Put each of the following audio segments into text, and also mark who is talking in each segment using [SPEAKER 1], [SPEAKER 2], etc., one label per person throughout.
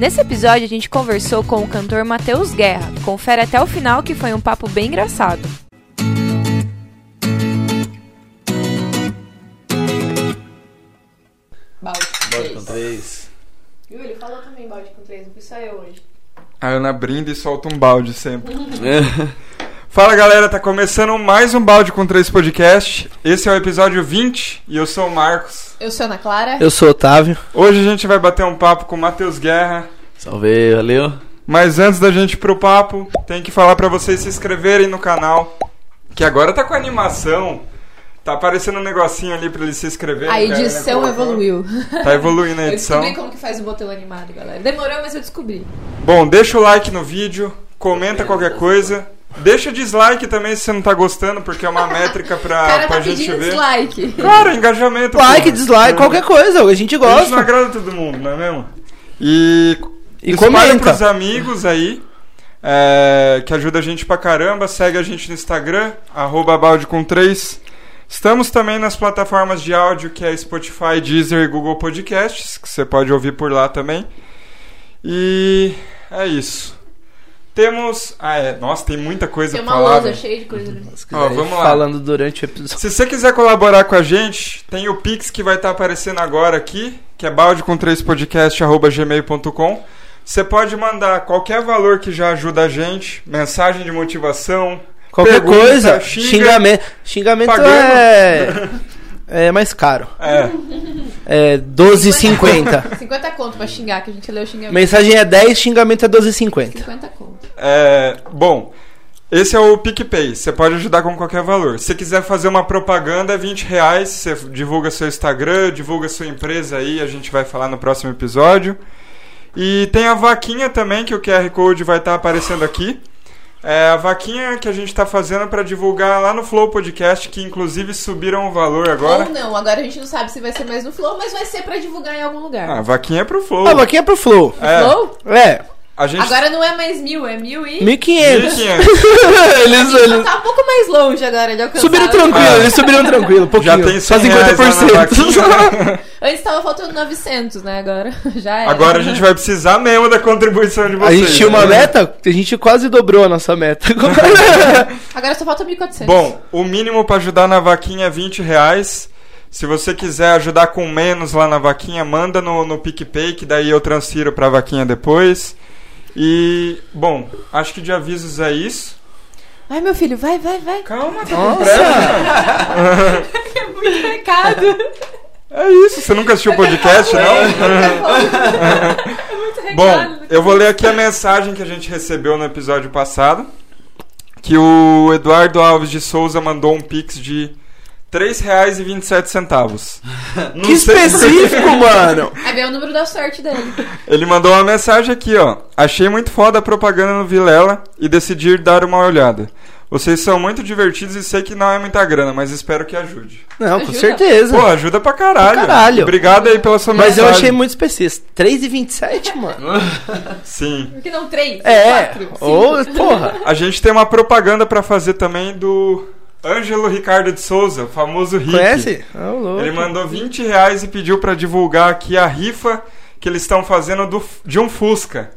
[SPEAKER 1] Nesse episódio a gente conversou com o cantor Matheus Guerra. Confere até o final que foi um papo bem engraçado.
[SPEAKER 2] Balde
[SPEAKER 3] Bode com três.
[SPEAKER 2] Yuri falou também balde com três, não fui só eu hoje.
[SPEAKER 4] A Ana brinda e solta um balde sempre. Fala galera, tá começando mais um balde com três podcast. Esse é o episódio 20 e eu sou o Marcos.
[SPEAKER 2] Eu sou Ana Clara.
[SPEAKER 3] Eu sou o Otávio.
[SPEAKER 4] Hoje a gente vai bater um papo com o Matheus Guerra.
[SPEAKER 3] Salve, valeu.
[SPEAKER 4] Mas antes da gente ir pro papo, tem que falar pra vocês se inscreverem no canal. Que agora tá com animação. Tá aparecendo um negocinho ali pra eles se inscreverem.
[SPEAKER 2] A
[SPEAKER 4] que Ana
[SPEAKER 2] edição
[SPEAKER 4] colocou.
[SPEAKER 2] evoluiu.
[SPEAKER 4] Tá evoluindo a
[SPEAKER 2] Eu
[SPEAKER 4] edição.
[SPEAKER 2] descobri como que faz o botão animado, galera. Demorou, mas eu descobri.
[SPEAKER 4] Bom, deixa o like no vídeo, comenta qualquer coisa. Deixa o dislike também se você não tá gostando, porque é uma métrica pra,
[SPEAKER 2] o cara
[SPEAKER 4] pra
[SPEAKER 2] tá
[SPEAKER 4] gente
[SPEAKER 2] pedindo
[SPEAKER 4] ver.
[SPEAKER 2] dislike.
[SPEAKER 4] Claro, engajamento.
[SPEAKER 3] Like,
[SPEAKER 4] porra.
[SPEAKER 3] dislike,
[SPEAKER 4] É.
[SPEAKER 3] qualquer coisa, a gente
[SPEAKER 4] A gente não
[SPEAKER 3] gosta.
[SPEAKER 4] agrada todo mundo, não é mesmo? E,
[SPEAKER 3] E
[SPEAKER 4] espalha
[SPEAKER 3] comenta.
[SPEAKER 4] pros amigos aí, é, que ajuda a gente pra caramba. Segue a gente no Instagram, arroba balde com 3. Estamos também nas plataformas de áudio, que é Spotify, Deezer e Google Podcasts, que você pode ouvir por lá também. E é isso. Temos. Ah, é. Nossa, tem muita coisa
[SPEAKER 2] Tem
[SPEAKER 4] pra
[SPEAKER 2] uma
[SPEAKER 4] falar. né?
[SPEAKER 2] lousa
[SPEAKER 4] velho.
[SPEAKER 2] cheia de coisa.
[SPEAKER 3] Se
[SPEAKER 4] Ó,
[SPEAKER 3] quiser
[SPEAKER 4] vamos
[SPEAKER 3] ir
[SPEAKER 4] lá.
[SPEAKER 3] Falando durante o episódio.
[SPEAKER 4] Se você quiser colaborar com a gente, tem o Pix que vai estar aparecendo agora aqui, que é balde com 3 podcast@gmail.com. Você pode mandar qualquer valor que já ajuda a gente, mensagem de motivação,
[SPEAKER 3] Qualquer
[SPEAKER 4] pergunta,
[SPEAKER 3] coisa,
[SPEAKER 4] xinga.
[SPEAKER 3] xingamento. Xingamento é. É mais caro.
[SPEAKER 4] É,
[SPEAKER 3] É 12,50.
[SPEAKER 2] 50 conto pra xingar, que a gente leu o xingamento.
[SPEAKER 3] Mensagem é 10, xingamento é 12,50.
[SPEAKER 2] 50 conto.
[SPEAKER 4] é, bom, esse é o PicPay, você pode ajudar com qualquer valor. Se quiser fazer uma propaganda, é 20 reais, você divulga seu Instagram, divulga sua empresa aí, a gente vai falar no próximo episódio. E tem a vaquinha também, que o QR Code vai estar aparecendo aqui. É a vaquinha que a gente está fazendo para divulgar lá no Flow Podcast, que inclusive subiram o valor agora.
[SPEAKER 2] Ou não, agora a gente não sabe se vai ser mais no Flow, mas vai ser pra divulgar em algum lugar.
[SPEAKER 4] Ah, a vaquinha é pro Flow.
[SPEAKER 3] Ah, aqui é pro Flow.
[SPEAKER 4] é.
[SPEAKER 2] Flow?
[SPEAKER 3] É,
[SPEAKER 4] A gente
[SPEAKER 2] Agora não é mais mil, é mil e.
[SPEAKER 3] 1.500.
[SPEAKER 4] 1.500.
[SPEAKER 3] eles,
[SPEAKER 2] Só
[SPEAKER 3] eles
[SPEAKER 2] tá um pouco mais longe agora de alcançar.
[SPEAKER 3] subiram tranquilo,
[SPEAKER 4] Ah.
[SPEAKER 3] eles subiram tranquilo. Pouquinho.
[SPEAKER 4] Já tem 100
[SPEAKER 3] Só
[SPEAKER 4] reais lá
[SPEAKER 3] 50%.
[SPEAKER 4] na vaquinha. né?
[SPEAKER 2] Antes tava faltando 900, né? Agora já é.
[SPEAKER 4] Agora a gente vai precisar mesmo da contribuição de
[SPEAKER 3] A
[SPEAKER 4] vocês.
[SPEAKER 3] gente tinha uma
[SPEAKER 4] né?
[SPEAKER 3] meta, a gente quase dobrou a nossa meta. é
[SPEAKER 2] Agora só falta 1.400.
[SPEAKER 4] Bom, o mínimo para ajudar na vaquinha é 20 reais. Se você quiser ajudar com menos lá na vaquinha, manda no, no PicPay, que daí eu transfiro para a vaquinha depois. E, bom, acho que de avisos é isso.
[SPEAKER 2] Ai, meu filho, vai, vai, vai.
[SPEAKER 4] Calma, tá com pressa. né?
[SPEAKER 3] Nossa!
[SPEAKER 2] É muito recado. É
[SPEAKER 4] É isso, você nunca assistiu o podcast, não? Bom, eu vou ler aqui a mensagem que a gente recebeu no episódio passado. Que o Eduardo Alves de Souza mandou um pix de R$ 3,27.
[SPEAKER 3] é?
[SPEAKER 4] Não
[SPEAKER 3] Que
[SPEAKER 4] sei por-
[SPEAKER 3] específico, mano!
[SPEAKER 2] Aí vem o número da sorte dele.
[SPEAKER 4] Ele mandou uma mensagem aqui, ó. Achei muito foda a propaganda no Vilela e decidi dar uma olhada. Vocês são muito divertidos e sei que não é muita grana, mas espero que ajude.
[SPEAKER 3] Não, com
[SPEAKER 2] Ajuda.
[SPEAKER 3] certeza.
[SPEAKER 4] Pô, ajuda pra caralho.
[SPEAKER 3] Pra caralho.
[SPEAKER 4] Obrigado aí pela sua
[SPEAKER 3] Mas eu
[SPEAKER 4] mensagem.
[SPEAKER 3] achei muito específico. 3,27, mano.
[SPEAKER 4] Sim.
[SPEAKER 2] Porque não três?
[SPEAKER 3] É.
[SPEAKER 2] Quatro, cinco.
[SPEAKER 3] Ou, porra.
[SPEAKER 4] A gente tem uma propaganda pra fazer também do Ângelo Ricardo de Souza, famoso Rick.
[SPEAKER 3] Conhece? Ah, o louco.
[SPEAKER 4] Ele mandou 20 reais e pediu pra divulgar aqui a rifa que eles estão fazendo do, de um Fusca.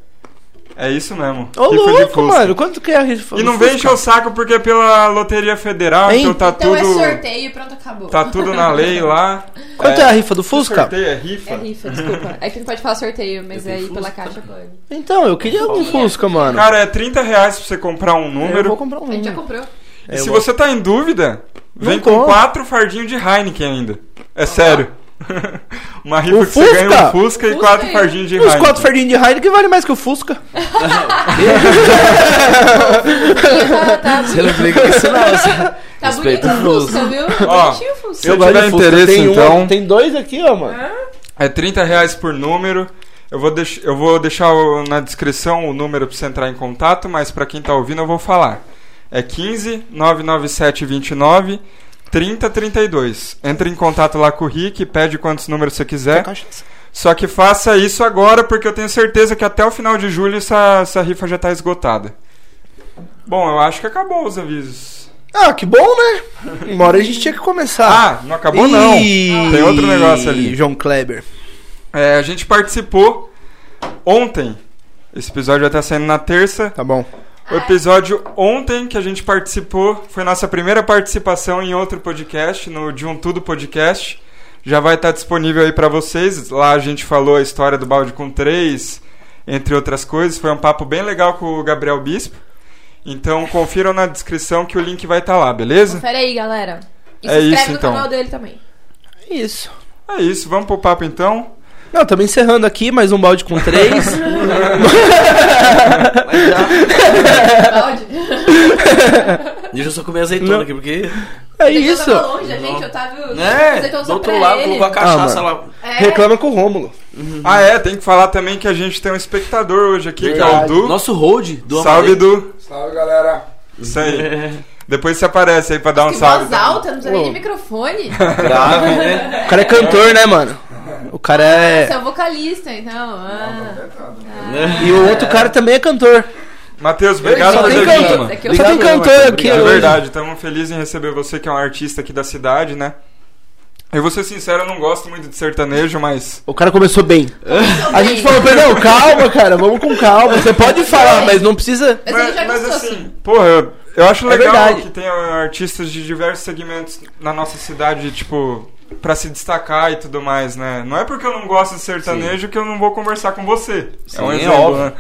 [SPEAKER 4] É isso mesmo.
[SPEAKER 3] Ô,
[SPEAKER 4] rifa de
[SPEAKER 3] louco,
[SPEAKER 4] Fusca.
[SPEAKER 3] mano. Quanto que é a rifa?
[SPEAKER 4] E
[SPEAKER 3] do
[SPEAKER 4] não
[SPEAKER 3] Fusca?
[SPEAKER 4] vem encher o saco porque é pela Loteria Federal,
[SPEAKER 3] Hein?
[SPEAKER 4] então tá
[SPEAKER 2] Então é
[SPEAKER 4] tudo.
[SPEAKER 2] sorteio e pronto, acabou.
[SPEAKER 4] tá tudo na lei lá.
[SPEAKER 3] Quanto é, a rifa do Fusca?
[SPEAKER 4] Sorteio é
[SPEAKER 2] É
[SPEAKER 4] rifa.
[SPEAKER 2] rifa, desculpa. É que não pode falar sorteio, mas é ir pela caixa
[SPEAKER 4] tá
[SPEAKER 2] pode.
[SPEAKER 3] Então, eu queria um Fusca, mano.
[SPEAKER 4] Cara, é 30 reais pra você comprar um
[SPEAKER 3] eu
[SPEAKER 4] número.
[SPEAKER 3] vou comprar um.
[SPEAKER 2] A gente já comprou.
[SPEAKER 4] E se você tá em dúvida,
[SPEAKER 3] Não
[SPEAKER 4] vem com
[SPEAKER 3] compra.
[SPEAKER 4] quatro fardinhos de Heineken ainda. É sério. Uma rifa
[SPEAKER 3] O
[SPEAKER 4] que você
[SPEAKER 3] Fusca?
[SPEAKER 4] ganha um Fusca e
[SPEAKER 2] Fusca é-
[SPEAKER 4] quatro
[SPEAKER 2] aí.
[SPEAKER 4] fardinhos de
[SPEAKER 3] Os
[SPEAKER 4] Heineken.
[SPEAKER 3] quatro fardinhos de Heineken vale mais que o Fusca.
[SPEAKER 2] Tá, tá,
[SPEAKER 5] Você não briga com isso, não. Você...
[SPEAKER 2] tá bonito
[SPEAKER 5] Respeita
[SPEAKER 2] o
[SPEAKER 5] o
[SPEAKER 2] Fusca, viu?
[SPEAKER 4] Ó,
[SPEAKER 2] Bonitinho o
[SPEAKER 4] eu-
[SPEAKER 2] Fusca.
[SPEAKER 4] tiver
[SPEAKER 3] Vale Fusca.
[SPEAKER 4] interesse,
[SPEAKER 3] tem um,
[SPEAKER 4] então-
[SPEAKER 3] tem dois aqui, ó, mano.
[SPEAKER 4] É 30 reais por número. Eu vou, deix- eu vou deixar o- na descrição o número pra você entrar em contato, mas pra quem tá ouvindo eu vou falar. É 15 997 29 3032. Entre em contato lá com o Rick, pede quantos números você quiser.
[SPEAKER 3] Cachaça.
[SPEAKER 4] Só que faça isso agora, porque eu tenho certeza que até o final de julho essa, essa rifa já tá esgotada. Bom, eu acho que acabou os avisos.
[SPEAKER 3] Ah, que bom, né? Uma hora a gente tinha que começar.
[SPEAKER 4] Ah, não acabou não.
[SPEAKER 3] Ih,
[SPEAKER 4] Tem outro negócio ali.
[SPEAKER 3] João Kleber.
[SPEAKER 4] É, a gente participou. ontem. Esse episódio vai estar saindo na terça.
[SPEAKER 3] Tá bom.
[SPEAKER 4] O episódio ontem que a gente participou foi nossa primeira participação em outro podcast, no De Um Tudo Podcast. Já vai estar disponível aí para vocês. Lá a gente falou a história do balde com três, entre outras coisas. Foi um papo bem legal com o Gabriel Bispo. Então confiram na descrição que o link vai estar lá, beleza?
[SPEAKER 2] Confere aí, galera. E se
[SPEAKER 4] É
[SPEAKER 2] inscreve
[SPEAKER 4] isso,
[SPEAKER 2] no
[SPEAKER 4] então.
[SPEAKER 2] canal dele também.
[SPEAKER 3] É isso.
[SPEAKER 4] É isso, vamos pro papo então.
[SPEAKER 3] Não, estamos encerrando aqui mais um balde com três.
[SPEAKER 5] É
[SPEAKER 2] Balde.
[SPEAKER 5] Deixa eu só comer azeitona
[SPEAKER 3] Não.
[SPEAKER 5] aqui, porque.
[SPEAKER 3] é
[SPEAKER 2] Ele
[SPEAKER 3] isso.
[SPEAKER 2] tava longe, a gente, Otávio.
[SPEAKER 5] Né?
[SPEAKER 2] apresentou
[SPEAKER 5] Do
[SPEAKER 2] só
[SPEAKER 5] outro
[SPEAKER 2] pra
[SPEAKER 5] lado,
[SPEAKER 2] ele.
[SPEAKER 5] colocou a cachaça lá.
[SPEAKER 2] É.
[SPEAKER 3] Reclama com o Rômulo.
[SPEAKER 4] Ah, é, tem que falar também que a gente tem um espectador hoje aqui,
[SPEAKER 5] Verdade.
[SPEAKER 4] que é o Du.
[SPEAKER 5] Nosso hold do
[SPEAKER 4] salve,
[SPEAKER 5] Amadeu.
[SPEAKER 4] Du.
[SPEAKER 6] Salve, galera.
[SPEAKER 4] Isso aí.
[SPEAKER 5] É.
[SPEAKER 4] Depois você aparece aí pra dar um
[SPEAKER 2] Que
[SPEAKER 4] salve.
[SPEAKER 2] voz
[SPEAKER 4] também.
[SPEAKER 2] alta, não precisa nem de
[SPEAKER 3] Ô.
[SPEAKER 2] microfone.
[SPEAKER 5] Grave, né?
[SPEAKER 3] O cara é cantor, né, mano? O cara
[SPEAKER 2] Você
[SPEAKER 3] é.
[SPEAKER 2] é um vocalista, então. ah.
[SPEAKER 3] E o outro cara também é cantor.
[SPEAKER 4] Matheus, obrigado
[SPEAKER 3] só
[SPEAKER 4] por
[SPEAKER 3] tem
[SPEAKER 4] ter
[SPEAKER 3] cantor.
[SPEAKER 4] vindo, mano.
[SPEAKER 2] É que eu-
[SPEAKER 3] Só tem
[SPEAKER 2] Obrigado,
[SPEAKER 3] cantor aqui
[SPEAKER 4] De
[SPEAKER 3] hoje.
[SPEAKER 4] É verdade, estamos felizes em receber você, que é um artista aqui da cidade, né? Eu vou ser sincero, eu não gosto muito de sertanejo, mas.
[SPEAKER 3] O cara começou bem. A gente falou pra ele, não, calma, cara, vamos com calma. Você pode falar, mas não precisa.
[SPEAKER 2] Mas ele já gostou, assim.
[SPEAKER 4] porra, eu, eu acho
[SPEAKER 3] É
[SPEAKER 4] legal
[SPEAKER 3] verdade.
[SPEAKER 4] que tenha artistas de diversos segmentos na nossa cidade, tipo, pra se destacar e tudo mais, né? Não é porque eu não gosto de sertanejo que eu não vou conversar com você.
[SPEAKER 5] Sim,
[SPEAKER 4] é um
[SPEAKER 5] é
[SPEAKER 4] exemplo,
[SPEAKER 5] óbvio.
[SPEAKER 4] né?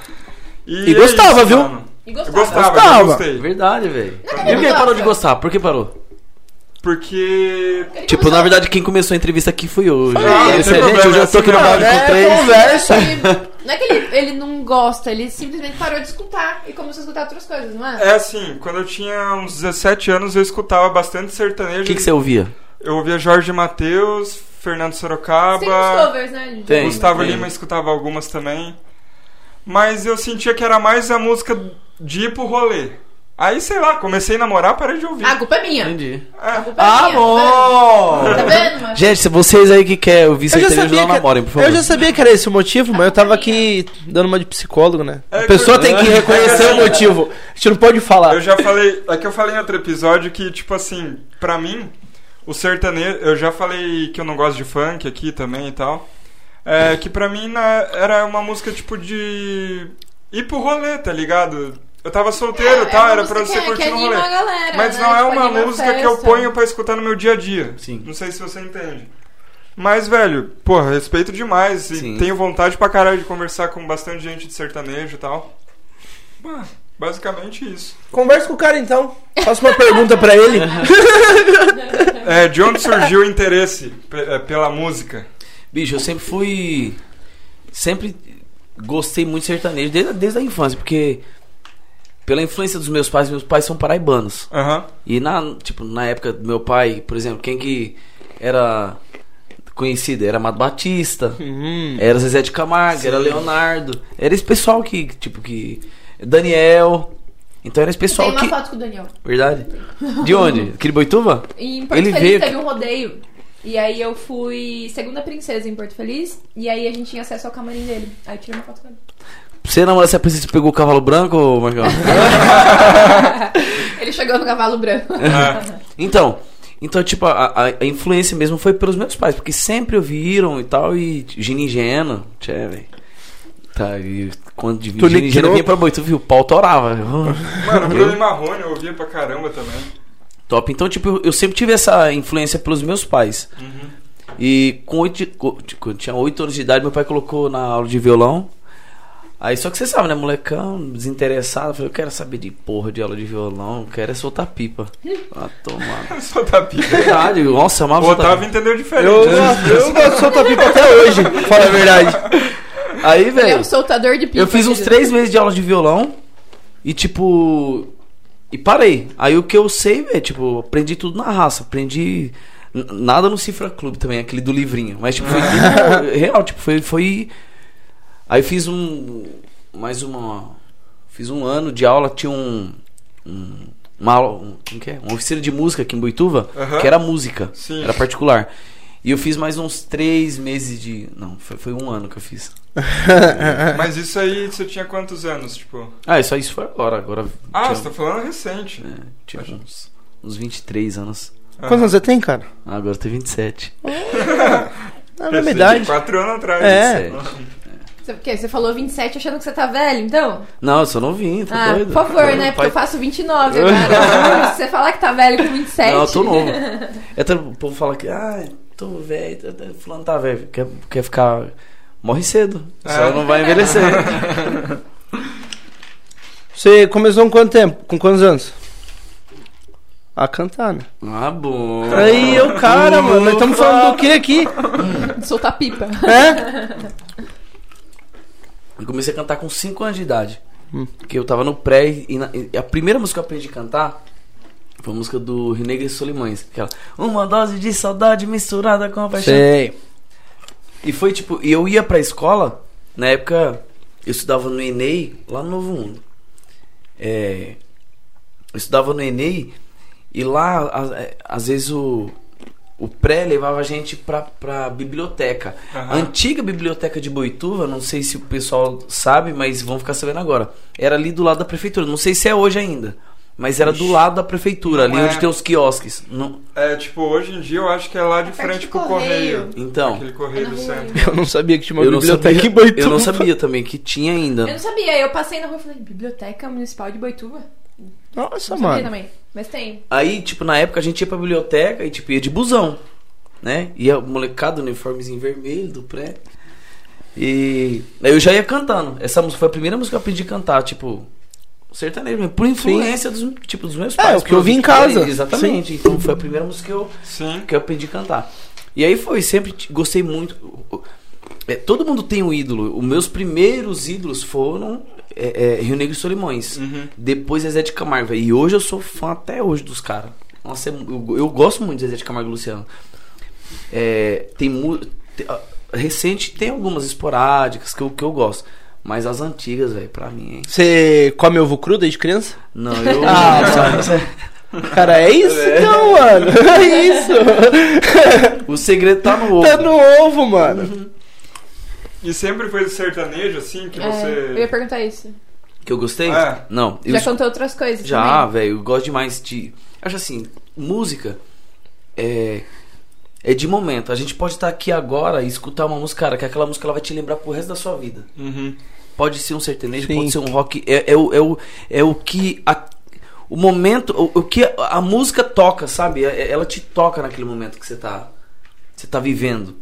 [SPEAKER 3] E
[SPEAKER 4] é
[SPEAKER 3] gostava, viu?
[SPEAKER 4] mano.
[SPEAKER 2] E
[SPEAKER 4] Eu
[SPEAKER 2] gostava.
[SPEAKER 4] gostava,
[SPEAKER 3] Gostava.
[SPEAKER 4] eu gostei.
[SPEAKER 5] É Verdade, velho. E por
[SPEAKER 2] Ele
[SPEAKER 5] que ele parou
[SPEAKER 2] gosta.
[SPEAKER 5] de gostar? Por que parou?
[SPEAKER 4] Porque.
[SPEAKER 2] Ele
[SPEAKER 5] Tipo,
[SPEAKER 2] começou
[SPEAKER 5] na verdade, quem começou a entrevista aqui foi eu.
[SPEAKER 3] Ah,
[SPEAKER 4] não tem
[SPEAKER 5] Gente,
[SPEAKER 4] problema,
[SPEAKER 5] hoje eu
[SPEAKER 4] assim
[SPEAKER 5] tô aqui no
[SPEAKER 4] mesmo.
[SPEAKER 5] balde com
[SPEAKER 3] É,
[SPEAKER 5] três.
[SPEAKER 3] conversa.
[SPEAKER 2] Ele- Não é que ele, ele não gosta, ele simplesmente parou de escutar e começou a escutar outras coisas, não é?
[SPEAKER 4] É assim, quando eu tinha uns 17 anos, eu escutava bastante sertanejo.
[SPEAKER 5] O que, que você ouvia?
[SPEAKER 4] Eu ouvia Jorge Matheus, Fernando
[SPEAKER 2] Tem uns
[SPEAKER 4] Sorocaba,
[SPEAKER 2] covers, né? gente?
[SPEAKER 5] Tem.
[SPEAKER 4] Gustavo
[SPEAKER 5] tem.
[SPEAKER 4] Lima escutava algumas também. Mas eu sentia que era mais a música de ir pro rolê. Aí, sei lá, comecei a namorar, parei de ouvir.
[SPEAKER 2] Ah, a culpa é minha.
[SPEAKER 5] Entendi. Ah,
[SPEAKER 2] A
[SPEAKER 4] É,
[SPEAKER 2] culpa é minha, Tá vendo? Tá vendo? mano?
[SPEAKER 5] Gente, se vocês aí que querem ouvir
[SPEAKER 3] Eu já,
[SPEAKER 5] sertanejo,
[SPEAKER 3] sabia
[SPEAKER 5] não namorem, por
[SPEAKER 3] que,
[SPEAKER 5] favor.
[SPEAKER 3] eu já sabia que era esse o motivo, mas eu tava aqui dando uma de psicólogo, né?
[SPEAKER 4] É
[SPEAKER 3] A
[SPEAKER 4] que-
[SPEAKER 3] pessoa tem que reconhecer o motivo. A gente não pode
[SPEAKER 4] eu
[SPEAKER 3] falar.
[SPEAKER 4] já falei. É que eu falei em outro episódio que, tipo assim, pra mim, o sertanejo. Eu já falei que eu não gosto de funk aqui também e tal. É, que pra mim na- era uma música tipo de. ir pro rolê, tá ligado? Eu tava solteiro e
[SPEAKER 2] É, é
[SPEAKER 4] tal,
[SPEAKER 2] uma
[SPEAKER 4] tá? era pra
[SPEAKER 2] música
[SPEAKER 4] você
[SPEAKER 2] que-
[SPEAKER 4] curtir
[SPEAKER 2] que
[SPEAKER 4] no
[SPEAKER 2] anima
[SPEAKER 4] rolê.
[SPEAKER 2] a galera,
[SPEAKER 4] Mas
[SPEAKER 2] né?
[SPEAKER 4] não é
[SPEAKER 2] Tipo,
[SPEAKER 4] uma
[SPEAKER 2] anima a
[SPEAKER 4] música que eu
[SPEAKER 2] festa.
[SPEAKER 4] ponho pra escutar no meu dia a dia.
[SPEAKER 5] Sim.
[SPEAKER 4] Não sei se você entende. Mas, velho, porra, respeito demais. E
[SPEAKER 5] Sim.
[SPEAKER 4] tenho vontade pra caralho de conversar com bastante gente de sertanejo e tal. Bah, basicamente isso.
[SPEAKER 3] Conversa com o cara então. Faça uma pergunta pra ele.
[SPEAKER 4] É, de onde surgiu o interesse pe- é, pela música?
[SPEAKER 5] Bicho, eu sempre fui. Sempre gostei muito de sertanejo, desde, desde a infância, porque. Pela influência dos meus pais, meus pais são paraibanos.
[SPEAKER 4] Aham.
[SPEAKER 5] E na, tipo, na época do meu pai, por exemplo, quem que era conhecido? Era Amado Batista,
[SPEAKER 3] Hum.
[SPEAKER 5] era Zezé de Camargo, Hum. era Leonardo. Era esse pessoal que, tipo, que. Daniel. Então era esse
[SPEAKER 2] Tem
[SPEAKER 5] pessoal
[SPEAKER 2] uma
[SPEAKER 5] que.
[SPEAKER 2] foto com o Daniel.
[SPEAKER 5] Verdade? De onde? Quiriboituba?
[SPEAKER 2] Em Porto
[SPEAKER 5] Ele
[SPEAKER 2] Feliz
[SPEAKER 5] veio-
[SPEAKER 2] teve um rodeio. E aí eu fui segunda princesa em Porto Feliz. E aí a gente tinha acesso ao camarim dele. Aí eu tirei uma foto com ele.
[SPEAKER 5] Você namorou essa princesa que pegou o cavalo branco, ô, Marcão?
[SPEAKER 2] Ele chegou no cavalo branco.
[SPEAKER 4] É.
[SPEAKER 5] Então, então tipo, a, a- a influência mesmo foi pelos meus pais, porque sempre ouviram e tal, e Gina Ingênua, tchê, velho. Tá, e quando de-
[SPEAKER 3] Tu
[SPEAKER 5] Gina Ingênua
[SPEAKER 3] nicou?
[SPEAKER 5] vinha pra Boituva, o pau torava.
[SPEAKER 4] Mano, Bruno e Marrone eu ouvia pra caramba também.
[SPEAKER 5] Top. Então, tipo, eu- eu sempre tive essa influência pelos meus pais.
[SPEAKER 4] Uhum.
[SPEAKER 5] E com oito, de- co- de- quando eu tinha 8 anos de idade, meu pai colocou na aula de violão. Aí só que você sabe, né, molecão, desinteressado, eu falei, eu quero saber de porra de aula de violão, eu quero é soltar pipa. ah, tomar.
[SPEAKER 4] Só tá pica.
[SPEAKER 5] Verdade, nossa, eu
[SPEAKER 4] O
[SPEAKER 5] amava soltar pipa.
[SPEAKER 4] Otávio entendeu diferente.
[SPEAKER 3] Eu, tá. eu gosto de soltar pipa até hoje, fala a verdade.
[SPEAKER 5] Aí,
[SPEAKER 2] Ele é
[SPEAKER 5] velho,
[SPEAKER 2] um soltador de pipa.
[SPEAKER 5] eu fiz uns
[SPEAKER 2] querido.
[SPEAKER 5] três meses de aula de violão e, tipo, e parei. Aí o que eu sei, velho, tipo, aprendi tudo na raça. Aprendi n- nada no Cifra Clube também, aquele do livrinho. Mas, tipo, foi livro real, tipo, foi, foi... Aí fiz um... mais uma... Fiz um ano de aula, tinha um... um uma aula, um, como que é? Uma oficina de música aqui em Boituva,
[SPEAKER 4] Aham.
[SPEAKER 5] que era música,
[SPEAKER 4] Sim.
[SPEAKER 5] era particular. E eu fiz mais uns três meses de... Não, foi- foi um ano que eu fiz.
[SPEAKER 4] Mas isso aí, você tinha quantos anos, tipo?
[SPEAKER 5] Ah, isso, isso foi agora. agora
[SPEAKER 4] Ah,
[SPEAKER 5] tinha-
[SPEAKER 4] você tá falando recente.
[SPEAKER 5] é, tinha uns, uns 23 anos.
[SPEAKER 3] Quantos anos você tem, cara?
[SPEAKER 5] Ah, agora eu tenho 27.
[SPEAKER 3] Na mesma idade.
[SPEAKER 4] Quatro anos atrás.
[SPEAKER 3] É.
[SPEAKER 5] 27.
[SPEAKER 2] Você, o quê? Você falou 27 achando que você tá velho, então?
[SPEAKER 5] Não, eu sou novinho, tô
[SPEAKER 2] Ah,
[SPEAKER 5] Tá doido.
[SPEAKER 2] por favor,
[SPEAKER 5] Eu-
[SPEAKER 2] né? Porque
[SPEAKER 5] pai-
[SPEAKER 2] eu faço 29 agora. Se você falar que tá velho com 27.
[SPEAKER 5] Não, eu tô novo. É, tá- o povo fala que, ah, tô velho, tá- tá- fulano tá velho, quer, quer ficar... Morre cedo, só
[SPEAKER 4] É.
[SPEAKER 5] não vai envelhecer.
[SPEAKER 3] Você começou com quanto tempo? Com quantos anos? A cantar, né?
[SPEAKER 5] ah, bom.
[SPEAKER 3] Aí eu, cara, mano, nós estamos falando do que aqui?
[SPEAKER 2] Soltar pipa.
[SPEAKER 3] É?
[SPEAKER 5] Eu comecei a cantar com 5 anos de idade.
[SPEAKER 3] Hum.
[SPEAKER 5] Que eu tava no pré e, na- e a primeira música que eu aprendi a cantar foi a música do Renegre Solimães. é Aquela, uma dose de saudade misturada com a paixão.
[SPEAKER 3] Sei.
[SPEAKER 5] E foi tipo, e eu ia pra escola, na época eu estudava no Enei, lá no Novo Mundo. É, eu estudava no Enei e lá, a- é, às vezes, o, o pré levava a gente pra, pra biblioteca.
[SPEAKER 4] Aham.
[SPEAKER 5] A antiga biblioteca de Boituva, não sei se o pessoal sabe, mas vão ficar sabendo agora. Era ali do lado da prefeitura, não sei se é hoje ainda. Mas era do lado da prefeitura, ali
[SPEAKER 4] Não é.
[SPEAKER 5] onde tem os quiosques. Não,
[SPEAKER 4] É, tipo, hoje em dia eu acho que é lá de
[SPEAKER 2] perto
[SPEAKER 4] frente
[SPEAKER 2] do
[SPEAKER 4] pro
[SPEAKER 2] correio.
[SPEAKER 4] correio.
[SPEAKER 5] então,
[SPEAKER 4] Aquele correio
[SPEAKER 2] É na
[SPEAKER 4] do
[SPEAKER 2] rua.
[SPEAKER 4] centro.
[SPEAKER 3] Eu não sabia que tinha uma
[SPEAKER 5] eu não,
[SPEAKER 3] biblioteca
[SPEAKER 5] sabia,
[SPEAKER 3] em Boituva.
[SPEAKER 5] eu não sabia também que tinha ainda.
[SPEAKER 2] Eu não sabia, eu passei na rua e falei, biblioteca municipal de Boituva?
[SPEAKER 3] Nossa,
[SPEAKER 2] Não sabia
[SPEAKER 3] mano.
[SPEAKER 2] também. Mas tem.
[SPEAKER 5] Aí, tipo, na época a gente ia pra biblioteca e, tipo, ia de busão, né? Ia o molecado, uniformezinho vermelho do pré. E aí eu já ia cantando. Essa música foi a primeira música que eu aprendi a cantar, tipo, sertanejo mesmo, por influência dos, tipo, dos meus
[SPEAKER 3] É,
[SPEAKER 5] pais.
[SPEAKER 3] o que
[SPEAKER 5] por
[SPEAKER 3] eu vi em
[SPEAKER 5] tipo, aí,
[SPEAKER 3] casa.
[SPEAKER 5] Exatamente. Então foi a primeira música que eu,
[SPEAKER 4] Sim.
[SPEAKER 5] que eu aprendi a cantar. E aí foi, sempre t- gostei muito. É, todo mundo tem um ídolo. Os meus primeiros ídolos foram é, é, Rio Negro e Solimões.
[SPEAKER 4] Uhum.
[SPEAKER 5] Depois Zezé de Camargo. velho. E hoje eu sou fã até hoje dos caras. Nossa, é mu- eu, eu gosto muito de Zezé de Camargo e Luciano. É, tem mu- te- ah, Recente tem algumas esporádicas que eu, que eu gosto. Mas as antigas, velho, pra mim, hein?
[SPEAKER 3] Você come ovo cru desde criança?
[SPEAKER 5] Não, eu.
[SPEAKER 3] Ah, Cara, é isso então, mano. É isso.
[SPEAKER 5] o segredo tá no
[SPEAKER 3] tá
[SPEAKER 5] outro.
[SPEAKER 3] no ovo, mano.
[SPEAKER 4] E sempre foi do sertanejo, assim, que
[SPEAKER 2] É, Eu ia
[SPEAKER 4] você.
[SPEAKER 2] perguntar isso.
[SPEAKER 5] Que eu gostei?
[SPEAKER 4] É.
[SPEAKER 5] Não. eu
[SPEAKER 2] Já
[SPEAKER 5] escu-
[SPEAKER 2] cantou outras coisas
[SPEAKER 5] Já,
[SPEAKER 2] também?
[SPEAKER 5] velho, eu gosto demais de. Acho assim, música é. É de momento. A gente pode estar aqui agora e escutar uma música, cara, que aquela música ela vai te lembrar pro resto da sua vida.
[SPEAKER 4] Uhum.
[SPEAKER 5] Pode ser um sertanejo,
[SPEAKER 3] Sim.
[SPEAKER 5] pode ser um rock. É, é, o, é, o, é o que. a- o momento. O, o que a, a música toca, sabe? É- Ela te toca naquele momento que você tá. Você tá vivendo.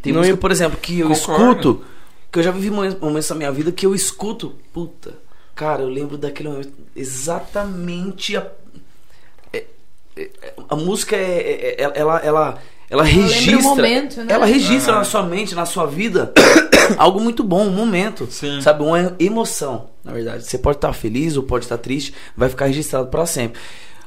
[SPEAKER 5] Tem
[SPEAKER 3] Não,
[SPEAKER 5] música,
[SPEAKER 3] eu-
[SPEAKER 5] por exemplo, que eu
[SPEAKER 4] Concordo.
[SPEAKER 5] escuto. Que eu já vivi momen- momentos da minha vida que eu escuto. Puta. Cara, eu lembro daquele momento. Exatamente a. é- é- a música é, é- é- ela, ela, ela
[SPEAKER 2] lembra o
[SPEAKER 5] registra.
[SPEAKER 2] momento, né?
[SPEAKER 5] Ela registra
[SPEAKER 4] Ah.
[SPEAKER 5] na sua mente, na sua vida, algo muito bom, um momento.
[SPEAKER 4] Sim.
[SPEAKER 5] Sabe, uma emoção, na verdade. Você pode estar feliz ou pode estar triste, vai ficar registrado pra sempre.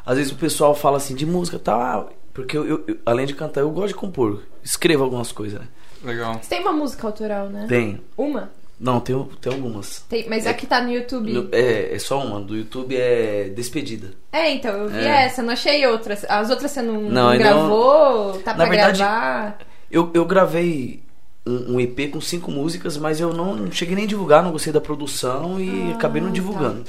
[SPEAKER 5] Às vezes o pessoal fala assim de música, tá? ah, Porque eu, eu- eu- além de cantar, eu gosto de compor. Escrevo algumas coisas, né?
[SPEAKER 4] Legal.
[SPEAKER 2] Você tem uma música autoral, né?
[SPEAKER 5] Tem.
[SPEAKER 2] Uma?
[SPEAKER 5] Não, tem, tem algumas.
[SPEAKER 2] Tem, mas é que tá no YouTube.
[SPEAKER 5] No- é, é só uma. Do YouTube é Despedida.
[SPEAKER 2] É, então, eu vi
[SPEAKER 5] É.
[SPEAKER 2] essa, não achei outras. As outras você não,
[SPEAKER 5] Não,
[SPEAKER 2] não
[SPEAKER 5] ainda
[SPEAKER 2] gravou? Tá
[SPEAKER 5] Na
[SPEAKER 2] pra
[SPEAKER 5] verdade-
[SPEAKER 2] gravar?
[SPEAKER 5] Eu, eu gravei um, um EP com cinco músicas, mas eu não, não cheguei nem a divulgar, não gostei da produção e
[SPEAKER 2] Ah,
[SPEAKER 5] acabei não
[SPEAKER 2] tá.
[SPEAKER 5] divulgando.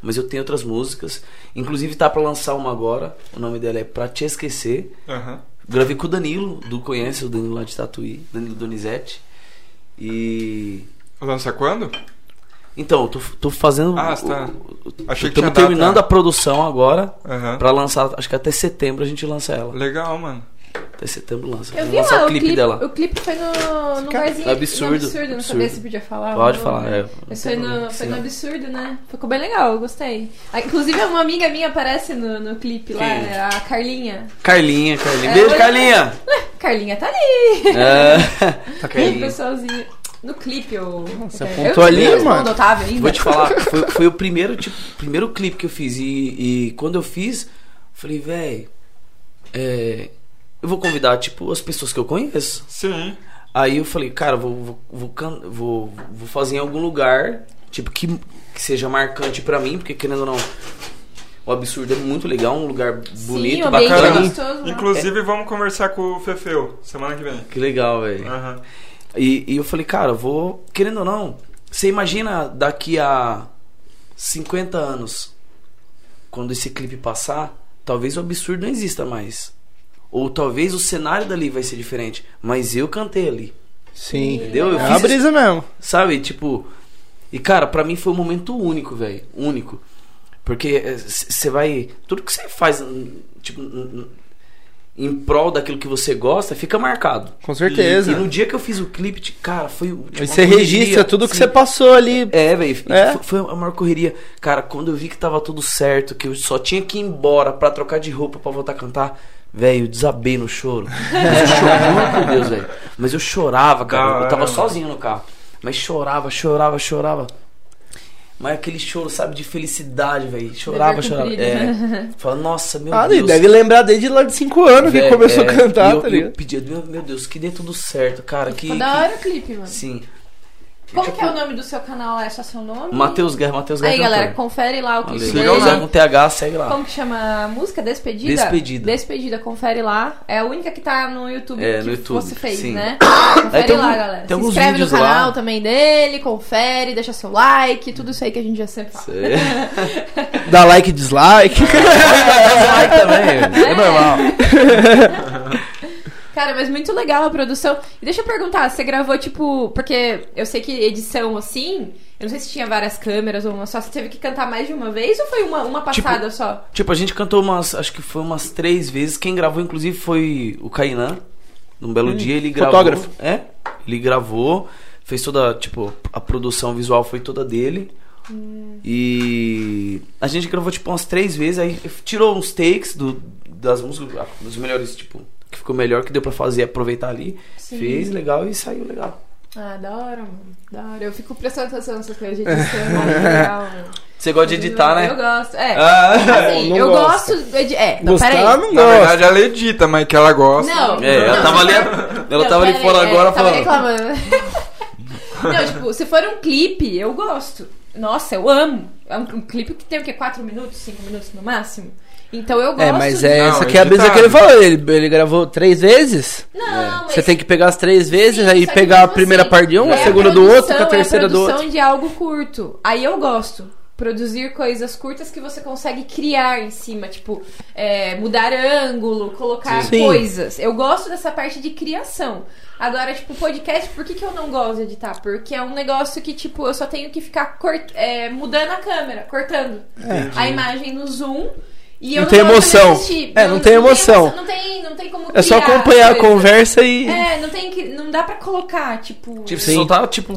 [SPEAKER 5] Mas eu tenho outras músicas. Inclusive tá pra lançar uma agora. O nome dela é Pra Te Esquecer.
[SPEAKER 4] Aham.
[SPEAKER 5] Gravei com o Danilo, do Conhece, o Danilo lá de Tatuí, Danilo Donizete. E.
[SPEAKER 4] Lança quando?
[SPEAKER 5] Então, eu tô, tô fazendo.
[SPEAKER 4] Ah, tá. Achei que tinha
[SPEAKER 5] Estamos
[SPEAKER 4] data.
[SPEAKER 5] terminando a produção agora
[SPEAKER 4] Aham.
[SPEAKER 5] pra lançar. Acho que até setembro a gente lança ela.
[SPEAKER 4] Legal, mano.
[SPEAKER 5] Até setembro lança.
[SPEAKER 2] Eu
[SPEAKER 5] Vamos
[SPEAKER 2] vi
[SPEAKER 5] lançar
[SPEAKER 2] lá,
[SPEAKER 5] o clipe, dela. é
[SPEAKER 2] O clipe foi no, no
[SPEAKER 3] Cara,
[SPEAKER 2] barzinho.
[SPEAKER 5] absurdo,
[SPEAKER 2] No absurdo, não
[SPEAKER 5] absurdo.
[SPEAKER 2] sabia se podia falar.
[SPEAKER 5] Pode
[SPEAKER 2] não.
[SPEAKER 5] falar, é.
[SPEAKER 2] Mas foi no, foi no
[SPEAKER 5] Sim.
[SPEAKER 2] absurdo, né? Ficou bem legal, eu gostei. Ah, Inclusive, uma amiga minha aparece no, no clipe lá,
[SPEAKER 5] Quem?
[SPEAKER 2] né? a Carlinha.
[SPEAKER 5] Carlinha, Carlinha.
[SPEAKER 2] É,
[SPEAKER 5] Beijo,
[SPEAKER 2] hoje-
[SPEAKER 5] Carlinha!
[SPEAKER 2] Ué, Carlinha tá ali!
[SPEAKER 5] É.
[SPEAKER 2] O
[SPEAKER 5] Carlinha.
[SPEAKER 2] pessoalzinho. No clipe, eu.
[SPEAKER 3] Você
[SPEAKER 2] eu-
[SPEAKER 3] apontou
[SPEAKER 2] eu
[SPEAKER 3] ali,
[SPEAKER 2] respondo,
[SPEAKER 3] mano?
[SPEAKER 2] Otávio, ainda.
[SPEAKER 5] Vou te falar, foi, foi o primeiro, tipo, primeiro clipe que eu fiz. E, e quando eu fiz, falei, véi. é, eu vou convidar, tipo, as pessoas que eu conheço.
[SPEAKER 4] Sim.
[SPEAKER 5] Aí eu falei, cara, vou, vou, vou, can- vou, vou fazer em algum lugar, tipo, que, que seja marcante pra mim, porque querendo ou não, o absurdo é muito legal, um lugar bonito,
[SPEAKER 2] Sim, o ambiente é
[SPEAKER 5] bacana.
[SPEAKER 2] gostoso. né?
[SPEAKER 4] Inclusive, vamos conversar com o Fefeu semana que vem.
[SPEAKER 5] Que legal, velho.
[SPEAKER 4] Aham.
[SPEAKER 5] E, e eu falei, cara, vou. Querendo ou não, você imagina daqui a 50 anos, quando esse clipe passar, talvez o absurdo não exista mais. Ou talvez o cenário dali vai ser diferente. Mas eu cantei ali.
[SPEAKER 3] Sim.
[SPEAKER 5] Entendeu?
[SPEAKER 3] É
[SPEAKER 5] Eu
[SPEAKER 3] uma
[SPEAKER 5] fiz
[SPEAKER 3] brisa mesmo.
[SPEAKER 5] Sabe, tipo. E cara, pra mim foi um momento único, velho. Único. Porque você vai. Tudo que você faz, n- tipo, n- n- em prol daquilo que você gosta, fica marcado.
[SPEAKER 3] Com
[SPEAKER 5] E
[SPEAKER 3] certeza.
[SPEAKER 5] no dia que eu fiz o clipe, ti- cara, foi. o- Tipo,
[SPEAKER 3] Aí
[SPEAKER 5] uma
[SPEAKER 3] você
[SPEAKER 5] correria,
[SPEAKER 3] registra tudo que
[SPEAKER 5] assim.
[SPEAKER 3] você passou ali.
[SPEAKER 5] É, velho.
[SPEAKER 3] É.
[SPEAKER 5] Foi a maior correria. Cara, quando eu vi que tava tudo certo, que eu só tinha que ir embora pra trocar de roupa pra voltar a cantar, velho, eu desabei no choro. Mas eu chorava, por Deus, velho. Mas eu chorava, cara. eu tava
[SPEAKER 4] Caramba.
[SPEAKER 5] sozinho no carro. Mas chorava, chorava, chorava. Mas aquele choro, sabe, de felicidade, velho. Chorava,
[SPEAKER 2] Dever
[SPEAKER 5] chorava.
[SPEAKER 2] cumprido. né?
[SPEAKER 5] É. Fala, nossa, meu
[SPEAKER 3] Ah, e
[SPEAKER 5] Deus.
[SPEAKER 3] deve lembrar desde lá de 5 anos que
[SPEAKER 5] velho,
[SPEAKER 3] começou
[SPEAKER 5] é.
[SPEAKER 3] a
[SPEAKER 5] E
[SPEAKER 3] cantar,
[SPEAKER 5] eu,
[SPEAKER 3] tá
[SPEAKER 5] eu
[SPEAKER 3] ligado?
[SPEAKER 5] pedi, meu, meu Deus, que dê tudo certo, cara. Que,
[SPEAKER 2] Ficou da
[SPEAKER 5] que-
[SPEAKER 2] hora o clipe, mano.
[SPEAKER 5] É. Sim.
[SPEAKER 2] Como
[SPEAKER 5] Tipo,
[SPEAKER 2] que é o nome do seu canal? É só seu nome?
[SPEAKER 5] Matheus Guerra, Matheus Guerra.
[SPEAKER 2] Aí, galera,
[SPEAKER 5] cantor.
[SPEAKER 2] confere lá o clipe
[SPEAKER 5] Valeu.
[SPEAKER 4] Siga os
[SPEAKER 2] dele.
[SPEAKER 5] Siga com TH, segue lá.
[SPEAKER 2] Como que chama a música? Despedida?
[SPEAKER 5] Despedida.
[SPEAKER 2] Despedida, confere lá. É a única que tá no YouTube
[SPEAKER 5] É,
[SPEAKER 2] que
[SPEAKER 5] no YouTube,
[SPEAKER 2] você fez,
[SPEAKER 5] sim.
[SPEAKER 2] né? Confere
[SPEAKER 5] Aí tem
[SPEAKER 2] lá,
[SPEAKER 5] algum-
[SPEAKER 2] galera.
[SPEAKER 5] tem
[SPEAKER 2] Se
[SPEAKER 5] alguns
[SPEAKER 2] inscreve no
[SPEAKER 5] vídeos
[SPEAKER 2] canal
[SPEAKER 5] lá.
[SPEAKER 2] também dele, confere, deixa seu like, tudo isso aí que a gente já sempre fala.
[SPEAKER 5] É.
[SPEAKER 3] Dá like e dislike.
[SPEAKER 5] Dislike também. É normal.
[SPEAKER 2] Cara, mas muito legal a produção. E deixa eu perguntar, você gravou, tipo, porque eu sei que edição assim, eu não sei se tinha várias câmeras ou uma só, você teve que cantar mais de uma vez ou foi uma, uma
[SPEAKER 5] Tipo,
[SPEAKER 2] passada só?
[SPEAKER 5] Tipo, a gente cantou umas, acho que foi umas três vezes. Quem gravou, inclusive, foi o Kainan. Num belo dia ele gravou.
[SPEAKER 3] fotógrafo.
[SPEAKER 5] É. Ele gravou, fez toda, tipo, a produção visual foi toda dele.
[SPEAKER 2] Hum.
[SPEAKER 5] E a gente gravou, tipo, umas três vezes. Aí tirou uns takes do, das músicas, ah, dos melhores, tipo, que ficou melhor, que deu pra fazer, aproveitar ali.
[SPEAKER 2] Sim.
[SPEAKER 5] Fez legal e saiu legal.
[SPEAKER 2] Ah, da hora, mano. Da hora. Eu fico prestando atenção nessas coisas de edição. é muito legal, mano.
[SPEAKER 5] Você gosta de editar,
[SPEAKER 2] Eu
[SPEAKER 5] né?
[SPEAKER 2] gosto. É.
[SPEAKER 5] Ah.
[SPEAKER 2] Assim,
[SPEAKER 3] Não
[SPEAKER 2] eu
[SPEAKER 3] gosta.
[SPEAKER 2] gosto. de- É, então
[SPEAKER 3] Gostar,
[SPEAKER 2] peraí.
[SPEAKER 3] não
[SPEAKER 4] Na
[SPEAKER 3] gosta.
[SPEAKER 4] verdade, ela edita, mas que ela gosta.
[SPEAKER 2] Não.
[SPEAKER 5] É, ela
[SPEAKER 2] não,
[SPEAKER 5] tava ali,
[SPEAKER 2] se
[SPEAKER 5] ela
[SPEAKER 2] Não,
[SPEAKER 5] tava ali
[SPEAKER 2] peraí,
[SPEAKER 5] fora
[SPEAKER 2] é,
[SPEAKER 5] agora
[SPEAKER 2] tava
[SPEAKER 5] falando.
[SPEAKER 2] reclamando. não, tipo, se for um clipe, eu gosto. Nossa, eu amo. É um, um clipe que tem o quê? 4 minutos, 5 minutos no máximo? Então eu gosto.
[SPEAKER 3] É, mas é
[SPEAKER 4] Não,
[SPEAKER 3] essa que é a brisa
[SPEAKER 4] editado.
[SPEAKER 3] que ele falou. Ele, ele gravou três vezes.
[SPEAKER 2] Não, mas
[SPEAKER 3] Você tá tem que pegar as três vezes,
[SPEAKER 2] Sim,
[SPEAKER 3] aí
[SPEAKER 2] só que
[SPEAKER 3] pegar a
[SPEAKER 2] mesmo
[SPEAKER 3] primeira
[SPEAKER 2] assim,
[SPEAKER 3] parte de um,
[SPEAKER 2] é
[SPEAKER 3] a segunda do
[SPEAKER 2] produção,
[SPEAKER 3] outro, com a terceira
[SPEAKER 2] é a
[SPEAKER 3] do
[SPEAKER 2] produção
[SPEAKER 3] outro.
[SPEAKER 2] de algo curto. Aí eu gosto. Produzir coisas curtas que você consegue criar em cima, tipo, é, mudar ângulo, colocar
[SPEAKER 3] Sim.
[SPEAKER 2] coisas. Eu gosto dessa parte de criação. Agora, tipo, podcast, por que, que eu não gosto de editar? Porque é um negócio que, tipo, eu só tenho que ficar cort- é, mudando a câmera, cortando a imagem no zoom. E eu
[SPEAKER 3] Não tem
[SPEAKER 2] gosto de
[SPEAKER 3] emoção.
[SPEAKER 2] assistir.
[SPEAKER 3] É, não tem emoção.
[SPEAKER 2] Não tem, não tem como
[SPEAKER 3] É só
[SPEAKER 2] criar
[SPEAKER 3] acompanhar a
[SPEAKER 2] coisa.
[SPEAKER 3] conversa e.
[SPEAKER 2] É, não tem que. Não dá pra colocar, tipo.
[SPEAKER 5] Tipo,
[SPEAKER 3] Sim.
[SPEAKER 5] você só tá, tipo,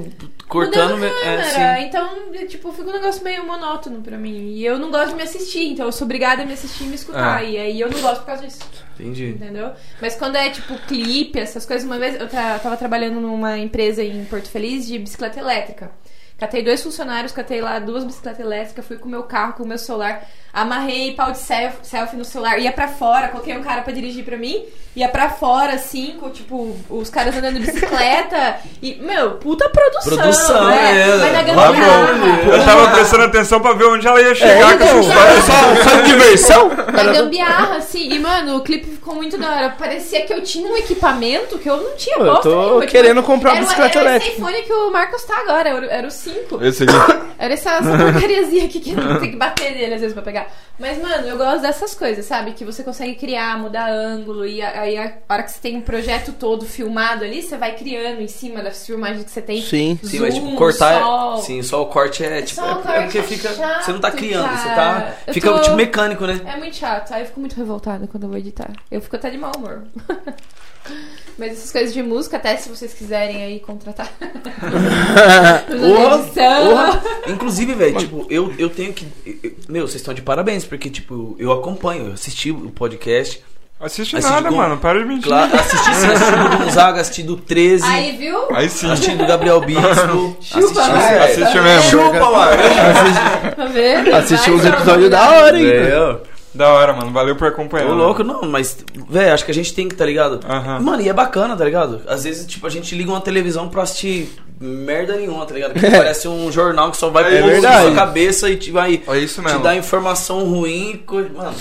[SPEAKER 5] cortando.
[SPEAKER 2] mudando a
[SPEAKER 5] é,
[SPEAKER 2] câmera.
[SPEAKER 5] sim.
[SPEAKER 2] Então, eu, tipo, fica um negócio meio monótono pra mim. E eu não gosto de me assistir, então eu sou obrigada a me assistir e me escutar.
[SPEAKER 4] Ah.
[SPEAKER 2] E aí eu não gosto por causa disso,
[SPEAKER 5] Entendi.
[SPEAKER 2] entendeu? Mas quando é, tipo, clipe, essas coisas, uma vez eu tra- tava trabalhando numa empresa em Porto Feliz de bicicleta elétrica. Catei dois funcionários, catei lá duas bicicletas elétricas, fui com o meu carro, com o meu celular, amarrei pau de self- selfie no celular, ia pra fora, coloquei um cara pra dirigir pra mim, ia pra fora, assim, com, tipo, os caras andando de bicicleta, e, meu, puta produção,
[SPEAKER 5] Produção,
[SPEAKER 2] né?
[SPEAKER 5] é.
[SPEAKER 2] Vai na
[SPEAKER 4] Tá
[SPEAKER 5] Lá
[SPEAKER 2] gambiarra,
[SPEAKER 4] Eu tava prestando atenção pra ver onde ela ia
[SPEAKER 3] É,
[SPEAKER 4] chegar com essa
[SPEAKER 3] então,
[SPEAKER 4] história.
[SPEAKER 3] só, só diversão?
[SPEAKER 2] na gambiarra, assim, e, mano, o clipe ficou muito da hora, parecia que eu tinha um equipamento que eu não tinha
[SPEAKER 3] Pô, eu
[SPEAKER 2] bosta
[SPEAKER 3] tô
[SPEAKER 2] nenhuma, tipo,
[SPEAKER 3] querendo comprar uma
[SPEAKER 2] era
[SPEAKER 3] bicicleta
[SPEAKER 2] Era esse
[SPEAKER 3] elétrica.
[SPEAKER 2] iPhone que o Marcos tá agora, era o- era o 5.
[SPEAKER 4] Esse aqui.
[SPEAKER 2] Era essa, essa porcariazinha aqui que tem que bater nele às vezes pra pegar. Mas, mano, eu gosto dessas coisas, sabe? Que você consegue criar, mudar ângulo. E a- aí, a hora que você tem um projeto todo filmado ali, você vai criando em cima das filmagens que você tem.
[SPEAKER 3] Sim.
[SPEAKER 5] Sim, mas tipo,
[SPEAKER 2] Zoom,
[SPEAKER 5] cortar.
[SPEAKER 2] sol.
[SPEAKER 5] Sim, só o corte é tipo.
[SPEAKER 2] Só o
[SPEAKER 5] é-
[SPEAKER 2] corte
[SPEAKER 5] é porque
[SPEAKER 2] é
[SPEAKER 5] fica.
[SPEAKER 2] chato,
[SPEAKER 5] você não tá criando, você
[SPEAKER 2] cara.
[SPEAKER 5] tá.
[SPEAKER 2] Eu
[SPEAKER 5] Fica
[SPEAKER 2] tô-
[SPEAKER 5] tipo mecânico, né?
[SPEAKER 2] É muito chato. Aí eu fico muito revoltada quando eu vou editar. Eu fico até de mau humor. Mas essas coisas de música, até se vocês quiserem aí contratar.
[SPEAKER 5] Porra,
[SPEAKER 2] Edição.
[SPEAKER 5] porra. Inclusive, velho, tipo, eu, eu tenho que. eu- eu- meu, vocês estão de parabéns, porque, tipo, eu acompanho, eu assisti o podcast.
[SPEAKER 4] Assiste
[SPEAKER 5] Assiste
[SPEAKER 4] nada,
[SPEAKER 5] Gon-
[SPEAKER 4] mano. Para de mentir.
[SPEAKER 5] Claro, assisti, assisti do Gonzaga, assisti do 13,
[SPEAKER 2] Aí, viu?
[SPEAKER 4] Aí sim.
[SPEAKER 5] assisti do Gabriel Bispo.
[SPEAKER 2] Chupa,
[SPEAKER 5] assisti,
[SPEAKER 2] vai.
[SPEAKER 4] Assiste mesmo.
[SPEAKER 5] Chupa, mano.
[SPEAKER 2] Tá vendo?
[SPEAKER 3] Assistir
[SPEAKER 2] Vai,
[SPEAKER 3] uns
[SPEAKER 2] seu
[SPEAKER 3] episódios da
[SPEAKER 2] orgulho.
[SPEAKER 3] hora, hein?
[SPEAKER 5] Meu.
[SPEAKER 4] Da hora, mano. Valeu por acompanhar.
[SPEAKER 5] Ô, louco, não, mas, velho, acho que a gente tem que, tá ligado?
[SPEAKER 4] Aham.
[SPEAKER 5] Mano, e é bacana, tá ligado? Às vezes, tipo, a gente liga uma televisão pra assistir merda nenhuma, tá ligado? Que parece um jornal que só vai
[SPEAKER 4] É
[SPEAKER 5] pôr na
[SPEAKER 3] verdade.
[SPEAKER 5] sua cabeça e te vai
[SPEAKER 4] É isso mesmo.
[SPEAKER 5] te dar informação ruim. Co... Mano,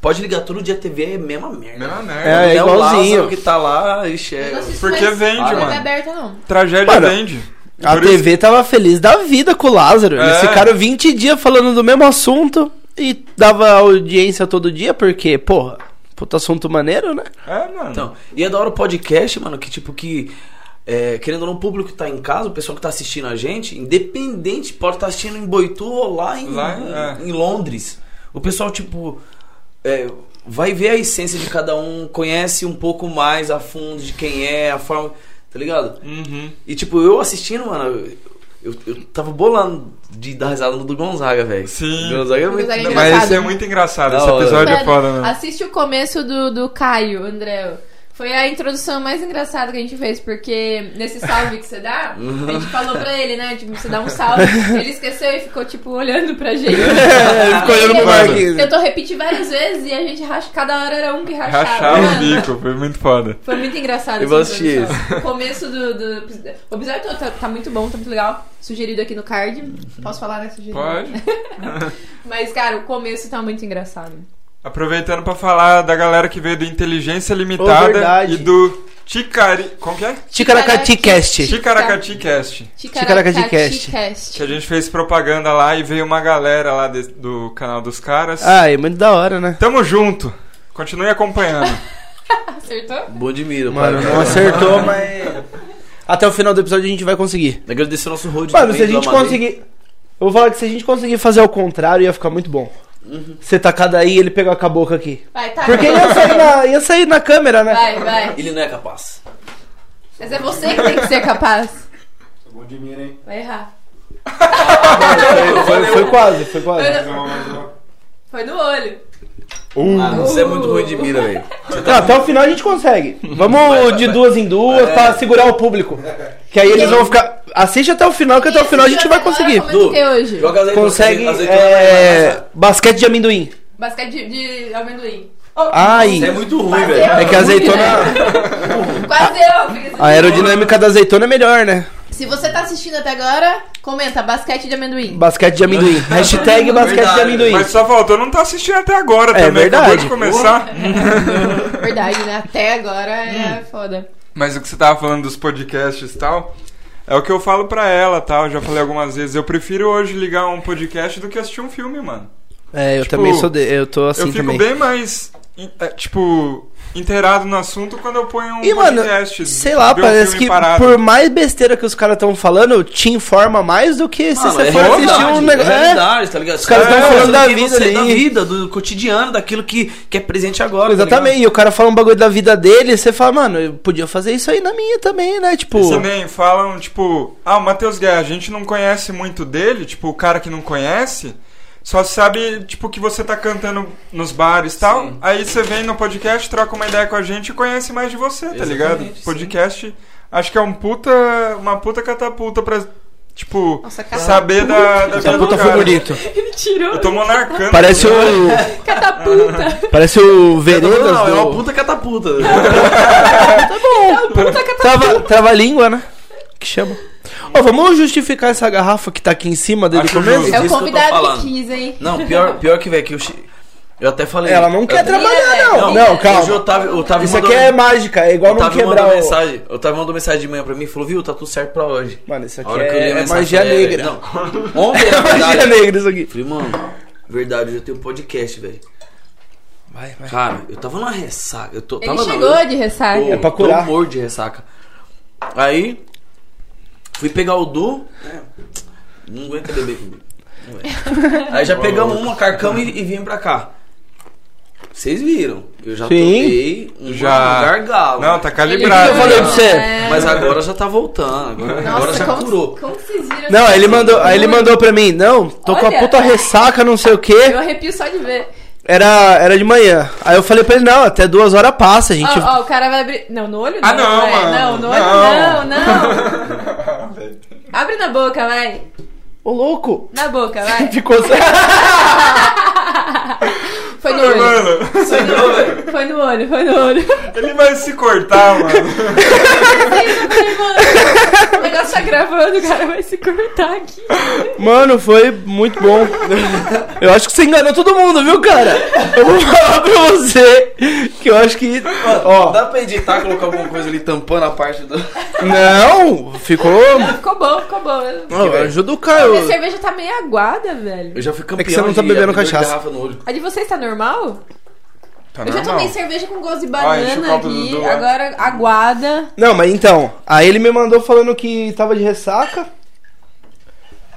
[SPEAKER 5] pode ligar todo dia a TV, é mesma merda.
[SPEAKER 4] Mesma merda.
[SPEAKER 3] É,
[SPEAKER 5] Até o
[SPEAKER 3] igualzinho.
[SPEAKER 5] Lázaro que tá lá, ixi,
[SPEAKER 2] Eu não
[SPEAKER 5] é...
[SPEAKER 2] assisto
[SPEAKER 4] Porque
[SPEAKER 2] mais
[SPEAKER 4] vende,
[SPEAKER 2] TV
[SPEAKER 4] mano.
[SPEAKER 2] aberta, não.
[SPEAKER 4] Tragédia
[SPEAKER 3] Mano,
[SPEAKER 4] vende.
[SPEAKER 3] A
[SPEAKER 4] Por
[SPEAKER 3] TV tava feliz da vida com o Lázaro. Eles
[SPEAKER 4] É.
[SPEAKER 3] ficaram 20 dias falando do mesmo assunto e dava audiência todo dia, porque, porra, puta assunto maneiro, né?
[SPEAKER 4] Isso... É, mano.
[SPEAKER 5] Então, e é da hora o podcast, mano, que tipo que é, querendo ou não, o público que tá em casa, o pessoal que tá assistindo a gente, independente, pode estar assistindo em Boitu ou lá em,
[SPEAKER 4] Lá, é.
[SPEAKER 5] em Londres. O pessoal, tipo, é, vai ver a essência de cada um, conhece um pouco mais a fundo de quem é, a forma. Tá ligado?
[SPEAKER 4] Uhum.
[SPEAKER 5] E tipo, eu assistindo, mano, eu, eu tava bolando de dar risada no do Gonzaga, velho.
[SPEAKER 4] Sim.
[SPEAKER 5] Gonzaga é muito.
[SPEAKER 2] Gonzaga
[SPEAKER 5] Não,
[SPEAKER 4] Mas
[SPEAKER 2] engraçado.
[SPEAKER 4] esse é muito engraçado,
[SPEAKER 5] Da
[SPEAKER 4] esse
[SPEAKER 5] hora.
[SPEAKER 4] episódio é
[SPEAKER 2] Mano,
[SPEAKER 4] foda, né?
[SPEAKER 2] Assiste o começo do, do Caio, André. Foi a introdução mais engraçada que a gente fez, porque nesse salve que você dá, a gente falou pra ele, né? Tipo, você dá um salve. Ele esqueceu e ficou, tipo, olhando pra gente.
[SPEAKER 3] Ele ficou olhando pro
[SPEAKER 2] Ele
[SPEAKER 3] ar aqui.
[SPEAKER 2] Tentou repetir várias vezes e a gente racha, cada hora era um que rachava.
[SPEAKER 4] Rachar
[SPEAKER 2] Mano,
[SPEAKER 4] o bico, foi muito foda.
[SPEAKER 2] Foi muito engraçado
[SPEAKER 5] Eu vou
[SPEAKER 2] essa
[SPEAKER 5] assistir
[SPEAKER 2] introdução. O começo do, do- O episódio todo tá, tá muito bom, tá muito legal. Sugerido aqui no card. Posso falar, né? Sugerido.
[SPEAKER 4] Pode.
[SPEAKER 2] Mas, cara, o começo tá muito engraçado.
[SPEAKER 4] Aproveitando pra falar da galera que veio do Inteligência
[SPEAKER 3] Oh,
[SPEAKER 4] Limitada
[SPEAKER 3] verdade.
[SPEAKER 4] e do Ticari... Como que é?
[SPEAKER 2] Tica-
[SPEAKER 3] Ticaracaticast.
[SPEAKER 4] Ticaracati Cast.
[SPEAKER 3] Ticaracati Cast.
[SPEAKER 4] Que a gente fez propaganda lá e veio uma galera lá de- do canal dos caras.
[SPEAKER 3] Ah, é muito da hora, né?
[SPEAKER 4] Tamo junto. Continue acompanhando.
[SPEAKER 2] Acertou?
[SPEAKER 5] Bom de mira,
[SPEAKER 3] Mano,
[SPEAKER 5] pai.
[SPEAKER 3] não acertou, mas. Até o final do episódio a gente vai conseguir.
[SPEAKER 5] Agradecer o nosso road
[SPEAKER 3] Mano, se a gente conseguir. Eu vou falar que se a gente conseguir fazer ao contrário, ia ficar muito bom. Você tacar daí e ele pegar com a boca aqui.
[SPEAKER 2] Vai, tá.
[SPEAKER 3] Porque ia sair na, ia sair na câmera, né?
[SPEAKER 2] Vai, vai.
[SPEAKER 5] Ele não é capaz.
[SPEAKER 2] Mas é você que tem que ser capaz.
[SPEAKER 6] Bom de mira, hein?
[SPEAKER 2] Vai errar.
[SPEAKER 3] Foi- Foi, foi quase, foi quase.
[SPEAKER 2] Foi no,
[SPEAKER 6] Não, mas não.
[SPEAKER 2] foi no olho.
[SPEAKER 5] Ah, você é muito ruim de mira, velho.
[SPEAKER 3] Não, até o final a gente consegue. Vamos de duas em duas pra segurar o público. Que aí eles vão ficar. Assiste até É o final, que até o final a gente vai conseguir.
[SPEAKER 2] Como é que tem hoje?
[SPEAKER 5] Joga azeite-
[SPEAKER 3] Consegue.
[SPEAKER 5] azeitona na
[SPEAKER 3] é,
[SPEAKER 5] maionese.
[SPEAKER 3] basquete de amendoim.
[SPEAKER 2] Basquete de, de amendoim.
[SPEAKER 4] Oh,
[SPEAKER 3] Ai.
[SPEAKER 5] Você é muito ruim,
[SPEAKER 2] Fazer
[SPEAKER 5] velho.
[SPEAKER 3] É que a azeitona.
[SPEAKER 2] Quase eu. porque
[SPEAKER 3] A aerodinâmica da azeitona é melhor, né?
[SPEAKER 2] Se você tá assistindo até agora, comenta basquete de amendoim.
[SPEAKER 3] Basquete de amendoim. Hashtag basquete de amendoim.
[SPEAKER 4] Mas só faltou não tá assistindo até agora
[SPEAKER 3] É
[SPEAKER 4] também. Acabou
[SPEAKER 3] verdade.
[SPEAKER 4] de começar.
[SPEAKER 2] Verdade, né? Até agora
[SPEAKER 4] Hum.
[SPEAKER 2] é foda.
[SPEAKER 4] Mas o que você tava falando dos podcasts e tal, é o que eu falo pra ela, tal. Eu já falei algumas vezes. Eu prefiro hoje ligar um podcast do que assistir um filme, mano.
[SPEAKER 3] É, eu
[SPEAKER 4] Tipo,
[SPEAKER 3] também sou. de- Eu tô assim
[SPEAKER 4] eu fico
[SPEAKER 3] também.
[SPEAKER 4] bem mais, in- é, tipo, inteirado no assunto quando eu ponho um
[SPEAKER 3] E, mano,
[SPEAKER 4] podcast.
[SPEAKER 3] sei lá,
[SPEAKER 4] ver um
[SPEAKER 3] parece
[SPEAKER 4] filme
[SPEAKER 3] que
[SPEAKER 4] parado.
[SPEAKER 3] por mais besteira que os caras estão falando, te informa mais do que se
[SPEAKER 5] Mano,
[SPEAKER 3] você
[SPEAKER 5] é
[SPEAKER 3] for assistir
[SPEAKER 5] realidade,
[SPEAKER 3] um negócio.
[SPEAKER 5] É
[SPEAKER 3] É,
[SPEAKER 5] realidade, tá ligado? Os
[SPEAKER 3] caras tão falando da vida ali.
[SPEAKER 5] Da vida, do cotidiano, daquilo que, que é presente agora. tá
[SPEAKER 3] exatamente.
[SPEAKER 5] ligado?
[SPEAKER 3] e o cara fala um bagulho da vida dele, você fala, mano, eu podia fazer isso aí na minha também, né? Tipo.
[SPEAKER 4] Você nem falam, tipo, ah, o Matheus Guerra, a gente não conhece muito dele, tipo, o cara que não conhece, só sabe, tipo, que você tá cantando nos bares e tal.
[SPEAKER 5] Sim.
[SPEAKER 4] Aí você vem no podcast, troca uma ideia com a gente e conhece mais de você, tá
[SPEAKER 5] Exatamente,
[SPEAKER 4] ligado?
[SPEAKER 5] sim.
[SPEAKER 4] Podcast, acho que é um puta, uma puta catapulta pra, tipo,
[SPEAKER 2] Nossa, cara.
[SPEAKER 4] saber da, da
[SPEAKER 3] Essa
[SPEAKER 4] vida do
[SPEAKER 3] puta foi
[SPEAKER 4] cara.
[SPEAKER 3] bonito.
[SPEAKER 2] Ele tirou.
[SPEAKER 4] Eu tô monarcando.
[SPEAKER 3] Parece o.
[SPEAKER 2] Catapulta.
[SPEAKER 3] Parece o Veredas
[SPEAKER 5] Catapulta Não, é uma
[SPEAKER 3] do.
[SPEAKER 5] puta catapulta.
[SPEAKER 3] Trava, trava língua, né? Que chama. Ó, vamos justificar essa garrafa que tá aqui em cima desde o
[SPEAKER 4] Acho
[SPEAKER 3] começo?
[SPEAKER 4] justo.
[SPEAKER 2] É o
[SPEAKER 5] Isso que eu tô
[SPEAKER 2] convidado
[SPEAKER 5] falando.
[SPEAKER 2] que quis, hein?
[SPEAKER 5] Não, pior, pior que, velho, que eu... che- Eu até falei...
[SPEAKER 3] Ela não quer
[SPEAKER 5] Eu-
[SPEAKER 3] trabalhar, não.
[SPEAKER 5] Não,
[SPEAKER 3] Não,
[SPEAKER 5] Hoje o
[SPEAKER 3] calma.
[SPEAKER 5] Otávio, o Otávio
[SPEAKER 3] Isso aqui
[SPEAKER 5] mandou-
[SPEAKER 3] é mágica, é igual não
[SPEAKER 5] Otávio mandou
[SPEAKER 3] quebrar o.
[SPEAKER 5] mensagem. O Otávio mandou mensagem de manhã pra mim e falou, viu, tá tudo certo pra hoje.
[SPEAKER 3] Mano, isso
[SPEAKER 5] A
[SPEAKER 3] aqui
[SPEAKER 5] hora que eu li a
[SPEAKER 3] é, é
[SPEAKER 5] mensagem,
[SPEAKER 3] magia
[SPEAKER 5] falei, é,
[SPEAKER 3] negra.
[SPEAKER 5] Não, ontem
[SPEAKER 3] É
[SPEAKER 5] na
[SPEAKER 3] magia
[SPEAKER 5] verdade,
[SPEAKER 3] negra isso aqui.
[SPEAKER 5] Falei, mano, verdade, hoje eu tenho podcast, velho.
[SPEAKER 3] Vai, vai.
[SPEAKER 5] Cara, eu tava numa ressaca. Eu tô,
[SPEAKER 2] Ele
[SPEAKER 5] tava não,
[SPEAKER 2] chegou
[SPEAKER 5] eu-
[SPEAKER 2] de ressaca.
[SPEAKER 5] Pô,
[SPEAKER 3] É pra curar.
[SPEAKER 5] Tô morto de ressaca. Aí, fui pegar o Du. né? Não aguenta beber comigo. Não aguenta. Aí já pegamos uma, carcamos e, e vim pra cá. Vocês viram. Eu já
[SPEAKER 3] Sim.
[SPEAKER 5] toquei um
[SPEAKER 4] Já.
[SPEAKER 5] gargalo.
[SPEAKER 4] Não, tá
[SPEAKER 2] Ele
[SPEAKER 4] calibrado.
[SPEAKER 3] Eu falei pra você.
[SPEAKER 2] É.
[SPEAKER 5] Mas agora já tá voltando. Agora, agora
[SPEAKER 2] Nossa,
[SPEAKER 5] já
[SPEAKER 2] como,
[SPEAKER 5] curou. é-
[SPEAKER 2] como assim. vocês viram?
[SPEAKER 3] Não,
[SPEAKER 2] essa
[SPEAKER 3] aí ele
[SPEAKER 2] coisa?
[SPEAKER 3] mandou, aí ele
[SPEAKER 2] Muito.
[SPEAKER 3] mandou pra mim, não, tô com a
[SPEAKER 2] Olha.
[SPEAKER 3] puta ressaca, não sei o
[SPEAKER 2] Eu
[SPEAKER 3] quê.
[SPEAKER 2] arrepio só de ver.
[SPEAKER 3] Era, era de manhã. Aí eu falei pra ele, não, até duas horas passa, a gente.
[SPEAKER 2] Ó, ó, o cara vai abrir. Não, no olho não.
[SPEAKER 4] Ah, não,
[SPEAKER 2] vai.
[SPEAKER 4] mano.
[SPEAKER 2] Não, no olho não,
[SPEAKER 4] Não.
[SPEAKER 2] não. Abre na boca, vai.
[SPEAKER 3] Ô louco!
[SPEAKER 2] Na boca, vai.
[SPEAKER 3] Ficou sem.
[SPEAKER 2] Foi no
[SPEAKER 4] Ai,
[SPEAKER 2] olho.
[SPEAKER 4] mano,
[SPEAKER 2] Foi no olho, foi no olho. Foi no olho.
[SPEAKER 4] ele vai se cortar, mano.
[SPEAKER 2] Ai, mano, O negócio tá gravando, o cara vai se cortar aqui.
[SPEAKER 3] Mano, foi muito bom. Eu acho que você enganou todo mundo, viu, cara? Eu vou falar pra você que eu acho que. Ó,
[SPEAKER 5] Dá pra editar, colocar alguma coisa ali tampando a parte do.
[SPEAKER 3] não, ficou.
[SPEAKER 2] Ficou bom, ficou bom.
[SPEAKER 3] Ó, ajuda o
[SPEAKER 2] Minha
[SPEAKER 3] Caio.
[SPEAKER 2] cerveja tá meio aguada, velho.
[SPEAKER 5] Eu já fui campeão.
[SPEAKER 3] É que você não tá
[SPEAKER 5] de
[SPEAKER 3] bebendo
[SPEAKER 5] abridor de
[SPEAKER 3] cachaça.
[SPEAKER 5] garrafa no olho.
[SPEAKER 2] A de vocês tá normal?
[SPEAKER 4] Tá
[SPEAKER 2] Eu já
[SPEAKER 4] normal.
[SPEAKER 2] tomei cerveja com gosto de
[SPEAKER 4] enche o
[SPEAKER 2] banana
[SPEAKER 4] copo do
[SPEAKER 2] aqui,
[SPEAKER 4] Dudu, ó.
[SPEAKER 2] agora aguada.
[SPEAKER 3] Não, mas então, aí ele me mandou falando que tava de ressaca.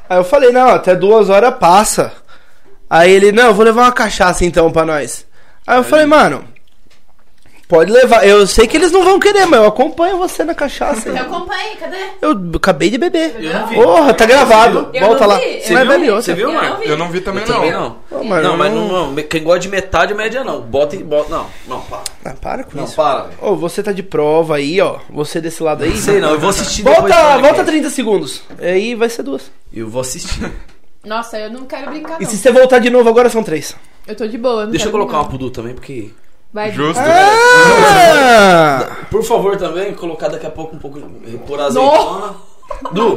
[SPEAKER 3] Aí eu falei, não, até duas horas passa. Aí ele, não, eu vou levar uma cachaça então pra nós. Aí eu falei, mano, pode levar. Eu sei que eles não vão querer, mas eu acompanho você na cachaça.
[SPEAKER 2] Eu
[SPEAKER 3] aí.
[SPEAKER 2] acompanhei, é cadê?
[SPEAKER 3] Eu acabei de beber.
[SPEAKER 5] Eu não vi.
[SPEAKER 3] Porra, tá gravado.
[SPEAKER 2] Eu
[SPEAKER 3] Volta
[SPEAKER 2] não é
[SPEAKER 3] lá.
[SPEAKER 2] vi.
[SPEAKER 3] Você
[SPEAKER 2] Você
[SPEAKER 3] vai
[SPEAKER 5] viu?
[SPEAKER 3] beber outra.
[SPEAKER 5] Você viu, Marco?
[SPEAKER 4] Eu não vi também,
[SPEAKER 5] Eu
[SPEAKER 4] não.
[SPEAKER 5] também não.
[SPEAKER 3] Ô, mano,
[SPEAKER 5] não, mas
[SPEAKER 3] não-
[SPEAKER 5] não, não. Quem gosta de metade, é média não. Bota e bota. Não, não, para.
[SPEAKER 3] Ah, para com
[SPEAKER 5] Não,
[SPEAKER 3] isso.
[SPEAKER 5] para, velho.
[SPEAKER 3] Ô, você tá de prova aí, ó. Você desse lado aí.
[SPEAKER 5] Sei não, eu vou assistir depois. é. do
[SPEAKER 3] Volta,
[SPEAKER 5] podcast.
[SPEAKER 3] volta 30 segundos. Aí vai ser duas.
[SPEAKER 5] Eu vou assistir.
[SPEAKER 2] Nossa, eu não quero brincar,
[SPEAKER 3] E
[SPEAKER 2] Ah, não.
[SPEAKER 3] se você voltar de novo agora são três.
[SPEAKER 2] Eu tô de boa, eu não
[SPEAKER 5] Deixa eu
[SPEAKER 2] quero
[SPEAKER 5] colocar uma
[SPEAKER 2] brincar.
[SPEAKER 5] pro Du também, porque.
[SPEAKER 2] Vai, Ju.
[SPEAKER 4] Justo.
[SPEAKER 3] Ah!
[SPEAKER 5] Por favor, também, colocar daqui a pouco um pouco. de- Por azeitona. Du,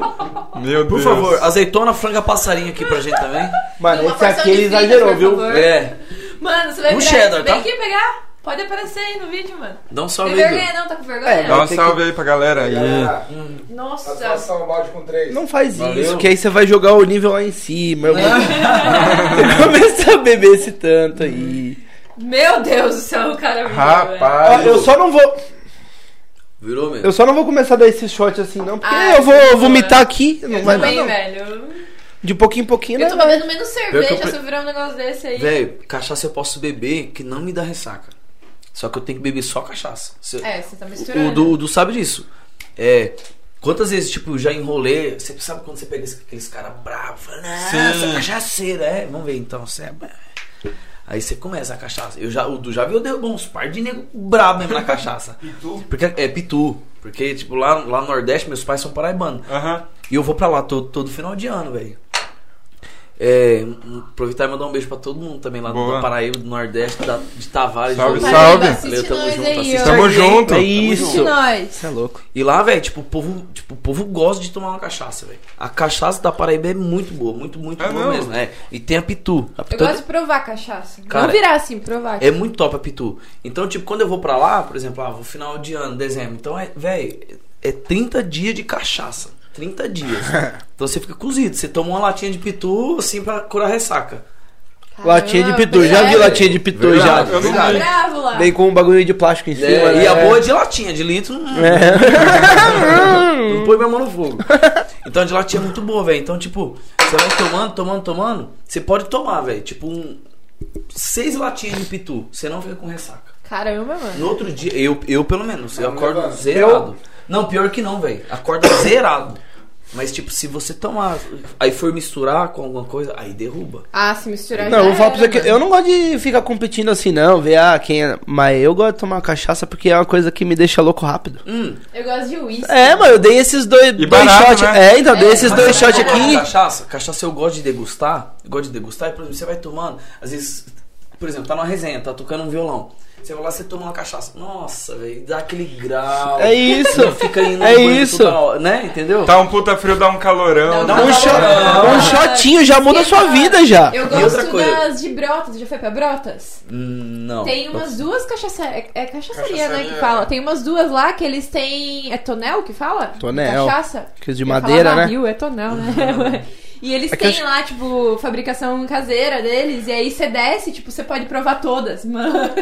[SPEAKER 4] Meu
[SPEAKER 5] por
[SPEAKER 4] Deus.
[SPEAKER 5] favor, azeitona, franga, passarinho aqui pra gente também.
[SPEAKER 3] Mano,
[SPEAKER 2] Uma
[SPEAKER 3] esse
[SPEAKER 2] porção
[SPEAKER 3] aqui
[SPEAKER 2] de
[SPEAKER 3] ele
[SPEAKER 2] fritas,
[SPEAKER 3] exagerou,
[SPEAKER 2] por
[SPEAKER 3] viu?
[SPEAKER 2] favor.
[SPEAKER 5] É,
[SPEAKER 2] Mano, você vai
[SPEAKER 5] Um
[SPEAKER 2] virar.
[SPEAKER 5] cheddar,
[SPEAKER 2] Vem
[SPEAKER 5] tá?
[SPEAKER 2] aqui pegar. Pode aparecer aí no vídeo, mano.
[SPEAKER 5] dá um
[SPEAKER 2] Tem
[SPEAKER 5] salve aí,
[SPEAKER 2] vergonha
[SPEAKER 5] Du.
[SPEAKER 2] não, tá com vergonha?
[SPEAKER 3] É,
[SPEAKER 4] Dá um
[SPEAKER 3] Tem que-
[SPEAKER 4] salve aí pra galera aí. Tá
[SPEAKER 2] Nossa.
[SPEAKER 6] Satisfação, um balde com três.
[SPEAKER 3] Não faz
[SPEAKER 5] Valeu.
[SPEAKER 3] isso, que aí você vai jogar o nível lá em cima. Você começa a beber esse tanto aí.
[SPEAKER 2] Meu Deus do céu, o cara virou, velho.
[SPEAKER 3] Ó,
[SPEAKER 4] Rapaz.
[SPEAKER 3] eu só não vou.
[SPEAKER 5] Virou mesmo.
[SPEAKER 3] Eu só não vou começar a dar esse shot assim, não, porque
[SPEAKER 2] Ai,
[SPEAKER 3] eu vou
[SPEAKER 2] senhora.
[SPEAKER 3] vomitar aqui. Não
[SPEAKER 2] Eu
[SPEAKER 3] vai
[SPEAKER 2] também,
[SPEAKER 3] dar, não.
[SPEAKER 2] velho.
[SPEAKER 3] De pouquinho em pouquinho,
[SPEAKER 2] Eu
[SPEAKER 3] né?
[SPEAKER 2] tô bebendo menos cerveja
[SPEAKER 5] eu pre-
[SPEAKER 2] se eu virar um negócio desse aí.
[SPEAKER 5] Velho, cachaça eu posso beber que não me dá ressaca. Só que eu tenho que beber só cachaça. Se-
[SPEAKER 2] É, você tá misturando.
[SPEAKER 5] O do, o do sabe disso. É. Quantas vezes, tipo, já enrolei. Você sabe quando você pega esse- aqueles caras bravos? Fala, nossa,
[SPEAKER 4] Sim.
[SPEAKER 5] cachaceira, é? Vamos ver então. Você é... Aí você começa a cachaça. Eu já, o Du já viu, eu dei uns par de nego brabo mesmo na cachaça. pitu? Porque, é, pitu. Porque, tipo, lá, lá no Nordeste, meus pais são paraibanos.
[SPEAKER 4] Aham.
[SPEAKER 5] E eu vou pra lá todo, todo final de ano, velho. É, um- aproveitar e mandar um beijo pra todo mundo também lá
[SPEAKER 4] Boa.
[SPEAKER 5] do Paraíba, do Nordeste, da- de Tavares. de-
[SPEAKER 4] Salve,
[SPEAKER 2] Vai,
[SPEAKER 4] salve.
[SPEAKER 2] vai, assiste
[SPEAKER 5] Valeu, tamo
[SPEAKER 2] Tá nós
[SPEAKER 5] junto,
[SPEAKER 2] aí,
[SPEAKER 5] assiste
[SPEAKER 2] ó.
[SPEAKER 4] Tamo junto.
[SPEAKER 3] É
[SPEAKER 2] Assiste
[SPEAKER 3] isso.
[SPEAKER 2] nós.
[SPEAKER 3] é louco.
[SPEAKER 5] E lá, velho, tipo, o povo, tipo, o povo gosta de tomar uma cachaça, velho. A cachaça da Paraíba é muito boa, muito, muito
[SPEAKER 4] É
[SPEAKER 5] boa
[SPEAKER 4] mesmo?
[SPEAKER 5] mesmo. É. E tem a Pitu.
[SPEAKER 2] Eu
[SPEAKER 3] Tá
[SPEAKER 5] A Pitu é-
[SPEAKER 2] gosto de provar cachaça.
[SPEAKER 5] Cara,
[SPEAKER 2] não virar assim, provar.
[SPEAKER 5] é muito top a Pitu. Então, tipo, quando eu vou pra lá, por exemplo, ah, vou final de ano, dezembro. Então, é, velho, é 30 dias de cachaça. 30 dias. então você fica cozido. Você toma uma latinha de Pitu, assim, pra curar a ressaca.
[SPEAKER 2] Caramba,
[SPEAKER 3] Latinha de pitu, já
[SPEAKER 2] velho.
[SPEAKER 3] vi latinha de pitu já.
[SPEAKER 5] Verdade,
[SPEAKER 4] Eu não
[SPEAKER 5] verdade.
[SPEAKER 2] Bravo lá.
[SPEAKER 3] Vem com um bagulho de plástico em cima.
[SPEAKER 5] É,
[SPEAKER 3] né?
[SPEAKER 5] e a boa é de latinha, de litro. hum, não põe minha mão no fogo. Então a de latinha é muito boa, velho. Então, tipo, você vai tomando, tomando, tomando. Você pode tomar, velho. Tipo, um, seis latinhas de pitu. Você não fica com ressaca.
[SPEAKER 2] Caramba, mano.
[SPEAKER 5] No outro dia, eu, eu pelo menos, eu acordo
[SPEAKER 6] levando.
[SPEAKER 5] zerado. Não, pior que não, velho. Acorda zerado. Mas, tipo, se você tomar, aí for misturar com alguma coisa, aí derruba.
[SPEAKER 2] Ah, se misturar
[SPEAKER 3] Não,
[SPEAKER 2] já
[SPEAKER 3] eu vou falar pra
[SPEAKER 2] era,
[SPEAKER 3] você que
[SPEAKER 2] mano.
[SPEAKER 3] eu não gosto de ficar competindo assim, não. Ver, ah, quem é. Mas eu gosto de tomar cachaça porque é uma coisa que me deixa louco rápido.
[SPEAKER 5] Hum,
[SPEAKER 2] Eu gosto de uísque.
[SPEAKER 3] É, mano, eu dei esses dois, dois
[SPEAKER 4] barato,
[SPEAKER 3] shots.
[SPEAKER 4] né?
[SPEAKER 3] É, então, dei
[SPEAKER 2] É,
[SPEAKER 3] esses
[SPEAKER 5] Mas
[SPEAKER 3] dois
[SPEAKER 5] sabe
[SPEAKER 3] shots
[SPEAKER 5] qual é o
[SPEAKER 3] aqui.
[SPEAKER 5] Cachaça, cachaça eu gosto de degustar. Eu gosto de degustar. E, por exemplo, você vai tomando. Às vezes, por exemplo, tá numa resenha, tá tocando um violão. Você vai lá, você toma uma cachaça. Nossa, velho, dá aquele grau.
[SPEAKER 3] É isso.
[SPEAKER 5] Não Fica indo no
[SPEAKER 3] É
[SPEAKER 5] banho
[SPEAKER 3] isso.
[SPEAKER 5] toda hora, né? Entendeu?
[SPEAKER 4] Tá um puta frio, dá um calorão.
[SPEAKER 2] Dá
[SPEAKER 4] né?
[SPEAKER 2] um
[SPEAKER 3] Um, shot, um shotinho já muda a sua vida já.
[SPEAKER 2] Eu
[SPEAKER 5] E
[SPEAKER 2] gosto
[SPEAKER 5] outra coisa.
[SPEAKER 2] das de brotas. Já foi pra brotas?
[SPEAKER 5] Hum, Não.
[SPEAKER 2] Tem umas duas cachaça... É, é cachaçaria, né,
[SPEAKER 4] Cachaçaria,
[SPEAKER 2] que
[SPEAKER 4] é.
[SPEAKER 2] fala. Tem umas duas lá que eles têm... É tonel que fala?
[SPEAKER 3] Tonel.
[SPEAKER 2] Cachaça?
[SPEAKER 3] Aqueles de
[SPEAKER 2] Eu ia falar
[SPEAKER 3] madeira, né?
[SPEAKER 2] barril, é tonel, né? E eles
[SPEAKER 3] É que eu
[SPEAKER 2] têm
[SPEAKER 3] acho-
[SPEAKER 2] lá, tipo, fabricação caseira deles, e aí você desce, tipo, você pode provar todas, mano.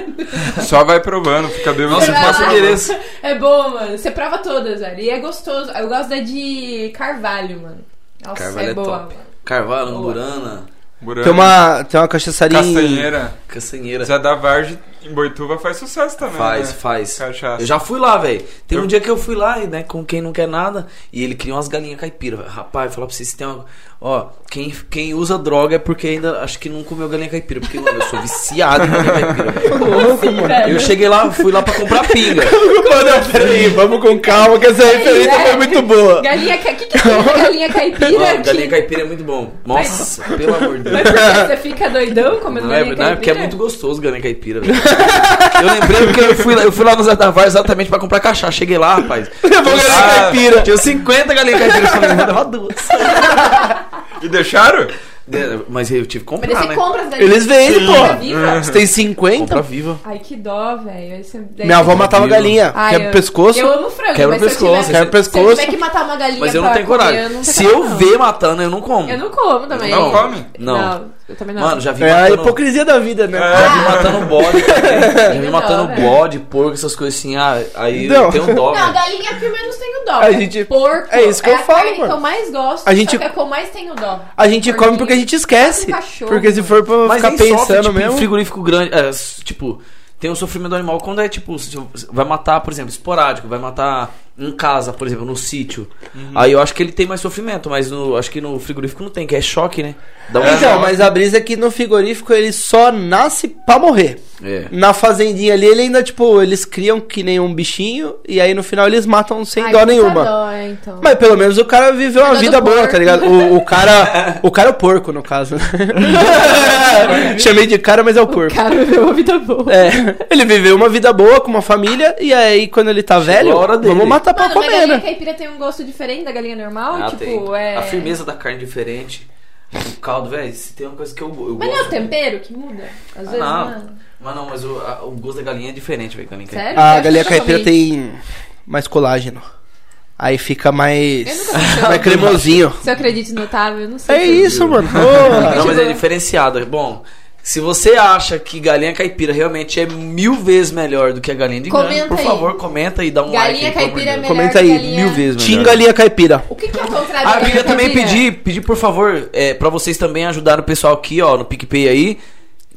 [SPEAKER 4] Só vai provando, fica bem
[SPEAKER 5] Nossa, eu
[SPEAKER 2] Vai
[SPEAKER 5] faço
[SPEAKER 2] lá.
[SPEAKER 5] endereço.
[SPEAKER 2] É bom, mano. Você prova todas, velho. E é gostoso. Eu gosto da de carvalho, mano. Nossa,
[SPEAKER 5] Carvalho
[SPEAKER 2] é,
[SPEAKER 5] é
[SPEAKER 2] boa.
[SPEAKER 5] top.
[SPEAKER 2] mano.
[SPEAKER 5] Carvalho, Angurana,
[SPEAKER 4] Burana,
[SPEAKER 3] Tem uma, tem uma cachaçaria. em-
[SPEAKER 4] Castanheira.
[SPEAKER 5] Castanheira.
[SPEAKER 3] é
[SPEAKER 4] Zé da Varge em Boituva faz sucesso também.
[SPEAKER 5] Faz,
[SPEAKER 4] né?
[SPEAKER 5] faz.
[SPEAKER 4] Cachaça.
[SPEAKER 5] Eu já fui lá, velho. Tem um
[SPEAKER 4] Eu-
[SPEAKER 5] dia que eu fui lá, né, com quem não quer nada, e ele criou umas galinhas caipira. velho. Rapaz, falar pra vocês, se tem uma... Ó, quem, quem usa droga é porque ainda acho que não comeu galinha caipira, porque, mano, eu sou viciado em galinha caipira, velho.
[SPEAKER 2] É.
[SPEAKER 5] Eu cheguei lá, fui lá pra comprar pinga.
[SPEAKER 3] Não, peraí, vamos com calma, que essa referência foi muito boa.
[SPEAKER 2] Galinha ca... que, que é isso? galinha caipira?
[SPEAKER 5] Mano,
[SPEAKER 2] que...
[SPEAKER 5] galinha caipira é muito bom. Nossa, pelo amor de Deus.
[SPEAKER 2] Mas por que você fica doidão comendo
[SPEAKER 5] Não é,
[SPEAKER 2] galinha
[SPEAKER 5] não,
[SPEAKER 2] caipira?
[SPEAKER 5] é porque é muito gostoso galinha caipira, velho. Eu lembrei porque eu fui, lá- eu fui lá no Zé da Var exatamente pra comprar cachaça. Cheguei lá, rapaz.
[SPEAKER 3] Levou galinha
[SPEAKER 5] Ah,
[SPEAKER 3] caipira.
[SPEAKER 5] Tinha 50 galinhas caipiras, eu falei, vou levar duas.
[SPEAKER 4] E deixaram?
[SPEAKER 5] É, Mas eu tive que comprar,
[SPEAKER 2] Mas aí você
[SPEAKER 5] né?
[SPEAKER 2] compra então. as daí.
[SPEAKER 3] Ah, Eles vendem,
[SPEAKER 2] Sim.
[SPEAKER 3] pô.
[SPEAKER 2] Compra viva?
[SPEAKER 3] Você tem 50?
[SPEAKER 5] Compra viva.
[SPEAKER 2] Ai, que dó, velho. Aí você- daí
[SPEAKER 3] Minha avó
[SPEAKER 2] você-
[SPEAKER 3] matava
[SPEAKER 5] Viva.
[SPEAKER 3] galinha.
[SPEAKER 2] Ai,
[SPEAKER 3] Quebra
[SPEAKER 2] eu-
[SPEAKER 3] o pescoço.
[SPEAKER 2] Eu amo frango,
[SPEAKER 5] Quebra
[SPEAKER 2] mas
[SPEAKER 5] o pescoço,
[SPEAKER 2] se eu
[SPEAKER 3] quebra
[SPEAKER 2] tiver,
[SPEAKER 3] o pescoço.
[SPEAKER 2] Se eu tiver que matar uma galinha
[SPEAKER 5] Mas eu não
[SPEAKER 2] pra
[SPEAKER 5] tenho
[SPEAKER 2] comer,
[SPEAKER 5] coragem.
[SPEAKER 2] eu não tenho
[SPEAKER 5] Se eu
[SPEAKER 2] coragem, não.
[SPEAKER 5] ver matando, eu não como.
[SPEAKER 2] Eu não como também.
[SPEAKER 4] Não come?
[SPEAKER 5] Não.
[SPEAKER 2] eu também não.
[SPEAKER 5] Mano, já vi
[SPEAKER 3] É a
[SPEAKER 5] matando...
[SPEAKER 3] hipocrisia da vida, né?
[SPEAKER 5] Já vi matando bode. cara. já vi
[SPEAKER 2] Não,
[SPEAKER 5] matando
[SPEAKER 2] velho.
[SPEAKER 5] bode, porco, essas coisas assim. Ah, aí
[SPEAKER 3] Não.
[SPEAKER 5] eu tenho dó,
[SPEAKER 2] Não,
[SPEAKER 5] velho.
[SPEAKER 2] galinha é que eu menos tenho dó.
[SPEAKER 3] A
[SPEAKER 2] né?
[SPEAKER 3] gente-
[SPEAKER 2] Porco.
[SPEAKER 3] é isso que eu
[SPEAKER 2] a
[SPEAKER 3] falo,
[SPEAKER 2] carne
[SPEAKER 3] mano.
[SPEAKER 2] que eu mais gosto.
[SPEAKER 3] A gente-
[SPEAKER 2] Só que é que eu mais tenho dó.
[SPEAKER 3] A gente come
[SPEAKER 2] Gordinho.
[SPEAKER 3] porque a gente esquece.
[SPEAKER 2] Come é um cachorro.
[SPEAKER 3] Porque se for pra
[SPEAKER 5] Mas
[SPEAKER 3] ficar
[SPEAKER 5] nem
[SPEAKER 3] pensando
[SPEAKER 5] sofre, tipo, em
[SPEAKER 3] mesmo.
[SPEAKER 5] frigorífico grande. é, s- tipo, tem um sofrimento do animal quando é, tipo, se- se- vai matar, por exemplo, esporádico, vai matar em casa, por exemplo, no sítio.
[SPEAKER 3] Uhum.
[SPEAKER 5] Aí eu acho que ele tem mais sofrimento, mas no- acho que no frigorífico não tem, que é choque, né? Dá um
[SPEAKER 3] Então,
[SPEAKER 5] choque.
[SPEAKER 3] mas a brisa é que no frigorífico ele só nasce pra morrer.
[SPEAKER 5] É.
[SPEAKER 3] Na fazendinha ali, ele ainda, tipo, eles criam que nem um bichinho e aí no final eles matam sem
[SPEAKER 2] Ai,
[SPEAKER 3] dó
[SPEAKER 2] puta
[SPEAKER 3] nenhuma.
[SPEAKER 2] Dó, é, então.
[SPEAKER 3] Mas pelo menos o cara viveu uma
[SPEAKER 2] dó
[SPEAKER 3] vida
[SPEAKER 2] do
[SPEAKER 3] boa,
[SPEAKER 2] porco.
[SPEAKER 3] tá ligado? O, o cara. O cara é o porco, no caso. Chamei de cara, mas é o porco.
[SPEAKER 2] Cara, meu, a vida boa.
[SPEAKER 3] É, ele viveu uma vida boa com uma família e aí quando ele tá velho,
[SPEAKER 5] a hora dele.
[SPEAKER 3] vamos matar pra
[SPEAKER 2] Mano, Ah, mas a
[SPEAKER 3] comer,
[SPEAKER 2] galinha
[SPEAKER 3] né?
[SPEAKER 2] caipira tem um gosto diferente da galinha normal?
[SPEAKER 5] Ah,
[SPEAKER 2] tipo,
[SPEAKER 5] tem.
[SPEAKER 2] é.
[SPEAKER 5] A firmeza da carne diferente. O caldo, velho, se tem uma coisa que eu, eu
[SPEAKER 2] Mas não é
[SPEAKER 5] gosto.
[SPEAKER 2] o tempero que muda? Às vezes,
[SPEAKER 5] Ah,
[SPEAKER 2] mano.
[SPEAKER 5] Mas não, mas o, a- o gosto da galinha é diferente, velho. galinha
[SPEAKER 2] Sério?
[SPEAKER 3] A
[SPEAKER 2] Eu
[SPEAKER 3] Ah, galinha
[SPEAKER 2] nunca
[SPEAKER 3] caipira
[SPEAKER 2] comi.
[SPEAKER 3] tem mais colágeno. Aí fica
[SPEAKER 2] Eu
[SPEAKER 3] mais.
[SPEAKER 2] nunca comi.
[SPEAKER 3] mais cremosinho.
[SPEAKER 2] Se eu acredito no Otávio, eu não sei.
[SPEAKER 3] É
[SPEAKER 2] se-
[SPEAKER 3] isso, mano. Ô,
[SPEAKER 5] Não, mas é
[SPEAKER 2] Tipo-
[SPEAKER 5] diferenciada. Bom, se você acha que galinha caipira realmente é mil vezes melhor do que a galinha de
[SPEAKER 2] Comenta
[SPEAKER 5] grande, por
[SPEAKER 2] aí.
[SPEAKER 5] favor, comenta e dá um like.
[SPEAKER 2] Galinha
[SPEAKER 5] aí, pelo amor de
[SPEAKER 2] caipira é
[SPEAKER 5] Deus.
[SPEAKER 2] melhor
[SPEAKER 3] Comenta
[SPEAKER 2] que
[SPEAKER 3] aí,
[SPEAKER 2] galinha...
[SPEAKER 5] Mil vezes melhor.
[SPEAKER 3] Tim galinha caipira.
[SPEAKER 2] O que, que é o contrário
[SPEAKER 5] Ah,
[SPEAKER 2] da
[SPEAKER 5] eu queria
[SPEAKER 2] galinha
[SPEAKER 5] também
[SPEAKER 2] caipira?
[SPEAKER 5] pedir, pedir por favor, é, pra vocês também ajudarem o pessoal aqui, ó, no PicPay aí.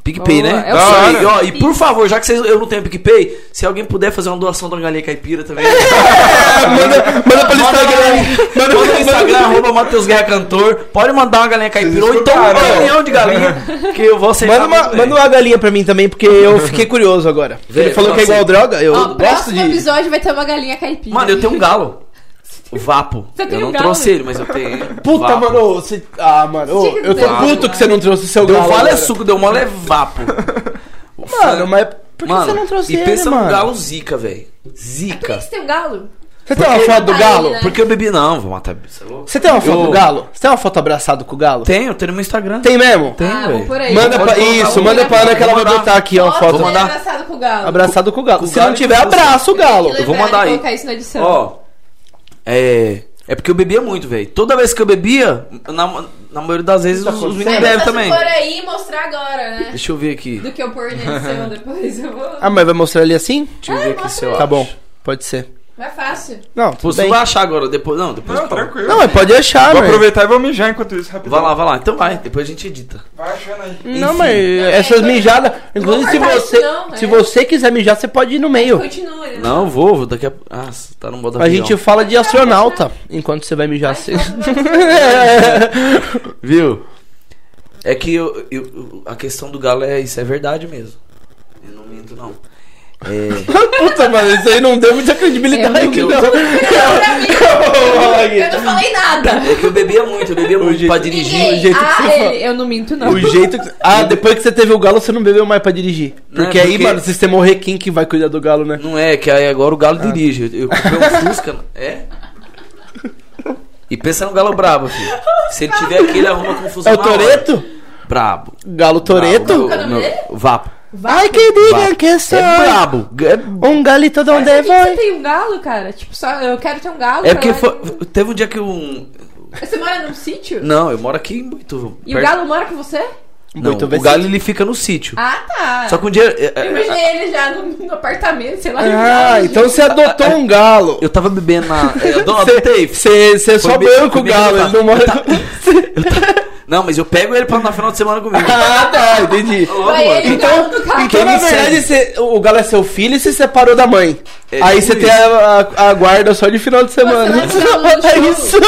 [SPEAKER 5] PicPay,
[SPEAKER 2] Boa,
[SPEAKER 5] né?
[SPEAKER 2] é o
[SPEAKER 5] Da
[SPEAKER 4] sonho.
[SPEAKER 5] hora. E, ó, e por favor, já que vocês, eu não tenho PicPay, se alguém puder fazer uma doação da galinha caipira também.
[SPEAKER 3] É, Manda, manda pelo
[SPEAKER 5] Manda lá,
[SPEAKER 3] Instagram. Manda
[SPEAKER 5] Manda no
[SPEAKER 3] pelo
[SPEAKER 5] Instagram,
[SPEAKER 3] Instagram.
[SPEAKER 5] arroba Matheus Guerra Cantor. Pode mandar uma galinha caipira, ou
[SPEAKER 4] Vocês
[SPEAKER 5] então um
[SPEAKER 4] escutaram, né?
[SPEAKER 5] caminhão de galinha, que eu vou aceitar.
[SPEAKER 3] Manda uma,
[SPEAKER 5] muito bem.
[SPEAKER 3] manda uma galinha pra mim também, porque eu fiquei curioso agora.
[SPEAKER 5] Vê,
[SPEAKER 3] Ele falou que é
[SPEAKER 5] nossa,
[SPEAKER 3] igual droga, eu
[SPEAKER 2] Ó,
[SPEAKER 3] gosto
[SPEAKER 2] próximo
[SPEAKER 3] de.
[SPEAKER 2] episódio vai ter uma galinha caipira.
[SPEAKER 5] Mano, eu tenho um galo. O Vapo.
[SPEAKER 2] Você tem
[SPEAKER 5] eu
[SPEAKER 2] um
[SPEAKER 5] não
[SPEAKER 2] galo?
[SPEAKER 5] trouxe ele, mas eu tenho.
[SPEAKER 3] Puta,
[SPEAKER 5] Vapo.
[SPEAKER 3] mano, você- Ah, mano, ô,
[SPEAKER 2] Tinha que
[SPEAKER 3] eu tô
[SPEAKER 2] ter
[SPEAKER 3] puto
[SPEAKER 2] dado.
[SPEAKER 3] que você não trouxe o seu
[SPEAKER 5] Deu
[SPEAKER 3] galo.
[SPEAKER 5] vale é
[SPEAKER 3] agora.
[SPEAKER 5] suco, deu mole é Vapo.
[SPEAKER 3] Mano, mas por que
[SPEAKER 5] Mano,
[SPEAKER 3] você não trouxe
[SPEAKER 5] e
[SPEAKER 3] ele,
[SPEAKER 5] pensa
[SPEAKER 3] mano?
[SPEAKER 5] num galo zica, velho.
[SPEAKER 2] Por que
[SPEAKER 5] Zica.
[SPEAKER 2] você tem um galo?
[SPEAKER 3] Você tem uma
[SPEAKER 5] Porque- tá
[SPEAKER 3] foto do
[SPEAKER 2] Aí,
[SPEAKER 3] galo?
[SPEAKER 2] né?
[SPEAKER 5] Porque eu bebi não, vou matar. Você é louco?
[SPEAKER 3] Você tem uma foto
[SPEAKER 5] Eu-
[SPEAKER 3] do galo? Você tem uma foto abraçado com o galo?
[SPEAKER 5] Tenho, tenho no meu Instagram.
[SPEAKER 3] Tem mesmo?
[SPEAKER 5] Tem,
[SPEAKER 2] Ah,
[SPEAKER 5] velho.
[SPEAKER 2] vou por aí.
[SPEAKER 3] Manda
[SPEAKER 5] Pode
[SPEAKER 3] pra...
[SPEAKER 5] colocar
[SPEAKER 3] Isso,
[SPEAKER 5] um-
[SPEAKER 3] manda pra Ana que ela vai
[SPEAKER 5] Vou mandar.
[SPEAKER 3] botar aqui, ó, a
[SPEAKER 2] Nossa,
[SPEAKER 3] foto.
[SPEAKER 5] mandar.
[SPEAKER 2] ele é abraçado com o galo.
[SPEAKER 3] Abraçado com o galo.
[SPEAKER 5] Com o
[SPEAKER 3] Se
[SPEAKER 5] galo
[SPEAKER 3] não
[SPEAKER 5] e
[SPEAKER 3] tiver,
[SPEAKER 5] com você.
[SPEAKER 3] abraça o galo.
[SPEAKER 5] Eu vou mandar aí.
[SPEAKER 2] colocar isso na edição.
[SPEAKER 5] Ó. É. É porque eu bebia muito, velho. Toda vez que eu bebia, na, na maioria das vezes
[SPEAKER 3] Tá
[SPEAKER 5] os, os
[SPEAKER 2] Você
[SPEAKER 5] meninos bebem
[SPEAKER 2] precisa
[SPEAKER 5] também.
[SPEAKER 2] pôr aí e mostrar agora, né?
[SPEAKER 5] Deixa eu ver aqui.
[SPEAKER 2] Do que eu pôr na edição depois. Eu vou... Ah,
[SPEAKER 3] Ah, mas vai mostrar ele assim?
[SPEAKER 5] Deixa eu ver aqui se eu
[SPEAKER 3] Tá
[SPEAKER 5] acho.
[SPEAKER 3] bom, pode ser.
[SPEAKER 2] Vai fácil.
[SPEAKER 3] Não, tudo
[SPEAKER 5] Pô, você
[SPEAKER 3] bem.
[SPEAKER 5] não vai achar agora, depois. Não, depois.
[SPEAKER 4] Não,
[SPEAKER 5] eu falo.
[SPEAKER 4] tranquilo.
[SPEAKER 3] Não, é mas pode achar,
[SPEAKER 4] Vou
[SPEAKER 3] velho.
[SPEAKER 4] aproveitar e vou mijar enquanto isso, rapidinho.
[SPEAKER 5] Vai lá, vai lá. Então vai, depois a gente edita.
[SPEAKER 4] Vai achando
[SPEAKER 5] Hum.
[SPEAKER 4] aí.
[SPEAKER 3] Não, mas essas mijadas. Inclusive, se
[SPEAKER 2] cortar isso
[SPEAKER 3] você,
[SPEAKER 2] não,
[SPEAKER 3] se
[SPEAKER 2] é.
[SPEAKER 3] você quiser mijar, você pode ir no meio.
[SPEAKER 2] Continua, né?
[SPEAKER 5] Não, vou, vou daqui a. Ah, você tá no modo
[SPEAKER 3] A
[SPEAKER 5] avião.
[SPEAKER 3] gente fala de astronauta enquanto você vai mijar. É, Você...
[SPEAKER 5] Viu? É que eu, eu- eu- a questão do galo é isso, é verdade mesmo. Eu não minto, não. É,
[SPEAKER 3] Puta, mano, isso aí não deu muita credibilidade.
[SPEAKER 5] Eu não-
[SPEAKER 3] não.
[SPEAKER 2] Pra mim, eu não falei nada.
[SPEAKER 5] é que eu bebia muito, eu bebia muito
[SPEAKER 3] jeito-
[SPEAKER 5] pra dirigir.
[SPEAKER 2] Ninguém.
[SPEAKER 3] jeito que
[SPEAKER 2] ah,
[SPEAKER 3] você
[SPEAKER 5] é.
[SPEAKER 2] ele-
[SPEAKER 3] fala.
[SPEAKER 2] eu não minto, não.
[SPEAKER 3] O jeito que... Ah, depois que você teve o galo, você não bebeu mais pra dirigir.
[SPEAKER 5] Não, é
[SPEAKER 3] Porque aí,
[SPEAKER 5] porque-
[SPEAKER 3] mano, se você morrer, quem que vai cuidar do galo, né?
[SPEAKER 5] Não é, que aí agora o galo
[SPEAKER 3] Ah.
[SPEAKER 5] dirige. Eu- Eu comprei um Fusca. É? E pensa no galo brabo, filho. Se ele tiver aqui, ele arruma confusão.
[SPEAKER 3] É o
[SPEAKER 5] na hora.
[SPEAKER 3] Toreto?
[SPEAKER 5] Brabo.
[SPEAKER 3] Galo Toreto?
[SPEAKER 5] Brabo, meu- meu- Vapo.
[SPEAKER 3] Ai, que diga
[SPEAKER 5] Vapo.
[SPEAKER 3] que sou
[SPEAKER 5] É brabo. É
[SPEAKER 3] um galito de onde
[SPEAKER 2] Por que você
[SPEAKER 3] vai.
[SPEAKER 2] tem um galo, cara? Tipo, só eu quero ter um galo.
[SPEAKER 5] É
[SPEAKER 2] pra
[SPEAKER 5] porque
[SPEAKER 2] lá.
[SPEAKER 5] foi- teve um dia que um.
[SPEAKER 2] Você mora num sítio?
[SPEAKER 5] Não, eu moro aqui em Boituva.
[SPEAKER 2] E o
[SPEAKER 5] perto-
[SPEAKER 2] galo mora com você?
[SPEAKER 5] Não,
[SPEAKER 3] Muito bem.
[SPEAKER 5] o galo ele fica no sítio.
[SPEAKER 2] Ah, tá.
[SPEAKER 5] Só que um dia. é, é,
[SPEAKER 2] Eu imaginei ele já no, no apartamento, sei lá. no
[SPEAKER 3] Ah,
[SPEAKER 2] galo,
[SPEAKER 3] então
[SPEAKER 2] gente.
[SPEAKER 3] você adotou um galo.
[SPEAKER 5] Ah, Eu tava bebendo na. é, Eu dou- adotei.
[SPEAKER 3] Você
[SPEAKER 5] Foi
[SPEAKER 3] só
[SPEAKER 5] bem-
[SPEAKER 3] banca
[SPEAKER 5] foi
[SPEAKER 3] o
[SPEAKER 5] bem
[SPEAKER 3] galo, ele
[SPEAKER 5] adotado.
[SPEAKER 3] não mora
[SPEAKER 5] Tá.
[SPEAKER 3] com
[SPEAKER 5] Não, mas eu pego ele pra andar final de semana comigo.
[SPEAKER 3] Ah, tá, entendi.
[SPEAKER 2] Vai
[SPEAKER 5] amor.
[SPEAKER 2] ele, o
[SPEAKER 3] Então,
[SPEAKER 2] galo do carro.
[SPEAKER 3] então
[SPEAKER 5] Quem
[SPEAKER 3] na
[SPEAKER 5] me
[SPEAKER 3] verdade, cê- o galo é seu filho e você separou da mãe.
[SPEAKER 5] É,
[SPEAKER 3] Aí
[SPEAKER 5] tipo
[SPEAKER 3] você tem
[SPEAKER 5] isso.
[SPEAKER 3] a, a- a guarda só de final de semana.
[SPEAKER 2] Você leva o galo no
[SPEAKER 3] É
[SPEAKER 2] show.
[SPEAKER 3] isso.
[SPEAKER 2] Você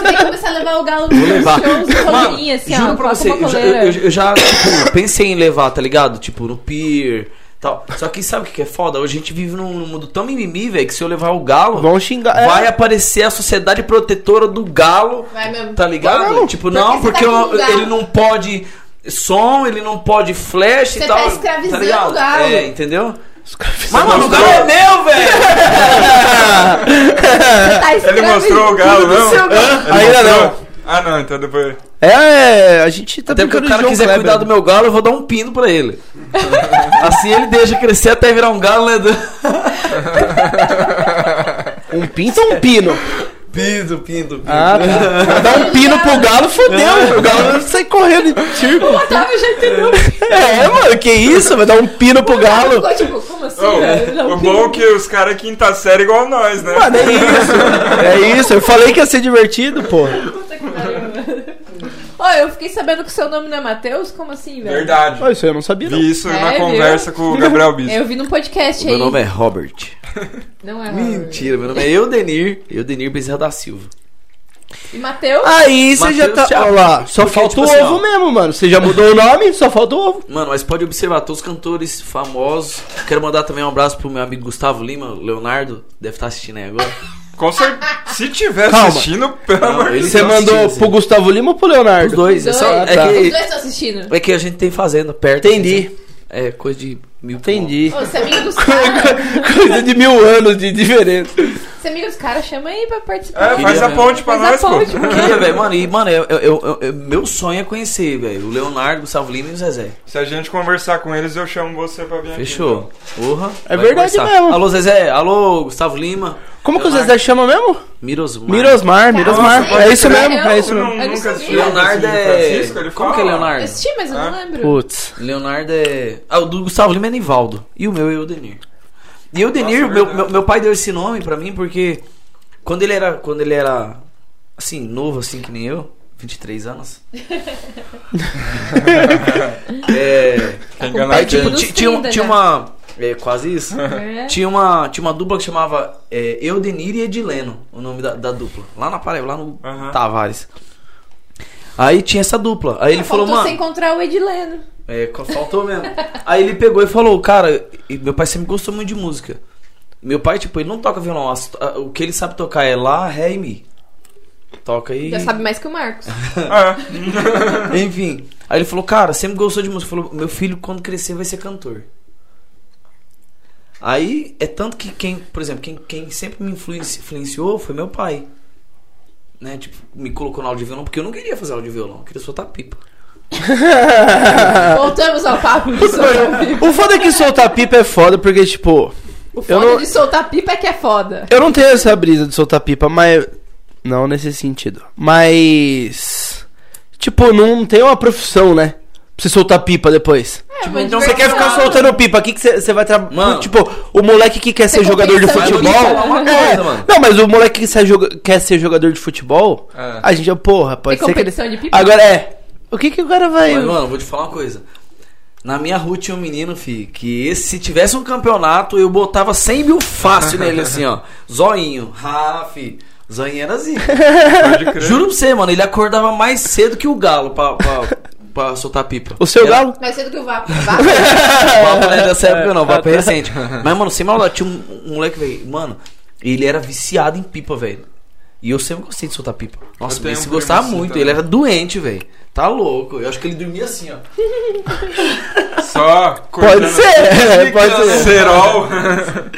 [SPEAKER 2] tem que começar a levar o galo nos
[SPEAKER 5] Vou levar.
[SPEAKER 2] shows,
[SPEAKER 5] Mano,
[SPEAKER 2] colinha, assim, ó.
[SPEAKER 5] juro pra
[SPEAKER 2] coloca
[SPEAKER 5] você,
[SPEAKER 2] uma
[SPEAKER 5] eu, já-
[SPEAKER 2] coleira.
[SPEAKER 5] eu- eu já tipo, pensei em levar, tá ligado? Tipo, no pier tal. Só que sabe o que que é foda? Hoje a gente vive num num mundo tão mimimi, velho, que se eu levar o galo,
[SPEAKER 3] Vão xingar. é.
[SPEAKER 5] vai aparecer a sociedade protetora do galo.
[SPEAKER 2] Vai mesmo.
[SPEAKER 5] Tá ligado?
[SPEAKER 3] Vai mesmo.
[SPEAKER 5] Tipo, não,
[SPEAKER 2] Porque
[SPEAKER 5] porque
[SPEAKER 2] você tá com
[SPEAKER 5] eu-
[SPEAKER 2] um galo.
[SPEAKER 5] ele não pode som, ele não pode flash
[SPEAKER 2] Você
[SPEAKER 5] e tal.
[SPEAKER 2] tá escravizando
[SPEAKER 5] ligado?
[SPEAKER 2] o galo.
[SPEAKER 5] É, entendeu?
[SPEAKER 3] Mas,
[SPEAKER 5] Mas, mano, o galo é meu, velho!
[SPEAKER 2] Você tá
[SPEAKER 4] Ele
[SPEAKER 2] escravizando
[SPEAKER 5] é.
[SPEAKER 2] tá
[SPEAKER 4] mostrou o galo, não?
[SPEAKER 5] seu galo.
[SPEAKER 4] Ele
[SPEAKER 3] Ainda
[SPEAKER 4] mostrou?
[SPEAKER 3] não.
[SPEAKER 4] Ah, não, então depois.
[SPEAKER 3] É, a gente tá
[SPEAKER 5] Até porque o
[SPEAKER 3] brincando de
[SPEAKER 5] cara
[SPEAKER 3] João
[SPEAKER 5] quiser
[SPEAKER 3] Kleber.
[SPEAKER 5] cuidar do meu galo, eu vou dar um pino pra ele. assim ele deixa crescer até virar um galo, né? Dan?
[SPEAKER 3] Um pinto ou um pino?
[SPEAKER 5] Pino, pino, pino.
[SPEAKER 3] Ah, tá. Dá um pino pro galo, fodeu. O galo sai correndo em círculo.
[SPEAKER 2] Otávio já entendeu.
[SPEAKER 3] É, mano, que isso? Vai dar um pino pro galo.
[SPEAKER 2] Ficou tipo, como assim?
[SPEAKER 4] Oh,
[SPEAKER 2] velho? Não,
[SPEAKER 4] o bom é que os caras quinta série igual nós, né?
[SPEAKER 3] Mano, é isso. É isso. Eu falei que ia ser divertido, pô.
[SPEAKER 2] puta que pariu, velho. Ó, eu fiquei sabendo que o seu nome não é Matheus? Como assim, velho?
[SPEAKER 4] Verdade.
[SPEAKER 3] Ah, isso aí eu não sabia, não.
[SPEAKER 4] Vi isso
[SPEAKER 2] É,
[SPEAKER 4] na
[SPEAKER 2] viu?
[SPEAKER 4] conversa com o Gabriel Bispo.
[SPEAKER 2] É, Eu vi num podcast aí.
[SPEAKER 5] Meu nome é Robert.
[SPEAKER 2] Não é Robert.
[SPEAKER 5] Mentira, meu nome é Eudenir. Eudenir Bezerra da Silva.
[SPEAKER 2] E Matheus?
[SPEAKER 3] Aí você já
[SPEAKER 5] Mateus
[SPEAKER 3] tá.
[SPEAKER 5] Thiago.
[SPEAKER 3] Olha lá, só
[SPEAKER 5] Porque,
[SPEAKER 3] falta
[SPEAKER 5] tipo
[SPEAKER 3] o
[SPEAKER 5] assim,
[SPEAKER 3] ovo
[SPEAKER 5] ó.
[SPEAKER 3] mesmo, mano. Você já mudou o nome, só falta o ovo.
[SPEAKER 5] Mano, mas pode observar todos os cantores famosos. Quero mandar também um abraço pro meu amigo Gustavo Lima, Leonardo. Deve estar assistindo aí agora.
[SPEAKER 4] Com cer- Se tiver
[SPEAKER 3] Calma.
[SPEAKER 4] assistindo, pelo
[SPEAKER 5] Não,
[SPEAKER 4] amor de
[SPEAKER 5] ele-
[SPEAKER 4] Deus.
[SPEAKER 3] Você
[SPEAKER 5] não
[SPEAKER 3] mandou
[SPEAKER 5] assistiu,
[SPEAKER 3] pro
[SPEAKER 5] Zé.
[SPEAKER 3] Gustavo Lima ou pro Leonardo?
[SPEAKER 5] Os dois. É, só,
[SPEAKER 2] Dois.
[SPEAKER 5] é,
[SPEAKER 2] Os
[SPEAKER 5] que,
[SPEAKER 2] dois estão assistindo.
[SPEAKER 5] é que a gente tem fazenda perto.
[SPEAKER 3] Entendi.
[SPEAKER 5] assim, É coisa de mil
[SPEAKER 3] Entendi.
[SPEAKER 2] Ô,
[SPEAKER 5] Tá
[SPEAKER 2] você é amigo dos caras?
[SPEAKER 3] Coisa de mil anos de diferença.
[SPEAKER 2] Você é amigo dos caras? Chama aí pra participar.
[SPEAKER 4] É, faz a
[SPEAKER 5] Queria,
[SPEAKER 4] ponte pra
[SPEAKER 2] Faz
[SPEAKER 4] nós,
[SPEAKER 2] a
[SPEAKER 4] pô.
[SPEAKER 2] ponte,
[SPEAKER 5] quilômetros. Queria, velho, mano, e, mano, eu, eu- eu- eu- meu sonho é conhecer, velho, o Leonardo, o Gustavo Lima e o Zezé.
[SPEAKER 4] Se a gente conversar com eles, eu chamo você pra vir aqui.
[SPEAKER 5] Fechou. Porra.
[SPEAKER 3] É
[SPEAKER 5] vai
[SPEAKER 3] verdade mesmo.
[SPEAKER 5] Alô, Zezé. Alô, Gustavo Lima.
[SPEAKER 3] Como que o
[SPEAKER 5] Leonardo.
[SPEAKER 3] Zezé chama mesmo?
[SPEAKER 5] Mirosmar.
[SPEAKER 3] Mirosmar, Mirosmar.
[SPEAKER 4] Nossa,
[SPEAKER 3] é
[SPEAKER 4] pode
[SPEAKER 3] isso
[SPEAKER 4] crer.
[SPEAKER 3] mesmo, é isso
[SPEAKER 4] Eu
[SPEAKER 3] mesmo.
[SPEAKER 4] não-
[SPEAKER 2] Eu não
[SPEAKER 4] nunca
[SPEAKER 2] sabia.
[SPEAKER 4] assisti esse
[SPEAKER 5] Leonardo
[SPEAKER 4] de
[SPEAKER 5] é...
[SPEAKER 4] Francisco, ele
[SPEAKER 5] Como
[SPEAKER 4] fala.
[SPEAKER 5] que é
[SPEAKER 2] Eu
[SPEAKER 5] Leonardo?
[SPEAKER 2] assisti, mas eu não
[SPEAKER 4] Ah.
[SPEAKER 2] lembro.
[SPEAKER 3] Putz.
[SPEAKER 5] Leonardo é... Ah, o do Gustavo Lima é Nivaldo. E o meu é Eudenir. E Eudenir,
[SPEAKER 4] Nossa, é
[SPEAKER 5] meu,
[SPEAKER 4] verdade.
[SPEAKER 5] meu, meu pai deu esse nome pra mim porque... Quando ele era... Quando ele era... Assim, novo assim que nem eu. 23 anos. é...
[SPEAKER 4] Tá
[SPEAKER 5] Aí,
[SPEAKER 4] enganado.
[SPEAKER 5] tipo,
[SPEAKER 2] Nos
[SPEAKER 5] ti- tinha, um-
[SPEAKER 2] 30
[SPEAKER 5] tinha
[SPEAKER 2] já.
[SPEAKER 5] uma... É, quase isso.
[SPEAKER 2] É.
[SPEAKER 5] Tinha uma, tinha uma dupla que chamava é, Eudenir e Edileno, o nome da, da dupla. Lá na Paraíba, lá no
[SPEAKER 4] Aham.
[SPEAKER 5] Tavares. Aí tinha essa dupla. Aí ele falou,
[SPEAKER 2] Faltou
[SPEAKER 5] mano.
[SPEAKER 2] você encontrar o Edileno.
[SPEAKER 5] É, co- faltou mesmo. Aí ele pegou e falou, cara, e meu pai sempre gostou muito de música. Meu pai, tipo, ele não toca violão. as- a- O que ele sabe tocar é lá, ré e mi. Toca aí.
[SPEAKER 2] Já sabe mais que o Marcos.
[SPEAKER 4] Ah,
[SPEAKER 5] Enfim. Aí ele falou, cara, sempre gostou de música. Falou, meu filho, quando crescer, vai ser cantor. Aí, é tanto que quem, por exemplo, quem, quem sempre me influenci- influenciou foi meu pai. Né? Tipo, me colocou na aula de violão, porque eu não queria fazer aula de violão, eu queria soltar pipa.
[SPEAKER 2] Voltamos ao papo de soltar pipa.
[SPEAKER 3] O foda é que soltar pipa é foda, porque, tipo,
[SPEAKER 2] O
[SPEAKER 3] Eu
[SPEAKER 2] foda
[SPEAKER 3] não-
[SPEAKER 2] de soltar pipa é que é foda.
[SPEAKER 3] eu não tenho essa brisa de soltar pipa, mas. Não nesse sentido. Mas. Tipo, não tem uma profissão, né? Pra você soltar pipa depois.
[SPEAKER 2] É, uma
[SPEAKER 5] então
[SPEAKER 3] Você quer ficar
[SPEAKER 2] diversão.
[SPEAKER 3] soltando pipa? O que que você você vai trabalhar?
[SPEAKER 5] Mano.
[SPEAKER 3] Tipo, o moleque que quer ser jogador de
[SPEAKER 2] compensa,
[SPEAKER 5] Mas eu
[SPEAKER 3] futebol.
[SPEAKER 5] vou te falar uma
[SPEAKER 3] É,
[SPEAKER 5] coisa, mano.
[SPEAKER 3] Não, mas o moleque que ser joga- quer ser jogador de futebol,
[SPEAKER 4] É.
[SPEAKER 3] a gente já, porra, pode
[SPEAKER 2] Tem
[SPEAKER 3] ser que ele...
[SPEAKER 2] competição de pipa?
[SPEAKER 3] Agora é, o que que o cara vai...
[SPEAKER 5] Mas, mano, vou te falar uma coisa. Na minha rua tinha um menino, fi, que esse- se tivesse um campeonato, eu botava 100 mil fácil nele, assim, ó. Zoinho. Ah, fi. Zoinho era zica.
[SPEAKER 4] pode crer.
[SPEAKER 5] Juro pra você, mano, ele acordava mais cedo que o galo pra, pra, pra soltar pipa.
[SPEAKER 3] O seu
[SPEAKER 4] é.
[SPEAKER 5] Era-
[SPEAKER 3] galo?
[SPEAKER 2] Mais cedo que o Vapo. Vapo.
[SPEAKER 5] O papo não é dessa época, não, o papo é recente. Mas, mano, sem maldade, tinha um, um moleque, velho. Mano, ele era viciado em pipa, velho. E eu sempre gostei de soltar pipa. Nossa,
[SPEAKER 4] Eu
[SPEAKER 5] mas
[SPEAKER 4] tenho
[SPEAKER 5] se
[SPEAKER 4] um
[SPEAKER 5] gostava
[SPEAKER 4] primo assim
[SPEAKER 5] muito,
[SPEAKER 4] também.
[SPEAKER 5] ele era doente, velho. Tá louco. Eu acho que ele dormia assim, ó.
[SPEAKER 4] Só
[SPEAKER 3] Pode
[SPEAKER 4] cortando-
[SPEAKER 3] ser, é, pode ser.
[SPEAKER 4] Serol.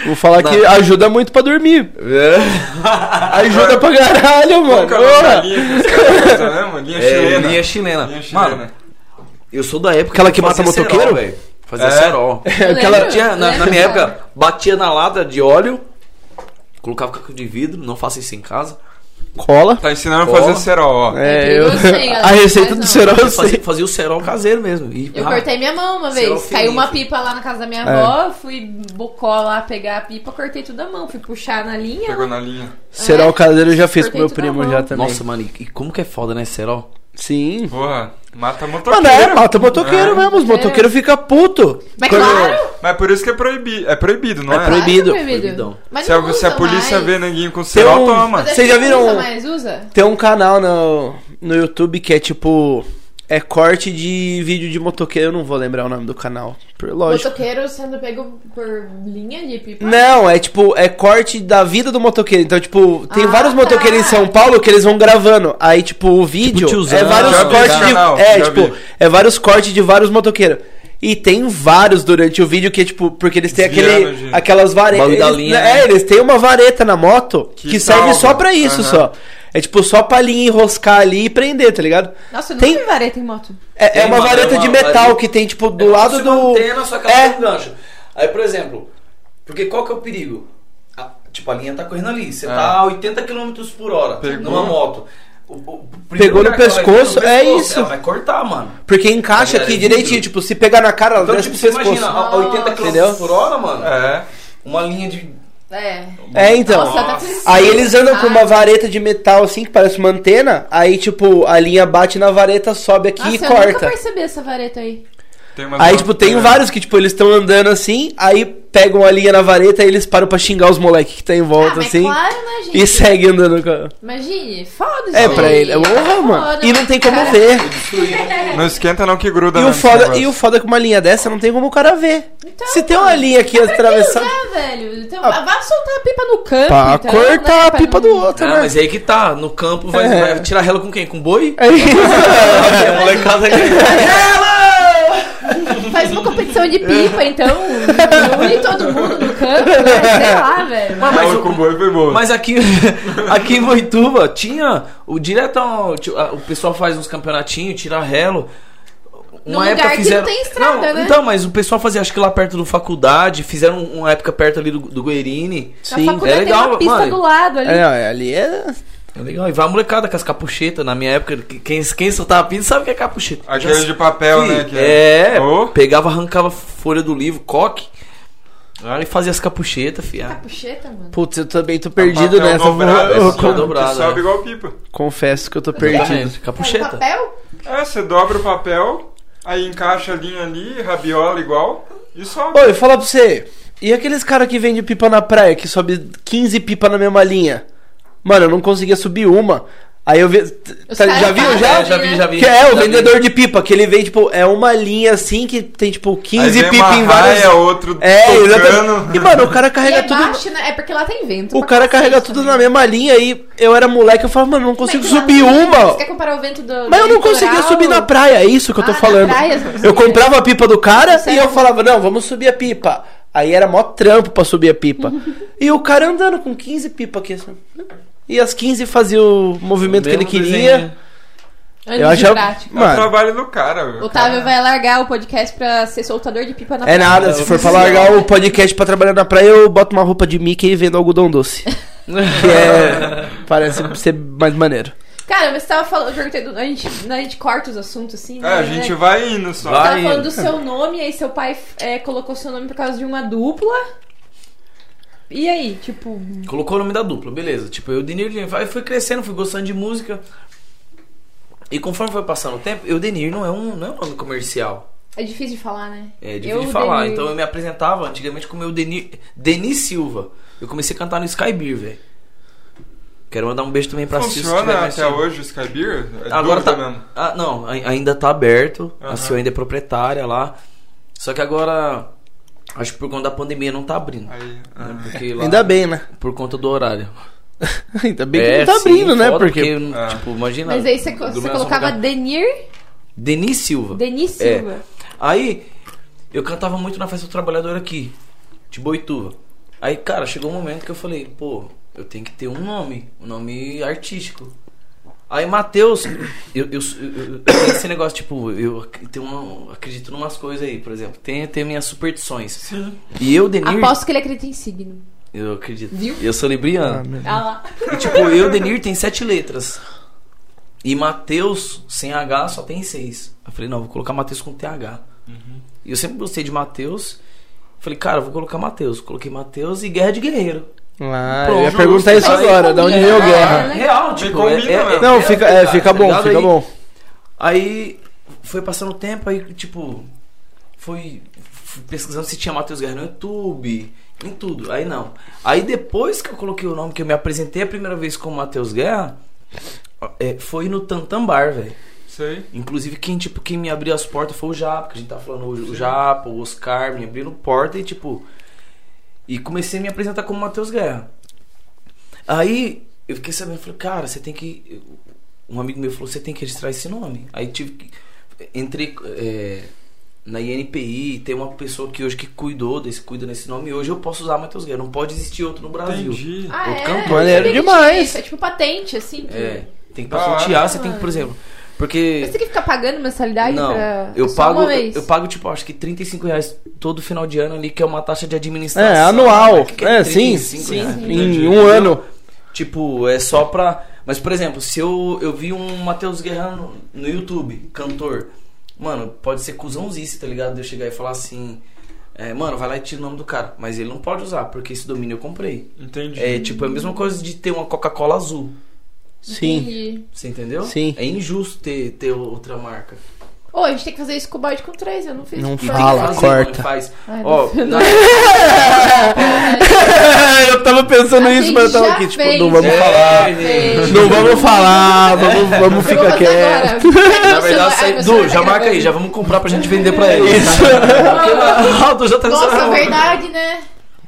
[SPEAKER 3] Vou falar que ajuda muito pra dormir. Ajuda pra caralho,
[SPEAKER 4] Ah, Qual
[SPEAKER 3] mano.
[SPEAKER 4] que é o nome da
[SPEAKER 3] Porra.
[SPEAKER 4] linha? que os caras usam mesmo? Linha
[SPEAKER 5] É,
[SPEAKER 4] chilena.
[SPEAKER 5] linha chilena.
[SPEAKER 4] Linha chilena.
[SPEAKER 5] Mano, eu sou da época.
[SPEAKER 3] Aquela que
[SPEAKER 5] eu fazia
[SPEAKER 3] mata motoqueiro?
[SPEAKER 5] cerol, velho. Fazia
[SPEAKER 4] É.
[SPEAKER 5] cerol.
[SPEAKER 2] Eu
[SPEAKER 3] Aquela-
[SPEAKER 2] lembro,
[SPEAKER 5] Tinha, na, na
[SPEAKER 2] lembro,
[SPEAKER 5] minha
[SPEAKER 2] cara.
[SPEAKER 5] época, batia na lata de óleo, colocava caco de vidro, não faça isso em casa.
[SPEAKER 3] Cola.
[SPEAKER 4] Tá ensinando a
[SPEAKER 5] Cola.
[SPEAKER 4] fazer serol, ó.
[SPEAKER 3] É,
[SPEAKER 2] Eu
[SPEAKER 3] eu...
[SPEAKER 2] não sei,
[SPEAKER 3] A receita
[SPEAKER 2] mas
[SPEAKER 3] do
[SPEAKER 2] não. É.
[SPEAKER 3] serol eu
[SPEAKER 5] Eu fazia,
[SPEAKER 3] sei.
[SPEAKER 5] fazia o cerol caseiro mesmo. E,
[SPEAKER 2] Eu
[SPEAKER 5] ah,
[SPEAKER 2] cortei minha mão uma
[SPEAKER 4] é
[SPEAKER 5] Serol
[SPEAKER 2] vez. Caiu uma
[SPEAKER 5] fininho.
[SPEAKER 2] pipa lá na casa da
[SPEAKER 3] É.
[SPEAKER 2] minha avó, fui bocó lá pegar a pipa, cortei tudo a mão, fui puxar na linha.
[SPEAKER 4] Pegou na linha.
[SPEAKER 3] Será o caseiro eu já fiz com meu
[SPEAKER 2] Cortei tudo na
[SPEAKER 3] primo
[SPEAKER 2] mão.
[SPEAKER 3] já também.
[SPEAKER 5] Nossa, mano, e, e como que é foda, né, cerol?
[SPEAKER 3] Sim.
[SPEAKER 4] Porra, mata motoqueiro.
[SPEAKER 3] Mano, é, mata motoqueiro
[SPEAKER 4] É.
[SPEAKER 3] mesmo. Os motoqueiros ficam puto.
[SPEAKER 2] Mas
[SPEAKER 3] Quando-
[SPEAKER 2] claro!
[SPEAKER 4] Mas por isso que é proibido, é proibido não é?
[SPEAKER 3] É proibido.
[SPEAKER 5] proibidão.
[SPEAKER 2] Mas
[SPEAKER 4] Se, a,
[SPEAKER 2] não
[SPEAKER 4] se a
[SPEAKER 2] usa
[SPEAKER 4] polícia
[SPEAKER 2] mais.
[SPEAKER 4] vê neguinho com
[SPEAKER 3] Tem
[SPEAKER 4] serol,
[SPEAKER 3] um-
[SPEAKER 4] toma.
[SPEAKER 2] Mas é acho
[SPEAKER 3] Vocês já
[SPEAKER 2] que não
[SPEAKER 3] viram
[SPEAKER 2] usa
[SPEAKER 3] um-
[SPEAKER 2] mais, usa?
[SPEAKER 3] Tem um canal no, no YouTube que é tipo. É corte de vídeo de motoqueiro. Eu não vou lembrar o nome do canal. por- Lógico.
[SPEAKER 2] Motoqueiro sendo pego por linha de pipa?
[SPEAKER 3] Não, é tipo, é corte da vida do motoqueiro. Então, tipo, tem
[SPEAKER 2] Ah,
[SPEAKER 3] vários
[SPEAKER 2] tá.
[SPEAKER 3] motoqueiros em São Paulo que eles vão gravando. Aí, tipo, o vídeo
[SPEAKER 5] tiozão. né?
[SPEAKER 3] é vários
[SPEAKER 5] Já vi
[SPEAKER 3] cortes
[SPEAKER 4] esse
[SPEAKER 3] de.
[SPEAKER 4] canal,
[SPEAKER 3] é,
[SPEAKER 4] já
[SPEAKER 3] tipo,
[SPEAKER 4] vi.
[SPEAKER 3] é vários cortes de vários motoqueiros. E tem vários durante o vídeo que, tipo, porque eles têm
[SPEAKER 4] Desviando,
[SPEAKER 3] aquele,
[SPEAKER 4] gente.
[SPEAKER 3] aquelas varetas.
[SPEAKER 5] Bagulho da
[SPEAKER 3] Eles-
[SPEAKER 5] linha,
[SPEAKER 3] é,
[SPEAKER 5] né?
[SPEAKER 3] eles têm uma vareta na moto que,
[SPEAKER 4] Que
[SPEAKER 3] serve
[SPEAKER 4] salva.
[SPEAKER 3] só pra isso
[SPEAKER 4] Aham.
[SPEAKER 3] só. É tipo só palhinha enroscar ali e prender, tá ligado?
[SPEAKER 2] Nossa, eu não
[SPEAKER 3] Tem-
[SPEAKER 2] vi vareta em moto.
[SPEAKER 3] É, é
[SPEAKER 5] Tem
[SPEAKER 3] uma
[SPEAKER 5] uma-
[SPEAKER 3] vareta
[SPEAKER 5] é uma
[SPEAKER 3] de metal
[SPEAKER 5] vareta-
[SPEAKER 3] que tem, tipo,
[SPEAKER 5] É
[SPEAKER 3] do
[SPEAKER 5] como
[SPEAKER 3] lado
[SPEAKER 5] se
[SPEAKER 3] do.
[SPEAKER 5] uma antena, só que ela
[SPEAKER 3] É.
[SPEAKER 5] tem um gancho. Aí, por exemplo, porque qual que é o perigo? A- tipo, a linha tá correndo ali,
[SPEAKER 3] É.
[SPEAKER 5] você tá a 80 km por hora
[SPEAKER 4] Pegou.
[SPEAKER 5] numa moto. O- o- o primeiro
[SPEAKER 3] Pegou no
[SPEAKER 5] lugar que ela vai
[SPEAKER 3] pescoço,
[SPEAKER 5] pegar
[SPEAKER 3] é
[SPEAKER 5] no
[SPEAKER 3] isso.
[SPEAKER 5] Ela vai cortar, mano.
[SPEAKER 3] Porque encaixa
[SPEAKER 5] Tá ligado?
[SPEAKER 3] aqui
[SPEAKER 5] É
[SPEAKER 3] direitinho,
[SPEAKER 5] vidro.
[SPEAKER 3] tipo, se pegar na cara, ela
[SPEAKER 5] Então,
[SPEAKER 3] desce
[SPEAKER 5] tipo,
[SPEAKER 3] pro
[SPEAKER 5] você
[SPEAKER 3] pescoço.
[SPEAKER 5] imagina, a, a 80
[SPEAKER 3] Entendeu?
[SPEAKER 5] km por hora, mano,
[SPEAKER 4] É.
[SPEAKER 5] uma linha de...
[SPEAKER 2] É.
[SPEAKER 3] É, então.
[SPEAKER 2] Nossa, tá preciso.
[SPEAKER 3] Aí eles andam com uma
[SPEAKER 2] Ai.
[SPEAKER 3] vareta de metal assim, que parece uma antena. Aí, tipo, a linha bate na vareta, sobe aqui
[SPEAKER 2] Nossa,
[SPEAKER 3] e
[SPEAKER 2] eu nunca
[SPEAKER 3] corta.
[SPEAKER 2] percebi essa vareta aí.
[SPEAKER 4] Tem umas
[SPEAKER 3] Aí,
[SPEAKER 4] motos-
[SPEAKER 3] tipo, tem vários que, tipo, eles estão andando assim, aí pegam a linha na vareta e eles param pra xingar os moleques que tá em
[SPEAKER 2] ah,
[SPEAKER 3] volta,
[SPEAKER 2] mas
[SPEAKER 3] assim.
[SPEAKER 2] claro, né, gente?
[SPEAKER 3] E segue andando com. a-
[SPEAKER 2] Imagine, foda-se.
[SPEAKER 3] É, pra ele. É honra,
[SPEAKER 2] Foda,
[SPEAKER 3] mano. E não tem como
[SPEAKER 2] cara. é
[SPEAKER 3] ver.
[SPEAKER 4] Não esquenta não que gruda
[SPEAKER 3] E
[SPEAKER 4] né,
[SPEAKER 3] o,
[SPEAKER 4] nesse
[SPEAKER 3] foda,
[SPEAKER 4] negócio.
[SPEAKER 3] e o foda é que uma linha dessa não tem como o cara ver.
[SPEAKER 2] Então,
[SPEAKER 3] Se tem uma linha aqui
[SPEAKER 2] Pra que
[SPEAKER 3] atravessada.
[SPEAKER 2] usar, velho? Então,
[SPEAKER 3] Ah.
[SPEAKER 2] vá soltar a pipa no campo.
[SPEAKER 3] Pra
[SPEAKER 2] então,
[SPEAKER 3] cortar
[SPEAKER 2] né?
[SPEAKER 3] a pipa
[SPEAKER 2] não-
[SPEAKER 3] do outro,
[SPEAKER 5] Ah,
[SPEAKER 3] né?
[SPEAKER 5] mas aí que tá, no campo, vai,
[SPEAKER 3] É.
[SPEAKER 5] vai tirar ela com quem? Com boi?
[SPEAKER 3] É isso.
[SPEAKER 5] a molecada
[SPEAKER 2] Faz uma competição de pipa, então. Une todo mundo no campo, né? Sei lá, velho.
[SPEAKER 5] Mas,
[SPEAKER 4] Ah, Mas
[SPEAKER 5] mas,
[SPEAKER 4] É, o
[SPEAKER 5] o-
[SPEAKER 4] comboio foi bom.
[SPEAKER 5] mas aqui, aqui em Boituva tinha o direto ao- ti- a- o pessoal faz uns campeonatinhos, tira relo.
[SPEAKER 2] Num lugar que não tem estrada, né?
[SPEAKER 5] Então, mas o pessoal fazia, acho que lá perto do faculdade, fizeram um, uma época perto ali do, do Guerini.
[SPEAKER 2] Na
[SPEAKER 3] Sim,
[SPEAKER 2] faculdade
[SPEAKER 5] é legal,
[SPEAKER 2] tem uma pista
[SPEAKER 5] mano.
[SPEAKER 2] do lado ali.
[SPEAKER 3] É, não, é, ali é.
[SPEAKER 5] É legal. E vai a molecada com as capuchetas. Na minha época, que- quem, quem soltava pinto sabe o que é capucheta.
[SPEAKER 4] Aquele
[SPEAKER 5] Já-
[SPEAKER 4] de papel, né? que
[SPEAKER 5] É,
[SPEAKER 4] Ô,
[SPEAKER 5] pegava, arrancava a folha do livro, coque. Aí fazia as capuchetas, fia.
[SPEAKER 2] Capucheta, mano.
[SPEAKER 3] Putz, eu também
[SPEAKER 4] Tá
[SPEAKER 3] tô perdido né,
[SPEAKER 4] papel
[SPEAKER 3] nessa.
[SPEAKER 4] dobrado, é.
[SPEAKER 3] eu
[SPEAKER 4] esse
[SPEAKER 5] com-
[SPEAKER 4] que
[SPEAKER 5] dobrado,
[SPEAKER 4] sobe
[SPEAKER 5] né?
[SPEAKER 4] igual pipa.
[SPEAKER 3] confesso que eu tô perdido.
[SPEAKER 5] Exatamente,
[SPEAKER 2] Faz
[SPEAKER 5] capucheta.
[SPEAKER 2] papel?
[SPEAKER 4] É, você dobra o papel, aí encaixa a linha ali, rabiola igual, e sobe.
[SPEAKER 3] Oi, falar pra você. E aqueles caras que vendem pipa na praia, que sobe 15 pipa na mesma linha? Mano, eu não conseguia subir uma. Aí eu vi.
[SPEAKER 2] Os
[SPEAKER 3] tá-
[SPEAKER 2] caras
[SPEAKER 3] já viu
[SPEAKER 2] falam,
[SPEAKER 3] já?
[SPEAKER 5] É, já vi,
[SPEAKER 2] né?
[SPEAKER 5] já vi.
[SPEAKER 3] Que é o
[SPEAKER 5] Já vi.
[SPEAKER 3] vendedor de pipa, que ele vem, tipo, é uma linha assim que tem, tipo,
[SPEAKER 4] Aí
[SPEAKER 3] 15
[SPEAKER 4] vem
[SPEAKER 3] pipa
[SPEAKER 4] uma
[SPEAKER 3] em várias.
[SPEAKER 4] raia, outro
[SPEAKER 3] É,
[SPEAKER 4] tocando.
[SPEAKER 3] exatamente. E, mano, o cara
[SPEAKER 2] E
[SPEAKER 3] carrega
[SPEAKER 2] é
[SPEAKER 3] tudo.
[SPEAKER 2] baixo, né? É porque lá tem vento.
[SPEAKER 3] O
[SPEAKER 2] pra
[SPEAKER 3] cara
[SPEAKER 2] cacete
[SPEAKER 3] carrega tudo
[SPEAKER 2] também.
[SPEAKER 3] na mesma linha e eu era moleque, eu falava, mano, eu não consigo
[SPEAKER 2] Mas lá
[SPEAKER 3] subir
[SPEAKER 2] no-
[SPEAKER 3] uma.
[SPEAKER 2] Você quer comparar o vento do.
[SPEAKER 3] Mas eu
[SPEAKER 2] do
[SPEAKER 3] não conseguia
[SPEAKER 2] litoral?
[SPEAKER 3] subir na praia, é isso que eu tô
[SPEAKER 2] Ah, na
[SPEAKER 3] falando.
[SPEAKER 2] praia você conseguia.
[SPEAKER 3] eu comprava a pipa do cara
[SPEAKER 2] Você
[SPEAKER 3] e
[SPEAKER 2] era-
[SPEAKER 3] eu falava, não, vamos subir a pipa. Aí era mó trampo pra subir a pipa. e o cara andando com 15 pipa aqui assim. E as 15 fazia o movimento que ele
[SPEAKER 5] Mesmo
[SPEAKER 3] queria.
[SPEAKER 5] desenho. né?
[SPEAKER 2] Antes
[SPEAKER 3] Eu
[SPEAKER 2] de
[SPEAKER 3] achava.
[SPEAKER 2] prática.
[SPEAKER 4] É o
[SPEAKER 3] Mano,
[SPEAKER 4] trabalho do cara. meu.
[SPEAKER 2] Otávio vai largar o podcast pra ser soltador de pipa na
[SPEAKER 3] é
[SPEAKER 2] praia.
[SPEAKER 3] nada. Se for pra largar o podcast pra trabalhar na praia, eu boto uma roupa de Mickey e vendo algodão doce. Que é. Parece ser mais maneiro.
[SPEAKER 2] Cara, mas você tava falando, eu perguntei, do- a gente, a gente corta os assuntos assim,
[SPEAKER 4] É,
[SPEAKER 2] né?
[SPEAKER 4] a gente
[SPEAKER 2] né?
[SPEAKER 4] vai indo só.
[SPEAKER 5] Vai.
[SPEAKER 2] Você tava
[SPEAKER 5] Aí.
[SPEAKER 2] falando do seu nome, aí seu pai é, colocou seu nome por causa de uma dupla. E aí, tipo.
[SPEAKER 5] Colocou o nome da dupla, beleza. Tipo, eu, Denir, Denir. Aí fui crescendo, fui gostando de música. E conforme foi passando o tempo, eu, Denir, não é um, não é um nome comercial.
[SPEAKER 2] É difícil de falar, né?
[SPEAKER 5] É difícil
[SPEAKER 2] Eu,
[SPEAKER 5] de falar.
[SPEAKER 2] Denir.
[SPEAKER 5] Então eu me apresentava antigamente como eu, Denir, Denis Silva. Eu comecei a cantar no Sky Beer, velho. Quero mandar um beijo também pra Cis. que vai
[SPEAKER 4] Funciona até
[SPEAKER 5] conhecer.
[SPEAKER 4] hoje o Sky Beer? É
[SPEAKER 5] Agora
[SPEAKER 4] dúvida
[SPEAKER 5] tá.
[SPEAKER 4] mesmo.
[SPEAKER 5] Ah, não, ai- ainda tá aberto.
[SPEAKER 4] Aham.
[SPEAKER 5] A Sil ainda é proprietária lá. Só que agora. Acho que por conta da pandemia não tá abrindo. né?
[SPEAKER 4] Aí, ah.
[SPEAKER 5] Porque lá-
[SPEAKER 3] Ainda bem, né?
[SPEAKER 5] Por conta do horário.
[SPEAKER 3] Ainda bem que
[SPEAKER 5] É,
[SPEAKER 3] não tá
[SPEAKER 5] sim,
[SPEAKER 3] abrindo, né?
[SPEAKER 5] foda,
[SPEAKER 3] Porque.
[SPEAKER 5] não-
[SPEAKER 4] É.
[SPEAKER 5] Tipo, imagina.
[SPEAKER 2] Mas aí você, co- você
[SPEAKER 5] aglomeração
[SPEAKER 2] colocava
[SPEAKER 5] local.
[SPEAKER 2] Denir,
[SPEAKER 5] Denis Silva.
[SPEAKER 2] Denis Silva.
[SPEAKER 5] Aí, eu cantava muito na festa do trabalhador aqui, de Boituva. Aí, cara, chegou um momento que eu falei, pô, eu tenho que ter um nome, um nome artístico. Aí, Matheus, eu, eu, eu- eu tenho esse negócio, tipo, eu ac- tenho uma- acredito em umas coisas aí, por exemplo, tem, tem minhas superstições.
[SPEAKER 4] Sim.
[SPEAKER 5] E eu, Denir,
[SPEAKER 2] Aposto que ele acredita em signo.
[SPEAKER 5] eu acredito,
[SPEAKER 2] Viu?
[SPEAKER 5] eu sou libriano.
[SPEAKER 2] Ah lá.
[SPEAKER 5] E, tipo, eu, Denir, tem sete letras. E Matheus, sem H, só tem seis. Eu falei, não, vou colocar Matheus com TH. E eu sempre gostei de Matheus. Falei, cara, eu vou colocar Matheus. Coloquei Matheus e Guerra de Guerreiro.
[SPEAKER 3] Ah,
[SPEAKER 5] Pronto,
[SPEAKER 3] eu ia perguntar isso
[SPEAKER 5] mas
[SPEAKER 3] agora, da onde veio a
[SPEAKER 2] combina,
[SPEAKER 3] guerra?
[SPEAKER 2] né? legal.
[SPEAKER 5] Real, tipo, é,
[SPEAKER 4] combina,
[SPEAKER 5] é-
[SPEAKER 4] né?
[SPEAKER 5] é-
[SPEAKER 3] Ah, Não,
[SPEAKER 5] é
[SPEAKER 3] fica, é,
[SPEAKER 5] verdade,
[SPEAKER 3] fica
[SPEAKER 5] tá
[SPEAKER 3] bom,
[SPEAKER 5] ligado?
[SPEAKER 3] fica
[SPEAKER 5] Aí-
[SPEAKER 3] bom.
[SPEAKER 5] Aí foi passando o tempo, aí, tipo, foi fui pesquisando se tinha Matheus Guerra no YouTube, em tudo. Aí não. Aí depois que eu coloquei o nome, que eu me apresentei a primeira vez com o Matheus Guerra, é, foi no Tantan Bar, velho.
[SPEAKER 4] Sei.
[SPEAKER 5] Inclusive, quem, tipo, quem me abriu as portas foi o Japa, que a gente tá falando, o, o Japa, o Oscar, me abrindo porta e, tipo. E comecei a me apresentar como Matheus Guerra. Aí eu fiquei sabendo, falei, cara, você tem que. Um amigo meu falou, você tem que registrar esse nome. Aí tive que. Entrei. é, na INPI, tem uma pessoa que hoje que cuidou desse, cuida desse nome, e hoje eu posso usar Matheus Guerra. Não pode existir outro no Brasil.
[SPEAKER 4] Entendi.
[SPEAKER 2] Ah,
[SPEAKER 5] Outro
[SPEAKER 2] é?
[SPEAKER 5] campo.
[SPEAKER 2] Eu
[SPEAKER 3] Maneiro
[SPEAKER 2] sabia que tinha
[SPEAKER 3] demais.
[SPEAKER 2] isso, É tipo patente, assim. que-
[SPEAKER 5] É, tem que
[SPEAKER 4] Da hora.
[SPEAKER 5] patentear, você tem que, por exemplo. Porque.
[SPEAKER 2] Mas tem que ficar pagando mensalidade
[SPEAKER 5] não,
[SPEAKER 2] pra.
[SPEAKER 5] eu
[SPEAKER 2] só
[SPEAKER 5] pago,
[SPEAKER 2] Uma vez.
[SPEAKER 5] eu pago tipo, acho que 35 reais todo final de ano ali, que é uma taxa de administração. né?
[SPEAKER 3] É, anual.
[SPEAKER 5] Que
[SPEAKER 3] É, sim.
[SPEAKER 5] 35
[SPEAKER 3] sim.
[SPEAKER 5] reais.
[SPEAKER 3] Em um ano.
[SPEAKER 5] Tipo, é só pra. Mas, por exemplo, se eu, eu vi um Matheus Guerra no, no YouTube, cantor, mano, pode ser cuzãozice, tá ligado? De eu chegar e falar assim. é, mano, vai lá e tira o nome do cara. Mas ele não pode usar, porque esse domínio eu comprei.
[SPEAKER 4] Entendi.
[SPEAKER 5] É tipo, é a mesma coisa de ter uma Coca-Cola azul.
[SPEAKER 3] Sim.
[SPEAKER 2] Entendi.
[SPEAKER 5] Você entendeu?
[SPEAKER 3] Sim.
[SPEAKER 5] É injusto ter, ter outra marca.
[SPEAKER 2] Ô, a gente tem que fazer isso com o balde com três, eu não fiz.
[SPEAKER 3] Não
[SPEAKER 2] isso.
[SPEAKER 5] E tem que
[SPEAKER 3] Fala,
[SPEAKER 5] fazer,
[SPEAKER 3] corta.
[SPEAKER 5] mano, faz.
[SPEAKER 2] Ai,
[SPEAKER 5] Ó,
[SPEAKER 2] você
[SPEAKER 5] na-
[SPEAKER 3] eu tava pensando
[SPEAKER 2] A
[SPEAKER 3] isso,
[SPEAKER 2] gente
[SPEAKER 3] mas eu tava
[SPEAKER 2] já
[SPEAKER 3] aqui, tipo,
[SPEAKER 2] fez.
[SPEAKER 3] não vamos
[SPEAKER 5] É,
[SPEAKER 3] falar.
[SPEAKER 2] fez.
[SPEAKER 3] Não vamos falar, vamos, vamos
[SPEAKER 2] Eu vou
[SPEAKER 3] ficar
[SPEAKER 2] fazer
[SPEAKER 3] quieto.
[SPEAKER 2] agora. Pega
[SPEAKER 5] Na
[SPEAKER 2] meu celular. Ai,
[SPEAKER 5] verdade,
[SPEAKER 2] meu
[SPEAKER 5] sai...
[SPEAKER 2] celular
[SPEAKER 5] Du, já
[SPEAKER 2] tá
[SPEAKER 5] marca aí,
[SPEAKER 2] gravando.
[SPEAKER 5] já vamos comprar pra gente vender pra ele.
[SPEAKER 3] Isso.
[SPEAKER 5] Porque, mano, o Du já tá no
[SPEAKER 2] Nossa,
[SPEAKER 5] celular.
[SPEAKER 2] verdade, né?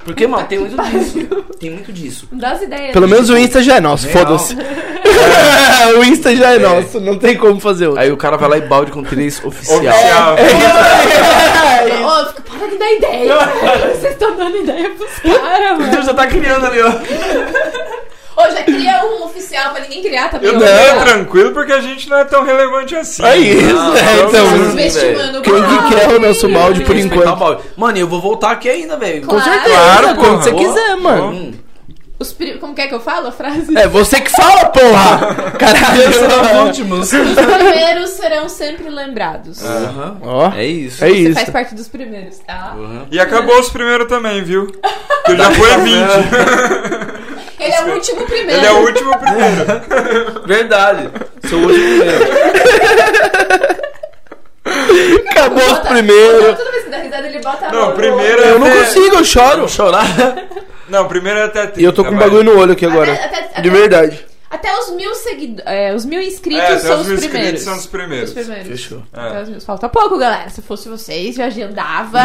[SPEAKER 5] Porque, mano, tem muito disso. Tem muito disso.
[SPEAKER 2] Não dá as ideias.
[SPEAKER 3] Pelo menos o Insta já é nosso,
[SPEAKER 5] Real.
[SPEAKER 3] foda-se. o Insta já é, nosso, não tem como fazer outro.
[SPEAKER 5] Aí o cara vai lá e balde com três oficial.
[SPEAKER 4] Oficial. Então
[SPEAKER 2] Ô, eu fico para de dar ideia. Vocês estão dando ideia pros caras, mano.
[SPEAKER 5] Deus já tá criando ali, ó.
[SPEAKER 2] Ô, já cria um oficial pra ninguém criar também.
[SPEAKER 4] Eu
[SPEAKER 2] ó.
[SPEAKER 4] tô bem tranquilo porque a gente não é tão relevante assim.
[SPEAKER 3] É isso,
[SPEAKER 5] Não,
[SPEAKER 3] é,
[SPEAKER 5] não,
[SPEAKER 3] então.
[SPEAKER 5] não, não.
[SPEAKER 2] Tá Subestimando o
[SPEAKER 3] Quem que quer o nosso balde por
[SPEAKER 5] Respeitar o
[SPEAKER 3] enquanto?
[SPEAKER 5] balde. Mano, eu vou voltar aqui ainda, velho.
[SPEAKER 2] Claro.
[SPEAKER 3] Claro,
[SPEAKER 4] porra.
[SPEAKER 3] quando você quiser, mano.
[SPEAKER 5] Hum.
[SPEAKER 2] Os pri- Como que é que eu falo a frase?
[SPEAKER 3] É você que fala, porra!
[SPEAKER 5] Deus será os
[SPEAKER 3] Caralho.
[SPEAKER 5] últimos.
[SPEAKER 2] Os primeiros serão sempre lembrados.
[SPEAKER 5] Aham.
[SPEAKER 3] Ó,
[SPEAKER 5] É isso.
[SPEAKER 3] é
[SPEAKER 2] Você
[SPEAKER 3] Ah, isso.
[SPEAKER 2] faz parte dos primeiros, tá?
[SPEAKER 5] Aham.
[SPEAKER 4] E acabou os primeiros também, viu? Que já foi 20.
[SPEAKER 2] Ele é o último primeiro.
[SPEAKER 4] Ele é o último primeiro.
[SPEAKER 5] Verdade. Sou o último mesmo.
[SPEAKER 3] Acabou os
[SPEAKER 2] Bota-
[SPEAKER 3] primeiros.
[SPEAKER 2] Toda vez que dá risada, ele bota a mão
[SPEAKER 4] Não,
[SPEAKER 2] no
[SPEAKER 4] primeiro é
[SPEAKER 3] Eu não
[SPEAKER 4] até-
[SPEAKER 3] consigo, eu choro.
[SPEAKER 5] Chorar.
[SPEAKER 4] Não, primeiro é até 30.
[SPEAKER 3] E eu tô com um
[SPEAKER 4] vai.
[SPEAKER 3] bagulho no olho aqui agora.
[SPEAKER 2] Até- até-
[SPEAKER 3] De
[SPEAKER 2] até-
[SPEAKER 3] verdade.
[SPEAKER 2] Até os mil seguidores. os mil inscritos
[SPEAKER 4] É, até
[SPEAKER 2] são os,
[SPEAKER 4] mil inscritos
[SPEAKER 2] primeiros.
[SPEAKER 4] são os primeiros. É.
[SPEAKER 2] Os primeiros.
[SPEAKER 5] Fechou.
[SPEAKER 2] Até os mil. Falta pouco, galera. Se fosse vocês, já agendava,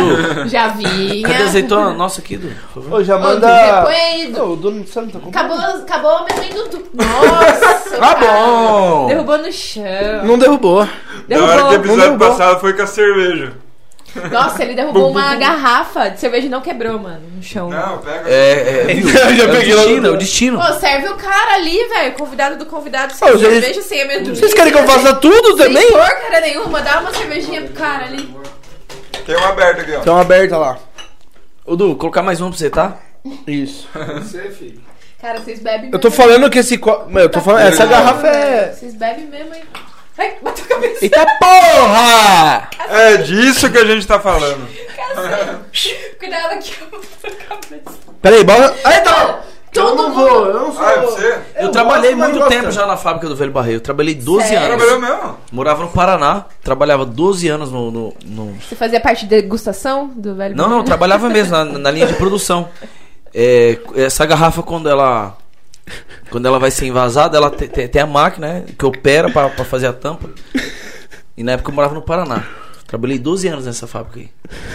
[SPEAKER 2] já vinha.
[SPEAKER 5] Cadê a azeitona? Nossa, aqui, Du. por favor.
[SPEAKER 3] Ô, já
[SPEAKER 2] Ô, Du,
[SPEAKER 3] manda.
[SPEAKER 2] Põe aí, Du.
[SPEAKER 3] Ô, o dono do Santo tá com.
[SPEAKER 2] Acabou, acabou o amendoim do Du. Nossa!
[SPEAKER 5] Tá
[SPEAKER 2] cara.
[SPEAKER 5] bom.
[SPEAKER 2] Derrubou no chão.
[SPEAKER 3] Não derrubou.
[SPEAKER 4] Na hora que
[SPEAKER 2] Derrubou.
[SPEAKER 4] o
[SPEAKER 3] não
[SPEAKER 4] episódio
[SPEAKER 3] derrubou.
[SPEAKER 4] passado foi com a cerveja.
[SPEAKER 2] Nossa, ele derrubou uma garrafa de cerveja e não quebrou, mano, no chão.
[SPEAKER 4] Não, pega.
[SPEAKER 5] É, é, viu?
[SPEAKER 3] Então, Eu já
[SPEAKER 5] É o
[SPEAKER 3] peguei
[SPEAKER 5] destino,
[SPEAKER 3] logo.
[SPEAKER 5] é o destino.
[SPEAKER 2] Pô, serve o cara ali, velho. Convidado do convidado sem
[SPEAKER 3] Ô,
[SPEAKER 2] cerveja,
[SPEAKER 3] vocês-
[SPEAKER 2] sem amendoim.
[SPEAKER 3] Vocês querem que eu faça tudo
[SPEAKER 2] Sem
[SPEAKER 3] também?
[SPEAKER 2] porcaria nenhuma, dá uma cervejinha pro cara ali.
[SPEAKER 4] Tem uma aberta um aqui, ó.
[SPEAKER 3] Então aberta lá.
[SPEAKER 5] Ô, Du, vou colocar mais um pra você, tá?
[SPEAKER 3] Isso.
[SPEAKER 2] Cara, vocês bebem
[SPEAKER 3] Eu tô
[SPEAKER 2] mesmo,
[SPEAKER 3] falando que esse copo. Eu tô falando. Essa
[SPEAKER 2] hein?
[SPEAKER 3] garrafa é.
[SPEAKER 2] Vocês bebem mesmo, hein? Ai, bateu a cabeça.
[SPEAKER 3] Eita porra!
[SPEAKER 4] É disso que a gente tá falando.
[SPEAKER 2] Cuidado aqui, eu bateu a cabeça.
[SPEAKER 3] Peraí, tá. bora. Eita!
[SPEAKER 2] Todo
[SPEAKER 3] não
[SPEAKER 2] mundo.
[SPEAKER 3] vou, eu não
[SPEAKER 4] Ah, é pra você?
[SPEAKER 5] Eu,
[SPEAKER 3] Eu
[SPEAKER 5] trabalhei
[SPEAKER 3] gosto, mas
[SPEAKER 5] muito
[SPEAKER 3] gosto.
[SPEAKER 5] tempo já na fábrica do Velho Barreiro. Eu trabalhei 12
[SPEAKER 2] Sério?
[SPEAKER 5] anos.
[SPEAKER 4] Trabalhou mesmo?
[SPEAKER 5] Morava no Paraná, trabalhava 12 anos no. no- no-
[SPEAKER 2] Você fazia parte da degustação do velho?
[SPEAKER 5] Não, não, trabalhava mesmo na, na linha de produção. É, essa garrafa, quando ela. Quando ela vai ser envasada, ela te- te- tem a máquina né, que opera pra, pra fazer a tampa. E na época eu morava no Paraná. Trabalhei 12 anos nessa fábrica aí.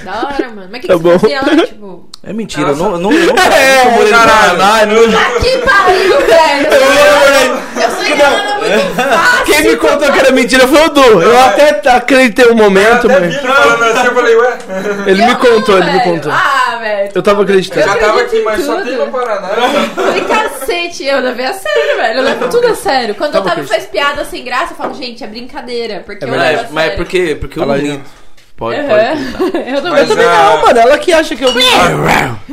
[SPEAKER 2] Da hora, mano. Mas o que,
[SPEAKER 3] Tá
[SPEAKER 2] que
[SPEAKER 3] bom.
[SPEAKER 2] você fazia lá, tipo...
[SPEAKER 5] É mentira,
[SPEAKER 4] Nossa.
[SPEAKER 5] eu não, eu não, eu nunca-
[SPEAKER 3] É,
[SPEAKER 5] nunca morei no
[SPEAKER 4] Caralho.
[SPEAKER 5] Paraná.
[SPEAKER 2] Que pariu, velho! Eu sou enganada é muito fácil.
[SPEAKER 3] Quem me contou que era mentira foi o Du. Eu
[SPEAKER 4] Não, é.
[SPEAKER 3] até t- acreditei um momento,
[SPEAKER 4] Até vi
[SPEAKER 3] mas.
[SPEAKER 4] ele falando assim, eu falei, ué.
[SPEAKER 3] Ele me
[SPEAKER 2] Eu
[SPEAKER 3] contou,
[SPEAKER 2] não,
[SPEAKER 3] ele me
[SPEAKER 2] velho.
[SPEAKER 3] contou.
[SPEAKER 2] Ah, velho.
[SPEAKER 3] Eu tava
[SPEAKER 4] Eu
[SPEAKER 3] acreditando.
[SPEAKER 4] já tava aqui, mas só
[SPEAKER 2] tudo.
[SPEAKER 4] tem no Paraná. então.
[SPEAKER 2] Falei, cacete, eu levei a sério, velho. Eu levo tudo a sério. Quando o Otávio faz piada sem graça, eu falo, gente, é brincadeira. Porque eu levo a
[SPEAKER 5] Mas,
[SPEAKER 2] sério.
[SPEAKER 5] mas é porque, porque Uhum. eu
[SPEAKER 3] Fala
[SPEAKER 5] não
[SPEAKER 3] aí,
[SPEAKER 5] minto. Pode, pode.
[SPEAKER 2] Aham. Eu também
[SPEAKER 4] Mas
[SPEAKER 2] eu também
[SPEAKER 4] a-
[SPEAKER 3] Não, mano, ela que acha que eu.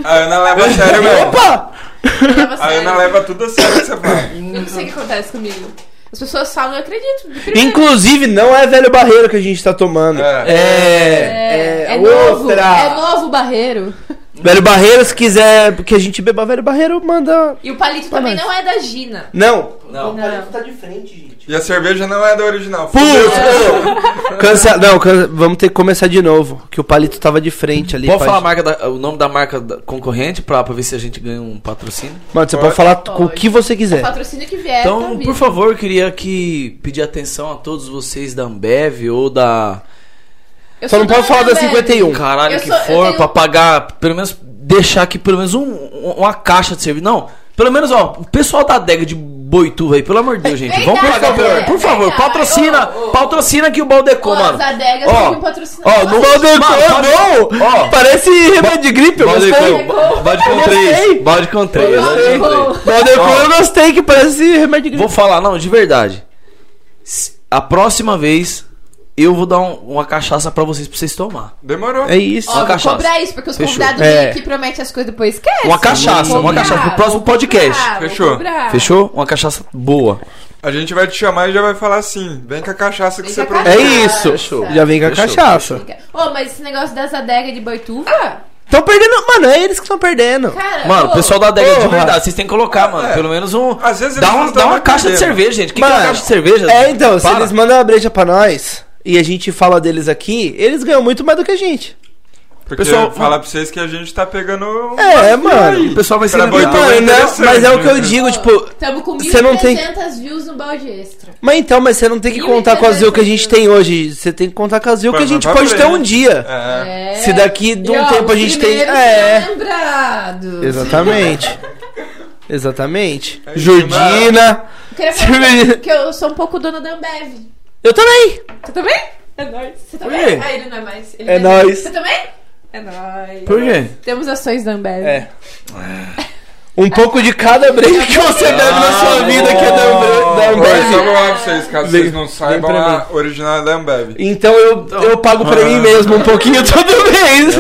[SPEAKER 4] A Ana leva a sério mesmo.
[SPEAKER 3] Opa!
[SPEAKER 2] levo a
[SPEAKER 4] A
[SPEAKER 2] sério.
[SPEAKER 4] Ana leva tudo a sério que você fala.
[SPEAKER 2] Eu não sei o que acontece comigo. As pessoas falam, eu acredito. de primeira.
[SPEAKER 3] Inclusive, não é velho barreiro que a gente tá tomando.
[SPEAKER 4] É.
[SPEAKER 3] É.
[SPEAKER 2] É,
[SPEAKER 3] É
[SPEAKER 2] é novo.
[SPEAKER 3] outra.
[SPEAKER 2] É novo o barreiro.
[SPEAKER 3] Velho barreiro, se quiser que a gente beba velho barreiro, manda.
[SPEAKER 2] E o palito também
[SPEAKER 3] nós.
[SPEAKER 2] não é da Gina.
[SPEAKER 3] Não,
[SPEAKER 5] Não.
[SPEAKER 2] Não.
[SPEAKER 4] E a cerveja não é da original. Fudeu.
[SPEAKER 3] Putz! Cancela. Não, canse- vamos ter que começar de novo. Que o palito tava de frente ali.
[SPEAKER 5] Pode
[SPEAKER 3] pai.
[SPEAKER 5] falar a marca da- o nome da marca da- concorrente pra, pra ver se a gente ganha um patrocínio?
[SPEAKER 3] Mano, você pode,
[SPEAKER 4] Pode.
[SPEAKER 3] falar com o
[SPEAKER 2] Pode.
[SPEAKER 3] que você quiser.
[SPEAKER 2] Patrocínio que vier. tá
[SPEAKER 5] Então,
[SPEAKER 2] vindo.
[SPEAKER 5] por favor, eu queria que pedir atenção a todos vocês da Ambev ou da.
[SPEAKER 2] Eu
[SPEAKER 3] Só
[SPEAKER 2] sou
[SPEAKER 3] não
[SPEAKER 2] dona
[SPEAKER 3] pode falar da
[SPEAKER 2] Beth.
[SPEAKER 3] 51.
[SPEAKER 5] Caralho,
[SPEAKER 2] Eu
[SPEAKER 5] que
[SPEAKER 2] sou- eu
[SPEAKER 5] for,
[SPEAKER 2] tenho-
[SPEAKER 5] pra pagar, pelo menos, deixar aqui pelo menos um- um- uma caixa de serviço. Não, pelo menos, ó, o pessoal da adega de Boituva aí, pelo amor de Deus, gente.
[SPEAKER 2] Verdade,
[SPEAKER 5] Vamos pagar,
[SPEAKER 2] é,
[SPEAKER 5] pelo- por favor,
[SPEAKER 2] verdade.
[SPEAKER 5] patrocina,
[SPEAKER 2] Ô, ô.
[SPEAKER 5] patrocina aqui o Baldecon,
[SPEAKER 2] Ô,
[SPEAKER 5] mano.
[SPEAKER 2] as adegas
[SPEAKER 5] Ó,
[SPEAKER 2] têm que patrocinar.
[SPEAKER 5] Ó,
[SPEAKER 3] Não
[SPEAKER 5] não
[SPEAKER 3] Baldecon,
[SPEAKER 5] Mano,
[SPEAKER 3] não!
[SPEAKER 5] Ó,
[SPEAKER 3] Parece remédio de gripe, eu gostei.
[SPEAKER 5] Baldecon, Baldecon 3, Baldecon 3, Baldecon 3.
[SPEAKER 3] Baldecon
[SPEAKER 5] Ó.
[SPEAKER 3] eu gostei, que parece remédio de gripe.
[SPEAKER 5] Vou falar, não, de verdade. S- A próxima vez eu vou dar um- uma cachaça pra vocês, pra vocês tomar.
[SPEAKER 4] Demorou.
[SPEAKER 3] É isso.
[SPEAKER 5] Ó,
[SPEAKER 2] Ó, vou
[SPEAKER 5] cachaça.
[SPEAKER 2] cobrar isso, porque os
[SPEAKER 5] Fechou.
[SPEAKER 2] convidados
[SPEAKER 3] É.
[SPEAKER 2] que prometem as coisas depois esquecem.
[SPEAKER 5] Uma cachaça,
[SPEAKER 2] Vou
[SPEAKER 5] uma cachaça pro próximo
[SPEAKER 2] vou cobrar,
[SPEAKER 5] podcast.
[SPEAKER 2] vou
[SPEAKER 4] Fechou.
[SPEAKER 3] Ah.
[SPEAKER 2] cobrar.
[SPEAKER 5] Fechou? Uma cachaça boa.
[SPEAKER 4] A gente vai te chamar e já vai falar assim: vem com a cachaça que
[SPEAKER 2] Vem
[SPEAKER 4] você
[SPEAKER 2] com a
[SPEAKER 4] prometeu.
[SPEAKER 3] É
[SPEAKER 2] cachaça.
[SPEAKER 3] isso.
[SPEAKER 5] Fechou.
[SPEAKER 3] Já vem com a
[SPEAKER 5] Fechou,
[SPEAKER 3] cachaça.
[SPEAKER 2] Ô, mas esse negócio das adegas de boituva,
[SPEAKER 3] Estão perdendo. Mano, é eles que estão perdendo.
[SPEAKER 2] cara.
[SPEAKER 5] Mano, o
[SPEAKER 2] ô,
[SPEAKER 5] pessoal da adega é de
[SPEAKER 3] porra.
[SPEAKER 5] verdade, vocês têm que colocar, mano.
[SPEAKER 4] É.
[SPEAKER 5] Pelo menos um.
[SPEAKER 4] Às vezes eles
[SPEAKER 5] dá,
[SPEAKER 4] não
[SPEAKER 5] uma,
[SPEAKER 4] tão
[SPEAKER 5] dá uma
[SPEAKER 4] entendendo.
[SPEAKER 5] caixa de cerveja, gente. O que, que é uma
[SPEAKER 3] Mano,
[SPEAKER 5] caixa de cerveja?
[SPEAKER 3] É, então, se
[SPEAKER 5] Para.
[SPEAKER 3] eles mandam uma breja pra nós e a gente fala deles aqui, eles ganham muito mais do que a gente.
[SPEAKER 4] Porque
[SPEAKER 5] Pessoal,
[SPEAKER 4] falar pra vocês que a gente tá pegando. um-
[SPEAKER 3] É,
[SPEAKER 5] O
[SPEAKER 3] mano.
[SPEAKER 5] pessoal vai ser
[SPEAKER 4] Pra
[SPEAKER 5] lembrado.
[SPEAKER 3] Mano,
[SPEAKER 4] Então, boitar. é
[SPEAKER 3] né?
[SPEAKER 4] interessante,
[SPEAKER 3] Mas é o que eu
[SPEAKER 4] né?
[SPEAKER 3] digo, tipo.
[SPEAKER 2] Tamo com
[SPEAKER 3] Você não tem-
[SPEAKER 2] 1.300 views no balde extra.
[SPEAKER 3] Mas então, mas você não tem que
[SPEAKER 2] E o
[SPEAKER 3] contar com as views que a gente
[SPEAKER 2] interessante-
[SPEAKER 3] tem hoje. Você tem que contar com as views que a
[SPEAKER 4] Mas
[SPEAKER 3] gente
[SPEAKER 4] vai
[SPEAKER 3] pode
[SPEAKER 4] pra
[SPEAKER 3] ter
[SPEAKER 4] frente.
[SPEAKER 3] um dia.
[SPEAKER 4] É.
[SPEAKER 2] É.
[SPEAKER 3] Se daqui de um
[SPEAKER 2] E, ó,
[SPEAKER 3] tempo a
[SPEAKER 2] os
[SPEAKER 3] gente tem.
[SPEAKER 2] primeiros
[SPEAKER 3] É.
[SPEAKER 2] serão lembrados.
[SPEAKER 3] Exatamente. Exatamente.
[SPEAKER 4] É isso,
[SPEAKER 3] Jordina.
[SPEAKER 2] Eu queria falar que eu sou um pouco dona da Ambev.
[SPEAKER 3] Eu também.
[SPEAKER 2] Você também? É nóis. Você
[SPEAKER 5] Por quê?
[SPEAKER 2] também? Ah, ele não é mais. Ele
[SPEAKER 3] É
[SPEAKER 2] não mais.
[SPEAKER 3] nóis.
[SPEAKER 2] Você também? É nóis.
[SPEAKER 5] Por quê?
[SPEAKER 2] Temos ações da Ambev.
[SPEAKER 3] É. Um pouco de cada breja que você
[SPEAKER 5] Ah,
[SPEAKER 3] bebe na sua vida que é da Ambe- da
[SPEAKER 4] Oi, só
[SPEAKER 5] tá
[SPEAKER 3] Ambev.
[SPEAKER 4] vou falar pra vocês, caso
[SPEAKER 3] Vem-
[SPEAKER 4] vocês não saibam,
[SPEAKER 3] vem pra
[SPEAKER 4] a original é da Ambev.
[SPEAKER 3] Então eu, eu pago pra
[SPEAKER 5] Ah.
[SPEAKER 3] mim mesmo um pouquinho todo mês.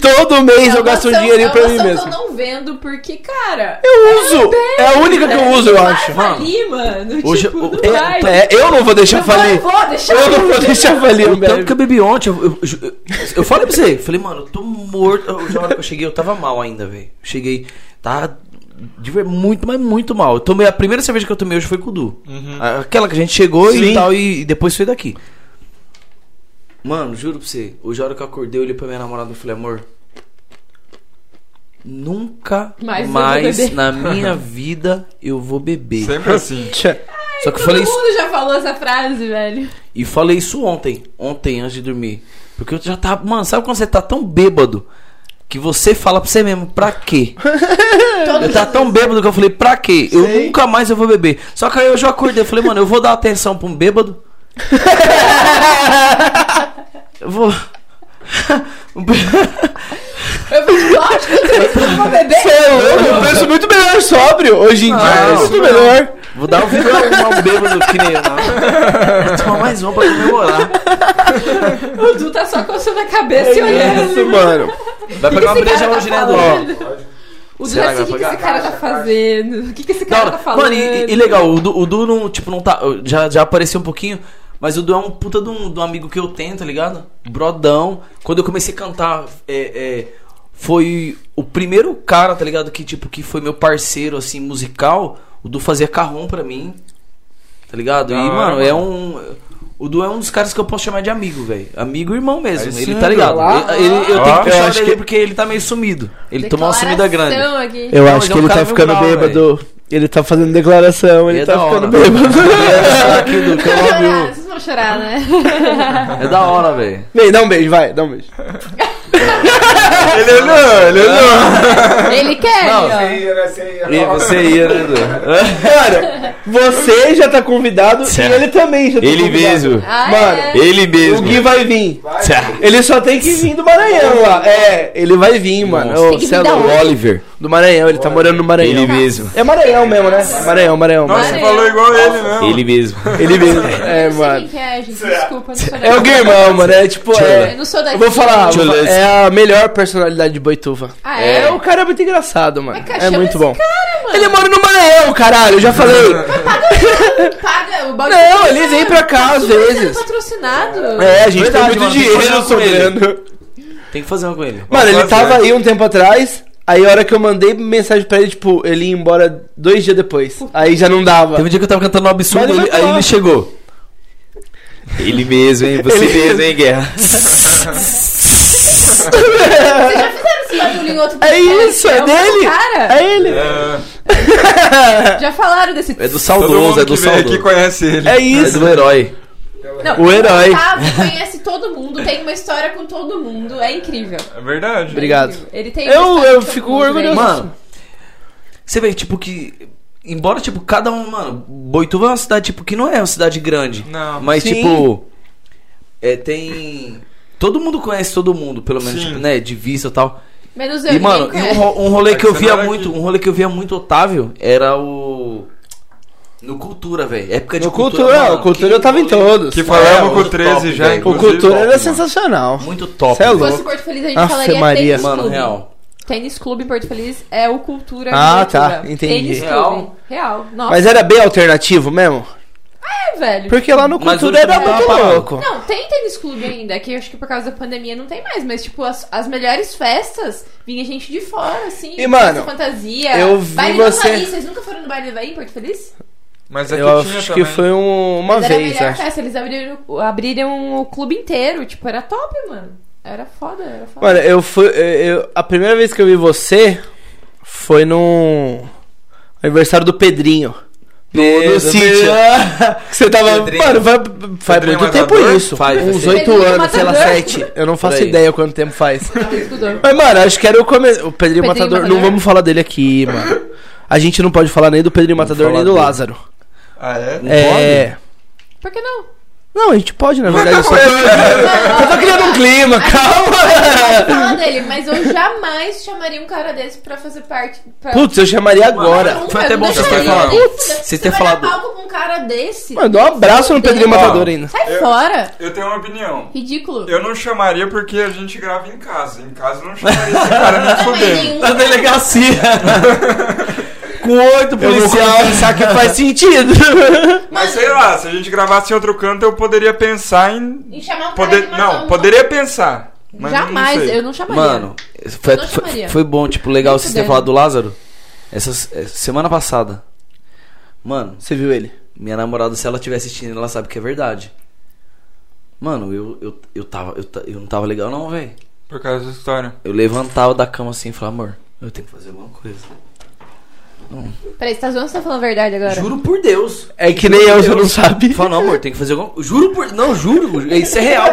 [SPEAKER 3] todo mês eu gasto um
[SPEAKER 2] ação-
[SPEAKER 3] dinheirinho pra
[SPEAKER 2] uma
[SPEAKER 3] mim
[SPEAKER 2] ação
[SPEAKER 3] mesmo.
[SPEAKER 2] que eu não vendo porque, cara.
[SPEAKER 3] Eu uso. É a única que eu uso, eu acho.
[SPEAKER 2] Vai falir, mano.
[SPEAKER 5] Hoje-
[SPEAKER 2] tipo,
[SPEAKER 5] o-
[SPEAKER 2] não
[SPEAKER 5] é-
[SPEAKER 2] vai.
[SPEAKER 3] É, eu não vou deixar
[SPEAKER 2] eu vou,
[SPEAKER 3] falir.
[SPEAKER 2] eu vou deixar.
[SPEAKER 3] Eu não vou deixar falir,
[SPEAKER 5] O tanto
[SPEAKER 3] Ambev.
[SPEAKER 5] Então, que eu bebi ontem, eu, eu, eu- eu falei pra você, eu falei, mano, eu tô morto. Eu- Na hora que eu cheguei, eu tava mal ainda, velho. Cheguei, tava de ver- muito, mas muito mal. Eu tomei, a primeira cerveja que eu tomei hoje foi com o Du. Aquela que a gente chegou e
[SPEAKER 3] Sim.
[SPEAKER 5] tal, e, e depois foi daqui. Mano, juro pra você, hoje a hora que eu acordei, eu olhei pra minha namorada e falei, amor. Nunca
[SPEAKER 2] Mais eu
[SPEAKER 5] mais,
[SPEAKER 2] vou beber."
[SPEAKER 5] na minha vida eu vou beber.
[SPEAKER 4] Sempre assim.
[SPEAKER 3] Tchê.
[SPEAKER 5] Só que
[SPEAKER 2] Todo
[SPEAKER 5] eu falei isso.
[SPEAKER 2] mundo já falou essa frase, velho.
[SPEAKER 5] E falei isso ontem, ontem antes de dormir. Porque eu já tava. Mano, sabe quando você tá tão bêbado que você fala pra você mesmo, pra quê?
[SPEAKER 2] Todo
[SPEAKER 5] Eu tava tão bêbado que eu falei, pra quê? Eu
[SPEAKER 3] Sei.
[SPEAKER 5] nunca mais eu vou beber. Só que aí eu já acordei, eu falei, mano, eu vou dar atenção pra um bêbado. eu vou.
[SPEAKER 2] Eu falei, lógico que eu preciso pra beber.
[SPEAKER 3] Cê é louco, Eu penso muito melhor sóbrio hoje em dia.
[SPEAKER 5] não,
[SPEAKER 3] é muito
[SPEAKER 5] não.
[SPEAKER 3] melhor.
[SPEAKER 5] vou dar um, vou arrumar um bêbado que nem eu. não. Vou tomar mais um pra comemorar.
[SPEAKER 2] O Du tá só coçando a cabeça
[SPEAKER 3] É,
[SPEAKER 2] e olhando.
[SPEAKER 3] Isso, mano.
[SPEAKER 5] Vai pegar uma
[SPEAKER 2] esse
[SPEAKER 5] breja
[SPEAKER 2] cara tá
[SPEAKER 5] hoje, né, Dó?
[SPEAKER 2] falando? O Du
[SPEAKER 5] Será
[SPEAKER 2] já
[SPEAKER 5] que
[SPEAKER 2] sabe o que
[SPEAKER 5] vai
[SPEAKER 2] que
[SPEAKER 5] pagar?
[SPEAKER 2] esse cara tá fazendo. O que que esse
[SPEAKER 5] Da
[SPEAKER 2] cara
[SPEAKER 5] hora.
[SPEAKER 2] tá falando.
[SPEAKER 5] Mano, e, e- e legal, o Du, o Du não, tipo, não tá. Já, já apareceu um pouquinho, mas o Du é um puta de um, de um amigo que eu tenho, tá ligado? Brodão. Quando eu comecei a cantar, é, é, foi o primeiro cara, tá ligado? Que, tipo, que foi meu parceiro, assim, musical. O Du fazia carrom pra mim. Tá ligado? E,
[SPEAKER 4] Da hora,
[SPEAKER 5] mano, é
[SPEAKER 4] mano.
[SPEAKER 5] um. O Du é um dos caras que eu posso chamar de amigo, velho. Amigo e irmão mesmo.
[SPEAKER 3] Aí
[SPEAKER 5] ele
[SPEAKER 3] sim,
[SPEAKER 5] tá ligado?
[SPEAKER 3] lá. Ah,
[SPEAKER 5] Ele- ele- eu
[SPEAKER 4] Ó.
[SPEAKER 5] tenho que
[SPEAKER 4] Eu
[SPEAKER 5] puxar
[SPEAKER 3] acho
[SPEAKER 5] ele
[SPEAKER 3] que-
[SPEAKER 5] porque ele tá meio sumido. Ele tomou uma
[SPEAKER 2] Declaração
[SPEAKER 5] sumida grande.
[SPEAKER 2] Aqui.
[SPEAKER 3] Eu
[SPEAKER 5] Não,
[SPEAKER 3] acho
[SPEAKER 5] ele
[SPEAKER 3] que
[SPEAKER 5] é um
[SPEAKER 3] ele
[SPEAKER 5] cara
[SPEAKER 3] tá ficando
[SPEAKER 5] humildão,
[SPEAKER 3] bêbado. Ele tá fazendo declaração, ele
[SPEAKER 5] E é
[SPEAKER 3] tá
[SPEAKER 5] da
[SPEAKER 3] ficando
[SPEAKER 5] hora.
[SPEAKER 3] bêbado.
[SPEAKER 5] Aqui, Du, que é um amigo.
[SPEAKER 2] Chorar, Vocês vão chorar, né?
[SPEAKER 5] É da hora, velho.
[SPEAKER 3] Vem, dá um beijo, vai, dá um beijo.
[SPEAKER 4] Ele olhou, ele olhou.
[SPEAKER 2] Ele quer,
[SPEAKER 5] Não,
[SPEAKER 2] ó.
[SPEAKER 5] E você ia, né, Du?
[SPEAKER 3] Cara, você já tá convidado
[SPEAKER 5] Certo.
[SPEAKER 3] e ele também já tá
[SPEAKER 5] Ele
[SPEAKER 3] convidado.
[SPEAKER 5] mesmo.
[SPEAKER 2] Ah,
[SPEAKER 3] Mano,
[SPEAKER 2] é.
[SPEAKER 5] Ele
[SPEAKER 3] O Gui vai vir.
[SPEAKER 5] Certo.
[SPEAKER 3] Ele só tem que vir do Maranhão lá. É, ele vai vir, mano.
[SPEAKER 5] Nossa.
[SPEAKER 3] Ô,
[SPEAKER 2] Tem que
[SPEAKER 3] cê
[SPEAKER 2] vir
[SPEAKER 3] é
[SPEAKER 2] da
[SPEAKER 3] louco.
[SPEAKER 2] onde?
[SPEAKER 5] Oliver.
[SPEAKER 3] Do Maranhão, ele tá morando no Maranhão.
[SPEAKER 5] Ele mesmo.
[SPEAKER 3] É Maranhão mesmo, né? Maranhão, Maranhão.
[SPEAKER 4] Nossa,
[SPEAKER 3] Maranhão.
[SPEAKER 4] falou igual ele mesmo.
[SPEAKER 3] Ele
[SPEAKER 5] Ele mesmo.
[SPEAKER 3] mesmo. É,
[SPEAKER 2] eu não sei
[SPEAKER 3] mano.
[SPEAKER 2] quem que é, gente. Desculpa, eu não sou daqui.
[SPEAKER 3] É o Guirmão, mano. É tipo,
[SPEAKER 2] Eu
[SPEAKER 3] é.
[SPEAKER 2] não sou daqui.
[SPEAKER 3] Eu vou falar,
[SPEAKER 5] Deixa eu
[SPEAKER 3] vou
[SPEAKER 5] ler
[SPEAKER 3] falar, é a melhor personalidade de Boituva.
[SPEAKER 2] Ah, é?
[SPEAKER 3] O cara é muito engraçado, mano.
[SPEAKER 2] Mas cara,
[SPEAKER 3] É
[SPEAKER 2] chama
[SPEAKER 3] muito
[SPEAKER 2] esse
[SPEAKER 3] bom.
[SPEAKER 2] Cara, mano.
[SPEAKER 3] Ele é mora no Maranhão, caralho, eu já falei.
[SPEAKER 2] paga o bagulho.
[SPEAKER 3] Não, ele vem pra cá às
[SPEAKER 2] Super sendo
[SPEAKER 3] vezes.
[SPEAKER 2] patrocinado.
[SPEAKER 3] É, a gente
[SPEAKER 5] Verdade,
[SPEAKER 3] tem muito
[SPEAKER 5] mano, tem que
[SPEAKER 3] dinheiro
[SPEAKER 5] fazer uma com
[SPEAKER 3] sobrando.
[SPEAKER 5] Tem que fazer uma com ele.
[SPEAKER 3] Mano, ele
[SPEAKER 4] fazer.
[SPEAKER 3] tava aí um tempo atrás. Aí a hora que eu mandei mensagem pra ele, tipo, ele ia embora dois dias depois. Aí já não dava.
[SPEAKER 5] Teve um dia que eu tava cantando um absurdo,
[SPEAKER 3] Mas ele
[SPEAKER 5] ele-
[SPEAKER 3] vai
[SPEAKER 5] aí
[SPEAKER 3] falar.
[SPEAKER 5] ele chegou. Ele mesmo, hein? Você mesmo, hein, Guerra?
[SPEAKER 2] Vocês já fizeram esse bagulho em outro
[SPEAKER 3] É
[SPEAKER 2] podcast,
[SPEAKER 3] isso,
[SPEAKER 2] né?
[SPEAKER 3] é
[SPEAKER 2] O
[SPEAKER 3] dele!
[SPEAKER 2] Cara,
[SPEAKER 3] É ele!
[SPEAKER 4] É,
[SPEAKER 2] já falaram desse...
[SPEAKER 5] É do
[SPEAKER 4] todo
[SPEAKER 5] saudoso,
[SPEAKER 4] mundo
[SPEAKER 5] é do
[SPEAKER 4] que vem aqui
[SPEAKER 5] saudoso.
[SPEAKER 4] conhece ele.
[SPEAKER 3] É
[SPEAKER 5] É
[SPEAKER 3] isso!
[SPEAKER 5] do herói.
[SPEAKER 2] Não,
[SPEAKER 3] O herói.
[SPEAKER 2] Otávio conhece todo mundo, tem uma história com todo mundo. É incrível.
[SPEAKER 4] É verdade.
[SPEAKER 3] Obrigado.
[SPEAKER 2] Ele tem uma
[SPEAKER 3] Eu,
[SPEAKER 2] história
[SPEAKER 3] eu
[SPEAKER 2] com todo
[SPEAKER 3] fico
[SPEAKER 2] mundo,
[SPEAKER 3] orgulhoso.
[SPEAKER 2] velho.
[SPEAKER 5] Mano, você vê, tipo, que Embora, tipo, cada um, mano, Boituva é uma cidade, tipo, que não é uma cidade grande.
[SPEAKER 4] Não.
[SPEAKER 5] Mas,
[SPEAKER 3] Sim.
[SPEAKER 5] tipo, é, tem. Todo mundo conhece todo mundo, pelo menos,
[SPEAKER 4] Sim.
[SPEAKER 5] tipo, né? De vista e tal.
[SPEAKER 2] Menos eu,
[SPEAKER 5] E, mano,
[SPEAKER 2] ninguém
[SPEAKER 5] e um,
[SPEAKER 2] conhece.
[SPEAKER 5] ro- um rolê que eu
[SPEAKER 4] Mas você
[SPEAKER 5] via
[SPEAKER 4] não era
[SPEAKER 5] muito,
[SPEAKER 4] aqui.
[SPEAKER 5] um rolê que eu via muito Otávio era o. No Cultura, velho. Época é de
[SPEAKER 3] No Cultura,
[SPEAKER 5] mano,
[SPEAKER 3] o Cultura
[SPEAKER 5] que
[SPEAKER 3] eu tava em
[SPEAKER 5] rolê
[SPEAKER 3] todos.
[SPEAKER 4] Que falamos
[SPEAKER 5] É,
[SPEAKER 4] com o
[SPEAKER 5] hoje
[SPEAKER 4] 13
[SPEAKER 5] top,
[SPEAKER 4] já,
[SPEAKER 5] velho.
[SPEAKER 3] O
[SPEAKER 4] inclusive. é
[SPEAKER 3] Cultura
[SPEAKER 5] top,
[SPEAKER 3] era
[SPEAKER 5] mano.
[SPEAKER 3] sensacional.
[SPEAKER 5] Muito top.
[SPEAKER 3] Cê é
[SPEAKER 2] Se
[SPEAKER 3] louco.
[SPEAKER 2] fosse Porto Feliz, a gente
[SPEAKER 3] Afe
[SPEAKER 2] falaria
[SPEAKER 3] Maria.
[SPEAKER 2] tênis
[SPEAKER 5] Mano,
[SPEAKER 2] clube.
[SPEAKER 5] real.
[SPEAKER 2] Tênis clube em Porto Feliz é o cultura
[SPEAKER 3] Ah,
[SPEAKER 2] arquitetura.
[SPEAKER 3] tá, entendi.
[SPEAKER 2] Tênis
[SPEAKER 5] Real.
[SPEAKER 2] clube. Real. Nossa,
[SPEAKER 3] Mas era bem alternativo mesmo?
[SPEAKER 2] é, velho.
[SPEAKER 3] Porque lá no
[SPEAKER 5] Mas
[SPEAKER 3] Cultura
[SPEAKER 5] hoje
[SPEAKER 3] era
[SPEAKER 5] não dá
[SPEAKER 3] muito
[SPEAKER 5] pra-
[SPEAKER 3] louco.
[SPEAKER 2] Não, tem tênis clube ainda, que eu acho que por causa da pandemia não tem mais, mas tipo, as, as melhores festas vinha gente de fora, assim.
[SPEAKER 3] E, mano,
[SPEAKER 2] festa fantasia.
[SPEAKER 3] eu vi
[SPEAKER 2] baile
[SPEAKER 3] você-
[SPEAKER 2] do Havaí, vocês nunca foram no baile do Havaí em Porto Feliz?
[SPEAKER 4] Mas aqui
[SPEAKER 3] Eu
[SPEAKER 4] tinha
[SPEAKER 3] acho que
[SPEAKER 4] também.
[SPEAKER 3] foi um- uma
[SPEAKER 2] Mas era a
[SPEAKER 3] vez,
[SPEAKER 2] melhor
[SPEAKER 3] acho.
[SPEAKER 2] festa, eles abriram, abriram o clube inteiro, tipo, era top, mano. Era foda, era foda.
[SPEAKER 3] Mano, eu fui. eu- eu- a primeira vez que eu vi você foi no aniversário do Pedrinho.
[SPEAKER 5] Pedro,
[SPEAKER 3] sítio.
[SPEAKER 5] Pedro.
[SPEAKER 3] Que você tava.
[SPEAKER 5] Pedrinho.
[SPEAKER 3] Mano, vai- faz
[SPEAKER 4] Pedrinho
[SPEAKER 3] muito tempo
[SPEAKER 4] Matador?
[SPEAKER 3] isso.
[SPEAKER 5] Faz, faz
[SPEAKER 3] Uns
[SPEAKER 5] tempo.
[SPEAKER 3] oito
[SPEAKER 2] Pedrinho
[SPEAKER 3] anos, sei lá,
[SPEAKER 2] Matador.
[SPEAKER 3] sete. Eu não faço
[SPEAKER 5] Por aí.
[SPEAKER 3] ideia quanto tempo faz.
[SPEAKER 2] Estudou.
[SPEAKER 3] Mas, mano, acho que era o começo. O Pedrinho,
[SPEAKER 2] Pedrinho
[SPEAKER 3] Matador, Não
[SPEAKER 2] Matador?
[SPEAKER 3] vamos falar dele aqui, mano. A gente não pode falar nem do Pedrinho
[SPEAKER 5] Vamos
[SPEAKER 3] Matador nem
[SPEAKER 5] falar
[SPEAKER 3] do
[SPEAKER 5] dele.
[SPEAKER 3] Lázaro.
[SPEAKER 4] Ah, é?
[SPEAKER 5] Não
[SPEAKER 3] É.
[SPEAKER 2] Por que não?
[SPEAKER 3] Não, a gente pode, na verdade. Eu
[SPEAKER 5] tá
[SPEAKER 3] só,
[SPEAKER 5] é.
[SPEAKER 3] eu tô criando um clima,
[SPEAKER 2] Pode
[SPEAKER 3] calma.
[SPEAKER 2] falar dele, mas eu jamais chamaria um cara desse pra fazer parte. Pra...
[SPEAKER 3] Putz, eu chamaria agora.
[SPEAKER 2] Nunca,
[SPEAKER 5] foi até
[SPEAKER 2] não
[SPEAKER 5] bom vocês
[SPEAKER 2] deixaria.
[SPEAKER 5] terem falado.
[SPEAKER 2] Isso,
[SPEAKER 5] Putz, vocês
[SPEAKER 2] você vai
[SPEAKER 5] terem falado.
[SPEAKER 2] dar palco pra um cara desse.
[SPEAKER 3] Mano, dá um abraço no Pedrinho
[SPEAKER 2] Ó,
[SPEAKER 3] Matador ainda.
[SPEAKER 2] Sai
[SPEAKER 4] Eu-
[SPEAKER 2] fora.
[SPEAKER 4] Eu tenho uma opinião.
[SPEAKER 2] Ridículo.
[SPEAKER 4] Eu não chamaria porque a gente grava em casa. Em casa eu não chamaria esse cara Tá nem fudendo.
[SPEAKER 5] Na delegacia. Com oito policiais.
[SPEAKER 3] pensar que faz sentido.
[SPEAKER 4] Mas sei lá, se a gente gravasse em outro canto, eu poderia pensar em.
[SPEAKER 2] Em chamar um
[SPEAKER 4] Poder...
[SPEAKER 2] cara de matar
[SPEAKER 4] Não,
[SPEAKER 2] um-
[SPEAKER 4] poderia pensar. Mas
[SPEAKER 2] Jamais,
[SPEAKER 4] não sei.
[SPEAKER 2] eu
[SPEAKER 3] Ah,
[SPEAKER 2] não chamaria.
[SPEAKER 5] Mano, foi,
[SPEAKER 2] Não
[SPEAKER 5] foi-
[SPEAKER 2] chamaria.
[SPEAKER 5] foi bom, tipo, legal
[SPEAKER 2] Nem
[SPEAKER 5] vocês terem
[SPEAKER 2] fudendo.
[SPEAKER 5] falado do Lázaro. Essa s- semana passada. Mano,
[SPEAKER 3] Você viu ele?
[SPEAKER 5] minha namorada, se ela estiver assistindo, ela sabe que é verdade. Mano, eu, eu, eu tava. Eu, ta- eu não tava legal, não, velho.
[SPEAKER 4] Por causa dessa história.
[SPEAKER 5] Eu levantava da cama assim e falava, amor, eu tenho que fazer alguma coisa.
[SPEAKER 2] Peraí, você tá zoando ou você tá falando a verdade agora?
[SPEAKER 5] Juro por Deus.
[SPEAKER 3] É que nem eu, você não sabe.
[SPEAKER 5] Fala, não, amor, tem que fazer alguma coisa. Juro por. Não, juro, isso é real.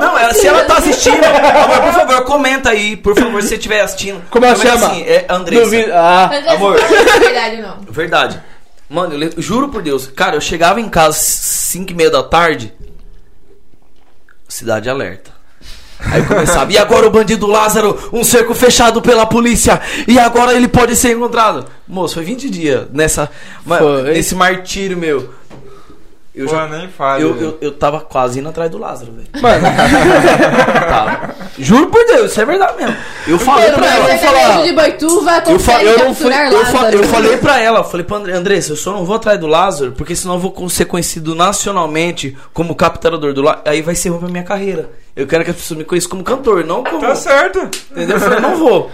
[SPEAKER 5] Não, ela- se ela tá assistindo, amor, por favor, comenta aí. Por favor, se você estiver assistindo.
[SPEAKER 3] Como ela
[SPEAKER 5] Comenta
[SPEAKER 3] chama?
[SPEAKER 5] Assim, é Andressa.
[SPEAKER 3] Duvido. Ah,
[SPEAKER 2] Mas essa
[SPEAKER 5] amor.
[SPEAKER 2] não é a verdade, não.
[SPEAKER 5] Verdade. Mano, eu le- juro por Deus. Cara, eu chegava em casa 5 e meia da tarde. Cidade alerta. Aí começava. e agora o bandido Lázaro, um cerco fechado pela polícia. E agora ele pode ser encontrado. Moço, foi 20 dias nessa, mano,
[SPEAKER 3] Foi.
[SPEAKER 5] nesse martírio meu. Eu,
[SPEAKER 4] Pô,
[SPEAKER 5] já,
[SPEAKER 4] nem falo.
[SPEAKER 5] eu, eu, eu tava quase indo atrás do Lázaro, velho.
[SPEAKER 3] mano.
[SPEAKER 5] Tava. Juro por Deus, isso é verdade mesmo. Eu falei
[SPEAKER 3] Mano,
[SPEAKER 5] pra
[SPEAKER 3] mas
[SPEAKER 5] ela.
[SPEAKER 3] vou
[SPEAKER 2] Você tá
[SPEAKER 3] falar.
[SPEAKER 2] de Boituva,
[SPEAKER 5] Eu, fa-
[SPEAKER 2] consegue
[SPEAKER 5] eu, não fui,
[SPEAKER 2] capturar
[SPEAKER 5] eu, fa-
[SPEAKER 2] Lázaro.
[SPEAKER 5] eu falei pra ela, eu falei pra André, Andressa, eu só não vou atrás do Lázaro, porque senão eu vou con- ser conhecido nacionalmente como captador do Lázaro. Aí vai ser ruim pra minha carreira. Eu quero que as pessoas me conheçam como cantor, não como.
[SPEAKER 4] Tá certo.
[SPEAKER 5] Entendeu? Eu falei, não vou.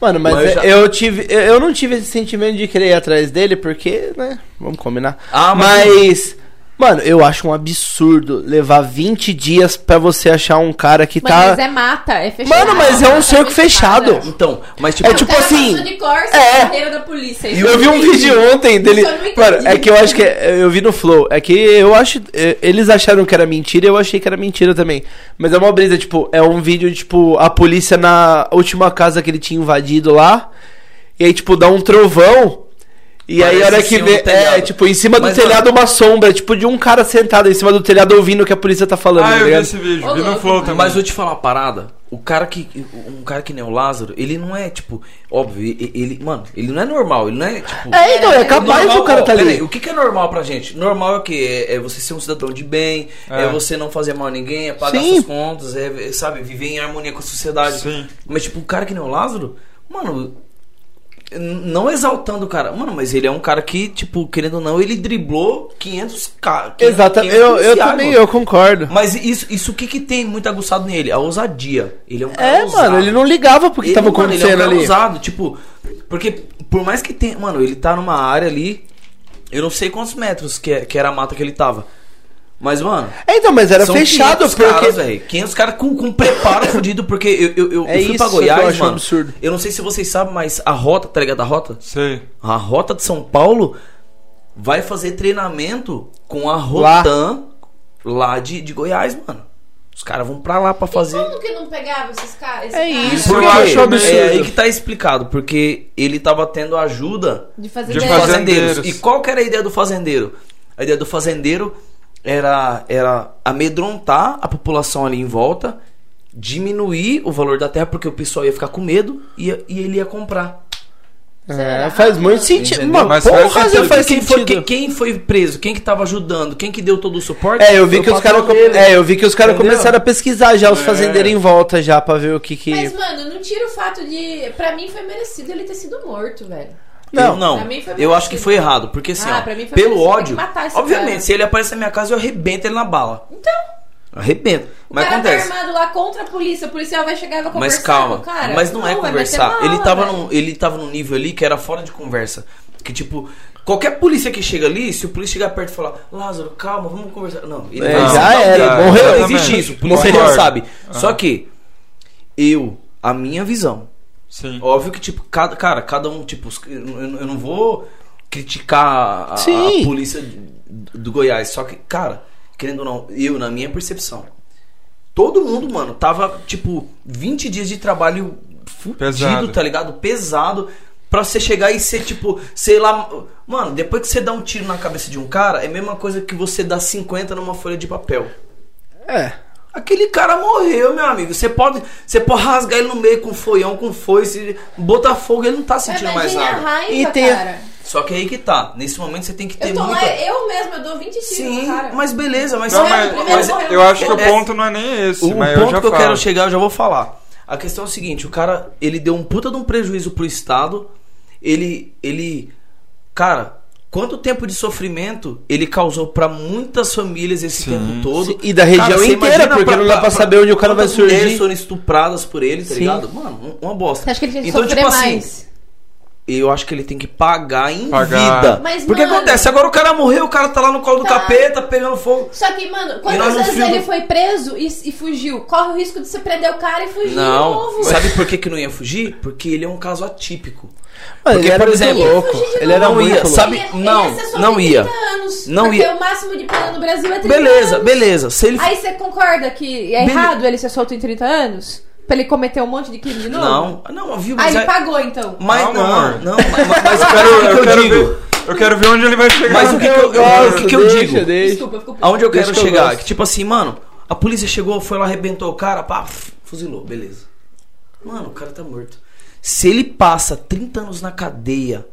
[SPEAKER 3] Mano, mas,
[SPEAKER 5] Mas
[SPEAKER 3] é-
[SPEAKER 5] já-
[SPEAKER 3] eu tive. Eu eu não tive esse sentimento de querer ir atrás dele, porque, né? Vamos combinar.
[SPEAKER 5] Ah, mas-
[SPEAKER 3] mas. Mano, eu acho um absurdo levar 20 dias pra você achar um cara que
[SPEAKER 2] Mano, mas
[SPEAKER 3] tá.
[SPEAKER 2] é mata, é fechado.
[SPEAKER 3] Mano, mas é um
[SPEAKER 2] Mata
[SPEAKER 3] cerco
[SPEAKER 2] fechada.
[SPEAKER 3] fechado.
[SPEAKER 5] Então, mas tipo.
[SPEAKER 3] É
[SPEAKER 2] O
[SPEAKER 3] tipo-
[SPEAKER 2] cara
[SPEAKER 3] assim,
[SPEAKER 2] passou de corsa
[SPEAKER 3] é.
[SPEAKER 2] na carreira da polícia.
[SPEAKER 3] E eu vi um vídeo ontem dele.
[SPEAKER 2] Isso eu não entendi.
[SPEAKER 3] Mano, é que eu acho que. é- Eu vi no Flow. É que eu acho. é, Eles acharam que era mentira e eu achei que era mentira também. Mas é uma brisa, tipo. É um vídeo, tipo. A polícia na última casa que ele tinha invadido lá. E aí, tipo, dá um trovão. E aí, a hora
[SPEAKER 5] Parece
[SPEAKER 3] que
[SPEAKER 5] assim, um
[SPEAKER 3] vê. é,
[SPEAKER 5] telhado.
[SPEAKER 3] tipo, em cima
[SPEAKER 5] Mas,
[SPEAKER 3] do
[SPEAKER 5] mano-
[SPEAKER 3] telhado uma sombra. Tipo, de um cara sentado em cima do telhado ouvindo o que a polícia tá falando.
[SPEAKER 4] Ah,
[SPEAKER 3] tá
[SPEAKER 4] eu vi
[SPEAKER 3] ligado?
[SPEAKER 4] esse vídeo.
[SPEAKER 2] Ô,
[SPEAKER 4] Vi no
[SPEAKER 2] louco,
[SPEAKER 4] Flow também.
[SPEAKER 5] Mas vou te falar uma parada. O cara que. Um cara que nem o Lázaro, ele não é, tipo, óbvio, e- ele. Mano, ele não é normal, ele não é, tipo.
[SPEAKER 3] É, então, é capaz
[SPEAKER 5] Normal-
[SPEAKER 3] do cara
[SPEAKER 5] ó,
[SPEAKER 3] tá
[SPEAKER 5] peraí,
[SPEAKER 3] ali.
[SPEAKER 5] o que, que é normal pra gente? Normal é o quê? É, é você ser um cidadão de bem, é,
[SPEAKER 4] É.
[SPEAKER 5] você não fazer mal a ninguém, é pagar
[SPEAKER 3] Sim.
[SPEAKER 5] suas contas, é, é, sabe, viver em harmonia com a sociedade.
[SPEAKER 4] Sim.
[SPEAKER 5] Mas, tipo, um cara que nem o Lázaro, mano. n- Não exaltando o cara, mano, mas ele é um cara que, tipo, querendo ou não, ele driblou 500 caras. é
[SPEAKER 3] Exatamente. Eu, eu também, eu concordo.
[SPEAKER 5] Mas isso, isso o que que tem muito aguçado nele? A ousadia. Ele é um cara
[SPEAKER 3] É,
[SPEAKER 5] ousado.
[SPEAKER 3] mano, ele não ligava pro que
[SPEAKER 5] Ele,
[SPEAKER 3] tava
[SPEAKER 5] mano, ele
[SPEAKER 3] acontecendo
[SPEAKER 5] é um cara
[SPEAKER 3] ali.
[SPEAKER 5] ousado, tipo, porque por mais que tenha, mano, ele tá numa área ali, eu não sei quantos metros que, é- que era a mata que ele tava. Mas, mano,
[SPEAKER 3] É, então, mas era
[SPEAKER 5] são
[SPEAKER 3] fechado,
[SPEAKER 5] 500
[SPEAKER 3] porque.
[SPEAKER 5] caras, velho. 500 caras com, com preparo fudido, porque eu, eu, eu,
[SPEAKER 3] É
[SPEAKER 5] eu fui pra
[SPEAKER 3] isso que eu
[SPEAKER 5] Goiás,
[SPEAKER 3] acho um
[SPEAKER 5] mano.
[SPEAKER 3] absurdo.
[SPEAKER 5] Eu não sei se vocês sabem, mas a rota, tá ligado? A rota?
[SPEAKER 4] Sei.
[SPEAKER 5] A rota de São Paulo vai fazer treinamento com a
[SPEAKER 3] Lá.
[SPEAKER 5] Rotan lá, de, de Goiás, mano. Os caras vão pra lá pra fazer.
[SPEAKER 2] Como que não pegava esses caras?
[SPEAKER 3] É isso.
[SPEAKER 5] Por
[SPEAKER 3] Eu
[SPEAKER 5] quê?
[SPEAKER 3] acho absurdo.
[SPEAKER 5] É aí que tá explicado, porque ele tava tendo ajuda
[SPEAKER 2] De fazer
[SPEAKER 4] De
[SPEAKER 5] de
[SPEAKER 4] fazer-
[SPEAKER 5] fazendeiros.
[SPEAKER 4] Fazendeiros.
[SPEAKER 5] E qual que era a ideia do fazendeiro? A ideia do fazendeiro era, era amedrontar a população ali em volta, diminuir o valor da terra, porque o pessoal ia ficar com medo e, e ele ia comprar.
[SPEAKER 3] É, faz muito sentido.
[SPEAKER 5] Entendeu?
[SPEAKER 3] Uma
[SPEAKER 4] Mas
[SPEAKER 3] porra,
[SPEAKER 4] faz
[SPEAKER 3] faz,
[SPEAKER 4] sentido.
[SPEAKER 3] faz
[SPEAKER 5] quem,
[SPEAKER 3] sentido.
[SPEAKER 5] foi, quem, quem foi preso? Quem que tava ajudando? Quem que deu todo o suporte?
[SPEAKER 3] É, eu vi
[SPEAKER 5] Foi
[SPEAKER 3] que
[SPEAKER 5] o
[SPEAKER 3] os caras com-
[SPEAKER 5] patroneiro.
[SPEAKER 3] é, eu vi que os caras
[SPEAKER 5] Entendeu?
[SPEAKER 3] começaram a pesquisar já os
[SPEAKER 4] É.
[SPEAKER 3] fazendeiros em volta já pra ver o que que
[SPEAKER 2] Mas, mano, não tira o fato de. Pra mim foi merecido ele ter sido morto, velho.
[SPEAKER 5] Não,
[SPEAKER 3] não.
[SPEAKER 5] eu, não.
[SPEAKER 2] Pra mim foi
[SPEAKER 5] eu acho
[SPEAKER 2] merecido.
[SPEAKER 5] que foi errado, porque assim,
[SPEAKER 2] Ah,
[SPEAKER 5] ó,
[SPEAKER 2] pra mim foi
[SPEAKER 5] pelo
[SPEAKER 2] merecido, tem que
[SPEAKER 5] ódio,
[SPEAKER 2] matar esse
[SPEAKER 5] obviamente,
[SPEAKER 2] cara.
[SPEAKER 5] se ele aparece na minha casa, eu arrebento ele na bala.
[SPEAKER 2] Então.
[SPEAKER 5] Arrebento.
[SPEAKER 2] O
[SPEAKER 5] Mas
[SPEAKER 2] cara
[SPEAKER 5] acontece.
[SPEAKER 2] tá armado lá contra a polícia. O policial vai chegar e vai conversar
[SPEAKER 5] Mas calma,
[SPEAKER 2] com o cara.
[SPEAKER 5] mas não, é
[SPEAKER 2] vai
[SPEAKER 5] conversar.
[SPEAKER 2] meter bala,
[SPEAKER 5] ele, tava
[SPEAKER 2] velho.
[SPEAKER 5] num, ele tava num nível ali que era fora de conversa. Que tipo, qualquer polícia que chega ali, se o polícia chegar perto e falar, Lázaro, calma, vamos conversar. Não, ele
[SPEAKER 3] É,
[SPEAKER 5] vai
[SPEAKER 4] já
[SPEAKER 5] sentar o
[SPEAKER 3] era,
[SPEAKER 5] dedo.
[SPEAKER 3] morreu.
[SPEAKER 5] Não existe
[SPEAKER 4] Exatamente.
[SPEAKER 5] isso, o polícia já
[SPEAKER 4] Concordo.
[SPEAKER 5] sabe.
[SPEAKER 4] Aham.
[SPEAKER 5] Só que, eu, a minha visão,
[SPEAKER 4] Sim.
[SPEAKER 5] Óbvio que, tipo, cada, cara, cada um, tipo, os- eu, eu não vou criticar a, a
[SPEAKER 3] Sim.
[SPEAKER 5] polícia do, do Goiás, só que, cara, querendo ou não, eu, na minha percepção, todo mundo, mano, tava, tipo, 20 dias de trabalho fudido,
[SPEAKER 4] Pesado.
[SPEAKER 5] tá ligado? Pesado. Pra você chegar e ser, tipo, sei lá. Mano, depois que você dá um tiro na cabeça de um cara, é a mesma coisa que você dar 50 numa folha de papel.
[SPEAKER 3] É.
[SPEAKER 5] Aquele cara morreu, meu amigo. Você pode, você pode rasgar ele no meio com foião, com foice, botar fogo, ele não tá
[SPEAKER 2] É, Mas
[SPEAKER 5] sentindo mais
[SPEAKER 2] Imagina a
[SPEAKER 5] nada.
[SPEAKER 2] raiva,
[SPEAKER 3] E tem-
[SPEAKER 2] cara.
[SPEAKER 5] Só que aí que tá. Nesse momento você tem que ter
[SPEAKER 2] Eu tô
[SPEAKER 5] muita.
[SPEAKER 2] lá, eu mesmo, eu dou 20 tiros
[SPEAKER 5] Sim,
[SPEAKER 2] no cara.
[SPEAKER 5] mas beleza, mas,
[SPEAKER 4] Não,
[SPEAKER 2] Mas-
[SPEAKER 4] mas, mas
[SPEAKER 2] mas-
[SPEAKER 4] eu acho que o
[SPEAKER 5] É-
[SPEAKER 4] ponto não é nem esse,
[SPEAKER 5] o
[SPEAKER 4] mas
[SPEAKER 5] ponto
[SPEAKER 4] eu já
[SPEAKER 5] que eu
[SPEAKER 4] falo.
[SPEAKER 5] quero chegar, eu já vou falar. A questão é o seguinte, o cara, ele deu um puta de um prejuízo pro Estado. Ele, ele, cara, quanto tempo de sofrimento ele causou pra muitas famílias esse
[SPEAKER 4] Sim.
[SPEAKER 5] tempo todo?
[SPEAKER 3] Sim, e da região
[SPEAKER 5] você
[SPEAKER 3] inteira,
[SPEAKER 5] imagina
[SPEAKER 3] porque não dá pra saber onde o cara vai
[SPEAKER 5] quantas mulheres
[SPEAKER 3] surgir.
[SPEAKER 5] foram estupradas por ele, tá
[SPEAKER 3] Sim.
[SPEAKER 5] ligado? Mano, um- uma bosta.
[SPEAKER 2] Você acha que ele tinha que
[SPEAKER 5] então,
[SPEAKER 2] sofrer
[SPEAKER 5] tipo assim,
[SPEAKER 2] mais?
[SPEAKER 5] eu acho que ele tem que pagar em
[SPEAKER 4] Pagar.
[SPEAKER 5] vida.
[SPEAKER 2] Mas,
[SPEAKER 5] porque
[SPEAKER 2] mano-
[SPEAKER 5] acontece, agora o cara morreu, o cara tá lá no colo do
[SPEAKER 2] Tá.
[SPEAKER 5] capeta, pegando fogo.
[SPEAKER 2] Só que, mano,
[SPEAKER 5] nós
[SPEAKER 2] quantas
[SPEAKER 5] no
[SPEAKER 2] vezes
[SPEAKER 5] filme-
[SPEAKER 2] ele foi preso e, e fugiu? Corre o risco de você prender o cara e fugir de
[SPEAKER 5] Não,
[SPEAKER 2] novo.
[SPEAKER 5] sabe por que, que não ia fugir? Porque ele é um caso atípico.
[SPEAKER 3] Mano,
[SPEAKER 5] Porque,
[SPEAKER 3] ele era
[SPEAKER 5] por
[SPEAKER 3] muito
[SPEAKER 5] exemplo,
[SPEAKER 3] louco.
[SPEAKER 2] Fugir de
[SPEAKER 3] Ele era
[SPEAKER 5] novo.
[SPEAKER 3] muito
[SPEAKER 5] Não um ia,
[SPEAKER 3] louco.
[SPEAKER 5] sabe?
[SPEAKER 2] Ele-
[SPEAKER 5] não,
[SPEAKER 2] ele ia ser só
[SPEAKER 5] não
[SPEAKER 2] 30
[SPEAKER 5] ia.
[SPEAKER 2] Anos,
[SPEAKER 5] Não
[SPEAKER 2] porque
[SPEAKER 5] ia.
[SPEAKER 2] o máximo de pena no Brasil é 30
[SPEAKER 5] Beleza,
[SPEAKER 2] anos.
[SPEAKER 5] beleza. Se ele.
[SPEAKER 2] Aí você concorda que é
[SPEAKER 5] Bele-
[SPEAKER 2] errado ele ser solto em 30 anos? Pra ele cometer um monte de crime de novo?
[SPEAKER 5] Não, não, viu?
[SPEAKER 2] Ah,
[SPEAKER 5] Mas, é
[SPEAKER 2] ele
[SPEAKER 5] aí-
[SPEAKER 2] pagou então.
[SPEAKER 5] mas
[SPEAKER 4] Calma,
[SPEAKER 5] não,
[SPEAKER 4] amor.
[SPEAKER 5] não, mas, mas
[SPEAKER 4] Eu
[SPEAKER 5] o é que
[SPEAKER 4] quero, eu,
[SPEAKER 5] que eu
[SPEAKER 4] quero
[SPEAKER 5] digo?
[SPEAKER 4] ver, eu quero ver onde ele vai chegar.
[SPEAKER 5] Mas o que é que eu-
[SPEAKER 4] Nossa,
[SPEAKER 5] o que que eu
[SPEAKER 3] deixa,
[SPEAKER 5] digo?
[SPEAKER 3] deixa.
[SPEAKER 2] Desculpa, eu fico puta.
[SPEAKER 5] Aonde eu quero
[SPEAKER 3] Deixa que eu
[SPEAKER 5] chegar?
[SPEAKER 3] gosto.
[SPEAKER 5] que tipo assim, mano, a polícia chegou, foi lá, arrebentou o cara, pá, f- fuzilou, beleza. Mano, o cara tá morto. Se ele passa 30 anos na cadeia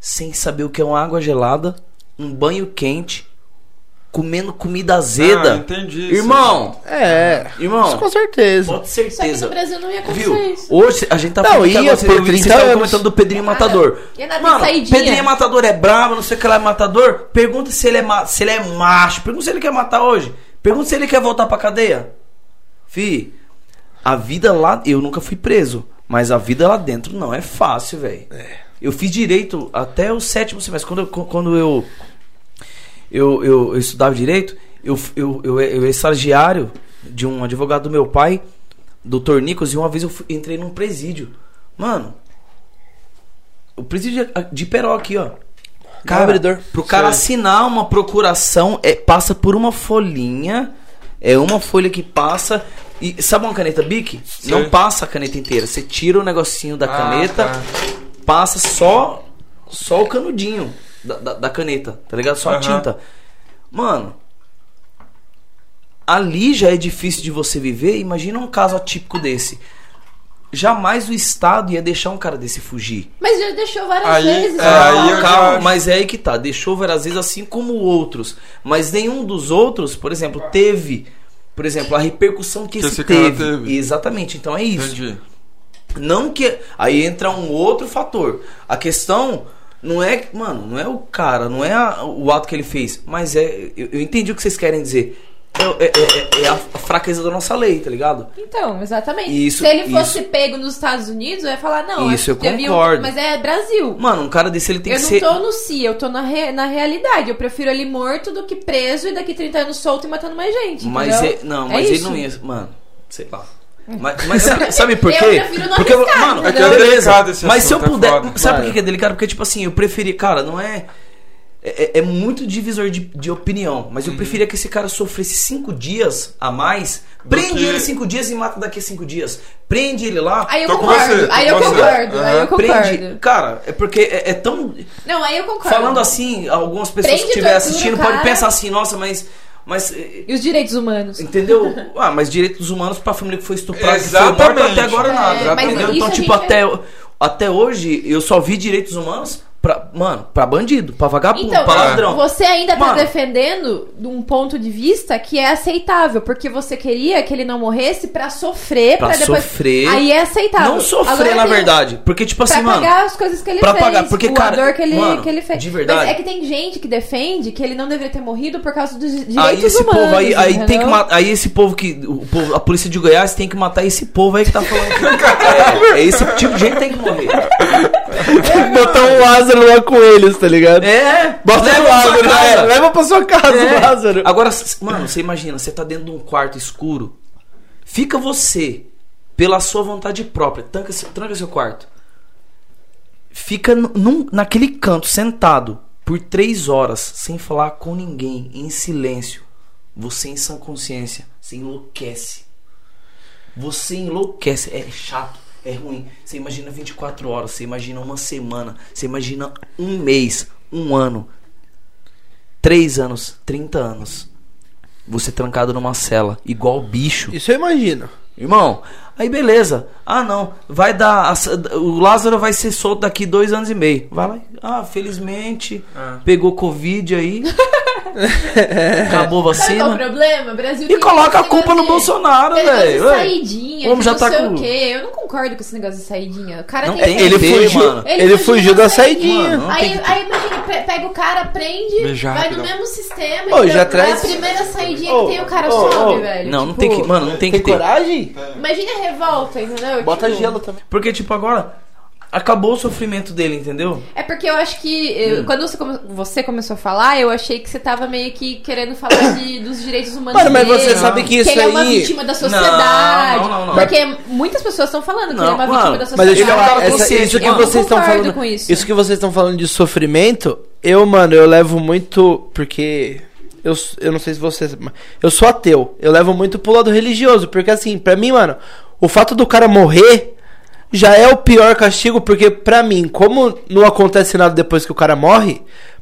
[SPEAKER 5] sem saber o que é uma água gelada, um banho quente, comendo comida azeda.
[SPEAKER 4] Ah, entendi isso.
[SPEAKER 5] Irmão,
[SPEAKER 3] É.
[SPEAKER 5] irmão,
[SPEAKER 3] Isso com certeza.
[SPEAKER 5] pode
[SPEAKER 2] Só que no
[SPEAKER 5] é certeza.
[SPEAKER 2] Brasil não ia acontecer
[SPEAKER 5] Viu?
[SPEAKER 2] isso.
[SPEAKER 5] Hoje a gente tá
[SPEAKER 3] Não,
[SPEAKER 5] falando que
[SPEAKER 3] ia
[SPEAKER 5] agora,
[SPEAKER 3] por
[SPEAKER 5] você- vocês
[SPEAKER 3] 30
[SPEAKER 5] estavam
[SPEAKER 3] anos.
[SPEAKER 5] comentando do Pedrinho é Matador.
[SPEAKER 2] Ia dar
[SPEAKER 5] Mano,
[SPEAKER 2] saidinha.
[SPEAKER 5] Pedrinho Matador é brabo, não sei o que lá é matador. Pergunta se ele é, ma- se ele é macho. Pergunta se ele quer matar hoje. Pergunta se ele quer voltar pra cadeia. Fi, a vida lá. Eu nunca fui preso. Mas a vida lá dentro não é fácil, velho. Eu fiz direito até o sétimo semestre. Quando eu. Quando eu eu, eu, eu estudava direito, eu, eu, eu, eu era estagiário de um advogado do meu pai, doutor Nicos, e uma vez eu fui- entrei num presídio. Mano, o presídio de- de Peró aqui, ó. Cara,
[SPEAKER 3] abridor.
[SPEAKER 5] pro cara
[SPEAKER 4] Sei.
[SPEAKER 5] assinar uma procuração, é, passa por uma folhinha, é uma folha que passa. E sabe uma caneta Bic? Não passa a caneta inteira. Você tira o negocinho da
[SPEAKER 4] Ah,
[SPEAKER 5] caneta,
[SPEAKER 4] tá.
[SPEAKER 5] passa só só o canudinho da, da, da caneta, tá ligado? Só a
[SPEAKER 4] Aham.
[SPEAKER 5] tinta. Mano, ali já é difícil de você viver. Imagina um caso atípico desse. Jamais o Estado ia deixar um cara desse fugir.
[SPEAKER 2] Mas já deixou várias
[SPEAKER 4] Aí-
[SPEAKER 2] vezes. Então,
[SPEAKER 4] é,
[SPEAKER 2] cara.
[SPEAKER 4] aí eu-
[SPEAKER 5] Calma,
[SPEAKER 4] acho-
[SPEAKER 5] mas é aí que tá. Deixou várias vezes assim como outros. Mas nenhum dos outros, por exemplo, teve, por exemplo, a repercussão que,
[SPEAKER 4] Que
[SPEAKER 5] esse
[SPEAKER 4] esse cara
[SPEAKER 5] teve.
[SPEAKER 4] teve.
[SPEAKER 5] Exatamente. Então é isso.
[SPEAKER 4] Entendi.
[SPEAKER 5] Não que. Aí entra um outro fator. A questão não é. Mano, não é o cara, não é a- o ato que ele fez. Mas é. Eu, eu entendi o que vocês querem dizer. É, é- é- é a fraqueza da nossa lei, tá ligado?
[SPEAKER 2] Então, exatamente.
[SPEAKER 5] Isso,
[SPEAKER 2] Se ele fosse
[SPEAKER 5] isso.
[SPEAKER 2] pego nos Estados Unidos, eu ia falar, não,
[SPEAKER 5] Isso,
[SPEAKER 2] acho que
[SPEAKER 5] eu
[SPEAKER 2] devia-
[SPEAKER 5] concordo.
[SPEAKER 2] Mas é Brasil.
[SPEAKER 5] Mano, um cara desse ele tem
[SPEAKER 2] eu
[SPEAKER 5] que
[SPEAKER 2] não
[SPEAKER 5] ser.
[SPEAKER 2] tô no si, eu tô na, re- na realidade. Eu prefiro ele morto do que preso e daqui 30 anos solto e matando mais gente.
[SPEAKER 5] Mas
[SPEAKER 2] entendeu?
[SPEAKER 5] é, não,
[SPEAKER 2] É
[SPEAKER 5] mas ele
[SPEAKER 2] isso.
[SPEAKER 5] não ia. Mano, sei lá. Mas, mas sabe, sabe por
[SPEAKER 2] Eu
[SPEAKER 5] quê?
[SPEAKER 2] prefiro não
[SPEAKER 5] Porque, eu-
[SPEAKER 2] arriscar,
[SPEAKER 5] mano,
[SPEAKER 2] É
[SPEAKER 4] que é
[SPEAKER 5] beleza.
[SPEAKER 4] delicado esse
[SPEAKER 5] mas se eu
[SPEAKER 4] assunto, é
[SPEAKER 5] puder. sabe
[SPEAKER 4] foda.
[SPEAKER 3] Claro.
[SPEAKER 5] por que que é delicado? Porque, tipo assim, eu preferi. Cara, não é. É, é- é muito divisor de, de opinião, mas eu
[SPEAKER 4] Uhum.
[SPEAKER 5] preferia que esse cara sofresse cinco dias a mais. Prende
[SPEAKER 4] que-
[SPEAKER 5] ele cinco dias e mata daqui a cinco dias. Prende ele lá.
[SPEAKER 2] Aí eu
[SPEAKER 4] Tô com
[SPEAKER 2] concordo,
[SPEAKER 4] você, tô
[SPEAKER 2] aí, eu
[SPEAKER 4] com você.
[SPEAKER 2] concordo aí eu
[SPEAKER 4] Aham.
[SPEAKER 2] concordo,
[SPEAKER 5] prende. Cara, é porque é- é tão.
[SPEAKER 2] Não, aí eu concordo.
[SPEAKER 5] Falando assim, algumas pessoas
[SPEAKER 2] Prende,
[SPEAKER 5] que estiver
[SPEAKER 2] tortura o
[SPEAKER 5] assistindo
[SPEAKER 2] cara.
[SPEAKER 5] podem pensar assim, nossa, mas. Mas. eh,
[SPEAKER 2] E os direitos humanos.
[SPEAKER 5] Entendeu? Ah, mas direitos humanos pra família que foi estuprada, que foi
[SPEAKER 4] Exatamente.
[SPEAKER 5] morta, até agora
[SPEAKER 4] É,
[SPEAKER 5] nada.
[SPEAKER 4] mas
[SPEAKER 5] entendeu?
[SPEAKER 2] isso
[SPEAKER 5] Então,
[SPEAKER 2] a
[SPEAKER 5] tipo,
[SPEAKER 2] gente é-
[SPEAKER 5] até, até hoje eu só vi direitos humanos pra. Mano, pra bandido, pra vagabundo,
[SPEAKER 2] Então,
[SPEAKER 5] pra ladrão.
[SPEAKER 2] você ainda tá
[SPEAKER 5] um Mano.
[SPEAKER 2] defendendo de um ponto de vista que é aceitável, porque você queria que ele não morresse pra sofrer, pra,
[SPEAKER 5] Pra
[SPEAKER 2] depois.
[SPEAKER 5] sofrer.
[SPEAKER 2] Aí é aceitável.
[SPEAKER 5] Não sofrer,
[SPEAKER 2] Agora
[SPEAKER 5] na
[SPEAKER 2] tem-
[SPEAKER 5] verdade. Porque, tipo
[SPEAKER 2] Pra
[SPEAKER 5] assim, mano.
[SPEAKER 2] pagar as coisas que ele
[SPEAKER 5] pra
[SPEAKER 2] fez,
[SPEAKER 5] pagar, porque,
[SPEAKER 2] o
[SPEAKER 5] cara,
[SPEAKER 2] dor que ele,
[SPEAKER 5] mano,
[SPEAKER 2] que ele fez.
[SPEAKER 5] de verdade.
[SPEAKER 2] Mas é que tem gente que defende que ele não deveria ter morrido por causa dos direitos
[SPEAKER 5] Aí esse
[SPEAKER 2] humanos.
[SPEAKER 5] povo aí, aí tem que
[SPEAKER 2] entendeu?
[SPEAKER 5] matar. Aí esse povo que. O povo, a polícia de Goiás tem que matar esse povo aí que tá falando. que- é, é esse tipo de gente que tem que morrer.
[SPEAKER 3] Botar um Lázaro lá com eles, tá ligado?
[SPEAKER 5] É! né?
[SPEAKER 3] Bota
[SPEAKER 5] leva
[SPEAKER 3] o
[SPEAKER 5] pra sua
[SPEAKER 3] Lázaro,
[SPEAKER 5] casa.
[SPEAKER 2] né?
[SPEAKER 3] é, leva pra sua casa
[SPEAKER 5] É.
[SPEAKER 3] o um Lázaro.
[SPEAKER 5] Agora, s- mano, você imagina, você tá dentro de um quarto escuro. Fica você, pela sua vontade própria, tranca, seu- tranca seu quarto. Fica nu- num- naquele canto, sentado, por três horas, sem falar com ninguém, em silêncio. Você em sã consciência, você enlouquece. Você enlouquece, é chato, é ruim. Você imagina 24 horas, você imagina uma semana, você imagina um mês, um ano, 3 anos, 30 anos. Você trancado numa cela, igual bicho.
[SPEAKER 3] Isso eu imagino.
[SPEAKER 5] Irmão, aí beleza. Ah, não. Vai dar. a- O Lázaro vai ser solto daqui dois anos e meio. Vai lá. Ah, felizmente.
[SPEAKER 4] Ah.
[SPEAKER 5] Pegou Covid aí. acabou a
[SPEAKER 2] Sabe qual é o
[SPEAKER 5] vacina.
[SPEAKER 2] problema? O Brasil
[SPEAKER 5] assim, né? E
[SPEAKER 2] tem
[SPEAKER 5] coloca
[SPEAKER 2] esse
[SPEAKER 5] a culpa no
[SPEAKER 2] negócio de-
[SPEAKER 5] Bolsonaro,
[SPEAKER 2] tem negócio de
[SPEAKER 5] velho. Ué,
[SPEAKER 2] Saidinha,
[SPEAKER 5] Como
[SPEAKER 2] de
[SPEAKER 5] já
[SPEAKER 2] não
[SPEAKER 5] tá
[SPEAKER 2] sei
[SPEAKER 5] com-
[SPEAKER 2] o quê. Eu não concordo com esse negócio de saidinha. O cara
[SPEAKER 5] Não
[SPEAKER 2] tem.
[SPEAKER 5] tem.
[SPEAKER 3] é, Ele
[SPEAKER 5] Tem,
[SPEAKER 3] fugiu,
[SPEAKER 5] mano.
[SPEAKER 3] ele fugiu da saidinha.
[SPEAKER 5] Mano. não
[SPEAKER 2] Aí,
[SPEAKER 5] tem que-
[SPEAKER 2] aí imagina, pe- pega o cara, prende,
[SPEAKER 4] Mijar,
[SPEAKER 2] vai no
[SPEAKER 4] rapidão.
[SPEAKER 2] mesmo sistema.
[SPEAKER 3] Ô,
[SPEAKER 2] entendeu?
[SPEAKER 3] já traz-
[SPEAKER 2] É a primeira saidinha
[SPEAKER 3] Ô,
[SPEAKER 2] que tem, o cara
[SPEAKER 3] ô,
[SPEAKER 2] sobe,
[SPEAKER 3] ô.
[SPEAKER 2] velho.
[SPEAKER 5] Não, não
[SPEAKER 2] Tipo,
[SPEAKER 5] tem que. Mano, não tem que ter.
[SPEAKER 3] coragem?
[SPEAKER 5] É.
[SPEAKER 2] Imagina a revolta, entendeu?
[SPEAKER 3] Bota
[SPEAKER 2] Tipo,
[SPEAKER 3] gelo também.
[SPEAKER 5] Porque, tipo, agora. Acabou o sofrimento dele, entendeu?
[SPEAKER 2] É porque eu acho que
[SPEAKER 3] Hum.
[SPEAKER 2] eu- quando você, come- você começou a falar, eu achei que você tava meio que querendo falar de- dos direitos humanos.
[SPEAKER 3] Mano, mas
[SPEAKER 2] dele,
[SPEAKER 3] você sabe que isso
[SPEAKER 2] ele é uma
[SPEAKER 3] aí-
[SPEAKER 2] vítima da sociedade.
[SPEAKER 5] Não, não, não, não.
[SPEAKER 2] Porque muitas pessoas estão falando que ele é uma
[SPEAKER 5] Não,
[SPEAKER 2] vítima
[SPEAKER 5] mano,
[SPEAKER 2] da
[SPEAKER 3] Mas
[SPEAKER 2] sociedade.
[SPEAKER 3] deixa eu
[SPEAKER 5] Ele é um
[SPEAKER 3] falar,
[SPEAKER 5] cara
[SPEAKER 3] essa-
[SPEAKER 5] consciente,
[SPEAKER 3] isso que
[SPEAKER 5] mano.
[SPEAKER 3] vocês estão
[SPEAKER 2] Concordo
[SPEAKER 3] falando,
[SPEAKER 2] com isso.
[SPEAKER 3] isso. que vocês estão falando de sofrimento, eu, mano, eu levo muito porque eu, s- eu não sei se vocês, mas eu sou ateu. Eu levo muito pro lado religioso, porque assim, pra mim, mano, o fato do cara morrer já é o pior castigo, porque pra mim, como não acontece nada depois que o cara morre,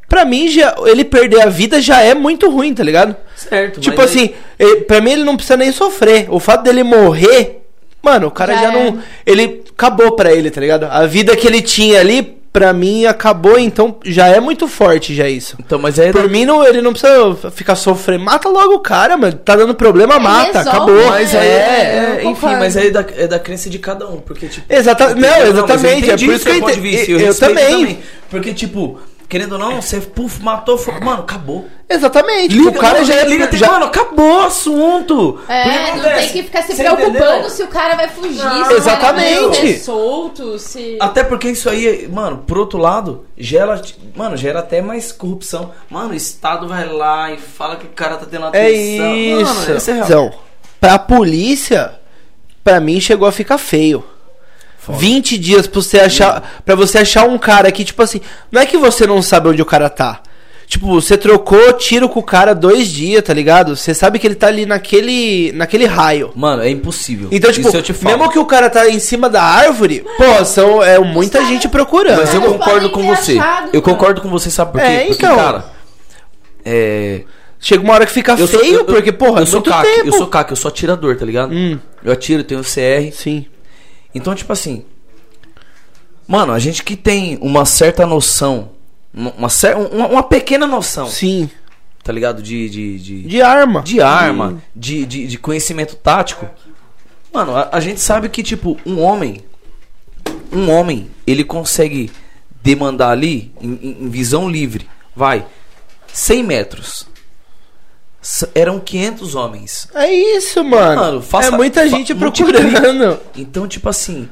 [SPEAKER 3] pra mim já ele perder a vida já é muito ruim, tá ligado?
[SPEAKER 5] Certo.
[SPEAKER 3] Tipo
[SPEAKER 5] mas aí-
[SPEAKER 3] assim, eh, pra mim ele não precisa nem sofrer. O fato dele morrer, mano, o cara
[SPEAKER 2] Já é.
[SPEAKER 3] já, não. Ele acabou pra ele, tá ligado? A vida que ele tinha ali, pra mim, acabou, então já é muito forte já isso.
[SPEAKER 5] Então, mas aí.
[SPEAKER 3] Por mim, não, ele não precisa ficar sofrendo. Mata logo o cara, mano. Tá dando problema, mata.
[SPEAKER 2] resolve,
[SPEAKER 3] acabou.
[SPEAKER 2] né?
[SPEAKER 5] Mas aí,
[SPEAKER 2] É,
[SPEAKER 5] é,
[SPEAKER 2] eu
[SPEAKER 5] enfim,
[SPEAKER 2] concordo.
[SPEAKER 5] mas aí é da, é da crença de cada um, porque tipo...
[SPEAKER 3] Exata- não,
[SPEAKER 5] mas eu
[SPEAKER 3] exatamente, é
[SPEAKER 5] entendi
[SPEAKER 3] por isso que
[SPEAKER 5] seu
[SPEAKER 3] eu
[SPEAKER 5] ponto de
[SPEAKER 3] entendi-
[SPEAKER 5] vista,
[SPEAKER 3] eu
[SPEAKER 5] respeito
[SPEAKER 3] também.
[SPEAKER 5] Porque tipo, querendo ou não, você puf, matou, foi- mano, acabou.
[SPEAKER 3] Exatamente. o cara
[SPEAKER 5] mano,
[SPEAKER 3] já é.
[SPEAKER 5] liga, tem-
[SPEAKER 3] já-
[SPEAKER 5] mano, acabou o assunto. Porque
[SPEAKER 2] É, não tem
[SPEAKER 5] acontece,
[SPEAKER 2] que ficar se
[SPEAKER 5] você
[SPEAKER 2] preocupando
[SPEAKER 5] entendeu?
[SPEAKER 2] se o cara vai fugir,
[SPEAKER 5] Não,
[SPEAKER 2] se o cara vai
[SPEAKER 3] exatamente.
[SPEAKER 2] ser solto, se...
[SPEAKER 5] Até porque isso aí, mano, por outro lado, gera, mano, gera até mais corrupção. Mano, o Estado vai lá e fala que o cara tá tendo atenção.
[SPEAKER 3] É
[SPEAKER 5] Mano,
[SPEAKER 3] isso.
[SPEAKER 5] esse é real.
[SPEAKER 3] Então, pra polícia, pra mim chegou a ficar feio. 20 dias pra você achar, para você achar um cara que tipo assim, não é que você não sabe onde o cara tá. Tipo, você trocou tiro com o cara dois dias, tá ligado? Você sabe que ele tá ali naquele, naquele raio.
[SPEAKER 5] Mano, é impossível.
[SPEAKER 3] Então, tipo,
[SPEAKER 5] isso eu te falo.
[SPEAKER 3] mesmo que o cara tá em cima da árvore, pô, são é muita gente procurando.
[SPEAKER 5] Mas eu
[SPEAKER 2] Eles
[SPEAKER 5] concordo
[SPEAKER 2] podem
[SPEAKER 5] com
[SPEAKER 2] ter
[SPEAKER 5] você.
[SPEAKER 2] achado, cara.
[SPEAKER 5] eu concordo com você, sabe por quê?
[SPEAKER 3] É,
[SPEAKER 5] Porque,
[SPEAKER 3] então.
[SPEAKER 5] cara. É.
[SPEAKER 3] Chega uma hora que fica
[SPEAKER 5] eu sou-
[SPEAKER 3] feio,
[SPEAKER 5] eu- eu-
[SPEAKER 3] porque, porra,
[SPEAKER 5] eu
[SPEAKER 3] é
[SPEAKER 5] sou
[SPEAKER 3] muito
[SPEAKER 5] caque,
[SPEAKER 3] tempo.
[SPEAKER 5] Eu sou caque, eu sou atirador, tá ligado?
[SPEAKER 3] Hum.
[SPEAKER 5] Eu atiro, eu tenho CR.
[SPEAKER 3] Sim.
[SPEAKER 5] Então, tipo assim. Mano, a gente que tem uma certa noção. Uma, uma cer- uma- uma pequena noção,
[SPEAKER 3] Sim.
[SPEAKER 5] tá ligado? De. De, de,
[SPEAKER 3] De arma.
[SPEAKER 5] de arma, de, de, de conhecimento tático. Mano, a, a gente sabe que, tipo, um homem. Um homem, ele consegue demandar ali, em, em- em visão livre, vai, 100 metros. S- eram 500 homens.
[SPEAKER 3] É isso, mano.
[SPEAKER 5] Mano, faça-
[SPEAKER 3] é muita
[SPEAKER 5] fa-
[SPEAKER 3] gente
[SPEAKER 5] multiplica.
[SPEAKER 3] procurando.
[SPEAKER 5] Então, tipo assim,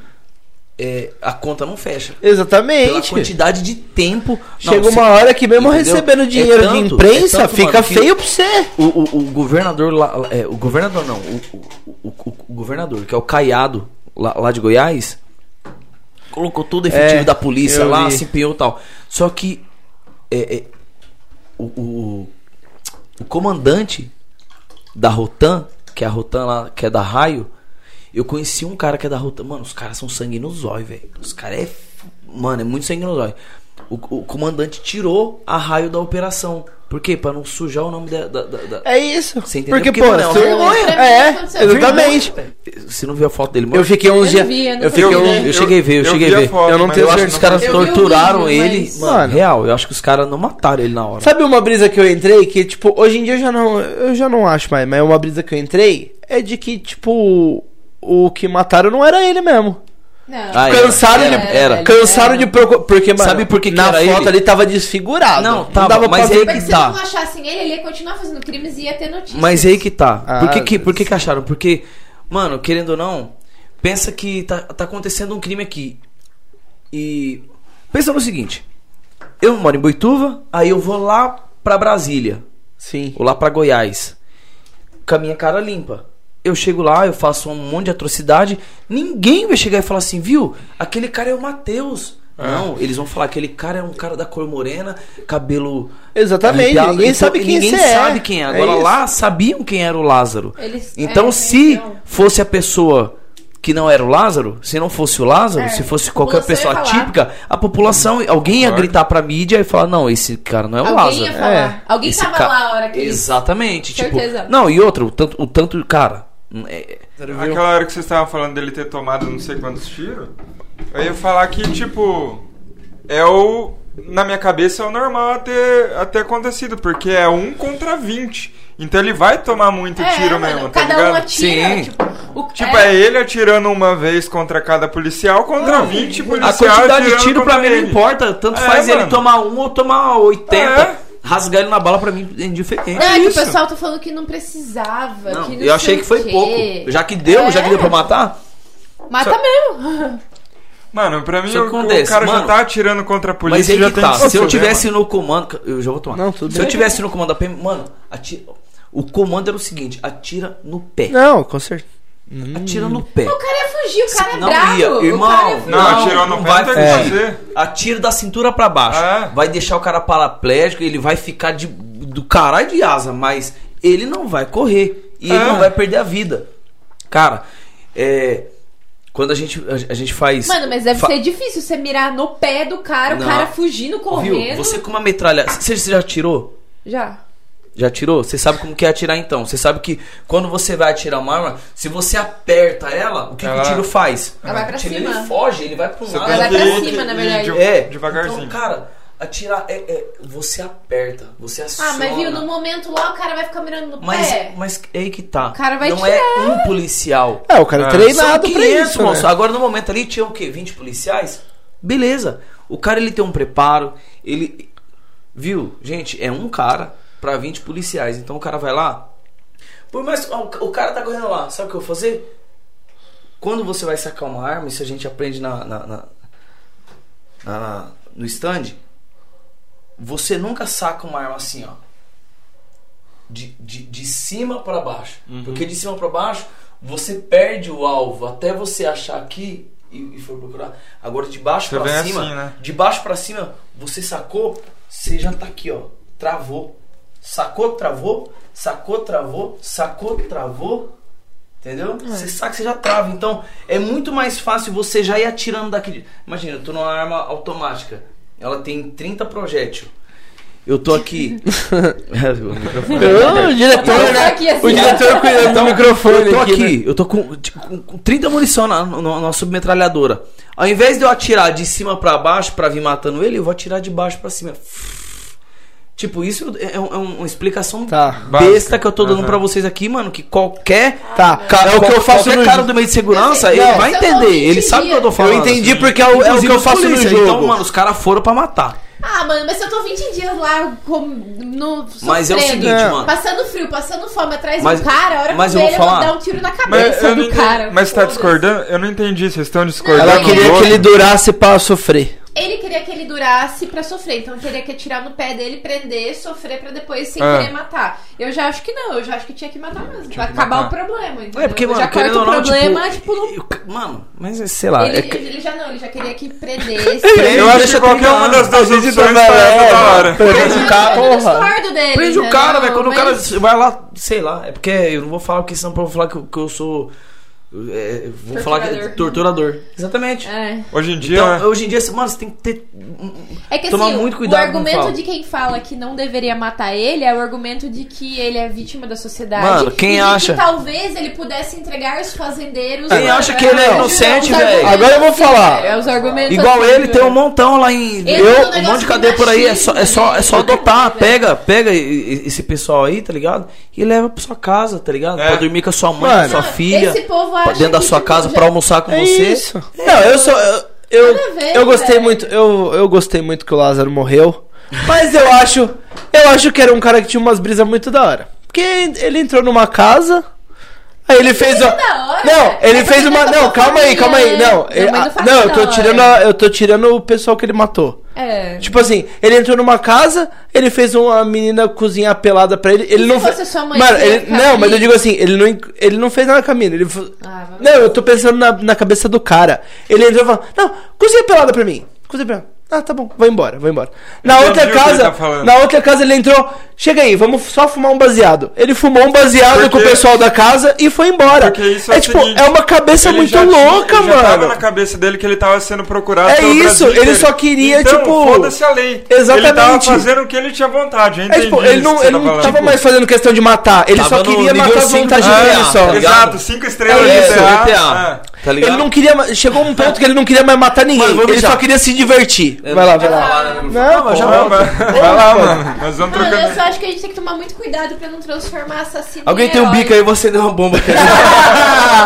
[SPEAKER 5] é, a conta não fecha. Pela
[SPEAKER 3] Exatamente.
[SPEAKER 5] quantidade de tempo. não,
[SPEAKER 3] Chega
[SPEAKER 5] você-
[SPEAKER 3] uma hora que mesmo
[SPEAKER 5] Entendeu?
[SPEAKER 3] recebendo
[SPEAKER 5] É
[SPEAKER 3] dinheiro de
[SPEAKER 5] tanto,
[SPEAKER 3] imprensa,
[SPEAKER 5] é tanto,
[SPEAKER 3] fica
[SPEAKER 5] mano, que-
[SPEAKER 3] feio pra você.
[SPEAKER 5] O, o, o governador lá. lá- é, o governador não. O, o- o- o- o governador, que é o Caiado, lá, lá de Goiás, colocou todo o efetivo
[SPEAKER 3] É,
[SPEAKER 5] da polícia
[SPEAKER 3] eu
[SPEAKER 5] lá,
[SPEAKER 3] vi.
[SPEAKER 5] se empenhou e tal. Só que. é, é, o, o- o comandante da Rotan, que é a Rotan lá, que é da Raio, eu conheci um cara que é da Rotan. Mano, os caras são sangue no zóio, velho. Os caras é. f- Mano, é muito sangue no zóio. O, o comandante tirou a raio da operação. Por quê? Pra não sujar o nome da. da, da- da-
[SPEAKER 3] É isso.
[SPEAKER 5] Você entendeu?
[SPEAKER 3] Porque,
[SPEAKER 5] Porque,
[SPEAKER 3] pô,
[SPEAKER 5] mano, é uma
[SPEAKER 3] você-
[SPEAKER 2] vergonha.
[SPEAKER 3] é,
[SPEAKER 2] Vergonha.
[SPEAKER 3] exatamente.
[SPEAKER 5] Você não viu a foto dele, mano?
[SPEAKER 3] Eu fiquei um uns
[SPEAKER 2] Eu
[SPEAKER 3] dias.
[SPEAKER 2] não vi, eu não
[SPEAKER 3] Eu
[SPEAKER 2] vi.
[SPEAKER 3] fiquei
[SPEAKER 4] Eu
[SPEAKER 3] um-
[SPEAKER 4] vi.
[SPEAKER 5] Eu cheguei a ver, eu,
[SPEAKER 4] eu
[SPEAKER 5] cheguei
[SPEAKER 4] vi
[SPEAKER 5] a
[SPEAKER 4] a
[SPEAKER 5] ver.
[SPEAKER 4] foto,
[SPEAKER 3] Eu não
[SPEAKER 4] mas
[SPEAKER 3] tenho
[SPEAKER 5] eu acho que
[SPEAKER 3] certeza.
[SPEAKER 5] os caras
[SPEAKER 2] Eu vi o
[SPEAKER 5] torturaram
[SPEAKER 2] vídeo,
[SPEAKER 5] ele.
[SPEAKER 2] mas-
[SPEAKER 5] Mano,
[SPEAKER 3] Mano.
[SPEAKER 5] real, eu acho que os caras não mataram ele na hora.
[SPEAKER 3] Sabe uma brisa que eu entrei que, tipo, hoje em dia eu já não, eu já não acho mais, mas é uma brisa que eu entrei é de que, tipo, o que mataram não era ele mesmo.
[SPEAKER 2] Não.
[SPEAKER 5] Ah, era,
[SPEAKER 3] Cansaram
[SPEAKER 5] era,
[SPEAKER 3] de.
[SPEAKER 5] era.
[SPEAKER 3] Cansaram de procurar. Porque, mano,
[SPEAKER 5] Sabe por que que
[SPEAKER 3] na
[SPEAKER 5] era
[SPEAKER 3] foto
[SPEAKER 5] ele?
[SPEAKER 3] ali tava desfigurado.
[SPEAKER 5] Não, tava, mas
[SPEAKER 3] ver
[SPEAKER 5] ele-
[SPEAKER 2] Mas
[SPEAKER 5] que
[SPEAKER 2] se
[SPEAKER 5] tá.
[SPEAKER 2] não achassem ele, ele ia continuar fazendo crimes e ia ter notícias.
[SPEAKER 5] Mas aí que tá. por que
[SPEAKER 3] Ah,
[SPEAKER 5] que, por que que acharam? Porque, mano, querendo ou não, pensa que tá, tá acontecendo um crime aqui. E pensa no seguinte. Eu moro em Boituva, aí eu vou lá pra Brasília,
[SPEAKER 3] Sim.
[SPEAKER 5] ou lá pra Goiás, com a minha cara limpa. Eu chego lá, eu faço um monte de atrocidade, ninguém vai chegar e falar assim, viu? Aquele cara é o Matheus. Não, eles vão falar, aquele cara é um cara da cor morena, cabelo
[SPEAKER 3] Exatamente,
[SPEAKER 5] arrepiado.
[SPEAKER 3] ninguém sabe quem
[SPEAKER 5] ninguém
[SPEAKER 3] você é.
[SPEAKER 5] sabe quem é.
[SPEAKER 3] É
[SPEAKER 5] Agora
[SPEAKER 3] isso.
[SPEAKER 5] lá sabiam quem era o Lázaro.
[SPEAKER 2] Eles-
[SPEAKER 5] então
[SPEAKER 2] é,
[SPEAKER 5] se
[SPEAKER 2] então.
[SPEAKER 5] fosse a pessoa que não era o Lázaro, se não fosse o Lázaro, se fosse
[SPEAKER 2] É, a
[SPEAKER 5] qualquer
[SPEAKER 2] população
[SPEAKER 5] pessoa
[SPEAKER 2] ia falar.
[SPEAKER 5] atípica, a população, alguém ia
[SPEAKER 4] Concordo.
[SPEAKER 5] gritar pra mídia e falar: "Não, esse cara não é o
[SPEAKER 2] Alguém
[SPEAKER 5] Lázaro".
[SPEAKER 2] ia falar.
[SPEAKER 5] É.
[SPEAKER 2] Alguém
[SPEAKER 5] Esse
[SPEAKER 2] tava
[SPEAKER 5] ca-
[SPEAKER 2] lá a hora que eles-
[SPEAKER 5] Exatamente, tipo,
[SPEAKER 2] Certeza.
[SPEAKER 5] não, e outro, o tanto, o tanto cara, é-
[SPEAKER 4] Aquela hora que vocês estavam falando dele ter tomado não sei quantos tiros, eu ia falar que, tipo, é o. Na minha cabeça é o normal a ter, a ter acontecido, porque é um contra 20. Então ele vai tomar muito
[SPEAKER 2] É,
[SPEAKER 4] tiro
[SPEAKER 2] mano,
[SPEAKER 4] mesmo, tá
[SPEAKER 2] cada
[SPEAKER 4] ligado?
[SPEAKER 2] um atira.
[SPEAKER 5] Sim.
[SPEAKER 2] Tipo, o,
[SPEAKER 4] Tipo, é. ele atirando uma vez contra cada policial, contra 20
[SPEAKER 5] A
[SPEAKER 4] policiais.
[SPEAKER 5] quantidade de
[SPEAKER 4] atirando
[SPEAKER 5] tiro pra
[SPEAKER 4] contra
[SPEAKER 5] mim não
[SPEAKER 4] ele.
[SPEAKER 5] importa. Tanto
[SPEAKER 4] É,
[SPEAKER 5] faz ele
[SPEAKER 4] mano.
[SPEAKER 5] tomar um ou tomar 80.
[SPEAKER 4] É.
[SPEAKER 5] Rasgar ele na bala pra mim é indiferente.
[SPEAKER 2] É, que o
[SPEAKER 4] isso.
[SPEAKER 2] pessoal tá falando que não precisava.
[SPEAKER 5] Não,
[SPEAKER 2] que não
[SPEAKER 5] eu achei
[SPEAKER 2] sei
[SPEAKER 5] que foi
[SPEAKER 2] o quê.
[SPEAKER 5] pouco. Já que deu, já que
[SPEAKER 2] É.
[SPEAKER 5] deu pra matar.
[SPEAKER 2] Mata
[SPEAKER 5] Só-
[SPEAKER 2] tá mesmo.
[SPEAKER 4] Mano, pra mim
[SPEAKER 5] Isso
[SPEAKER 4] o, o
[SPEAKER 5] acontece,
[SPEAKER 4] cara já
[SPEAKER 5] mano.
[SPEAKER 4] tá atirando contra a
[SPEAKER 5] Mas
[SPEAKER 4] polícia
[SPEAKER 5] aí
[SPEAKER 4] já
[SPEAKER 5] que
[SPEAKER 4] tem
[SPEAKER 5] tá.
[SPEAKER 4] que
[SPEAKER 5] Se eu
[SPEAKER 4] resolver,
[SPEAKER 5] tivesse
[SPEAKER 4] mano.
[SPEAKER 5] no comando. Eu já vou tomar.
[SPEAKER 3] Não, tudo
[SPEAKER 5] Se
[SPEAKER 3] bem.
[SPEAKER 5] eu tivesse no comando da PM. Mano, atira. O comando era o seguinte: atira no pé.
[SPEAKER 3] Não, com certeza.
[SPEAKER 4] Hum.
[SPEAKER 5] Atira no pé.
[SPEAKER 2] O cara ia fugir, o cara é
[SPEAKER 5] não
[SPEAKER 2] bravo.
[SPEAKER 5] ia,
[SPEAKER 2] o
[SPEAKER 5] irmão.
[SPEAKER 2] cara é
[SPEAKER 4] Não,
[SPEAKER 5] Não,
[SPEAKER 4] atirou
[SPEAKER 5] não
[SPEAKER 4] no
[SPEAKER 5] vai
[SPEAKER 4] pé não tem o
[SPEAKER 5] fazer.
[SPEAKER 4] que fazer.
[SPEAKER 5] Atira da cintura pra baixo.
[SPEAKER 4] É.
[SPEAKER 5] Vai deixar o cara paraplégico, ele vai ficar de, do caralho de asa, mas ele não vai correr. E ele
[SPEAKER 4] É.
[SPEAKER 5] não vai perder a vida. Cara, é. Quando a gente, a, a gente faz.
[SPEAKER 2] Mano, mas deve
[SPEAKER 5] fa-
[SPEAKER 2] ser difícil você mirar no pé do cara,
[SPEAKER 5] Não.
[SPEAKER 2] o cara fugindo, correndo.
[SPEAKER 5] Viu? Você com uma metralha. Você você já atirou?
[SPEAKER 2] Já.
[SPEAKER 5] Já atirou? Você sabe como que é atirar então. Você sabe que quando você vai atirar uma arma, se você aperta ela, o que, que
[SPEAKER 4] Ela-
[SPEAKER 5] o tiro faz?
[SPEAKER 2] Ela vai pra
[SPEAKER 5] o tiro,
[SPEAKER 2] cima.
[SPEAKER 5] Ele foge, ele vai pra um
[SPEAKER 4] Você
[SPEAKER 5] lado.
[SPEAKER 4] tem
[SPEAKER 2] vai
[SPEAKER 4] que
[SPEAKER 2] pra
[SPEAKER 4] ir
[SPEAKER 2] cima, na
[SPEAKER 4] de-
[SPEAKER 2] verdade.
[SPEAKER 4] de-
[SPEAKER 5] É.
[SPEAKER 4] Devagarzinho.
[SPEAKER 5] Então, cara, atirar é, é- Você aperta, você aciona.
[SPEAKER 2] Ah, mas viu, no momento lá o cara vai ficar mirando no
[SPEAKER 5] Mas,
[SPEAKER 2] pé.
[SPEAKER 5] mas é aí que tá.
[SPEAKER 2] cara vai
[SPEAKER 5] Não é
[SPEAKER 2] tirar.
[SPEAKER 5] um policial.
[SPEAKER 3] É, o cara é
[SPEAKER 4] Ah.
[SPEAKER 3] treinado
[SPEAKER 5] São
[SPEAKER 3] pra
[SPEAKER 5] 500,
[SPEAKER 3] isso,
[SPEAKER 5] moço.
[SPEAKER 3] né?
[SPEAKER 5] Agora, no momento ali, tinha o quê? 20 policiais? Beleza. O cara, ele tem um preparo, ele... Viu? Gente, é um cara pra 20 policiais. Então, o cara vai lá... Por mais... ó, O cara tá correndo lá. Sabe o que eu vou fazer? Quando você vai sacar uma arma, isso a gente aprende na... na- na- na- na- no stand. Você nunca saca uma arma assim, ó de, de, de cima para baixo.
[SPEAKER 4] Uhum.
[SPEAKER 5] Porque de cima para baixo você perde o alvo até você achar aqui e, e for procurar. Agora de baixo
[SPEAKER 4] Você
[SPEAKER 5] para
[SPEAKER 4] vem
[SPEAKER 5] cima,
[SPEAKER 4] assim, né?
[SPEAKER 5] de baixo para cima, você sacou, você já tá aqui, ó, travou. Sacou, travou, sacou, travou, sacou, travou. Entendeu? Você saca, você já trava. Então é muito mais fácil você já ir atirando daquele. Imagina, eu tô numa arma automática. Ela tem 30 projétil. Eu tô aqui. É, o microfone.
[SPEAKER 3] Ô, O
[SPEAKER 2] Mas
[SPEAKER 3] diretor,
[SPEAKER 2] tá aqui,
[SPEAKER 3] né?
[SPEAKER 2] assim,
[SPEAKER 3] O
[SPEAKER 2] ó.
[SPEAKER 5] é
[SPEAKER 3] diretor cuidando
[SPEAKER 4] Então,
[SPEAKER 3] do microfone
[SPEAKER 5] Eu tô
[SPEAKER 3] Tá aqui. né?
[SPEAKER 5] aqui, eu tô com, tipo, com- com 30 munição na, na, na submetralhadora. Ao invés de eu atirar de cima pra baixo pra vir matando ele, eu vou atirar de baixo pra cima. Tipo, isso é, um- é uma explicação
[SPEAKER 3] Tá.
[SPEAKER 5] besta
[SPEAKER 4] Básica.
[SPEAKER 5] que eu tô dando
[SPEAKER 4] Aham.
[SPEAKER 5] pra vocês aqui, mano, que qualquer
[SPEAKER 3] Tá,
[SPEAKER 5] cara,
[SPEAKER 3] é o que eu faço
[SPEAKER 5] qualquer
[SPEAKER 3] no
[SPEAKER 5] cara
[SPEAKER 3] ju-
[SPEAKER 5] do meio de segurança,
[SPEAKER 2] Eu sei,
[SPEAKER 5] ele
[SPEAKER 2] não,
[SPEAKER 5] vai
[SPEAKER 2] isso eu não
[SPEAKER 5] entender, ele
[SPEAKER 2] entendia.
[SPEAKER 5] sabe o que eu tô falando.
[SPEAKER 3] Eu entendi porque é o, é o que
[SPEAKER 5] Inclusive
[SPEAKER 3] eu
[SPEAKER 5] os
[SPEAKER 3] faço no
[SPEAKER 5] polícia.
[SPEAKER 3] jogo.
[SPEAKER 5] Então, mano, os caras foram pra matar.
[SPEAKER 2] Ah, mano, mas eu tô 20 dias lá com, no
[SPEAKER 5] Mas é o
[SPEAKER 2] sofrendo,
[SPEAKER 5] seguinte,
[SPEAKER 3] É.
[SPEAKER 5] mano.
[SPEAKER 2] Passando frio, passando fome atrás
[SPEAKER 5] Mas-
[SPEAKER 2] do cara, a hora
[SPEAKER 5] mas
[SPEAKER 2] que
[SPEAKER 5] eu
[SPEAKER 2] eu
[SPEAKER 5] vou
[SPEAKER 2] ele eu vou
[SPEAKER 5] falar.
[SPEAKER 2] dar um tiro na
[SPEAKER 4] Mas,
[SPEAKER 2] cabeça
[SPEAKER 4] eu não
[SPEAKER 2] do
[SPEAKER 4] entendi-
[SPEAKER 2] cara.
[SPEAKER 4] mas tá
[SPEAKER 2] Foda-se.
[SPEAKER 4] discordando? Eu não entendi. Vocês estão discordando?
[SPEAKER 3] Ela queria
[SPEAKER 4] do
[SPEAKER 3] que ele
[SPEAKER 4] outro?
[SPEAKER 3] durasse pra sofrer.
[SPEAKER 2] Ele queria que ele durasse pra sofrer, então teria que atirar no pé dele, prender, sofrer pra depois sem
[SPEAKER 4] É.
[SPEAKER 2] querer matar. Eu já acho que não, eu já acho que tinha que matar mesmo.
[SPEAKER 4] Tinha
[SPEAKER 2] Vai
[SPEAKER 4] que
[SPEAKER 2] acabar
[SPEAKER 4] matar.
[SPEAKER 2] o problema.
[SPEAKER 5] É,
[SPEAKER 2] entendeu?
[SPEAKER 5] porque, mano,
[SPEAKER 2] já
[SPEAKER 5] querendo
[SPEAKER 2] corta
[SPEAKER 5] ou
[SPEAKER 2] o
[SPEAKER 5] não,
[SPEAKER 2] problema,
[SPEAKER 5] tipo...
[SPEAKER 2] tipo, não-
[SPEAKER 5] eu- Mano, mas é, sei lá... é
[SPEAKER 2] ele,
[SPEAKER 5] que-
[SPEAKER 2] ele já não, ele já queria que prendesse.
[SPEAKER 5] Prende,
[SPEAKER 4] Eu acho
[SPEAKER 5] deixa
[SPEAKER 4] que qualquer
[SPEAKER 5] treinar.
[SPEAKER 4] uma das duas
[SPEAKER 3] Às vezes
[SPEAKER 4] opções tá
[SPEAKER 3] é,
[SPEAKER 4] da hora. Tá
[SPEAKER 3] Prende o cara,
[SPEAKER 2] eu
[SPEAKER 3] porra.
[SPEAKER 2] discordo dele.
[SPEAKER 5] Prende o
[SPEAKER 2] entendeu?
[SPEAKER 5] cara, velho. Quando o cara
[SPEAKER 2] Mas-
[SPEAKER 5] vai lá, sei lá, é porque eu não vou falar porque senão eu vou falar que, eu- que eu sou. é, eu vou falar que é
[SPEAKER 2] Torturador.
[SPEAKER 5] torturador. Exatamente.
[SPEAKER 2] É.
[SPEAKER 4] Hoje em dia.
[SPEAKER 5] Então, hoje em dia, mano, você tem que ter. um,
[SPEAKER 2] É que
[SPEAKER 5] Tomar
[SPEAKER 2] assim,
[SPEAKER 5] muito
[SPEAKER 2] o-
[SPEAKER 5] cuidado
[SPEAKER 2] o
[SPEAKER 5] com o que
[SPEAKER 2] argumento
[SPEAKER 5] fala.
[SPEAKER 2] de quem fala que não deveria matar ele é o argumento de que ele é vítima da sociedade.
[SPEAKER 5] Mano, quem
[SPEAKER 2] e de
[SPEAKER 5] acha?
[SPEAKER 2] Que talvez ele pudesse entregar os fazendeiros.
[SPEAKER 5] Quem
[SPEAKER 2] pra-
[SPEAKER 5] acha que ele é
[SPEAKER 2] pra-
[SPEAKER 5] inocente,
[SPEAKER 2] os
[SPEAKER 5] velho?
[SPEAKER 2] argumentos
[SPEAKER 3] Agora eu vou
[SPEAKER 2] assim,
[SPEAKER 3] falar.
[SPEAKER 2] É os argumentos.
[SPEAKER 5] Igual
[SPEAKER 2] assim,
[SPEAKER 5] ele, tem um
[SPEAKER 2] velho.
[SPEAKER 5] montão lá em.
[SPEAKER 2] Esse é um
[SPEAKER 5] Eu, um
[SPEAKER 2] negócio
[SPEAKER 5] monte de
[SPEAKER 2] de
[SPEAKER 5] cadeia por aí. É só, é só, é só
[SPEAKER 2] machismo,
[SPEAKER 5] dopar.
[SPEAKER 2] né?
[SPEAKER 5] Pega, pega e- e- esse pessoal aí, tá ligado? E leva pra sua casa, tá ligado?
[SPEAKER 4] É.
[SPEAKER 5] Pra dormir com a sua mãe,
[SPEAKER 3] Mano,
[SPEAKER 5] com a sua
[SPEAKER 2] Não,
[SPEAKER 5] filha.
[SPEAKER 2] esse povo
[SPEAKER 5] pra
[SPEAKER 2] acha
[SPEAKER 5] dentro da
[SPEAKER 2] que,
[SPEAKER 5] sua
[SPEAKER 2] tipo,
[SPEAKER 5] casa
[SPEAKER 2] já-
[SPEAKER 5] pra almoçar com
[SPEAKER 3] É
[SPEAKER 5] você.
[SPEAKER 3] isso. Não, eu sou. Eu, eu,
[SPEAKER 2] Nada a ver,
[SPEAKER 3] eu gostei
[SPEAKER 2] velho.
[SPEAKER 3] muito. Eu, eu gostei muito que o Lázaro morreu. Mas eu acho. Eu acho que era um cara que tinha umas brisas muito da hora. Porque ele entrou numa casa. Aí ele fez.
[SPEAKER 2] Brisa
[SPEAKER 3] o-
[SPEAKER 2] da hora?
[SPEAKER 3] Não, ele
[SPEAKER 2] É porque
[SPEAKER 3] fez
[SPEAKER 2] ele
[SPEAKER 3] uma.
[SPEAKER 2] tá
[SPEAKER 3] Não,
[SPEAKER 2] com
[SPEAKER 3] calma aí,
[SPEAKER 2] família,
[SPEAKER 3] calma
[SPEAKER 2] né?
[SPEAKER 3] aí. Não,
[SPEAKER 2] Não,
[SPEAKER 3] ele-
[SPEAKER 2] mas eu
[SPEAKER 3] ah,
[SPEAKER 2] faço
[SPEAKER 3] não eu
[SPEAKER 2] da
[SPEAKER 3] tô
[SPEAKER 2] hora.
[SPEAKER 3] tirando. a- Eu tô tirando o pessoal que ele matou.
[SPEAKER 2] É.
[SPEAKER 3] Tipo assim, ele entrou numa casa, ele fez uma menina cozinhar pelada pra ele. Ele
[SPEAKER 2] se
[SPEAKER 3] não fe-
[SPEAKER 2] fosse sua mãe,
[SPEAKER 3] Mano,
[SPEAKER 2] você ia
[SPEAKER 3] ele-
[SPEAKER 2] ficar
[SPEAKER 3] não, mas eu
[SPEAKER 2] feliz?
[SPEAKER 3] digo assim, ele não, ele não fez nada com a mina. Ele... fo-
[SPEAKER 2] Ah, vai-
[SPEAKER 3] não, eu tô pensando na, na cabeça do cara. Ele entrou e falou: Não, cozinha pelada pra mim. Cozinha pelada. Ah, tá bom, vai embora, vai embora. Na
[SPEAKER 4] Entendi o
[SPEAKER 3] outra
[SPEAKER 4] que ele
[SPEAKER 3] casa,
[SPEAKER 4] tá falando.
[SPEAKER 3] na outra casa ele entrou. Chega aí, vamos só fumar um baseado. Ele fumou um baseado
[SPEAKER 4] Porque-
[SPEAKER 3] com o pessoal da casa e foi embora.
[SPEAKER 4] Porque isso é
[SPEAKER 3] é
[SPEAKER 4] o
[SPEAKER 3] tipo,
[SPEAKER 4] seguinte,
[SPEAKER 3] é uma cabeça
[SPEAKER 4] Ele
[SPEAKER 3] muito
[SPEAKER 4] já tinha-
[SPEAKER 3] louca,
[SPEAKER 4] já tava
[SPEAKER 3] mano.
[SPEAKER 4] na cabeça dele que ele tava sendo procurado
[SPEAKER 3] É
[SPEAKER 4] pelo
[SPEAKER 3] isso,
[SPEAKER 4] Brasil
[SPEAKER 3] ele
[SPEAKER 4] inteiro.
[SPEAKER 3] só queria,
[SPEAKER 4] então,
[SPEAKER 3] tipo,
[SPEAKER 4] foda-se a lei. Ele tava
[SPEAKER 3] exatamente.
[SPEAKER 4] fazendo o que ele tinha vontade, eu
[SPEAKER 3] É,
[SPEAKER 4] entendi
[SPEAKER 3] tipo,
[SPEAKER 4] isso
[SPEAKER 3] ele não,
[SPEAKER 4] que
[SPEAKER 3] ele
[SPEAKER 4] você tá
[SPEAKER 3] não
[SPEAKER 4] falando. Ah,
[SPEAKER 3] tava mais fazendo questão de matar, ele
[SPEAKER 5] Tava
[SPEAKER 3] só
[SPEAKER 5] no
[SPEAKER 3] queria
[SPEAKER 5] nível
[SPEAKER 3] matar a
[SPEAKER 5] cinco
[SPEAKER 3] vontade
[SPEAKER 5] do
[SPEAKER 3] dele
[SPEAKER 5] GTA,
[SPEAKER 3] só.
[SPEAKER 5] tá ligado?
[SPEAKER 4] é, Exato, cinco estrelas
[SPEAKER 3] É
[SPEAKER 4] de
[SPEAKER 3] isso,
[SPEAKER 4] GTA. É.
[SPEAKER 5] Tá ligado?
[SPEAKER 3] Ele não queria. ma- Chegou um ponto que ele não queria mais matar ninguém.
[SPEAKER 5] Mano, vamos
[SPEAKER 3] ele só
[SPEAKER 5] deixar.
[SPEAKER 3] queria se divertir.
[SPEAKER 5] Eu
[SPEAKER 3] Vai lá,
[SPEAKER 5] não
[SPEAKER 3] vai
[SPEAKER 5] vou
[SPEAKER 3] lá.
[SPEAKER 5] falar, né, Bruno?
[SPEAKER 3] Não,
[SPEAKER 5] mas
[SPEAKER 3] já
[SPEAKER 5] volto.
[SPEAKER 4] Vai, vai, vai lá, mano. É. Nós vamos
[SPEAKER 2] Mano, É, eu só
[SPEAKER 4] trocando.
[SPEAKER 2] acho que a gente tem que tomar muito cuidado pra não transformar assassino. em
[SPEAKER 5] Alguém tem um
[SPEAKER 2] herói.
[SPEAKER 5] bico aí, você deu uma bomba. cara.
[SPEAKER 2] Eu só acho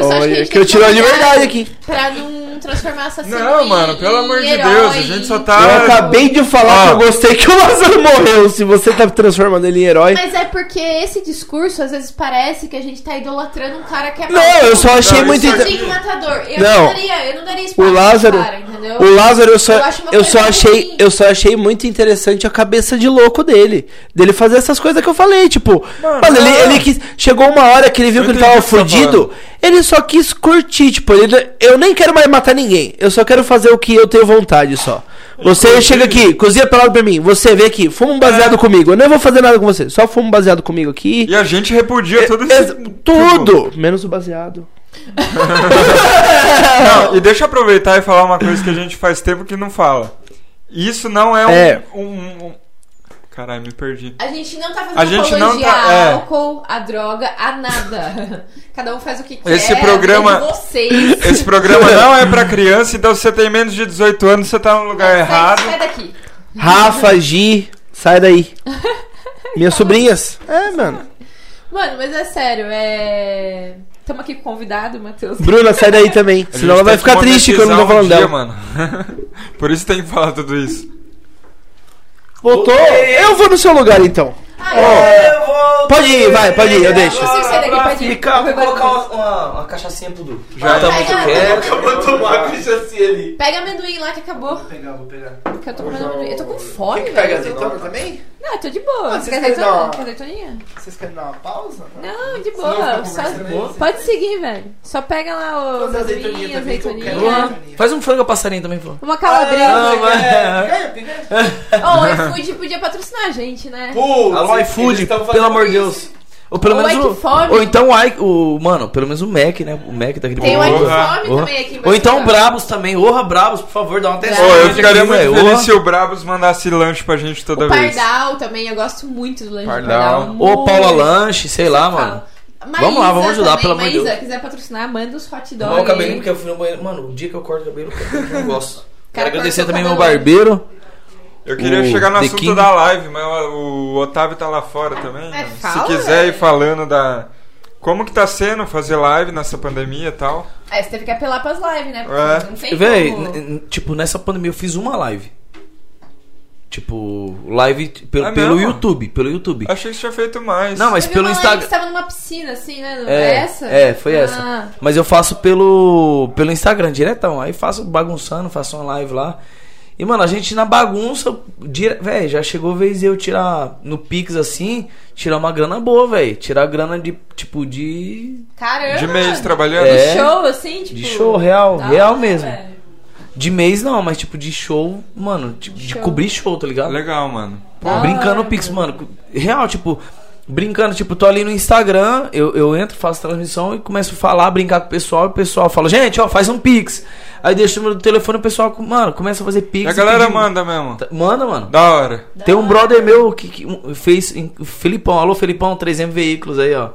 [SPEAKER 3] Olha,
[SPEAKER 2] a gente
[SPEAKER 3] é que
[SPEAKER 2] tem
[SPEAKER 3] eu tiro a
[SPEAKER 2] tomar
[SPEAKER 3] liberdade
[SPEAKER 2] cuidado
[SPEAKER 3] aqui.
[SPEAKER 2] Pra não transformar assassino
[SPEAKER 4] Não,
[SPEAKER 2] em-
[SPEAKER 4] mano, pelo amor de
[SPEAKER 2] em
[SPEAKER 4] Deus, a
[SPEAKER 2] herói.
[SPEAKER 4] gente só tá.
[SPEAKER 3] Eu acabei de falar
[SPEAKER 4] Ó.
[SPEAKER 3] que eu gostei que o Lázaro morreu. Se você tá transformando ele em herói.
[SPEAKER 2] Mas é porque esse discurso às vezes parece que a gente tá idolatrando um cara que é
[SPEAKER 3] Não, eu só achei
[SPEAKER 4] Não,
[SPEAKER 3] muito.
[SPEAKER 4] isso
[SPEAKER 3] inte-
[SPEAKER 4] aqui-
[SPEAKER 2] Sozinho matador. Eu
[SPEAKER 3] Não.
[SPEAKER 2] não, daria, eu não daria
[SPEAKER 3] O
[SPEAKER 2] espaço pro
[SPEAKER 3] Lázaro.
[SPEAKER 2] cara, Tá, entendeu?
[SPEAKER 3] O Lázaro, eu só,
[SPEAKER 2] Eu acho uma coisa
[SPEAKER 3] eu
[SPEAKER 2] assim,
[SPEAKER 3] só
[SPEAKER 2] ruim.
[SPEAKER 3] achei, eu só achei muito interessante a cabeça de louco dele. Dele fazer essas coisas que eu falei, tipo. Mano,
[SPEAKER 4] Mano,
[SPEAKER 3] ele,
[SPEAKER 4] não.
[SPEAKER 3] ele quis. Chegou uma hora que ele viu
[SPEAKER 4] Eu
[SPEAKER 3] que ele
[SPEAKER 4] entendi
[SPEAKER 3] tava
[SPEAKER 4] o que você tá
[SPEAKER 3] fudido.
[SPEAKER 4] falando.
[SPEAKER 3] Ele só quis curtir, tipo, ele- eu nem quero mais matar ninguém. Eu só quero fazer o que eu tenho vontade só. Você chega aqui, cozinha pelado pra mim. Você vem aqui, fuma um baseado comigo. Eu não vou fazer nada com você. Só fuma um baseado comigo aqui.
[SPEAKER 4] É. E a gente repudia tudo
[SPEAKER 3] É-
[SPEAKER 4] isso.
[SPEAKER 3] tudo!
[SPEAKER 4] Tipo-
[SPEAKER 3] Menos o baseado.
[SPEAKER 4] Não, e deixa eu aproveitar e falar uma coisa que a gente faz tempo que não fala. Isso não é um.
[SPEAKER 3] É.
[SPEAKER 4] um- um- Caralho, me perdi.
[SPEAKER 2] A gente não tá fazendo
[SPEAKER 4] A gente não
[SPEAKER 2] apologia
[SPEAKER 4] tá- é.
[SPEAKER 2] a álcool, a droga, a nada. Cada um faz o que quer.
[SPEAKER 4] Esse programa-
[SPEAKER 2] de vocês.
[SPEAKER 4] Esse programa não é pra criança, então se você tem menos de 18 anos, você tá no lugar errado.
[SPEAKER 2] Sai, sai daqui.
[SPEAKER 3] Rafa, Gi, sai daí. Minhas sobrinhas. É, mano.
[SPEAKER 2] Mano, mas é sério, é. Tamo aqui com o convidado, Matheus.
[SPEAKER 3] Bruna, sai daí também.
[SPEAKER 4] A gente
[SPEAKER 3] Senão ela vai
[SPEAKER 5] tá
[SPEAKER 4] tem que
[SPEAKER 3] ficar triste quando eu não tô
[SPEAKER 4] monetizar um
[SPEAKER 3] falando dela.
[SPEAKER 4] dia, mano. Por isso tem que falar tudo isso.
[SPEAKER 3] Voltou? Eu vou no seu lugar então.
[SPEAKER 2] Ah, é.
[SPEAKER 3] Pode ir, vai, pode ir, eu deixo.
[SPEAKER 2] Eu consigo sair daqui,
[SPEAKER 5] Pra
[SPEAKER 2] pode ir.
[SPEAKER 5] ficar, vou
[SPEAKER 2] Vai, vai,
[SPEAKER 5] colocar
[SPEAKER 2] vai.
[SPEAKER 5] uma, uma, uma cachaçinha pro Du.
[SPEAKER 4] Já.
[SPEAKER 5] tá muito
[SPEAKER 2] Vai,
[SPEAKER 5] quieto.
[SPEAKER 2] Pega amendoim lá que acabou. Vou pegar, vou pegar. Porque eu tô
[SPEAKER 3] é
[SPEAKER 2] comendo amendoim. Eu tô com fome, velho.
[SPEAKER 3] também?
[SPEAKER 2] Não, eu tô de boa.
[SPEAKER 3] vocês
[SPEAKER 2] Quer
[SPEAKER 3] querem dar
[SPEAKER 2] azeitona?
[SPEAKER 3] uma-
[SPEAKER 2] Quer azeitoninha?
[SPEAKER 3] Vocês querem dar uma pausa?
[SPEAKER 2] Não, de boa. Só... Pode seguir, velho. Só pega lá o azeitoninha, azeitoninha.
[SPEAKER 5] Faz um frango a passarinho também, pô.
[SPEAKER 2] Uma calabresa.
[SPEAKER 5] mas-
[SPEAKER 2] Ó, o iFood podia patrocinar a gente, né?
[SPEAKER 5] Alô, iFood, pelo amor de Deus. Ou pelo
[SPEAKER 2] Ou
[SPEAKER 5] menos
[SPEAKER 2] é que fome.
[SPEAKER 5] Ou então o, I, o. Mano, pelo menos o Mac, né? O Mac daquele
[SPEAKER 2] Tem o
[SPEAKER 5] Porra.
[SPEAKER 2] iFood
[SPEAKER 5] Porra.
[SPEAKER 2] também aqui. em
[SPEAKER 5] Ou então
[SPEAKER 2] Barcelona.
[SPEAKER 5] o Brabos também. Orra, Brabos, por favor, dá uma
[SPEAKER 2] Tá.
[SPEAKER 5] atenção. é
[SPEAKER 4] Pô, eu
[SPEAKER 5] Aqui,
[SPEAKER 4] ficaria
[SPEAKER 3] É,
[SPEAKER 4] muito
[SPEAKER 5] velho.
[SPEAKER 4] feliz
[SPEAKER 5] Orra.
[SPEAKER 4] se o Brabos mandasse lanche pra gente toda
[SPEAKER 2] O
[SPEAKER 4] vez.
[SPEAKER 2] Pardal também, eu gosto muito do lanche do
[SPEAKER 4] Pardal.
[SPEAKER 2] Pardal.
[SPEAKER 5] Ou
[SPEAKER 2] muito.
[SPEAKER 5] Paula Lanche, sei lá, mano.
[SPEAKER 2] Fala.
[SPEAKER 5] Vamos lá, vamos ajudar,
[SPEAKER 2] também,
[SPEAKER 5] pelo amor de
[SPEAKER 2] Maísa,
[SPEAKER 5] Deus.
[SPEAKER 2] quiser patrocinar, manda os hot
[SPEAKER 5] Tomar o
[SPEAKER 2] dogs.
[SPEAKER 5] cabelinho, porque eu fui no banheiro. Mano, o dia que eu corto o cabelo, eu não gosto. Quero
[SPEAKER 2] Cara,
[SPEAKER 5] agradecer
[SPEAKER 2] cortou o
[SPEAKER 5] também meu
[SPEAKER 2] cabelo.
[SPEAKER 5] barbeiro.
[SPEAKER 4] Eu queria
[SPEAKER 5] O
[SPEAKER 4] chegar no
[SPEAKER 5] The
[SPEAKER 4] assunto
[SPEAKER 5] King.
[SPEAKER 4] da live, mas o Otávio tá lá fora também.
[SPEAKER 2] É,
[SPEAKER 4] né?
[SPEAKER 2] fala,
[SPEAKER 4] Se quiser ir
[SPEAKER 2] velho.
[SPEAKER 4] falando da. Como que tá sendo fazer live nessa pandemia e tal?
[SPEAKER 2] É, você teve que apelar pras lives, né? Porque
[SPEAKER 4] É.
[SPEAKER 2] Não tem
[SPEAKER 5] Véi,
[SPEAKER 2] como.
[SPEAKER 5] n- n- tipo, nessa pandemia eu fiz uma live. Tipo, live t- pelo,
[SPEAKER 4] É
[SPEAKER 5] pelo
[SPEAKER 4] mesmo?
[SPEAKER 5] YouTube, pelo YouTube.
[SPEAKER 4] Achei que você tinha feito mais.
[SPEAKER 5] Não, mas
[SPEAKER 2] Eu vi
[SPEAKER 5] pelo
[SPEAKER 2] uma live que
[SPEAKER 5] Instagram.
[SPEAKER 2] você tava numa piscina, assim, né? Não
[SPEAKER 5] É,
[SPEAKER 2] é essa?
[SPEAKER 5] é, foi
[SPEAKER 2] Ah.
[SPEAKER 5] essa. Mas eu faço pelo, pelo Instagram, diretão. Aí faço bagunçando, faço uma live lá. E, mano, a gente na bagunça, dire... velho, já chegou vez eu tirar no Pix assim, tirar uma grana boa, velho. Tirar grana de, tipo, de.
[SPEAKER 2] Caramba!
[SPEAKER 4] De mês trabalhando?
[SPEAKER 5] É.
[SPEAKER 2] De show, assim, tipo...
[SPEAKER 5] De show, real,
[SPEAKER 2] da
[SPEAKER 5] real
[SPEAKER 2] hora,
[SPEAKER 5] mesmo.
[SPEAKER 2] velho.
[SPEAKER 5] De mês não, mas tipo, de show, mano, tipo, de
[SPEAKER 2] Show.
[SPEAKER 5] cobrir show, tá ligado?
[SPEAKER 4] Legal, mano.
[SPEAKER 5] Pô, brincando o Pix, mano. Real, tipo, brincando, tipo, tô ali no Instagram, eu, eu entro, faço transmissão e começo a falar, brincar com o pessoal, e o pessoal fala, gente, ó, faz um Pix. Aí deixa o número do telefone, o pessoal, mano, começa a fazer Pix.
[SPEAKER 4] E a galera
[SPEAKER 5] pedir-
[SPEAKER 4] manda mesmo.
[SPEAKER 5] Tá- Manda, mano.
[SPEAKER 4] Da hora.
[SPEAKER 5] Tem um brother meu que, que um- fez. em- Felipão, alô, Felipão, 3M Veículos aí, ó.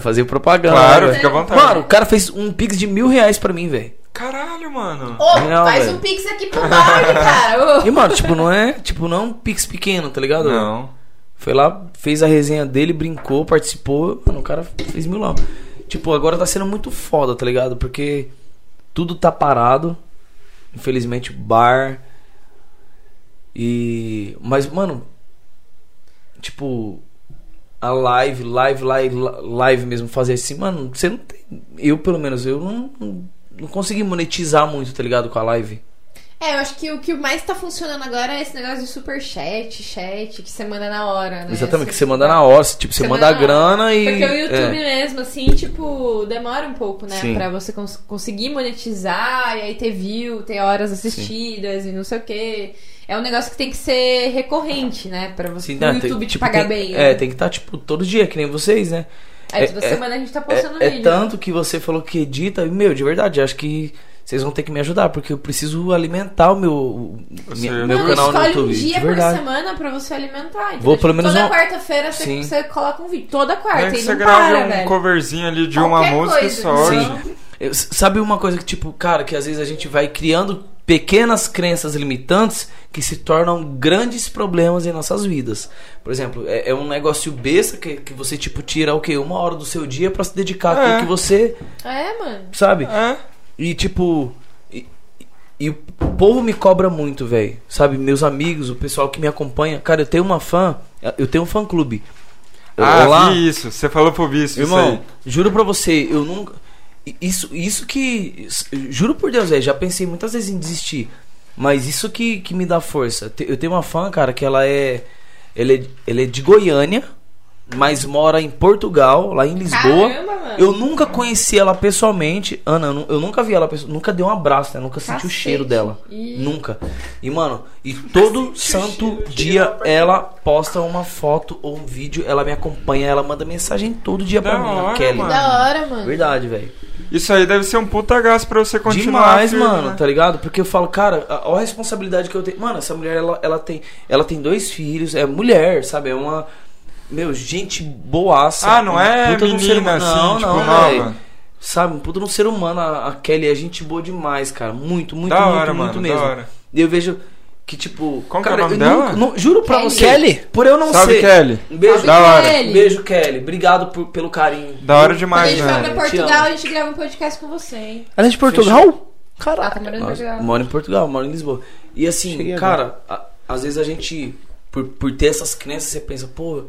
[SPEAKER 5] Fazer propaganda.
[SPEAKER 4] Claro,
[SPEAKER 5] né,
[SPEAKER 4] fica à
[SPEAKER 5] velho?
[SPEAKER 4] vontade.
[SPEAKER 5] Mano, o cara fez um Pix de mil reais pra mim, velho.
[SPEAKER 4] Caralho, mano.
[SPEAKER 2] Ô,
[SPEAKER 5] Não,
[SPEAKER 2] faz
[SPEAKER 5] velho.
[SPEAKER 2] um pix aqui pro Barney, cara. Ô.
[SPEAKER 5] E, mano, tipo, não é. Tipo, não é um Pix pequeno, tá ligado?
[SPEAKER 4] Não.
[SPEAKER 5] Foi lá, fez a resenha dele, brincou, participou. Mano, o cara fez milão. Tipo, agora tá sendo muito foda, tá ligado? Porque tudo tá parado. Infelizmente, bar. E. Mas, mano. Tipo. A live, live, live, live mesmo, fazer assim, mano, você não tem. Eu, pelo menos, eu não, não- não consegui monetizar muito, tá ligado? Com a live.
[SPEAKER 2] É, eu acho que o que mais tá funcionando agora é esse negócio de superchat, chat, que você manda na hora, né?
[SPEAKER 5] Exatamente, que você manda na hora, você, tipo, você, manda a
[SPEAKER 2] na hora.
[SPEAKER 5] grana e.
[SPEAKER 2] Porque o YouTube
[SPEAKER 5] é.
[SPEAKER 2] mesmo, assim, tipo, demora um pouco, né?
[SPEAKER 5] Sim.
[SPEAKER 2] Pra você cons- conseguir monetizar, e aí ter view, ter horas assistidas e não sei o quê. É um negócio que tem que ser recorrente, né? Pra você
[SPEAKER 5] Sim,
[SPEAKER 2] pro
[SPEAKER 5] não, tem-
[SPEAKER 2] YouTube te
[SPEAKER 5] tipo,
[SPEAKER 2] pagar
[SPEAKER 5] tem-
[SPEAKER 2] bem.
[SPEAKER 5] É,
[SPEAKER 2] né?
[SPEAKER 5] tem que estar, tipo, todo dia, que nem vocês, né?
[SPEAKER 2] Aí
[SPEAKER 5] é-
[SPEAKER 2] toda
[SPEAKER 5] é-
[SPEAKER 2] semana a gente tá postando
[SPEAKER 5] É, é
[SPEAKER 2] vídeo.
[SPEAKER 5] tanto que você falou que edita, e, meu, de verdade, acho que vocês vão ter que me ajudar, porque eu preciso alimentar o meu, o-
[SPEAKER 4] O
[SPEAKER 5] minha-
[SPEAKER 4] seu
[SPEAKER 5] meu
[SPEAKER 4] YouTube.
[SPEAKER 5] canal no
[SPEAKER 2] escolhe
[SPEAKER 5] YouTube.
[SPEAKER 2] um dia
[SPEAKER 5] de
[SPEAKER 2] por
[SPEAKER 5] verdade.
[SPEAKER 2] semana pra você alimentar. Tipo,
[SPEAKER 5] Vou pelo menos
[SPEAKER 2] Toda
[SPEAKER 5] uma-
[SPEAKER 2] quarta-feira você,
[SPEAKER 5] Sim.
[SPEAKER 2] você coloca um vídeo. Toda
[SPEAKER 4] Tem
[SPEAKER 2] quarta.
[SPEAKER 4] que
[SPEAKER 2] e
[SPEAKER 4] você
[SPEAKER 2] não
[SPEAKER 4] grave
[SPEAKER 2] para,
[SPEAKER 4] um
[SPEAKER 2] velho.
[SPEAKER 4] coverzinho ali de uma
[SPEAKER 2] Qualquer
[SPEAKER 4] música e
[SPEAKER 2] coisa,
[SPEAKER 4] sorte.
[SPEAKER 2] né?
[SPEAKER 5] Sim. Eu- s- sabe uma coisa que, tipo, cara, que às vezes a gente vai criando pequenas crenças limitantes que se tornam grandes problemas em nossas vidas. Por exemplo, é, é um negócio besta que, que você, tipo, tira, o quê? Uma hora do seu dia pra se dedicar àquilo
[SPEAKER 4] É.
[SPEAKER 5] que você,
[SPEAKER 2] É, mano.
[SPEAKER 5] sabe?
[SPEAKER 4] É.
[SPEAKER 5] E tipo. E, e o povo me cobra muito, velho. Sabe, meus amigos, o pessoal que me acompanha. Cara, eu tenho uma fã. Eu tenho um fã clube.
[SPEAKER 4] Ah, vi isso. Você falou pro Bispo
[SPEAKER 5] Irmão,
[SPEAKER 4] isso
[SPEAKER 5] juro pra você, eu nunca. i- Isso, isso que. s- Juro por Deus, velho. Já pensei muitas vezes em desistir. Mas isso que, que me dá força. Te- Eu tenho uma fã, cara, que ela é. Ela é, ela é de Goiânia, mas mora em Portugal, lá em Lisboa.
[SPEAKER 2] Caramba, mano.
[SPEAKER 5] Eu nunca conheci ela pessoalmente. Ana, eu nu- eu nunca vi ela pessoal- Nunca dei um abraço, né? Nunca senti o
[SPEAKER 2] Cacete.
[SPEAKER 5] cheiro dela.
[SPEAKER 2] Ih.
[SPEAKER 5] Nunca. E, mano, e todo santo dia ela posta uma foto ou um vídeo, ela me acompanha, ela manda mensagem todo dia
[SPEAKER 4] Da
[SPEAKER 5] pra mim,
[SPEAKER 4] hora,
[SPEAKER 5] a Kelly.
[SPEAKER 4] mano.
[SPEAKER 2] Da hora, mano.
[SPEAKER 5] Verdade, velho.
[SPEAKER 4] aí. Isso aí deve ser um puta gasto pra você continuar.
[SPEAKER 5] Demais,
[SPEAKER 4] firme,
[SPEAKER 5] mano,
[SPEAKER 4] né?
[SPEAKER 5] tá ligado? Porque eu falo, cara, a- olha a responsabilidade que eu tenho. Mano, essa mulher, ela, ela tem. Ela tem dois filhos, é mulher, sabe? É uma. Meu, gente boaça.
[SPEAKER 4] Ah, não
[SPEAKER 5] um
[SPEAKER 4] é
[SPEAKER 5] puta de um ser
[SPEAKER 4] menina
[SPEAKER 5] humano.
[SPEAKER 4] assim,
[SPEAKER 5] não,
[SPEAKER 4] tipo,
[SPEAKER 5] não,
[SPEAKER 4] nova.
[SPEAKER 5] velho. Sabe, um puta de um ser humano, a, a Kelly é gente boa demais, cara. Muito, muito,
[SPEAKER 4] da
[SPEAKER 5] muito,
[SPEAKER 4] hora,
[SPEAKER 5] muito
[SPEAKER 4] mano.
[SPEAKER 5] mesmo.
[SPEAKER 4] Da hora.
[SPEAKER 5] E eu vejo que, tipo.
[SPEAKER 4] Como que
[SPEAKER 5] cara,
[SPEAKER 4] é o nome
[SPEAKER 5] eu
[SPEAKER 4] dela?
[SPEAKER 5] nunca- não- juro pra
[SPEAKER 2] Kelly.
[SPEAKER 5] você.
[SPEAKER 3] Kelly?
[SPEAKER 5] Por eu não
[SPEAKER 4] Salve,
[SPEAKER 5] ser.
[SPEAKER 4] Kelly.
[SPEAKER 5] Um beijo,
[SPEAKER 4] Da hora.
[SPEAKER 5] Um beijo, Kelly. Obrigado por- pelo carinho.
[SPEAKER 4] Da hora
[SPEAKER 2] Quando a
[SPEAKER 4] demais,
[SPEAKER 2] gente vai pra
[SPEAKER 4] né?
[SPEAKER 5] Eu te
[SPEAKER 2] Portugal,
[SPEAKER 5] amo.
[SPEAKER 2] a gente grava um podcast com você, hein?
[SPEAKER 3] Ela é de Portugal?
[SPEAKER 2] Ah,
[SPEAKER 3] Caraca.
[SPEAKER 2] tá morando em
[SPEAKER 5] Nossa,
[SPEAKER 2] Portugal.
[SPEAKER 5] moro em Portugal, moro em Lisboa. E assim,
[SPEAKER 3] Cheguei
[SPEAKER 5] cara, a- às vezes a gente, por, por ter essas crenças, você pensa, pô,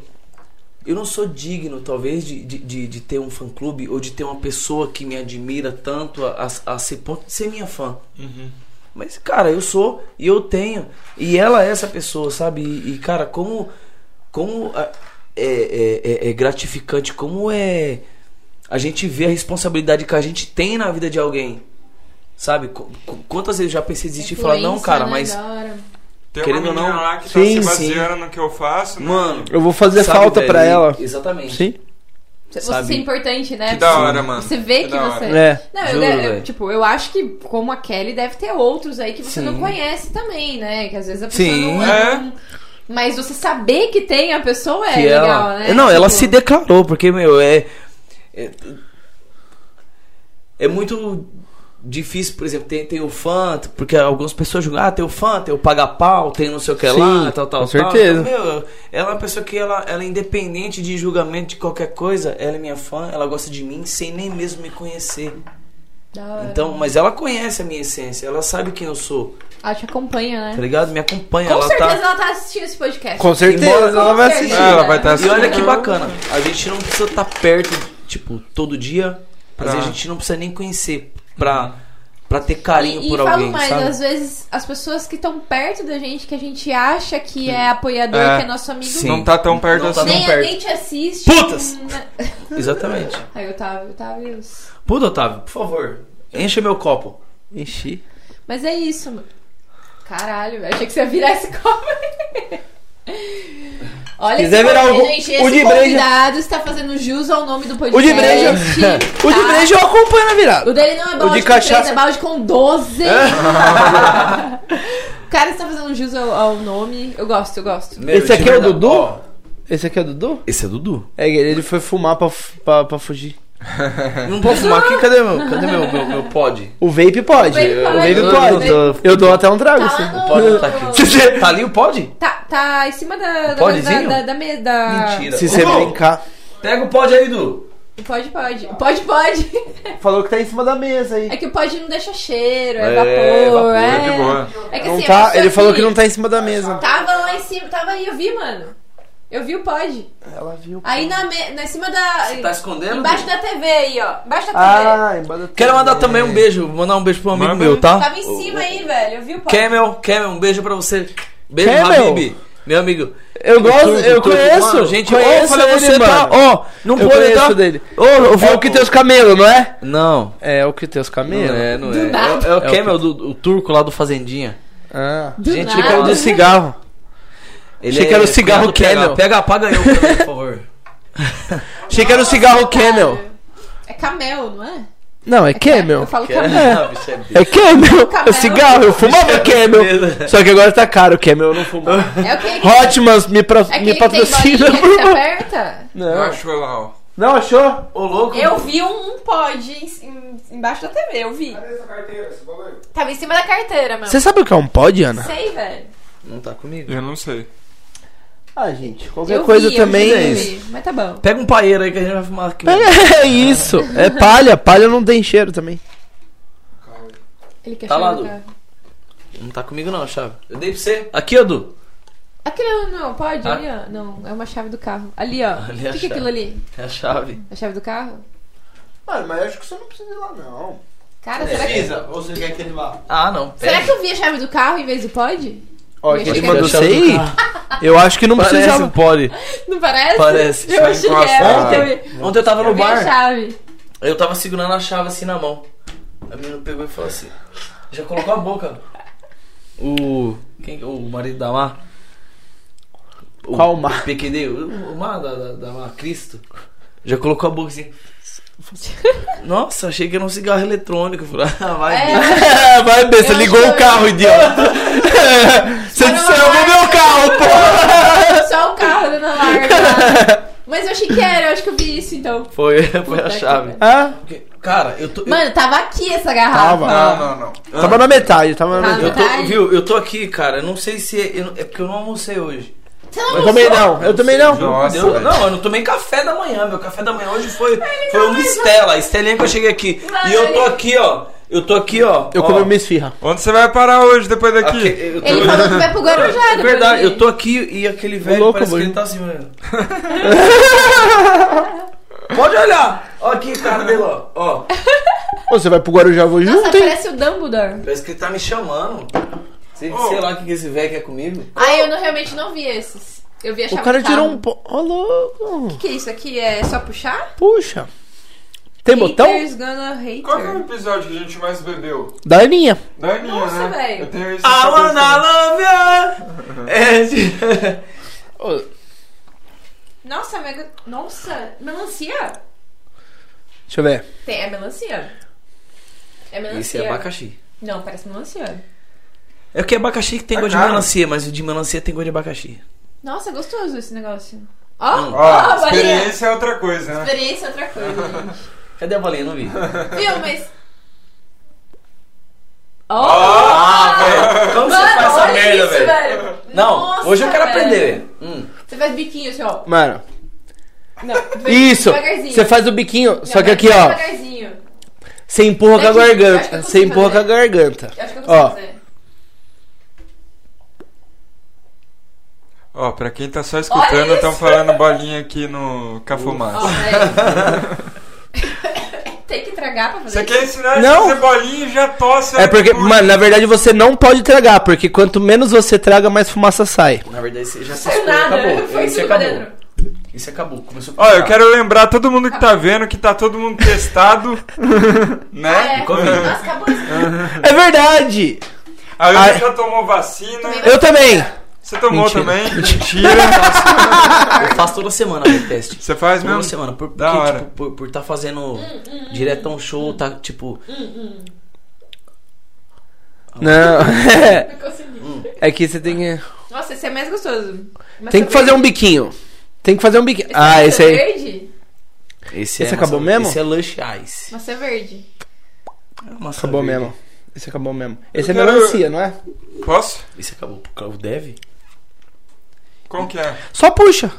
[SPEAKER 5] eu não sou digno, talvez, de, de, de, de ter um fã-clube ou de ter uma pessoa que me admira tanto a, a, a ser ponto de ser minha fã. Mas, cara, eu sou e eu tenho. E ela é essa pessoa, sabe? E, e, cara, como. Como a- é, é, é- é gratificante, como é. A gente vê a responsabilidade que a gente tem na vida de alguém. Sabe? Qu- qu- Quantas vezes eu já pensei em desistir e falar, não,
[SPEAKER 2] Influência,
[SPEAKER 5] cara,
[SPEAKER 2] né?
[SPEAKER 5] mas.
[SPEAKER 2] Da hora.
[SPEAKER 4] Tem uma
[SPEAKER 5] Querendo
[SPEAKER 4] menina
[SPEAKER 5] ou não-
[SPEAKER 4] lá que tá
[SPEAKER 3] Sim,
[SPEAKER 4] se baseando no que eu faço, né?
[SPEAKER 5] Mano,
[SPEAKER 3] Eu vou fazer
[SPEAKER 5] sabe,
[SPEAKER 3] falta
[SPEAKER 5] velho?
[SPEAKER 3] pra ela.
[SPEAKER 5] Exatamente.
[SPEAKER 3] Sim?
[SPEAKER 2] Você
[SPEAKER 5] Sabe?
[SPEAKER 2] é importante, né?
[SPEAKER 4] que da hora, mano.
[SPEAKER 2] Você vê que,
[SPEAKER 4] da
[SPEAKER 2] você.
[SPEAKER 4] hora.
[SPEAKER 3] É.
[SPEAKER 2] Não, eu
[SPEAKER 5] Juro,
[SPEAKER 2] deve- eu-
[SPEAKER 5] velho.
[SPEAKER 2] tipo, eu acho que como a Kelly deve ter outros aí que você
[SPEAKER 5] Sim.
[SPEAKER 2] não conhece também, né? Que às vezes a pessoa
[SPEAKER 5] Sim.
[SPEAKER 2] não
[SPEAKER 4] É.
[SPEAKER 2] não- Mas você saber que tem a pessoa é
[SPEAKER 5] que
[SPEAKER 2] legal,
[SPEAKER 5] ela,
[SPEAKER 2] né?
[SPEAKER 5] Não, ela
[SPEAKER 2] Tipo,
[SPEAKER 5] se declarou, porque, meu, é, é. é muito difícil, por exemplo, tem, tem o fã, porque algumas pessoas julgam, ah, tem o fã, tem o paga-pau, tem não sei o que lá,
[SPEAKER 3] Sim,
[SPEAKER 5] tal, tal,
[SPEAKER 3] com
[SPEAKER 5] tal.
[SPEAKER 3] certeza.
[SPEAKER 5] Então, meu, ela é uma pessoa que ela, ela é independente de julgamento de qualquer coisa, ela é minha fã, ela gosta de mim sem nem mesmo me conhecer.
[SPEAKER 2] Da hora.
[SPEAKER 5] Então, mas ela conhece a minha essência, ela sabe quem eu sou,
[SPEAKER 2] Ela te acompanha,
[SPEAKER 5] tá
[SPEAKER 2] né?
[SPEAKER 5] ligado? Me acompanha,
[SPEAKER 2] Com
[SPEAKER 5] ela
[SPEAKER 2] certeza
[SPEAKER 5] tá.
[SPEAKER 2] ela tá assistindo esse podcast.
[SPEAKER 3] Com certeza,
[SPEAKER 2] Com
[SPEAKER 3] ela vai
[SPEAKER 2] certeza.
[SPEAKER 3] assistir.
[SPEAKER 4] Ah, ela vai estar
[SPEAKER 5] E olha que
[SPEAKER 4] assistindo.
[SPEAKER 5] bacana, a gente não precisa estar perto, tipo, todo dia, mas
[SPEAKER 4] Pra-
[SPEAKER 5] a gente não precisa nem conhecer pra, pra ter carinho
[SPEAKER 2] E,
[SPEAKER 5] por
[SPEAKER 2] falo
[SPEAKER 5] alguém,
[SPEAKER 2] mais,
[SPEAKER 5] sabe?
[SPEAKER 2] às vezes as pessoas que estão perto da gente, que a gente acha que é apoiador,
[SPEAKER 4] É.
[SPEAKER 2] que é nosso amigo,
[SPEAKER 5] Sim.
[SPEAKER 4] Não tá tão perto
[SPEAKER 5] Não tá
[SPEAKER 4] assim.
[SPEAKER 5] tão
[SPEAKER 2] nem,
[SPEAKER 5] perto.
[SPEAKER 2] nem te assiste.
[SPEAKER 5] Putas!
[SPEAKER 2] Hum,
[SPEAKER 5] Exatamente.
[SPEAKER 2] Aí, Otávio, Otávio. os-
[SPEAKER 5] Puta, Otávio, por favor, encha meu copo.
[SPEAKER 3] Enchi.
[SPEAKER 2] Mas é isso, mano. Caralho, velho. Achei que você ia virar esse copo. Olha,
[SPEAKER 3] quiser
[SPEAKER 2] esse
[SPEAKER 3] virar
[SPEAKER 2] copo,
[SPEAKER 3] o-
[SPEAKER 2] gente,
[SPEAKER 3] o
[SPEAKER 2] esse
[SPEAKER 3] de breja-
[SPEAKER 2] convidado está fazendo jus ao nome do podcast.
[SPEAKER 3] O de breja. O de
[SPEAKER 2] É, tá?
[SPEAKER 3] breja eu acompanho na virada.
[SPEAKER 2] O dele não é balde
[SPEAKER 3] de
[SPEAKER 2] com
[SPEAKER 3] cachaça-
[SPEAKER 2] três, é balde com 12. o cara está fazendo jus ao, ao nome. Eu gosto, eu gosto.
[SPEAKER 5] Meu,
[SPEAKER 3] Esse
[SPEAKER 5] de
[SPEAKER 3] aqui é o
[SPEAKER 5] verdade.
[SPEAKER 3] Dudu?
[SPEAKER 5] Ó,
[SPEAKER 3] Esse aqui é o Dudu?
[SPEAKER 5] Esse é Dudu.
[SPEAKER 3] É, ele foi fumar pra, f- pra, pra fugir.
[SPEAKER 5] Não pode fumar aqui? Cadê meu, cadê meu, meu, meu pod?
[SPEAKER 3] O vape pode.
[SPEAKER 2] O vape pode.
[SPEAKER 3] O vape
[SPEAKER 2] Eu
[SPEAKER 3] pode.
[SPEAKER 5] dou-
[SPEAKER 3] Eu dou até um trago.
[SPEAKER 2] Tá
[SPEAKER 3] se-
[SPEAKER 2] lá no-
[SPEAKER 5] O pod tá aqui.
[SPEAKER 3] Se você-
[SPEAKER 5] Tá ali o pod?
[SPEAKER 2] Tá, tá em cima da, da, da,
[SPEAKER 5] Podezinho?
[SPEAKER 2] da, da mesa. da-
[SPEAKER 5] Mentira.
[SPEAKER 3] se você
[SPEAKER 5] Ô, Dudu,
[SPEAKER 3] brincar.
[SPEAKER 5] Pega o pod aí, Dudu.
[SPEAKER 2] Pode, pode. Pode, pode.
[SPEAKER 3] Falou que tá em cima da mesa aí.
[SPEAKER 2] É que o pod não deixa cheiro, é,
[SPEAKER 5] É,
[SPEAKER 2] vapor.
[SPEAKER 5] vapor,
[SPEAKER 2] é.
[SPEAKER 4] é de boa.
[SPEAKER 2] É que
[SPEAKER 3] Não
[SPEAKER 2] assim, a
[SPEAKER 3] tá,
[SPEAKER 2] pessoa
[SPEAKER 3] ele falou que não tá em cima da mesa.
[SPEAKER 2] Tava lá em cima, tava aí, eu vi, mano. Eu vi o pod.
[SPEAKER 3] Ela viu.
[SPEAKER 2] Aí na, me, na cima da.
[SPEAKER 5] Você tá escondendo?
[SPEAKER 2] Embaixo
[SPEAKER 5] Dudu?
[SPEAKER 2] da TV aí, ó. Embaixo da TV.
[SPEAKER 3] Ah, embora.
[SPEAKER 5] Quero mandar também um beijo, mandar um beijo pro um amigo
[SPEAKER 4] Manda.
[SPEAKER 5] meu, tá?
[SPEAKER 2] Tava em cima aí, velho. Eu vi o pod.
[SPEAKER 5] Camel, Camel, um beijo pra você. Beijo,
[SPEAKER 3] Camel.
[SPEAKER 5] Habib. Meu amigo.
[SPEAKER 3] Eu gosto,
[SPEAKER 5] Turco,
[SPEAKER 3] eu
[SPEAKER 5] turco.
[SPEAKER 3] conheço.
[SPEAKER 5] Mano, gente,
[SPEAKER 3] conheço
[SPEAKER 5] ô, falei
[SPEAKER 3] ele,
[SPEAKER 5] você, tá?
[SPEAKER 3] mano.
[SPEAKER 5] Ó, não
[SPEAKER 3] eu
[SPEAKER 5] pode
[SPEAKER 3] conheço
[SPEAKER 5] dar.
[SPEAKER 3] dele. Ô, foi o que tem os camelos, não é?
[SPEAKER 5] Não.
[SPEAKER 3] É, o que tem os
[SPEAKER 5] Não
[SPEAKER 3] camelos.
[SPEAKER 5] é, não é. É,
[SPEAKER 2] nada.
[SPEAKER 5] o- é o Camel, do, o turco lá do Fazendinha.
[SPEAKER 3] Ah.
[SPEAKER 2] Do
[SPEAKER 5] Gente,
[SPEAKER 2] nada.
[SPEAKER 5] ele
[SPEAKER 3] É o do cigarro.
[SPEAKER 5] Ele
[SPEAKER 3] Achei que era o cigarro
[SPEAKER 5] cunhado do PH.
[SPEAKER 3] Camel.
[SPEAKER 5] Pega, apaga eu, por favor.
[SPEAKER 3] Achei que era o cigarro Camel.
[SPEAKER 2] Cara, É camel, não Ah. é?
[SPEAKER 3] Não, é
[SPEAKER 2] Eu
[SPEAKER 3] Camel.
[SPEAKER 2] falo camel.
[SPEAKER 5] Ah, bicho, é bicho.
[SPEAKER 3] É Camel.
[SPEAKER 2] Camel.
[SPEAKER 3] É cigarro. Eu fumava Camel.
[SPEAKER 5] Beleza.
[SPEAKER 3] Só que agora tá caro o Camel, eu não fumo.
[SPEAKER 2] É o que?
[SPEAKER 3] Hotmans me, pro-
[SPEAKER 2] É aquele
[SPEAKER 3] me
[SPEAKER 2] que tem
[SPEAKER 3] patrocina,
[SPEAKER 2] bolinha que
[SPEAKER 3] por
[SPEAKER 2] se
[SPEAKER 3] favor.
[SPEAKER 2] aperta?
[SPEAKER 4] Não
[SPEAKER 3] Não.
[SPEAKER 4] achou lá, ó.
[SPEAKER 3] não achou?
[SPEAKER 5] Ô, louco.
[SPEAKER 2] Eu vi um, um pod em- em- embaixo da TV, eu vi. Tava em cima da carteira, mano.
[SPEAKER 3] Você sabe o que é um pod, Ana?
[SPEAKER 2] Sei, velho.
[SPEAKER 5] Não tá comigo.
[SPEAKER 4] Eu não sei.
[SPEAKER 3] Ah, gente, qualquer
[SPEAKER 2] Eu vi,
[SPEAKER 3] coisa
[SPEAKER 2] eu
[SPEAKER 3] também.
[SPEAKER 2] vi, eu vi, Mas tá bom.
[SPEAKER 5] Pega um paeiro aí que a gente vai fumar aqui. mesmo.
[SPEAKER 3] É isso. É palha. Palha não tem cheiro também.
[SPEAKER 2] Ele quer
[SPEAKER 5] Tá
[SPEAKER 2] chegar
[SPEAKER 5] lá,
[SPEAKER 2] no
[SPEAKER 5] Du.
[SPEAKER 2] carro.
[SPEAKER 5] Não tá comigo não, chave. Eu dei pra você. Aqui, ó, Du.
[SPEAKER 2] Aquilo não, pode?
[SPEAKER 5] Ah.
[SPEAKER 2] Ali, ó. Não, é uma chave do carro. Ali, ó.
[SPEAKER 5] Ali
[SPEAKER 2] O
[SPEAKER 5] a
[SPEAKER 2] que, que é
[SPEAKER 5] chave.
[SPEAKER 2] aquilo ali?
[SPEAKER 5] É a chave.
[SPEAKER 2] A chave do carro?
[SPEAKER 3] Mano, mas eu acho que você não precisa ir lá, não.
[SPEAKER 5] É,
[SPEAKER 2] Cara, será que.
[SPEAKER 3] ou você quer que ele vá?
[SPEAKER 5] Ah, não.
[SPEAKER 2] Será que eu vi a chave do carro em vez do pod?
[SPEAKER 3] Ó,
[SPEAKER 2] Deixa
[SPEAKER 3] quem
[SPEAKER 2] eu
[SPEAKER 3] mandou
[SPEAKER 5] achar
[SPEAKER 3] você
[SPEAKER 5] do
[SPEAKER 3] ir? Eu acho que não
[SPEAKER 5] Parece
[SPEAKER 3] precisava.
[SPEAKER 5] um pole.
[SPEAKER 2] Não parece?
[SPEAKER 5] Parece.
[SPEAKER 2] Eu achei que era.
[SPEAKER 4] Encosta.
[SPEAKER 2] Eu vi-
[SPEAKER 5] Ontem eu tava
[SPEAKER 3] É
[SPEAKER 2] eu
[SPEAKER 5] no
[SPEAKER 2] vi a
[SPEAKER 5] bar,
[SPEAKER 2] chave.
[SPEAKER 5] eu tava segurando a chave assim na mão. A menina pegou e falou assim: já colocou a boca. O. Quem que- O marido da Mar.
[SPEAKER 3] Qual Mar?
[SPEAKER 5] O PQD, o, o Mar da, da, da Mar, Cristo. Já colocou a boca assim. Nossa, achei que era um cigarro eletrônico. Eu falei, ah, vai.
[SPEAKER 2] É.
[SPEAKER 5] ver."
[SPEAKER 3] Vai bem, você
[SPEAKER 2] Eu
[SPEAKER 3] ligou
[SPEAKER 2] acho
[SPEAKER 3] o carro, idiota. Você
[SPEAKER 2] Mas não é
[SPEAKER 3] desarmou
[SPEAKER 2] vai.
[SPEAKER 3] meu carro, porra.
[SPEAKER 2] Só o carro dando larga. Mas eu achei que era, eu acho que eu vi isso então.
[SPEAKER 5] Foi, foi a
[SPEAKER 2] que
[SPEAKER 5] chave.
[SPEAKER 3] Ah,
[SPEAKER 5] Porque, cara, eu tô. eu-
[SPEAKER 2] Mano, tava aqui essa garrafa.
[SPEAKER 3] Tava.
[SPEAKER 4] Não, não, não.
[SPEAKER 3] tava na metade, tava na
[SPEAKER 2] Tá.
[SPEAKER 3] metade.
[SPEAKER 5] eu
[SPEAKER 2] Ai.
[SPEAKER 5] tô, viu, eu tô aqui, cara. Eu não sei se. é- eu não- é porque eu não almocei hoje.
[SPEAKER 2] Você tá não
[SPEAKER 3] Eu
[SPEAKER 2] almoçou?
[SPEAKER 3] também não, eu também não.
[SPEAKER 4] Nossa,
[SPEAKER 5] Deu-
[SPEAKER 4] velho.
[SPEAKER 5] não, eu não tomei café da manhã. Meu café da manhã hoje foi, foi
[SPEAKER 2] não
[SPEAKER 5] uma
[SPEAKER 2] vai-
[SPEAKER 5] estela. A estelinha que eu cheguei aqui.
[SPEAKER 2] Vai.
[SPEAKER 5] E eu tô aqui, ó. Eu tô aqui, ó.
[SPEAKER 3] Eu
[SPEAKER 5] ó,
[SPEAKER 3] comi uma esfirra.
[SPEAKER 4] Onde você vai parar hoje, depois daqui?
[SPEAKER 5] aqui- eu tô-
[SPEAKER 2] Ele falou que vai pro Guarujá
[SPEAKER 5] É
[SPEAKER 2] depois
[SPEAKER 5] verdade,
[SPEAKER 2] dele.
[SPEAKER 5] eu tô aqui e aquele velho
[SPEAKER 3] louco,
[SPEAKER 5] parece
[SPEAKER 3] mano.
[SPEAKER 5] que ele tá assim, mano. Pode olhar. Ó aqui, cara dele, ó. ó.
[SPEAKER 3] Ô, Você vai pro Guarujá, eu vou
[SPEAKER 2] Nossa,
[SPEAKER 3] junto, hein?
[SPEAKER 2] parece o Dumbledore.
[SPEAKER 5] Parece que ele tá me chamando. Sei,
[SPEAKER 4] Ô.
[SPEAKER 5] sei lá o que que esse velho quer comigo.
[SPEAKER 2] Ah, eu não, realmente não vi esses. Eu vi a chave
[SPEAKER 3] O cara
[SPEAKER 2] do carro.
[SPEAKER 3] tirou um... po- Ô, louco.
[SPEAKER 2] O que é isso aqui? É só puxar?
[SPEAKER 3] Puxa. Tem botão?
[SPEAKER 2] Haters gonna hater.
[SPEAKER 4] Qual que é o episódio que a gente mais bebeu?
[SPEAKER 3] Da Aninha.
[SPEAKER 4] Da Aninha,
[SPEAKER 2] Nossa,
[SPEAKER 4] né?
[SPEAKER 2] velho.
[SPEAKER 4] Eu tenho isso
[SPEAKER 5] I
[SPEAKER 4] na cabeça.
[SPEAKER 5] wanna love you. É, de-
[SPEAKER 2] Nossa, mega... Nossa, melancia?
[SPEAKER 3] Deixa eu ver.
[SPEAKER 2] Tem, é melancia. É melancia.
[SPEAKER 5] Esse é abacaxi.
[SPEAKER 2] Não, parece melancia.
[SPEAKER 5] É que abacaxi que tem
[SPEAKER 4] Tá
[SPEAKER 5] gosto de
[SPEAKER 4] caro.
[SPEAKER 5] melancia, mas o de melancia tem gosto de abacaxi.
[SPEAKER 2] Nossa, é gostoso esse negócio. Ó,
[SPEAKER 5] Hum.
[SPEAKER 4] Ó,
[SPEAKER 2] ó, Bahia.
[SPEAKER 4] experiência é outra coisa, né?
[SPEAKER 2] Experiência é outra coisa, gente.
[SPEAKER 5] Cadê a bolinha? Não vi.
[SPEAKER 2] Viu, mas... Ó!
[SPEAKER 4] Ah,
[SPEAKER 5] Como
[SPEAKER 2] Mano, olha isso, velho.
[SPEAKER 5] Não,
[SPEAKER 2] Nossa,
[SPEAKER 5] hoje eu quero
[SPEAKER 2] velho.
[SPEAKER 5] aprender. Hum.
[SPEAKER 2] Você faz biquinho assim, ó.
[SPEAKER 3] Mano,
[SPEAKER 2] Não,
[SPEAKER 3] isso.
[SPEAKER 2] devagarzinho.
[SPEAKER 3] Você faz o biquinho,
[SPEAKER 2] Não,
[SPEAKER 3] só que
[SPEAKER 2] vai
[SPEAKER 3] aqui, ó.
[SPEAKER 2] Devagarzinho.
[SPEAKER 3] Você empurra com a
[SPEAKER 2] Daqui, acho É que eu
[SPEAKER 3] garganta.
[SPEAKER 2] consigo
[SPEAKER 3] Você empurra com a
[SPEAKER 2] fazer.
[SPEAKER 3] garganta.
[SPEAKER 2] Eu acho que eu consigo
[SPEAKER 3] Ó.
[SPEAKER 2] fazer.
[SPEAKER 4] Ó, pra quem tá só
[SPEAKER 2] Olha
[SPEAKER 4] escutando,
[SPEAKER 2] isso!
[SPEAKER 4] estão falando bolinha aqui no
[SPEAKER 2] Ó,
[SPEAKER 4] Cafumás.
[SPEAKER 2] peraí. Tem que tragar pra fazer
[SPEAKER 4] Você quer ensinar a
[SPEAKER 3] Não.
[SPEAKER 4] fazer bolinha e já tosse.
[SPEAKER 3] É porque,
[SPEAKER 4] Puta.
[SPEAKER 3] mano, na verdade você não pode tragar, porque quanto menos você traga, mais fumaça sai.
[SPEAKER 5] Na verdade, você já se
[SPEAKER 2] Não
[SPEAKER 5] foi,
[SPEAKER 2] saiu nada,
[SPEAKER 5] acabou.
[SPEAKER 2] foi
[SPEAKER 5] Isso
[SPEAKER 2] tudo pra
[SPEAKER 5] acabou.
[SPEAKER 2] dentro.
[SPEAKER 5] Isso acabou. Começou
[SPEAKER 4] Ó, eu quero lembrar todo mundo que tá vendo que tá todo mundo testado,
[SPEAKER 2] Ah,
[SPEAKER 4] né?
[SPEAKER 2] é.
[SPEAKER 5] Covid.
[SPEAKER 2] Nossa, acabou isso.
[SPEAKER 3] É verdade!
[SPEAKER 4] A
[SPEAKER 3] Ah,
[SPEAKER 4] Ana já tomou vacina.
[SPEAKER 3] Eu também!
[SPEAKER 4] Você tomou
[SPEAKER 3] Mentira.
[SPEAKER 4] também?
[SPEAKER 5] Eu faço toda semana meu teste.
[SPEAKER 4] Você faz
[SPEAKER 5] Toda
[SPEAKER 4] mesmo?
[SPEAKER 5] semana. Por, porque,
[SPEAKER 4] Da hora.
[SPEAKER 5] tipo, por, por tá
[SPEAKER 2] Hum,
[SPEAKER 5] fazendo diretão show, tá, tipo...
[SPEAKER 3] Não,
[SPEAKER 2] Não consegui.
[SPEAKER 4] Hum.
[SPEAKER 3] é que você tem que.
[SPEAKER 2] Nossa, esse é mais gostoso. Mas
[SPEAKER 3] Tem
[SPEAKER 2] também-
[SPEAKER 3] que fazer um biquinho. Tem que fazer um biquinho. Ah,
[SPEAKER 2] é
[SPEAKER 3] esse aí.
[SPEAKER 2] verde?
[SPEAKER 5] Esse,
[SPEAKER 3] Esse acabou
[SPEAKER 5] maçã-
[SPEAKER 3] mesmo?
[SPEAKER 5] Esse é Lush Ice.
[SPEAKER 2] Nossa, é verde.
[SPEAKER 5] Maçã
[SPEAKER 3] Acabou
[SPEAKER 5] verde.
[SPEAKER 3] mesmo. Esse acabou mesmo. Esse é
[SPEAKER 4] quero-
[SPEAKER 3] melancia, não é?
[SPEAKER 4] Posso?
[SPEAKER 5] Esse acabou por causa do Dev?
[SPEAKER 4] Como que é?
[SPEAKER 3] Só puxa.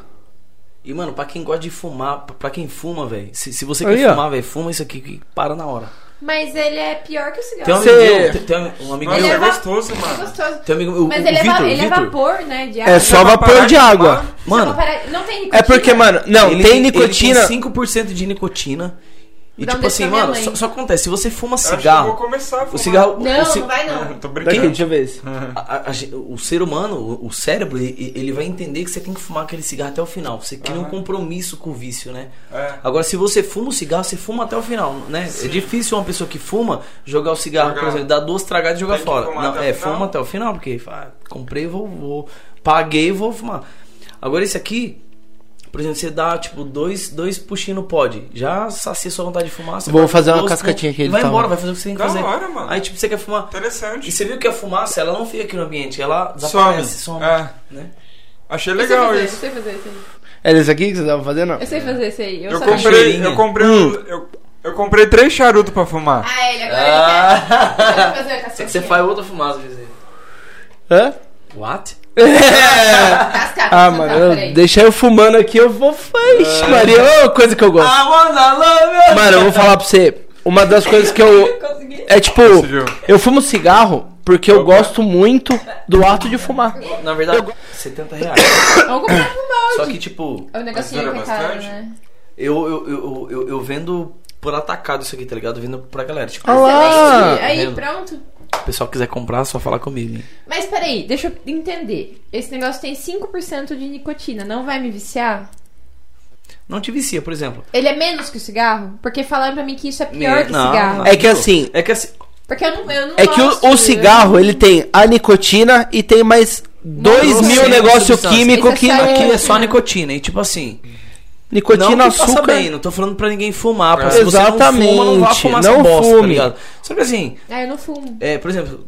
[SPEAKER 5] E, mano, pra quem gosta de fumar, pra quem fuma, velho, se, se você
[SPEAKER 3] Aí, ó.
[SPEAKER 5] quer fumar, velho, fuma isso aqui que para na hora.
[SPEAKER 2] Mas ele é pior que o
[SPEAKER 5] Tem um
[SPEAKER 2] cigarro.
[SPEAKER 3] Você-
[SPEAKER 5] amigo meu, tem- tem um- um amigo meu,
[SPEAKER 4] Nossa,
[SPEAKER 2] Ele
[SPEAKER 4] é
[SPEAKER 2] é va-
[SPEAKER 4] gostoso,
[SPEAKER 2] É
[SPEAKER 4] mano.
[SPEAKER 2] gostoso.
[SPEAKER 5] tem um amigo meu, o-
[SPEAKER 2] Mas
[SPEAKER 5] o
[SPEAKER 2] ele, é, va-
[SPEAKER 5] Vitor,
[SPEAKER 2] ele é
[SPEAKER 5] Vitor.
[SPEAKER 2] vapor, né? De água.
[SPEAKER 3] É só vapor de água.
[SPEAKER 5] Mano,
[SPEAKER 2] Para- Não tem né? nicotina.
[SPEAKER 3] É porque, mano, não,
[SPEAKER 5] ele-
[SPEAKER 3] tem nicotina.
[SPEAKER 5] Ele tem 5% de nicotina. E,
[SPEAKER 2] Dá um
[SPEAKER 5] tipo
[SPEAKER 2] desse pra
[SPEAKER 5] assim,
[SPEAKER 2] minha
[SPEAKER 5] mano,
[SPEAKER 2] mãe.
[SPEAKER 5] só, só acontece, se você fuma
[SPEAKER 4] Eu acho que eu vou
[SPEAKER 5] cigarro,
[SPEAKER 4] começar a
[SPEAKER 5] o
[SPEAKER 4] fumar.
[SPEAKER 5] cigarro...
[SPEAKER 2] Não,
[SPEAKER 5] o ci-
[SPEAKER 2] não vai não.
[SPEAKER 4] Ah, Tô
[SPEAKER 3] Daqui,
[SPEAKER 4] brincando.
[SPEAKER 3] deixa eu ver esse.
[SPEAKER 5] a- a gen- o ser humano, o, o cérebro, ele, ele vai entender que você tem que fumar aquele cigarro até o final. Você cria um compromisso com o vício, né?
[SPEAKER 4] É.
[SPEAKER 5] Agora, se você fuma o cigarro, você fuma até o final, né? É difícil uma pessoa que fuma jogar o cigarro,
[SPEAKER 4] Jogar.
[SPEAKER 5] por exemplo, dar duas tragadas e jogar
[SPEAKER 4] Tem que
[SPEAKER 5] fora.
[SPEAKER 4] fumar
[SPEAKER 5] Não,
[SPEAKER 4] até o
[SPEAKER 5] é,
[SPEAKER 4] final.
[SPEAKER 5] fuma até o final, porque ah, comprei, vou, vou. Paguei, vou fumar. Agora, esse aqui, por exemplo, você dá tipo dois, dois puxinhos no pod. Já sacia sua vontade de fumar. você
[SPEAKER 3] Vou
[SPEAKER 5] vai-
[SPEAKER 3] fazer uma
[SPEAKER 5] duas-
[SPEAKER 3] cascatinha aqui, ele
[SPEAKER 5] Vai
[SPEAKER 3] tá-
[SPEAKER 5] embora, vai fazer o que você tem que
[SPEAKER 4] Da
[SPEAKER 5] fazer.
[SPEAKER 4] hora, mano.
[SPEAKER 5] Aí, tipo, você quer fumar. E
[SPEAKER 4] Interessante.
[SPEAKER 5] você viu que a fumaça, ela não fica aqui no ambiente, ela
[SPEAKER 4] Some.
[SPEAKER 5] desaparece, some.
[SPEAKER 4] É.
[SPEAKER 5] né?
[SPEAKER 4] Achei
[SPEAKER 2] Eu sei
[SPEAKER 4] legal
[SPEAKER 2] fazer, eu
[SPEAKER 4] isso.
[SPEAKER 2] sei fazer esse aí.
[SPEAKER 3] Era É esse aqui que você tava fazendo?
[SPEAKER 2] Eu sei fazer esse aí. Eu,
[SPEAKER 4] Eu
[SPEAKER 2] só
[SPEAKER 4] comprei,
[SPEAKER 5] Cheirinho.
[SPEAKER 4] eu comprei,
[SPEAKER 3] Hum.
[SPEAKER 4] um- eu, eu comprei três charutos pra fumar.
[SPEAKER 2] Ah, ele agora
[SPEAKER 5] Ah.
[SPEAKER 2] ele quer fazer a
[SPEAKER 5] Só
[SPEAKER 2] cascatinha.
[SPEAKER 5] que você faz outra fumaça, quer dizer.
[SPEAKER 3] Hã?
[SPEAKER 5] What?
[SPEAKER 2] Cascata,
[SPEAKER 3] Ah,
[SPEAKER 2] tá,
[SPEAKER 3] mano,
[SPEAKER 2] peraí.
[SPEAKER 3] eu, deixar eu fumando aqui, eu vou.
[SPEAKER 5] Ah.
[SPEAKER 3] Ixi, Maria, é uma coisa que eu gosto.
[SPEAKER 5] wanna love you.
[SPEAKER 3] Mano, eu vou falar pra você. Uma das coisas que eu.
[SPEAKER 2] Consegui.
[SPEAKER 3] É tipo,
[SPEAKER 4] Conseguiu.
[SPEAKER 3] eu fumo cigarro porque eu gosto muito do ato de fumar.
[SPEAKER 5] Na verdade, 70 reais.
[SPEAKER 2] Vamos comprar um balde.
[SPEAKER 5] Só que, tipo,
[SPEAKER 2] É um negocinho,
[SPEAKER 4] dura
[SPEAKER 2] coitado,
[SPEAKER 4] bastante?
[SPEAKER 2] né?
[SPEAKER 5] eu, eu, eu, eu, eu vendo por atacado isso aqui, tá ligado? Eu Vendo pra galera. Tipo,
[SPEAKER 3] Ah lá.
[SPEAKER 2] Excelente.
[SPEAKER 5] Ah.
[SPEAKER 2] Aí,
[SPEAKER 5] Vendo.
[SPEAKER 2] pronto.
[SPEAKER 5] se o pessoal quiser comprar, é só falar comigo. hein?
[SPEAKER 2] Mas peraí, deixa eu entender. Esse negócio tem 5% de nicotina, não vai me viciar?
[SPEAKER 5] Não te vicia, por exemplo.
[SPEAKER 2] Ele é menos que o cigarro? Porque falaram pra mim que isso é pior
[SPEAKER 5] Me-
[SPEAKER 2] que
[SPEAKER 5] não,
[SPEAKER 2] cigarro.
[SPEAKER 5] não.
[SPEAKER 3] É que assim,
[SPEAKER 5] É que assim.
[SPEAKER 2] Porque eu não, eu não
[SPEAKER 3] é que
[SPEAKER 2] gosto,
[SPEAKER 3] o, o
[SPEAKER 2] eu-
[SPEAKER 3] cigarro ele tem a nicotina e tem mais dois
[SPEAKER 5] Nossa,
[SPEAKER 3] mil
[SPEAKER 5] sim,
[SPEAKER 3] negócio
[SPEAKER 5] substância.
[SPEAKER 3] químico
[SPEAKER 2] Esse
[SPEAKER 3] que
[SPEAKER 2] é
[SPEAKER 3] não.
[SPEAKER 5] Aqui é só nicotina, e tipo assim.
[SPEAKER 3] Nicotina,
[SPEAKER 5] não que passa
[SPEAKER 3] açúcar.
[SPEAKER 2] né?
[SPEAKER 5] bem, não tô falando pra ninguém fumar.
[SPEAKER 4] É.
[SPEAKER 5] Pra, se você não fuma, não vá
[SPEAKER 3] Exatamente,
[SPEAKER 5] fumar
[SPEAKER 3] não
[SPEAKER 5] essa bosta, tá
[SPEAKER 3] fume.
[SPEAKER 5] ligado? Só que assim,
[SPEAKER 2] Ah, eu não fumo.
[SPEAKER 5] é, por exemplo,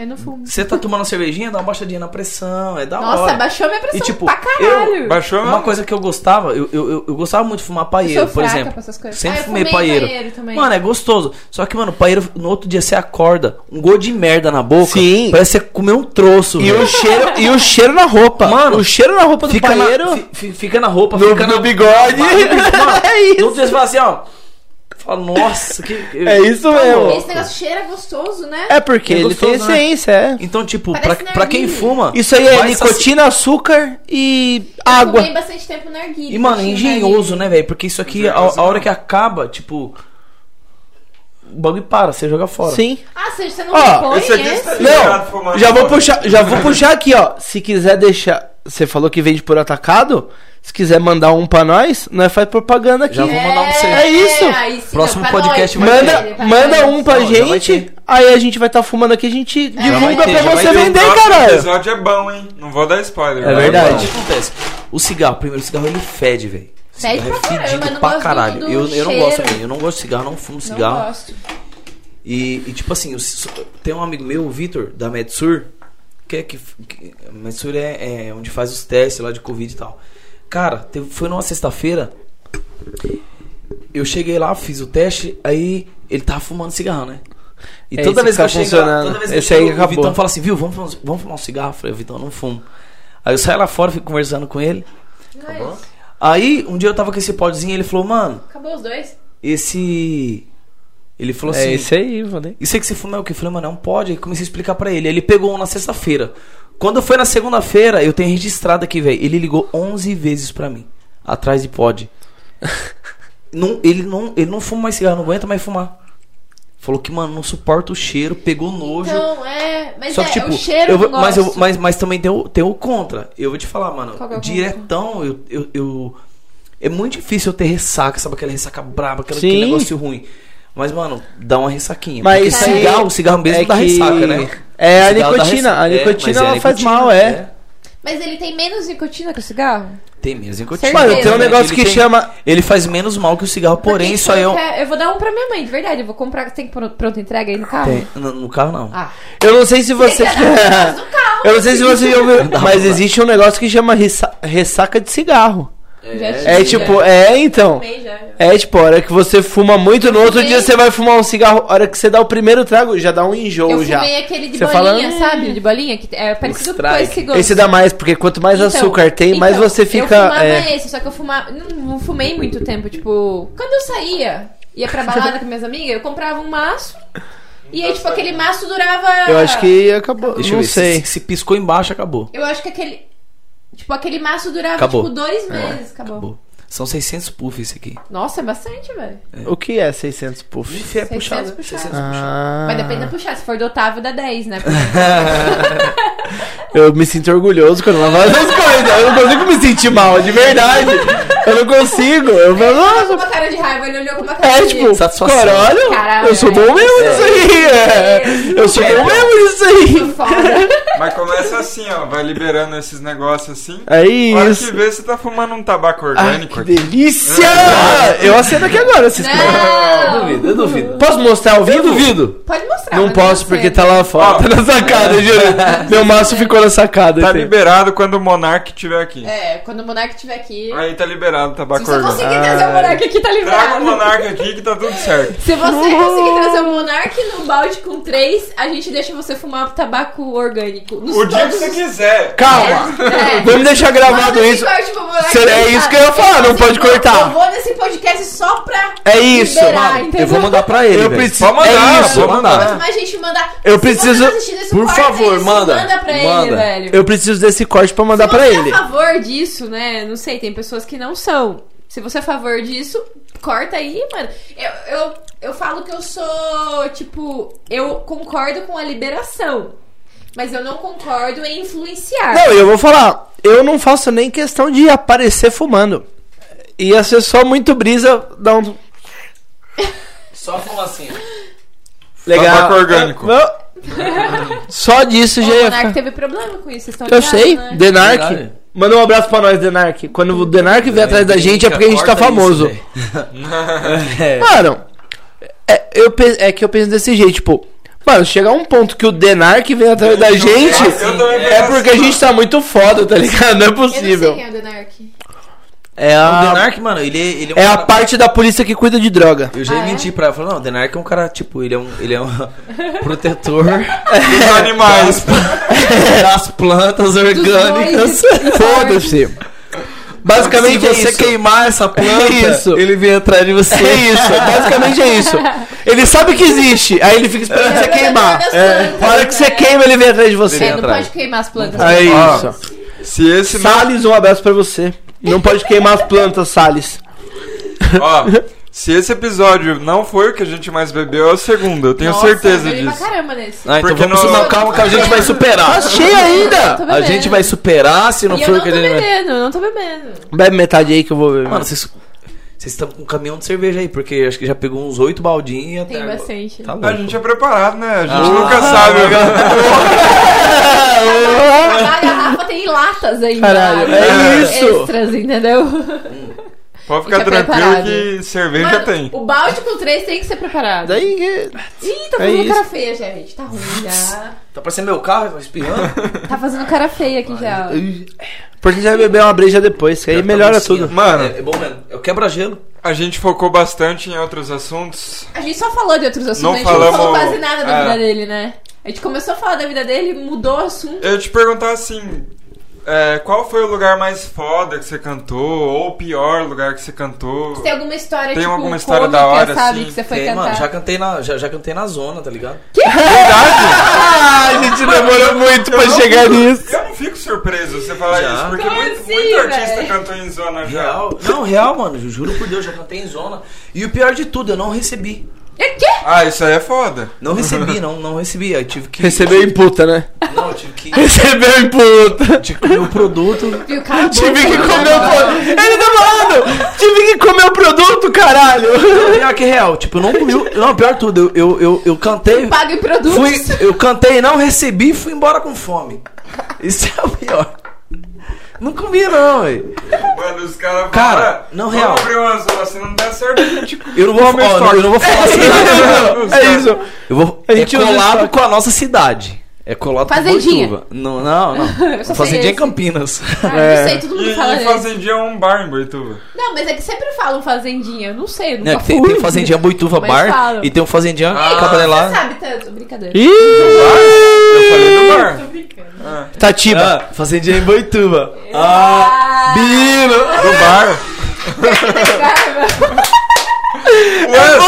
[SPEAKER 2] Eu não fumo.
[SPEAKER 5] Você tá tomando uma cervejinha, dá uma baixadinha na pressão, é
[SPEAKER 3] tá
[SPEAKER 5] da
[SPEAKER 2] Nossa,
[SPEAKER 5] hora.
[SPEAKER 2] baixou minha pressão
[SPEAKER 5] E, tipo,
[SPEAKER 2] pra caralho.
[SPEAKER 5] eu-
[SPEAKER 4] Baixou
[SPEAKER 5] Uma
[SPEAKER 4] mesmo?
[SPEAKER 5] coisa que eu gostava, eu, eu, eu- eu gostava muito de fumar paeiro,
[SPEAKER 2] Eu sou
[SPEAKER 5] por
[SPEAKER 2] fraca
[SPEAKER 5] exemplo.
[SPEAKER 2] pra essas coisas.
[SPEAKER 5] Sempre
[SPEAKER 2] Ah, eu
[SPEAKER 5] fumei
[SPEAKER 2] fumei
[SPEAKER 5] paeiro.
[SPEAKER 2] paeiro também.
[SPEAKER 5] Mano, é gostoso. Só que, mano, paeiro, no outro dia você acorda, um gosto de merda na boca.
[SPEAKER 3] Sim.
[SPEAKER 5] Parece que você comeu um troço,
[SPEAKER 3] E
[SPEAKER 5] velho.
[SPEAKER 3] o cheiro, e o cheiro na roupa.
[SPEAKER 5] Mano,
[SPEAKER 3] o cheiro na roupa do
[SPEAKER 5] Fica
[SPEAKER 3] banheiro.
[SPEAKER 5] na, fi- fi- fica na roupa,
[SPEAKER 3] No-
[SPEAKER 5] fica
[SPEAKER 3] no
[SPEAKER 5] na...
[SPEAKER 3] bigode.
[SPEAKER 5] Mano,
[SPEAKER 3] É isso.
[SPEAKER 5] No outro dia você fala assim, ó... Fala, nossa, que...
[SPEAKER 3] É isso mesmo.
[SPEAKER 2] Esse negócio cheira gostoso, né?
[SPEAKER 3] É porque
[SPEAKER 5] Tá É
[SPEAKER 3] ele tem
[SPEAKER 5] gostoso, né?
[SPEAKER 3] essência, é.
[SPEAKER 5] Então, tipo, pra,
[SPEAKER 2] Parece
[SPEAKER 5] pra quem
[SPEAKER 2] narguilé.
[SPEAKER 5] fuma...
[SPEAKER 3] Isso aí é
[SPEAKER 5] vai saci-
[SPEAKER 3] nicotina, açúcar e
[SPEAKER 2] Eu
[SPEAKER 3] É água.
[SPEAKER 2] fumei bastante tempo na arguilha.
[SPEAKER 5] E, mano, é engenhoso, né, velho? Porque isso aqui, a,
[SPEAKER 4] Engenhoso,
[SPEAKER 5] a hora
[SPEAKER 4] não.
[SPEAKER 5] que acaba, tipo. O bagulho para, você joga fora.
[SPEAKER 3] Sim.
[SPEAKER 2] Ah, você você não né?
[SPEAKER 3] Ó,
[SPEAKER 2] repõe
[SPEAKER 4] esse aqui
[SPEAKER 2] esse?
[SPEAKER 4] está liberado
[SPEAKER 3] Não,
[SPEAKER 4] fumando
[SPEAKER 3] já vou
[SPEAKER 4] fora.
[SPEAKER 3] puxar, já vou puxar aqui, ó. Se quiser deixar, você falou que vende por atacado. Se quiser mandar um pra nós, nós faz propaganda aqui.
[SPEAKER 5] Já vou mandar um pra você.
[SPEAKER 3] É isso.
[SPEAKER 2] aí sim,
[SPEAKER 5] Próximo
[SPEAKER 2] pra
[SPEAKER 5] podcast
[SPEAKER 2] nós,
[SPEAKER 5] vai
[SPEAKER 2] pra
[SPEAKER 3] Manda,
[SPEAKER 2] ele, pra
[SPEAKER 3] manda
[SPEAKER 2] nós.
[SPEAKER 3] um pra
[SPEAKER 5] Não, já vai
[SPEAKER 3] gente,
[SPEAKER 5] ter.
[SPEAKER 3] aí a gente vai estar fumando aqui, a gente
[SPEAKER 5] vai
[SPEAKER 3] divulga
[SPEAKER 5] ter,
[SPEAKER 3] pra
[SPEAKER 5] já
[SPEAKER 3] você
[SPEAKER 5] vai ter. Tá
[SPEAKER 3] vender,
[SPEAKER 4] O próximo
[SPEAKER 3] caralho.
[SPEAKER 4] episódio é bom, hein? Não vou dar spoiler. né?
[SPEAKER 3] É
[SPEAKER 5] Aí,
[SPEAKER 3] verdade.
[SPEAKER 5] mano, O que acontece? O cigarro, primeiro, o cigarro ele fede, velho. O
[SPEAKER 2] Fede
[SPEAKER 5] cigarro
[SPEAKER 2] pra
[SPEAKER 5] é
[SPEAKER 2] caramba,
[SPEAKER 5] fedido
[SPEAKER 2] eu não
[SPEAKER 5] pra
[SPEAKER 2] gosto
[SPEAKER 5] caralho.
[SPEAKER 2] do- do
[SPEAKER 5] Eu, eu não
[SPEAKER 2] cheiro.
[SPEAKER 5] gosto, velho. Eu não gosto de cigarro, não fumo
[SPEAKER 2] Não
[SPEAKER 5] cigarro.
[SPEAKER 2] gosto.
[SPEAKER 5] E, e, tipo assim, os- tem um amigo meu, o Vitor, da Medsur, que é que. que Medsur é, é onde faz os testes lá de Covid e tal. Cara, teve- foi numa sexta-feira. Eu cheguei lá, fiz o teste, aí ele tava fumando cigarro, né? E
[SPEAKER 3] É
[SPEAKER 5] toda
[SPEAKER 3] esse
[SPEAKER 5] vez
[SPEAKER 3] que
[SPEAKER 5] que
[SPEAKER 3] tá
[SPEAKER 5] eu chego lá,
[SPEAKER 3] funcionando.
[SPEAKER 5] toda vez que eu
[SPEAKER 3] Esse aí
[SPEAKER 5] chego, o
[SPEAKER 3] acabou.
[SPEAKER 5] Vitão fala assim, viu, vamos, fumar um- vamos fumar um cigarro? Eu falei, Vitão, eu não fumo. Aí eu saio lá fora, fico conversando com ele. Tá
[SPEAKER 2] Mas,
[SPEAKER 5] Aí, um dia eu tava com esse podzinho, ele falou, mano,
[SPEAKER 2] acabou os dois?
[SPEAKER 5] esse Ele falou
[SPEAKER 3] É
[SPEAKER 5] assim.
[SPEAKER 3] esse aí, Vanderlei.
[SPEAKER 5] Isso aí que você fuma é o que? Eu falei, mano, não pode. Aí comecei a explicar pra ele. Aí Ele pegou um na sexta-feira. Quando foi na segunda-feira, eu tenho registrado aqui, velho. Ele ligou 11 vezes pra mim. Atrás de pod. não, ele, não, ele não fuma mais cigarro, não aguenta mais fumar. Falou que, mano, não suporta o cheiro, pegou nojo.
[SPEAKER 2] Então, é. Mas
[SPEAKER 5] Só
[SPEAKER 2] é,
[SPEAKER 5] que, tipo,
[SPEAKER 2] o cheiro
[SPEAKER 5] eu
[SPEAKER 2] eu
[SPEAKER 5] vou-
[SPEAKER 2] não
[SPEAKER 5] mas, eu-
[SPEAKER 2] gosto.
[SPEAKER 5] mas, mas também tem o, tem o contra. Eu vou te falar, mano.
[SPEAKER 2] Qual que é o
[SPEAKER 5] diretão, eu, eu, eu- É muito difícil eu ter ressaca, sabe? Aquela ressaca braba, aquela,
[SPEAKER 3] Sim.
[SPEAKER 5] aquele negócio ruim. Mas, mano, dá uma ressaquinha.
[SPEAKER 3] Mas
[SPEAKER 5] Porque
[SPEAKER 3] isso
[SPEAKER 2] aí
[SPEAKER 5] cigarro, o cigarro mesmo
[SPEAKER 3] é
[SPEAKER 5] dá
[SPEAKER 3] que-
[SPEAKER 5] ressaca, né?
[SPEAKER 3] é a
[SPEAKER 5] O cigarro dá
[SPEAKER 3] nicotina,
[SPEAKER 5] ressaca.
[SPEAKER 3] a
[SPEAKER 5] É, mas
[SPEAKER 3] nicotina,
[SPEAKER 5] é
[SPEAKER 3] ela
[SPEAKER 5] a
[SPEAKER 3] faz mal, é.
[SPEAKER 2] Mas ele tem menos nicotina que o cigarro?
[SPEAKER 5] Tem menos nicotina.
[SPEAKER 2] Mano, tem um
[SPEAKER 5] né?
[SPEAKER 3] negócio
[SPEAKER 5] Ele
[SPEAKER 3] que
[SPEAKER 5] tem-
[SPEAKER 3] chama-
[SPEAKER 5] Ele faz menos mal que o cigarro, porém,
[SPEAKER 2] Porque
[SPEAKER 5] só é
[SPEAKER 2] eu.
[SPEAKER 5] um.
[SPEAKER 2] quero- Eu vou dar um pra minha mãe, de verdade. Eu vou comprar. Tem pro- pronta entrega aí no carro?
[SPEAKER 5] Tem- No, no carro, não.
[SPEAKER 2] Ah.
[SPEAKER 3] Eu não sei se você.
[SPEAKER 2] Tem que andar com as do carro.
[SPEAKER 3] eu não sei se
[SPEAKER 5] assim.
[SPEAKER 3] você já ouviu.
[SPEAKER 5] Dá
[SPEAKER 3] Mas
[SPEAKER 5] uma-
[SPEAKER 3] existe um negócio que chama ressa- ressaca de cigarro.
[SPEAKER 2] Já
[SPEAKER 3] É
[SPEAKER 2] tive,
[SPEAKER 3] tipo,
[SPEAKER 2] já.
[SPEAKER 3] é então.
[SPEAKER 2] Fumei já, já.
[SPEAKER 3] É tipo, a hora que você fuma muito, no outro
[SPEAKER 2] Fumei.
[SPEAKER 3] dia você vai fumar um cigarro. A hora que você dá o primeiro trago, já dá um enjoo
[SPEAKER 2] Eu
[SPEAKER 3] já.
[SPEAKER 2] fumei aquele de
[SPEAKER 3] Você fala,
[SPEAKER 2] bolinha,
[SPEAKER 3] "Hum,
[SPEAKER 2] sabe? De bolinha, que é parecido com
[SPEAKER 5] strike.
[SPEAKER 2] esse gosto.
[SPEAKER 3] Esse dá mais, porque quanto mais
[SPEAKER 2] Então,
[SPEAKER 3] açúcar tem, mais
[SPEAKER 2] então,
[SPEAKER 3] você
[SPEAKER 2] Eu
[SPEAKER 3] fica.
[SPEAKER 2] fumava
[SPEAKER 3] é,
[SPEAKER 2] esse, só que eu fumava. Não, não fumei muito tempo. Tipo, quando eu saía, ia pra balada com minhas amigas, eu comprava um maço. E aí, tipo, aquele maço durava.
[SPEAKER 3] eu acho que acabou.
[SPEAKER 5] Deixa
[SPEAKER 3] não
[SPEAKER 5] eu ver. se-
[SPEAKER 3] sei.
[SPEAKER 5] Se, se piscou embaixo, acabou.
[SPEAKER 2] Eu acho que aquele. Tipo, aquele maço durava,
[SPEAKER 5] Acabou.
[SPEAKER 2] tipo, dois
[SPEAKER 3] É.
[SPEAKER 2] meses. acabou.
[SPEAKER 5] Acabou. São 600 puff esse aqui.
[SPEAKER 2] Nossa, é bastante, velho.
[SPEAKER 3] O que é 600 puff?
[SPEAKER 5] Bife é
[SPEAKER 2] 600
[SPEAKER 5] puxado.
[SPEAKER 2] puxado.
[SPEAKER 5] 600
[SPEAKER 3] Ah,
[SPEAKER 2] Mas depende da puxar. Se for do Otávio, dá 10, né?
[SPEAKER 3] eu me sinto orgulhoso quando ela fala essas coisas. Eu não consigo me sentir mal, de verdade. Eu não consigo. Eu falo,
[SPEAKER 2] Ele olhou com
[SPEAKER 3] nossa,
[SPEAKER 2] uma cara de raiva, ele olhou com uma cara
[SPEAKER 3] É,
[SPEAKER 2] de.
[SPEAKER 3] tipo,
[SPEAKER 5] Satisfação.
[SPEAKER 3] caralho,
[SPEAKER 2] Caralho,
[SPEAKER 3] eu sou bom mesmo nisso aí. é. Eu sou bom mesmo nisso aí.
[SPEAKER 2] Foda.
[SPEAKER 4] Mas começa assim, ó. Vai liberando esses negócios assim.
[SPEAKER 3] É
[SPEAKER 4] hora
[SPEAKER 3] isso.
[SPEAKER 4] que vê, você tá fumando um tabaco
[SPEAKER 3] Ai,
[SPEAKER 4] orgânico
[SPEAKER 3] que
[SPEAKER 5] Ah,
[SPEAKER 4] aqui.
[SPEAKER 3] delícia!
[SPEAKER 5] é.
[SPEAKER 3] Eu aceno aqui agora,
[SPEAKER 2] Né?
[SPEAKER 3] vocês querem.
[SPEAKER 5] Eu
[SPEAKER 2] Não!
[SPEAKER 5] duvido, eu duvido.
[SPEAKER 3] Posso mostrar ao vivo?
[SPEAKER 5] duvido.
[SPEAKER 2] Pode mostrar.
[SPEAKER 3] Não
[SPEAKER 2] mas
[SPEAKER 3] posso
[SPEAKER 2] sei.
[SPEAKER 3] porque tá lá fora.
[SPEAKER 4] Ó.
[SPEAKER 3] Tá na sacada, eu juro. Meu maço ficou na sacada.
[SPEAKER 4] Tá
[SPEAKER 3] tem.
[SPEAKER 4] liberado quando o Monark estiver aqui.
[SPEAKER 2] É, quando o Monark estiver aqui.
[SPEAKER 4] Aí tá liberado o
[SPEAKER 2] Se
[SPEAKER 4] tabaco
[SPEAKER 2] você
[SPEAKER 4] orgânico.
[SPEAKER 2] conseguir trazer o Monark aqui, tá
[SPEAKER 4] Traga o
[SPEAKER 2] liberado.
[SPEAKER 4] Monark aqui que tá tudo certo.
[SPEAKER 2] Se você conseguir trazer o Monark num balde com três, a gente deixa você fumar tabaco orgânico. Nos
[SPEAKER 4] O dia que
[SPEAKER 2] todos
[SPEAKER 4] você
[SPEAKER 2] os-
[SPEAKER 4] quiser.
[SPEAKER 3] Calma,
[SPEAKER 2] É.
[SPEAKER 3] vamos deixar gravado
[SPEAKER 2] Manda esse
[SPEAKER 3] isso.
[SPEAKER 2] corte pro Monark
[SPEAKER 3] Será- é
[SPEAKER 2] cortar.
[SPEAKER 3] isso que eu ia falar,
[SPEAKER 2] falo
[SPEAKER 3] não
[SPEAKER 2] assim,
[SPEAKER 3] pode cortar.
[SPEAKER 2] Eu vou nesse podcast só pra
[SPEAKER 3] É isso,
[SPEAKER 2] liberar,
[SPEAKER 3] mano.
[SPEAKER 2] entendeu?
[SPEAKER 5] Eu vou mandar pra ele.
[SPEAKER 3] Eu
[SPEAKER 5] velho.
[SPEAKER 3] preciso.
[SPEAKER 4] Pode mandar,
[SPEAKER 3] é isso.
[SPEAKER 4] pode mandar.
[SPEAKER 2] Mas a gente manda.
[SPEAKER 3] Eu
[SPEAKER 2] Se
[SPEAKER 3] preciso-
[SPEAKER 2] você tá assistindo esse
[SPEAKER 5] por
[SPEAKER 2] corte,
[SPEAKER 5] favor,
[SPEAKER 2] isso,
[SPEAKER 5] manda.
[SPEAKER 2] Manda pra ele,
[SPEAKER 5] Manda.
[SPEAKER 2] velho.
[SPEAKER 3] Eu preciso desse corte pra mandar
[SPEAKER 2] Se
[SPEAKER 3] pra
[SPEAKER 2] você
[SPEAKER 3] ele.
[SPEAKER 2] é a favor disso, né? Não sei, tem pessoas que não são. Se você é a favor disso, corta aí, mano. Eu, eu, eu falo que eu sou, tipo, eu concordo com a liberação. Mas eu não concordo em influenciar.
[SPEAKER 3] Não, eu vou falar. Eu não faço nem questão de aparecer fumando. Ia ser só muito brisa. Dar um...
[SPEAKER 5] Só assim? fumacinha.
[SPEAKER 3] Legal.
[SPEAKER 4] Tabaco orgânico.
[SPEAKER 3] Eu- Só disso
[SPEAKER 2] O
[SPEAKER 3] já ia
[SPEAKER 2] Monark
[SPEAKER 3] ficar.
[SPEAKER 2] teve problema com isso, vocês estão
[SPEAKER 3] Eu
[SPEAKER 2] ligados,
[SPEAKER 3] sei,
[SPEAKER 2] né?
[SPEAKER 3] Denark.
[SPEAKER 5] Verdade.
[SPEAKER 3] Manda um abraço pra nós, Denark. Quando o Denark vier atrás da gente é porque a gente tá famoso.
[SPEAKER 5] é.
[SPEAKER 3] Mano, é, eu, pe- é que eu penso desse jeito, tipo, mano, chegar um ponto que o Denark vem atrás da gente,
[SPEAKER 4] Eu também
[SPEAKER 3] é porque a
[SPEAKER 4] penso.
[SPEAKER 3] gente tá muito foda, tá ligado? Não é
[SPEAKER 2] Eu não sei
[SPEAKER 3] possível.
[SPEAKER 2] quem é o Denark.
[SPEAKER 3] É
[SPEAKER 5] O
[SPEAKER 3] a,
[SPEAKER 5] Denark, mano, ele, ele é um
[SPEAKER 3] é a
[SPEAKER 5] cara-
[SPEAKER 3] parte da polícia que cuida de droga.
[SPEAKER 5] Eu já
[SPEAKER 2] Ah, é?
[SPEAKER 5] menti pra ela. Falei, não, o Denark é um cara, tipo, ele é um, ele é um protetor
[SPEAKER 4] Dos animais.
[SPEAKER 5] das plantas orgânicas.
[SPEAKER 3] Foda-se. Basicamente
[SPEAKER 5] Se
[SPEAKER 3] é
[SPEAKER 5] você
[SPEAKER 3] isso.
[SPEAKER 5] queimar essa planta,
[SPEAKER 3] É isso.
[SPEAKER 5] ele vem atrás de você.
[SPEAKER 3] É isso, basicamente é isso. Ele sabe que existe, aí ele fica esperando você queimar.
[SPEAKER 2] É.
[SPEAKER 3] A hora que você queima, ele vem atrás de
[SPEAKER 2] É,
[SPEAKER 3] você.
[SPEAKER 2] não
[SPEAKER 5] atrás.
[SPEAKER 2] pode queimar as plantas.
[SPEAKER 3] É
[SPEAKER 4] Ó,
[SPEAKER 3] isso.
[SPEAKER 4] Se esse não
[SPEAKER 3] Salles, um abraço pra você. Não pode queimar as plantas, Salles.
[SPEAKER 4] Ó, se esse episódio não foi o que a gente mais bebeu, é o segundo, eu tenho
[SPEAKER 2] Nossa,
[SPEAKER 4] certeza
[SPEAKER 2] eu bebi pra
[SPEAKER 4] disso.
[SPEAKER 2] caramba nesse.
[SPEAKER 5] Ah, então
[SPEAKER 4] Porque
[SPEAKER 5] vamos
[SPEAKER 4] não-
[SPEAKER 5] não,
[SPEAKER 3] um
[SPEAKER 5] calma que a gente vai superar.
[SPEAKER 3] Tá cheio ainda!
[SPEAKER 2] Tô
[SPEAKER 5] A
[SPEAKER 2] bebendo.
[SPEAKER 5] gente vai superar se não
[SPEAKER 2] E eu
[SPEAKER 5] for
[SPEAKER 2] não
[SPEAKER 5] o
[SPEAKER 2] tô
[SPEAKER 5] que a gente vai.
[SPEAKER 2] bebendo, eu não tô bebendo.
[SPEAKER 3] Bebe metade aí que eu vou ver.
[SPEAKER 5] Mano, vocês vocês estão com um caminhão de cerveja aí, porque acho que já pegou uns oito baldinhos até.
[SPEAKER 2] Tem
[SPEAKER 5] agora.
[SPEAKER 2] bastante.
[SPEAKER 5] Tá
[SPEAKER 4] A
[SPEAKER 5] louco.
[SPEAKER 4] gente é preparado, né? A gente
[SPEAKER 5] Ah.
[SPEAKER 4] nunca sabe. né?
[SPEAKER 2] A garrafa tem latas ainda. né?
[SPEAKER 3] Caralho, é isso.
[SPEAKER 2] Extras, entendeu?
[SPEAKER 4] Pode ficar
[SPEAKER 2] A gente é
[SPEAKER 4] tranquilo
[SPEAKER 2] preparado.
[SPEAKER 4] que cerveja
[SPEAKER 2] Mano,
[SPEAKER 4] tem.
[SPEAKER 2] O balde com três tem que ser preparado.
[SPEAKER 3] Daí.
[SPEAKER 2] Ih, tá
[SPEAKER 3] É
[SPEAKER 2] fazendo
[SPEAKER 3] isso.
[SPEAKER 2] cara feia, gente. Tá ruim já.
[SPEAKER 5] Tá parecendo meu carro, tá espirrando.
[SPEAKER 2] Tá fazendo cara feia aqui já.
[SPEAKER 3] Porque a gente vai beber uma breja depois, que aí
[SPEAKER 5] Pior que
[SPEAKER 3] melhora
[SPEAKER 5] tá docinho.
[SPEAKER 3] tudo.
[SPEAKER 4] Mano.
[SPEAKER 5] É, é bom mesmo. Eu quebra gelo.
[SPEAKER 4] A gente focou bastante em outros assuntos.
[SPEAKER 2] A gente só falou de outros assuntos,
[SPEAKER 4] Não
[SPEAKER 2] a gente
[SPEAKER 4] falamos-
[SPEAKER 2] não falou quase nada da
[SPEAKER 4] é.
[SPEAKER 2] vida dele, né? A gente começou a falar da vida dele, mudou o assunto.
[SPEAKER 4] Eu ia te perguntar assim. é, qual foi o lugar mais foda que você cantou? Ou o pior lugar que você cantou?
[SPEAKER 2] Tem alguma história,
[SPEAKER 4] Tem
[SPEAKER 2] tipo,
[SPEAKER 4] alguma história
[SPEAKER 2] cômica,
[SPEAKER 4] da hora,
[SPEAKER 2] sabe,
[SPEAKER 4] assim?
[SPEAKER 2] que você foi
[SPEAKER 5] Tem,
[SPEAKER 2] cantar?
[SPEAKER 5] mano, já cantei, na, já, já cantei na zona, tá ligado?
[SPEAKER 6] Ah, a gente demorou muito pra chegar nisso.
[SPEAKER 4] Eu não fico surpreso você falar
[SPEAKER 5] Já.
[SPEAKER 4] isso, porque
[SPEAKER 2] Como
[SPEAKER 4] muito,
[SPEAKER 2] assim,
[SPEAKER 4] muito artista
[SPEAKER 2] velho?
[SPEAKER 4] cantou em zona já.
[SPEAKER 5] Real. Não, real, mano. ju- Juro por Deus, já cantei em zona. E o pior de tudo, eu não recebi.
[SPEAKER 2] É quê?
[SPEAKER 4] Ah, isso aí é foda.
[SPEAKER 5] Não recebi, não, não recebi. Eu tive que.
[SPEAKER 6] Recebeu em puta, né?
[SPEAKER 5] Não, eu tive que.
[SPEAKER 6] Recebeu em puta.
[SPEAKER 5] Tive que comer o produto.
[SPEAKER 2] E o cara
[SPEAKER 6] Tive que comer o produto. Ele tá falando! Tive que comer o produto, caralho!
[SPEAKER 5] Não, Pior que é real. Tipo, eu não comi. o- Não, pior de tudo, eu, eu, eu, eu cantei.
[SPEAKER 2] paga em produtos.
[SPEAKER 5] Fui, eu cantei, não recebi e fui embora com fome. Isso é o pior. Não comi, não, velho.
[SPEAKER 4] Mano, os caras
[SPEAKER 5] Cara,
[SPEAKER 4] falam, "Ah,
[SPEAKER 5] não,
[SPEAKER 4] vamos
[SPEAKER 5] real.
[SPEAKER 4] abrir uma zona, se não der certo, a gente
[SPEAKER 5] Eu não vou,
[SPEAKER 4] Come
[SPEAKER 5] ó,
[SPEAKER 4] estoque.
[SPEAKER 5] não, eu não vou falar
[SPEAKER 4] Não,
[SPEAKER 5] assim.
[SPEAKER 4] não,
[SPEAKER 6] É isso.
[SPEAKER 5] Eu vou,
[SPEAKER 6] A gente
[SPEAKER 5] é
[SPEAKER 6] usa
[SPEAKER 5] colado
[SPEAKER 6] estoque.
[SPEAKER 5] com a nossa cidade. É colado
[SPEAKER 2] Fazendinha.
[SPEAKER 5] com Boituva. Não, não,
[SPEAKER 2] Eu
[SPEAKER 5] não.
[SPEAKER 2] só sei
[SPEAKER 5] Fazendinha é
[SPEAKER 2] esse.
[SPEAKER 5] Campinas.
[SPEAKER 2] Ah,
[SPEAKER 6] É.
[SPEAKER 2] não sei, todo mundo
[SPEAKER 4] E,
[SPEAKER 2] fala
[SPEAKER 4] e
[SPEAKER 2] né?
[SPEAKER 4] fazendia é um bar em Boituva.
[SPEAKER 2] Não, mas é que sempre falam fazendinha. Eu não sei, eu nunca
[SPEAKER 5] Não, é que tem,
[SPEAKER 2] fui.
[SPEAKER 5] tem Fazendinha Boituva
[SPEAKER 2] Mas
[SPEAKER 5] Bar
[SPEAKER 2] falam.
[SPEAKER 5] e tem um Fazendinha
[SPEAKER 4] Ah.
[SPEAKER 5] ah,
[SPEAKER 2] Você
[SPEAKER 5] Cabarelar.
[SPEAKER 2] sabe tanto, brincadeira.
[SPEAKER 4] Eu falei do
[SPEAKER 6] Ih!
[SPEAKER 4] bar. Ah,
[SPEAKER 6] Tatiba.
[SPEAKER 5] Ah, fazendinha em Boituva.
[SPEAKER 2] Ah,
[SPEAKER 6] Bino!
[SPEAKER 4] do bar. Ué,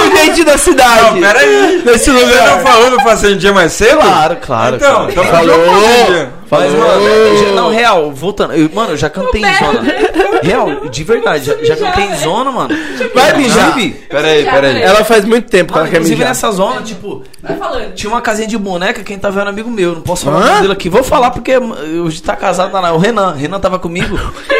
[SPEAKER 6] Ô, gente da cidade!
[SPEAKER 4] não, peraí.
[SPEAKER 6] Nesse
[SPEAKER 4] Você não
[SPEAKER 6] lugar!
[SPEAKER 4] falou do fazendia mais cedo?
[SPEAKER 5] Claro, claro.
[SPEAKER 4] Então,
[SPEAKER 5] claro.
[SPEAKER 4] então
[SPEAKER 6] Falou.
[SPEAKER 4] falou. fazendia.
[SPEAKER 5] Mas,
[SPEAKER 6] Falou.
[SPEAKER 5] mano, eu já- não, real, voltando. eu- mano, eu já cantei em zona. Real, de verdade, já, já cantei em zona, mano.
[SPEAKER 6] Vai mijar.
[SPEAKER 5] Inclusive,
[SPEAKER 4] Peraí, peraí.
[SPEAKER 6] Ela faz muito tempo que ela
[SPEAKER 5] mano,
[SPEAKER 6] quer
[SPEAKER 5] inclusive
[SPEAKER 6] mijar.
[SPEAKER 5] nessa zona, tipo,
[SPEAKER 2] Vai falando.
[SPEAKER 5] tinha uma casinha de boneca, quem tava era um amigo meu, não posso falar o
[SPEAKER 6] Hã?
[SPEAKER 5] nome dele aqui. Vou falar porque hoje tá casado, tá lá. O Renan, Renan tava comigo.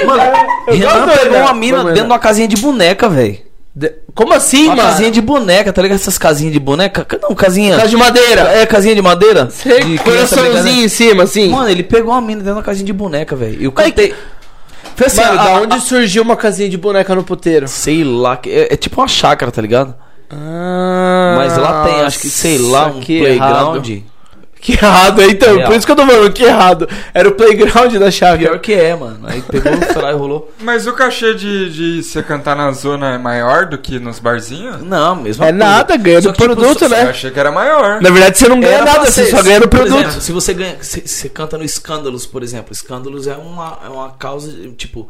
[SPEAKER 5] Mano,
[SPEAKER 6] Eu
[SPEAKER 5] Renan
[SPEAKER 6] gosto do
[SPEAKER 5] pegou
[SPEAKER 6] Renan.
[SPEAKER 5] uma mina
[SPEAKER 6] Vamos,
[SPEAKER 5] dentro
[SPEAKER 6] Renan.
[SPEAKER 5] de uma casinha de boneca, velho.
[SPEAKER 6] De- Como assim,
[SPEAKER 5] Uma
[SPEAKER 6] mano?
[SPEAKER 5] casinha de boneca, tá ligado? Essas casinhas de boneca? Não, casinha.
[SPEAKER 6] Casa Tá de madeira!
[SPEAKER 5] É, casinha de madeira? De criança brincando. né?
[SPEAKER 6] Coraçãozinho em cima, assim.
[SPEAKER 5] Mano, ele pegou uma mina dentro da casinha de boneca, velho. Eu
[SPEAKER 6] Mas
[SPEAKER 5] cantei. Foi assim,
[SPEAKER 6] Mano,
[SPEAKER 5] a-
[SPEAKER 6] da
[SPEAKER 5] a-
[SPEAKER 6] onde surgiu uma casinha de boneca no puteiro?
[SPEAKER 5] Sei lá, que- é, é tipo uma chácara, tá ligado?
[SPEAKER 6] Ah,
[SPEAKER 5] Mas lá tem, acho que, sei lá, um
[SPEAKER 6] que
[SPEAKER 5] playground.
[SPEAKER 6] é Errado. Que errado, então.
[SPEAKER 5] É, ó.
[SPEAKER 6] Por isso que eu tô falando que errado. Era o playground da
[SPEAKER 5] Pior
[SPEAKER 6] chácara.
[SPEAKER 5] que é, mano. Aí pegou o celular e rolou.
[SPEAKER 4] Mas o cachê de, de você cantar na zona é maior do que nos barzinhos?
[SPEAKER 5] Não, mesmo.
[SPEAKER 6] É nada, ganha do
[SPEAKER 5] tipo,
[SPEAKER 6] produto, né?
[SPEAKER 4] Eu achei que era maior.
[SPEAKER 6] Na verdade, você não ganha nada, você só ganha no produto.
[SPEAKER 5] se você ganha. Se, você canta no Escândalos, por exemplo. Escândalos é uma, é uma causa. de- Tipo,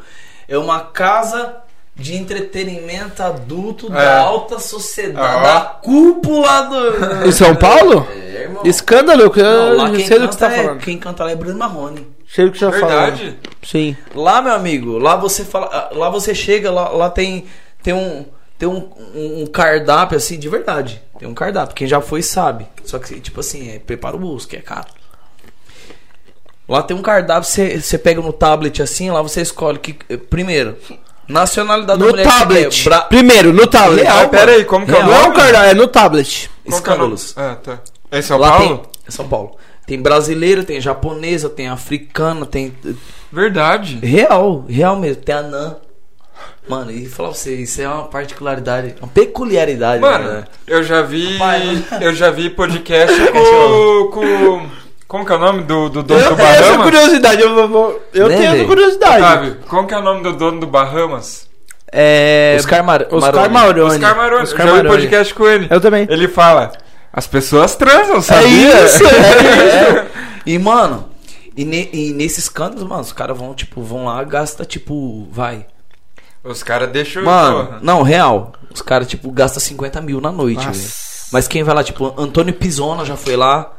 [SPEAKER 5] é uma casa de entretenimento adulto
[SPEAKER 4] É.
[SPEAKER 5] da alta sociedade.
[SPEAKER 4] Ah.
[SPEAKER 5] Da cúpula do.
[SPEAKER 6] Em São Paulo?
[SPEAKER 5] É, irmão.
[SPEAKER 6] Escândalo, eu
[SPEAKER 5] Não, lá
[SPEAKER 6] não
[SPEAKER 5] quem
[SPEAKER 6] sei do
[SPEAKER 5] canta,
[SPEAKER 6] que você tá
[SPEAKER 5] é,
[SPEAKER 6] falando.
[SPEAKER 5] quem canta lá é Bruno Marrone.
[SPEAKER 6] Sei do que você tá falando.
[SPEAKER 4] Verdade.
[SPEAKER 6] Sim.
[SPEAKER 5] Lá, meu amigo, lá você fala, ah, lá você chega, lá, lá tem tem um tem um, um- um cardápio assim de verdade. Tem um cardápio, quem já foi sabe. Só que tipo assim, é prepara o busca, é caro. Lá tem um cardápio, você você pega no tablet assim, lá você escolhe que eh, primeiro, nacionalidade da
[SPEAKER 6] No
[SPEAKER 5] mulher que
[SPEAKER 6] tablet.
[SPEAKER 5] você quer, bra-
[SPEAKER 6] Primeiro, no tablet.
[SPEAKER 5] Real,
[SPEAKER 4] Mas
[SPEAKER 5] mano.
[SPEAKER 4] peraí, como que é o
[SPEAKER 6] Não é o
[SPEAKER 4] nome?
[SPEAKER 6] cardápio, é no tablet.
[SPEAKER 4] Qual que é o nome?
[SPEAKER 5] escândalos.
[SPEAKER 4] Ah, tá. Esse é São
[SPEAKER 5] Lá
[SPEAKER 4] Paulo?
[SPEAKER 5] tem é São Paulo. Tem brasileira, tem japonesa, tem africana, tem
[SPEAKER 4] Verdade.
[SPEAKER 5] Real, real mesmo. Tem a Nan. Mano, e falar pra você, isso é uma particularidade, uma peculiaridade,
[SPEAKER 4] Mano,
[SPEAKER 5] né?
[SPEAKER 4] eu já vi.
[SPEAKER 5] Pai, mano.
[SPEAKER 4] Eu já vi podcast com. com como que é o nome do, do dono do
[SPEAKER 6] Eu tenho essa
[SPEAKER 4] Bahamas?
[SPEAKER 6] curiosidade, eu, vou- vou- eu
[SPEAKER 5] Né,
[SPEAKER 6] tenho essa
[SPEAKER 5] velho?
[SPEAKER 6] curiosidade.
[SPEAKER 4] Sabe? Como que é o nome do dono do Bahamas?
[SPEAKER 6] É.
[SPEAKER 5] né? Oscar Mar
[SPEAKER 6] Oscar
[SPEAKER 5] Maroni.
[SPEAKER 6] Maroni.
[SPEAKER 4] Oscar Maroni.
[SPEAKER 6] Oscar
[SPEAKER 4] eu já vi
[SPEAKER 6] Maroni.
[SPEAKER 4] podcast com ele.
[SPEAKER 6] Eu também.
[SPEAKER 4] Ele fala. As pessoas transam,
[SPEAKER 6] É
[SPEAKER 4] sabia?
[SPEAKER 6] isso, é isso.
[SPEAKER 5] E, mano, e, ne- e nesses cantos, mano, os caras vão, tipo, vão lá, gasta, tipo, vai.
[SPEAKER 4] Os caras deixam.
[SPEAKER 5] Mano,
[SPEAKER 4] porra.
[SPEAKER 5] não, real. Os caras, tipo, gasta 50 mil na noite, velho. Mas quem vai lá, tipo, Antônio Pisona já foi lá.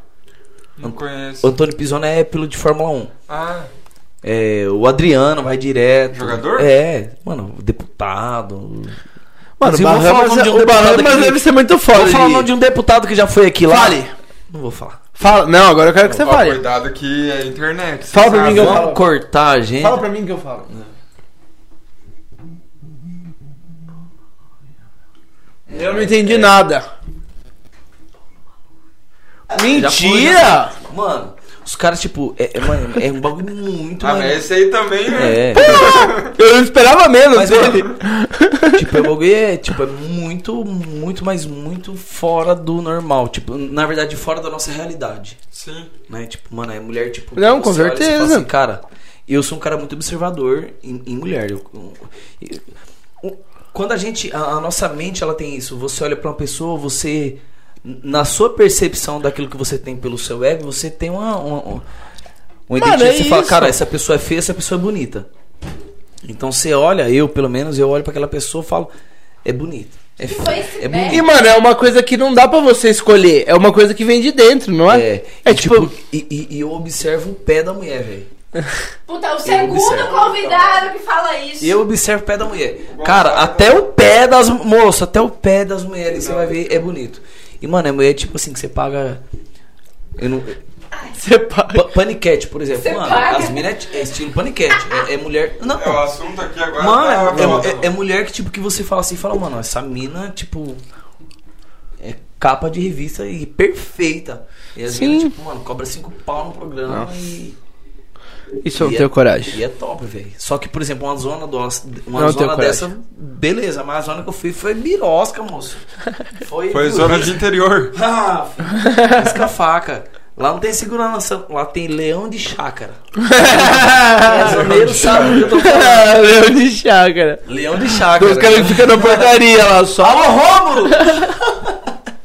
[SPEAKER 4] Não conheço.
[SPEAKER 5] O Antônio Pisona é piloto de Fórmula 1.
[SPEAKER 4] Ah,
[SPEAKER 5] É, o Adriano vai direto.
[SPEAKER 4] Jogador?
[SPEAKER 5] É, mano, deputado.
[SPEAKER 6] Mano,
[SPEAKER 5] Inclusive, eu vou falar o
[SPEAKER 6] Bahamas, é
[SPEAKER 5] nome de um
[SPEAKER 6] o
[SPEAKER 5] deputado
[SPEAKER 6] Bahamas
[SPEAKER 5] aqui.
[SPEAKER 6] deve ser muito
[SPEAKER 5] Eu
[SPEAKER 6] foda.
[SPEAKER 5] Vou falar o
[SPEAKER 6] de-
[SPEAKER 5] nome de um deputado que já foi aqui lá.
[SPEAKER 6] Fale.
[SPEAKER 5] Não vou falar.
[SPEAKER 6] Fala. Não, agora eu quero que você
[SPEAKER 4] ó,
[SPEAKER 6] fale.
[SPEAKER 4] cuidado que é internet.
[SPEAKER 6] Fala pra
[SPEAKER 4] sabe?
[SPEAKER 6] mim que eu
[SPEAKER 5] Vamos
[SPEAKER 6] falo.
[SPEAKER 5] cortar, gente.
[SPEAKER 6] Fala pra mim que eu falo. Eu não entendi nada. né? Mentira!
[SPEAKER 5] Mano, os caras, tipo, é, é, mano, é um bagulho muito.
[SPEAKER 4] Ah,
[SPEAKER 5] mano.
[SPEAKER 4] mas esse aí também, né?
[SPEAKER 5] É.
[SPEAKER 6] Eu não esperava menos
[SPEAKER 5] Mas,
[SPEAKER 6] dele.
[SPEAKER 5] tipo, é um bagulho é, tipo, é muito, muito, mas muito fora do normal. Tipo, na verdade, fora da nossa realidade.
[SPEAKER 4] Sim.
[SPEAKER 5] Né? Tipo, mano, é mulher, tipo.
[SPEAKER 6] Não, com
[SPEAKER 5] você olha e você fala
[SPEAKER 6] certeza.
[SPEAKER 5] assim, cara, eu sou um cara muito observador em, em mulher. Eu- eu- eu- quando a gente. A, a nossa mente, ela tem isso. Você olha pra uma pessoa, você. Na sua percepção daquilo que você tem pelo seu ego, você tem uma. uma- uma- Um
[SPEAKER 3] Mano,
[SPEAKER 5] identidade,
[SPEAKER 3] é
[SPEAKER 5] você fala,
[SPEAKER 3] isso.
[SPEAKER 5] cara, essa pessoa é feia, essa pessoa é bonita. Então você olha, eu pelo menos, eu olho pra aquela pessoa e falo, é bonita. É
[SPEAKER 2] foi
[SPEAKER 5] feia,
[SPEAKER 2] esse
[SPEAKER 5] é
[SPEAKER 2] belo?
[SPEAKER 3] E,
[SPEAKER 5] bonita.
[SPEAKER 3] mano, é uma coisa que não dá pra você escolher. É uma coisa que vem de dentro, não é?
[SPEAKER 5] É,
[SPEAKER 3] É
[SPEAKER 5] e, tipo,
[SPEAKER 3] tipo-
[SPEAKER 5] e, e- e eu observo o pé da mulher, velho.
[SPEAKER 2] Puta, o segundo
[SPEAKER 5] observo.
[SPEAKER 2] convidado que fala isso.
[SPEAKER 5] E eu observo o pé da mulher. Cara, até o pé das. Moço, até o pé das mulheres você vai ver, é bonito. E, mano, é mulher tipo assim, que você paga. Eu não.
[SPEAKER 3] Você paga.
[SPEAKER 5] Pa- Paniquete, por exemplo.
[SPEAKER 2] Você
[SPEAKER 5] mano,
[SPEAKER 2] paga?
[SPEAKER 5] as minas é estilo paniquete. É, é mulher. Não,
[SPEAKER 4] É, o assunto aqui agora.
[SPEAKER 5] Mano,
[SPEAKER 4] tá-
[SPEAKER 5] é- é, é mulher que, tipo, que você fala assim, fala, mano, essa mina, tipo. É capa de revista e perfeita. E as minas, tipo, mano, cobra cinco pau no programa e.
[SPEAKER 3] Isso eu não
[SPEAKER 5] E é-
[SPEAKER 3] tenho coragem.
[SPEAKER 5] E é top, velho. Só que, por exemplo, uma zona, do, uma
[SPEAKER 3] Não
[SPEAKER 5] zona
[SPEAKER 3] tenho
[SPEAKER 5] dessa, beleza, mas a zona que eu fui foi birosca, moço. Foi,
[SPEAKER 4] Foi zona de interior.
[SPEAKER 5] Ah, filho, risca a faca. Lá não tem segurança, lá tem leão de chácara. Os zoneiros sabem do que eu tô falando.
[SPEAKER 3] Ah, Leão de chácara.
[SPEAKER 5] Leão de
[SPEAKER 3] Os
[SPEAKER 5] chácara.
[SPEAKER 3] caras que ficam na portaria lá só.
[SPEAKER 5] Alô, Rômulo!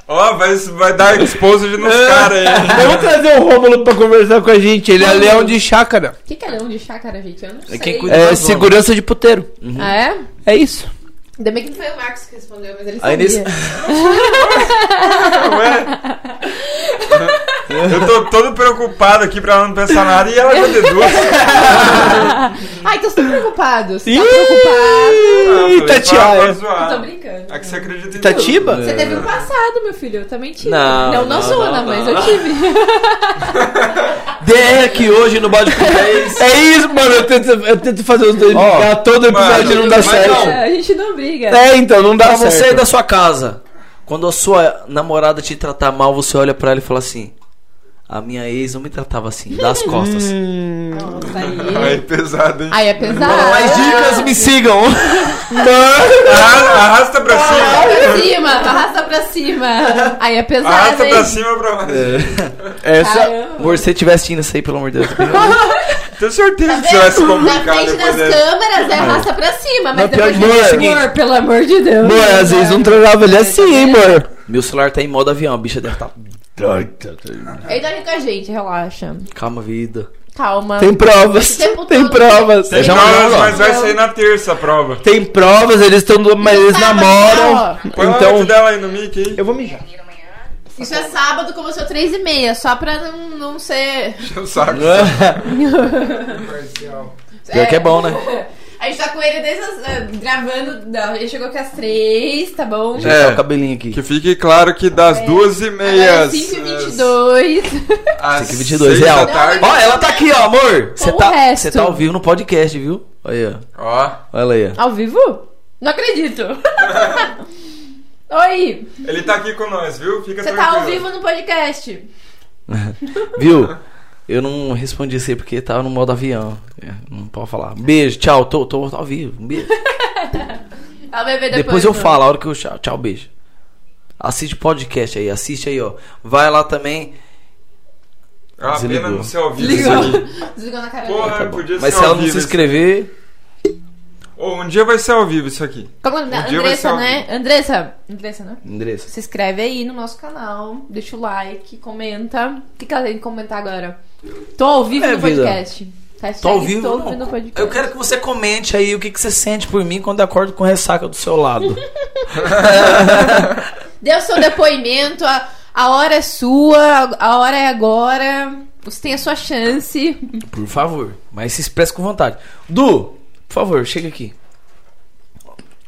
[SPEAKER 4] Ó, vai, vai dar exposed nos
[SPEAKER 6] É.
[SPEAKER 4] caras aí.
[SPEAKER 3] Vamos trazer o Rômulo pra conversar com a gente. Ele é leão de chácara.
[SPEAKER 2] O que, que é leão de chácara, gente? Eu não sei.
[SPEAKER 5] quem cuida-
[SPEAKER 3] É
[SPEAKER 5] Tá bom.
[SPEAKER 3] segurança de puteiro.
[SPEAKER 2] Ah, é?
[SPEAKER 3] É isso.
[SPEAKER 2] Ainda bem que não foi o Marcos que respondeu, mas ele
[SPEAKER 5] Aí
[SPEAKER 2] sabia.
[SPEAKER 5] nesse...
[SPEAKER 4] Eu tô todo preocupado aqui pra ela não pensar nada e ela já deduz.
[SPEAKER 2] Ai, tô super preocupado. Você
[SPEAKER 3] Ih,
[SPEAKER 2] tá preocupado.
[SPEAKER 4] Ah,
[SPEAKER 6] é.
[SPEAKER 4] Itatiaia.
[SPEAKER 3] Itatiaia.
[SPEAKER 2] Eu tô
[SPEAKER 4] zoar.
[SPEAKER 2] brincando.
[SPEAKER 4] É que você acredita em tudo.
[SPEAKER 3] Ah, Itatiba?
[SPEAKER 2] Você teve um passado, meu filho. Eu também tive.
[SPEAKER 5] Não,
[SPEAKER 2] não, não
[SPEAKER 5] não,
[SPEAKER 2] zona,
[SPEAKER 5] não,
[SPEAKER 2] mas
[SPEAKER 5] não.
[SPEAKER 2] eu tive.
[SPEAKER 5] DR aqui hoje no Bode com 10.
[SPEAKER 3] É isso, mano. Eu tento, eu tento fazer os dois
[SPEAKER 5] Ó,
[SPEAKER 3] brigar. Todo episódio
[SPEAKER 5] mano,
[SPEAKER 3] não dá
[SPEAKER 5] mas
[SPEAKER 3] certo.
[SPEAKER 5] não.
[SPEAKER 2] É, a gente não briga.
[SPEAKER 3] É, então, não dá
[SPEAKER 5] Pra você
[SPEAKER 3] certo.
[SPEAKER 5] da sua casa, quando a sua namorada te tratar mal, você olha pra ela e fala assim: A minha ex não me tratava assim, das
[SPEAKER 3] Hum.
[SPEAKER 5] costas.
[SPEAKER 2] Nossa,
[SPEAKER 4] Ai,
[SPEAKER 2] aí.
[SPEAKER 4] pesado, hein?
[SPEAKER 2] Aí é pesado.
[SPEAKER 5] Mais
[SPEAKER 3] Ah,
[SPEAKER 5] dicas, me sigam.
[SPEAKER 2] tá.
[SPEAKER 4] Arra- Arrasta pra cima.
[SPEAKER 2] Arrasta é pra cima, arrasta pra cima. Aí é pesado,
[SPEAKER 4] Arrasta
[SPEAKER 2] hein? Tá,
[SPEAKER 4] pra cima pra baixo.
[SPEAKER 5] É. Essa.
[SPEAKER 2] Caramba.
[SPEAKER 5] Amor, se você tivesse assistindo isso aí, pelo amor de Deus.
[SPEAKER 4] Tenho certeza que você vai
[SPEAKER 2] Tá Na
[SPEAKER 4] se complicar
[SPEAKER 2] frente das
[SPEAKER 4] depois dessa.
[SPEAKER 2] câmeras, é arrasta pra cima, mas
[SPEAKER 3] Mas pior
[SPEAKER 2] depois
[SPEAKER 3] de tudo é o
[SPEAKER 2] de
[SPEAKER 3] seguinte-
[SPEAKER 2] amor, pelo amor de Deus.
[SPEAKER 3] Mano, às vezes não trocava ele assim, hein, mano.
[SPEAKER 5] Meu celular tá em modo avião, a bicha deve estar.
[SPEAKER 2] Ele tá aqui com a gente, relaxa.
[SPEAKER 5] Calma, vida.
[SPEAKER 2] Calma.
[SPEAKER 3] Tem provas.
[SPEAKER 2] O tempo
[SPEAKER 3] Tem
[SPEAKER 2] todo.
[SPEAKER 3] provas.
[SPEAKER 2] Tem
[SPEAKER 5] Já
[SPEAKER 4] Não,
[SPEAKER 5] mandou agora.
[SPEAKER 4] mas vai sair na terça a prova.
[SPEAKER 3] Tem provas, eles estão. Mas eles
[SPEAKER 2] Sábado,
[SPEAKER 3] namoram.
[SPEAKER 2] ó.
[SPEAKER 6] é
[SPEAKER 4] Põe o
[SPEAKER 3] Então.
[SPEAKER 4] dela aí no mic, hein?
[SPEAKER 3] Eu vou mijar.
[SPEAKER 2] Isso é sábado, começou três e meia, só pra não, não ser...
[SPEAKER 4] Enche o saco.
[SPEAKER 3] é.
[SPEAKER 5] Pior que é bom, né?
[SPEAKER 2] A gente tá com ele desde as, eh, gravando. Não, ele chegou aqui às três, tá bom?
[SPEAKER 5] Já
[SPEAKER 4] É.
[SPEAKER 5] tá o cabelinho aqui.
[SPEAKER 4] Que fique claro que das duas e meia.
[SPEAKER 2] Agora é 5h22.
[SPEAKER 4] Às
[SPEAKER 5] 5h22,
[SPEAKER 4] seis
[SPEAKER 5] real.
[SPEAKER 4] da tarde.
[SPEAKER 5] Ó, ela tá aqui, ó, amor. Você
[SPEAKER 2] o
[SPEAKER 5] tá,
[SPEAKER 2] resto.
[SPEAKER 5] você tá ao vivo no podcast, viu? Olha aí,
[SPEAKER 4] Ó,
[SPEAKER 5] ó. Olha aí, ó.
[SPEAKER 2] Ao vivo? Não acredito. Oi,
[SPEAKER 4] ele tá aqui com nós, viu? Fica
[SPEAKER 2] você tá
[SPEAKER 4] tranquilo.
[SPEAKER 2] ao vivo no podcast.
[SPEAKER 5] Viu? Eu não respondi isso aí porque tava no modo avião. É, Não pode falar. Beijo, tchau, tô, tô, ao vivo. Um beijo. Depois,
[SPEAKER 2] Ela vai ver
[SPEAKER 5] eu
[SPEAKER 2] mano.
[SPEAKER 5] falo, a hora que eu. Tchau, tchau, beijo. Assiste podcast aí, assiste aí, ó. Vai lá também.
[SPEAKER 4] Ah, pena
[SPEAKER 5] Desligou. Tá
[SPEAKER 4] não ser ao vivo
[SPEAKER 2] Ligou.
[SPEAKER 4] isso aqui.
[SPEAKER 2] Desligou na cara dele.
[SPEAKER 4] Porra,
[SPEAKER 5] Bom,
[SPEAKER 4] podia
[SPEAKER 5] Mas se
[SPEAKER 4] ser
[SPEAKER 5] ela
[SPEAKER 4] ao
[SPEAKER 5] não
[SPEAKER 4] vivo
[SPEAKER 5] se
[SPEAKER 4] isso.
[SPEAKER 5] inscrever.
[SPEAKER 4] Ô, um dia vai ser ao vivo isso aqui.
[SPEAKER 2] Como é o nome
[SPEAKER 4] Um
[SPEAKER 2] dela?
[SPEAKER 4] dia vai ser
[SPEAKER 2] Andressa,
[SPEAKER 4] ao
[SPEAKER 2] né? Andressa. Andressa, né?
[SPEAKER 5] Endereço.
[SPEAKER 2] Se inscreve aí no nosso canal, deixa o like, comenta. O que, que ela tem que comentar agora? Tô ao vivo
[SPEAKER 5] É,
[SPEAKER 2] no
[SPEAKER 5] vida.
[SPEAKER 2] podcast. Hashtag
[SPEAKER 5] Tô ao vivo.
[SPEAKER 2] Tô ao
[SPEAKER 5] não.
[SPEAKER 2] vivo no podcast.
[SPEAKER 5] Eu quero que você comente aí o que, que você sente por mim quando eu acordo com ressaca do seu lado.
[SPEAKER 2] Dê o seu depoimento, a, a hora é sua, a hora é agora. Você tem a sua chance.
[SPEAKER 5] Por favor. Mas se expresse com vontade. Du, por favor, chega aqui.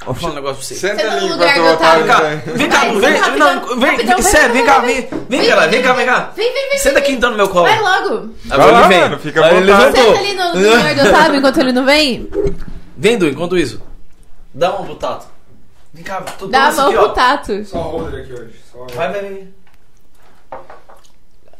[SPEAKER 5] Vou falar um negócio pra você.
[SPEAKER 4] Senta
[SPEAKER 2] Senta tá no
[SPEAKER 4] ali
[SPEAKER 2] lugar
[SPEAKER 4] enquanto eu
[SPEAKER 2] do
[SPEAKER 4] vou
[SPEAKER 2] Otávio.
[SPEAKER 4] atrás.
[SPEAKER 5] Vem cá,
[SPEAKER 2] Vai,
[SPEAKER 5] Du,
[SPEAKER 2] vem,
[SPEAKER 5] vem,
[SPEAKER 2] rapidão,
[SPEAKER 5] não, vem,
[SPEAKER 2] rapidão, vem,
[SPEAKER 5] Sé, vem
[SPEAKER 2] vem,
[SPEAKER 5] cá,
[SPEAKER 2] vem,
[SPEAKER 5] vem, vem, cá, vem cá, vem cá.
[SPEAKER 2] Vem, vem, vem.
[SPEAKER 5] Senta aqui então no meu colo.
[SPEAKER 2] Vai logo.
[SPEAKER 4] Vai
[SPEAKER 5] Agora
[SPEAKER 4] lá,
[SPEAKER 5] ele vem.
[SPEAKER 4] mano, fica à
[SPEAKER 5] Aí ele
[SPEAKER 4] vontade.
[SPEAKER 5] levantou.
[SPEAKER 2] Senta ali no, no lugar do Otávio enquanto ele não vem.
[SPEAKER 5] Vem, Du, enquanto isso. Dá uma pro Tato. Vem cá, tô dando
[SPEAKER 2] Dá a
[SPEAKER 5] isso
[SPEAKER 2] mão
[SPEAKER 5] aqui,
[SPEAKER 2] pro
[SPEAKER 5] ó.
[SPEAKER 2] Tato.
[SPEAKER 4] Só roller aqui hoje. só roller.
[SPEAKER 5] Vai, vai, vai.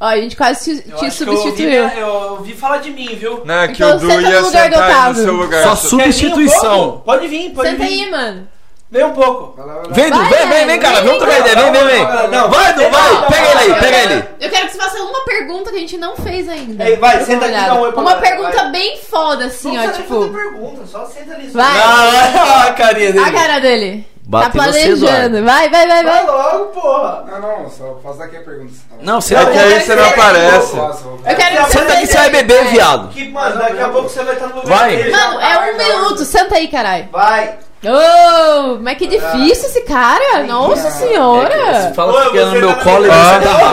[SPEAKER 2] Ó, a gente quase te,
[SPEAKER 5] Eu
[SPEAKER 2] te
[SPEAKER 5] acho que eu ouvi-
[SPEAKER 2] substituiu.
[SPEAKER 5] Eu ouvi falar de mim, viu?
[SPEAKER 4] Não, é que
[SPEAKER 2] Então
[SPEAKER 4] o Du
[SPEAKER 2] senta no
[SPEAKER 4] ia
[SPEAKER 2] lugar do
[SPEAKER 4] sentar aí no
[SPEAKER 2] Otávio.
[SPEAKER 4] seu lugar.
[SPEAKER 5] Só
[SPEAKER 4] Só-
[SPEAKER 5] substituição.
[SPEAKER 6] Pode vir, pode
[SPEAKER 2] Senta
[SPEAKER 6] vir.
[SPEAKER 2] aí, mano.
[SPEAKER 6] Vem um pouco.
[SPEAKER 5] Vem, Du,
[SPEAKER 2] Vai,
[SPEAKER 5] vem, vem, vem,
[SPEAKER 2] velho.
[SPEAKER 5] cara.
[SPEAKER 2] Vem,
[SPEAKER 5] Vamos trocar
[SPEAKER 2] vem.
[SPEAKER 5] ideia. Vem, vem, vem.
[SPEAKER 6] Não,
[SPEAKER 5] Vai, Du, vai. Pega ele aí, pega ele.
[SPEAKER 2] Eu quero que você faça uma pergunta que a gente não fez ainda.
[SPEAKER 6] Ei, vai,
[SPEAKER 2] Dá uma
[SPEAKER 6] senta aqui,
[SPEAKER 2] olhada.
[SPEAKER 6] dá um oi pra
[SPEAKER 2] Uma
[SPEAKER 6] galera,
[SPEAKER 2] pergunta
[SPEAKER 6] vai.
[SPEAKER 2] bem foda, assim, ó,
[SPEAKER 6] precisa nem fazer
[SPEAKER 2] tipo...
[SPEAKER 6] pergunta, só senta ali. só.
[SPEAKER 2] Vai.
[SPEAKER 5] Ah, a carinha dele.
[SPEAKER 2] A cara dele. Tá
[SPEAKER 5] Bate você, Eduardo.
[SPEAKER 2] planejando. Vai, vai, vai, vai.
[SPEAKER 6] logo, porra!
[SPEAKER 7] Não, Ah, não, só faço daqui a pergunta. senão-
[SPEAKER 5] Não, você
[SPEAKER 4] É que aí
[SPEAKER 2] quero
[SPEAKER 4] você não
[SPEAKER 2] ver.
[SPEAKER 4] aparece.
[SPEAKER 7] Eu faço, eu faço.
[SPEAKER 2] Eu quero que
[SPEAKER 5] Senta aqui, você
[SPEAKER 2] seja-
[SPEAKER 5] vai beber, é viado.
[SPEAKER 6] Que, mano, daqui a pouco você vai estar no lugar
[SPEAKER 5] Vai.
[SPEAKER 6] dele.
[SPEAKER 2] Mano, é um minuto. Senta aí, caralho.
[SPEAKER 6] Vai!
[SPEAKER 2] Ô, mas que difícil esse cara. Nossa
[SPEAKER 5] É que-
[SPEAKER 2] senhora.
[SPEAKER 5] Fala que
[SPEAKER 6] Ô,
[SPEAKER 5] fica no
[SPEAKER 6] você
[SPEAKER 5] meu
[SPEAKER 6] tá
[SPEAKER 5] colo e
[SPEAKER 4] na-
[SPEAKER 5] você tá lá.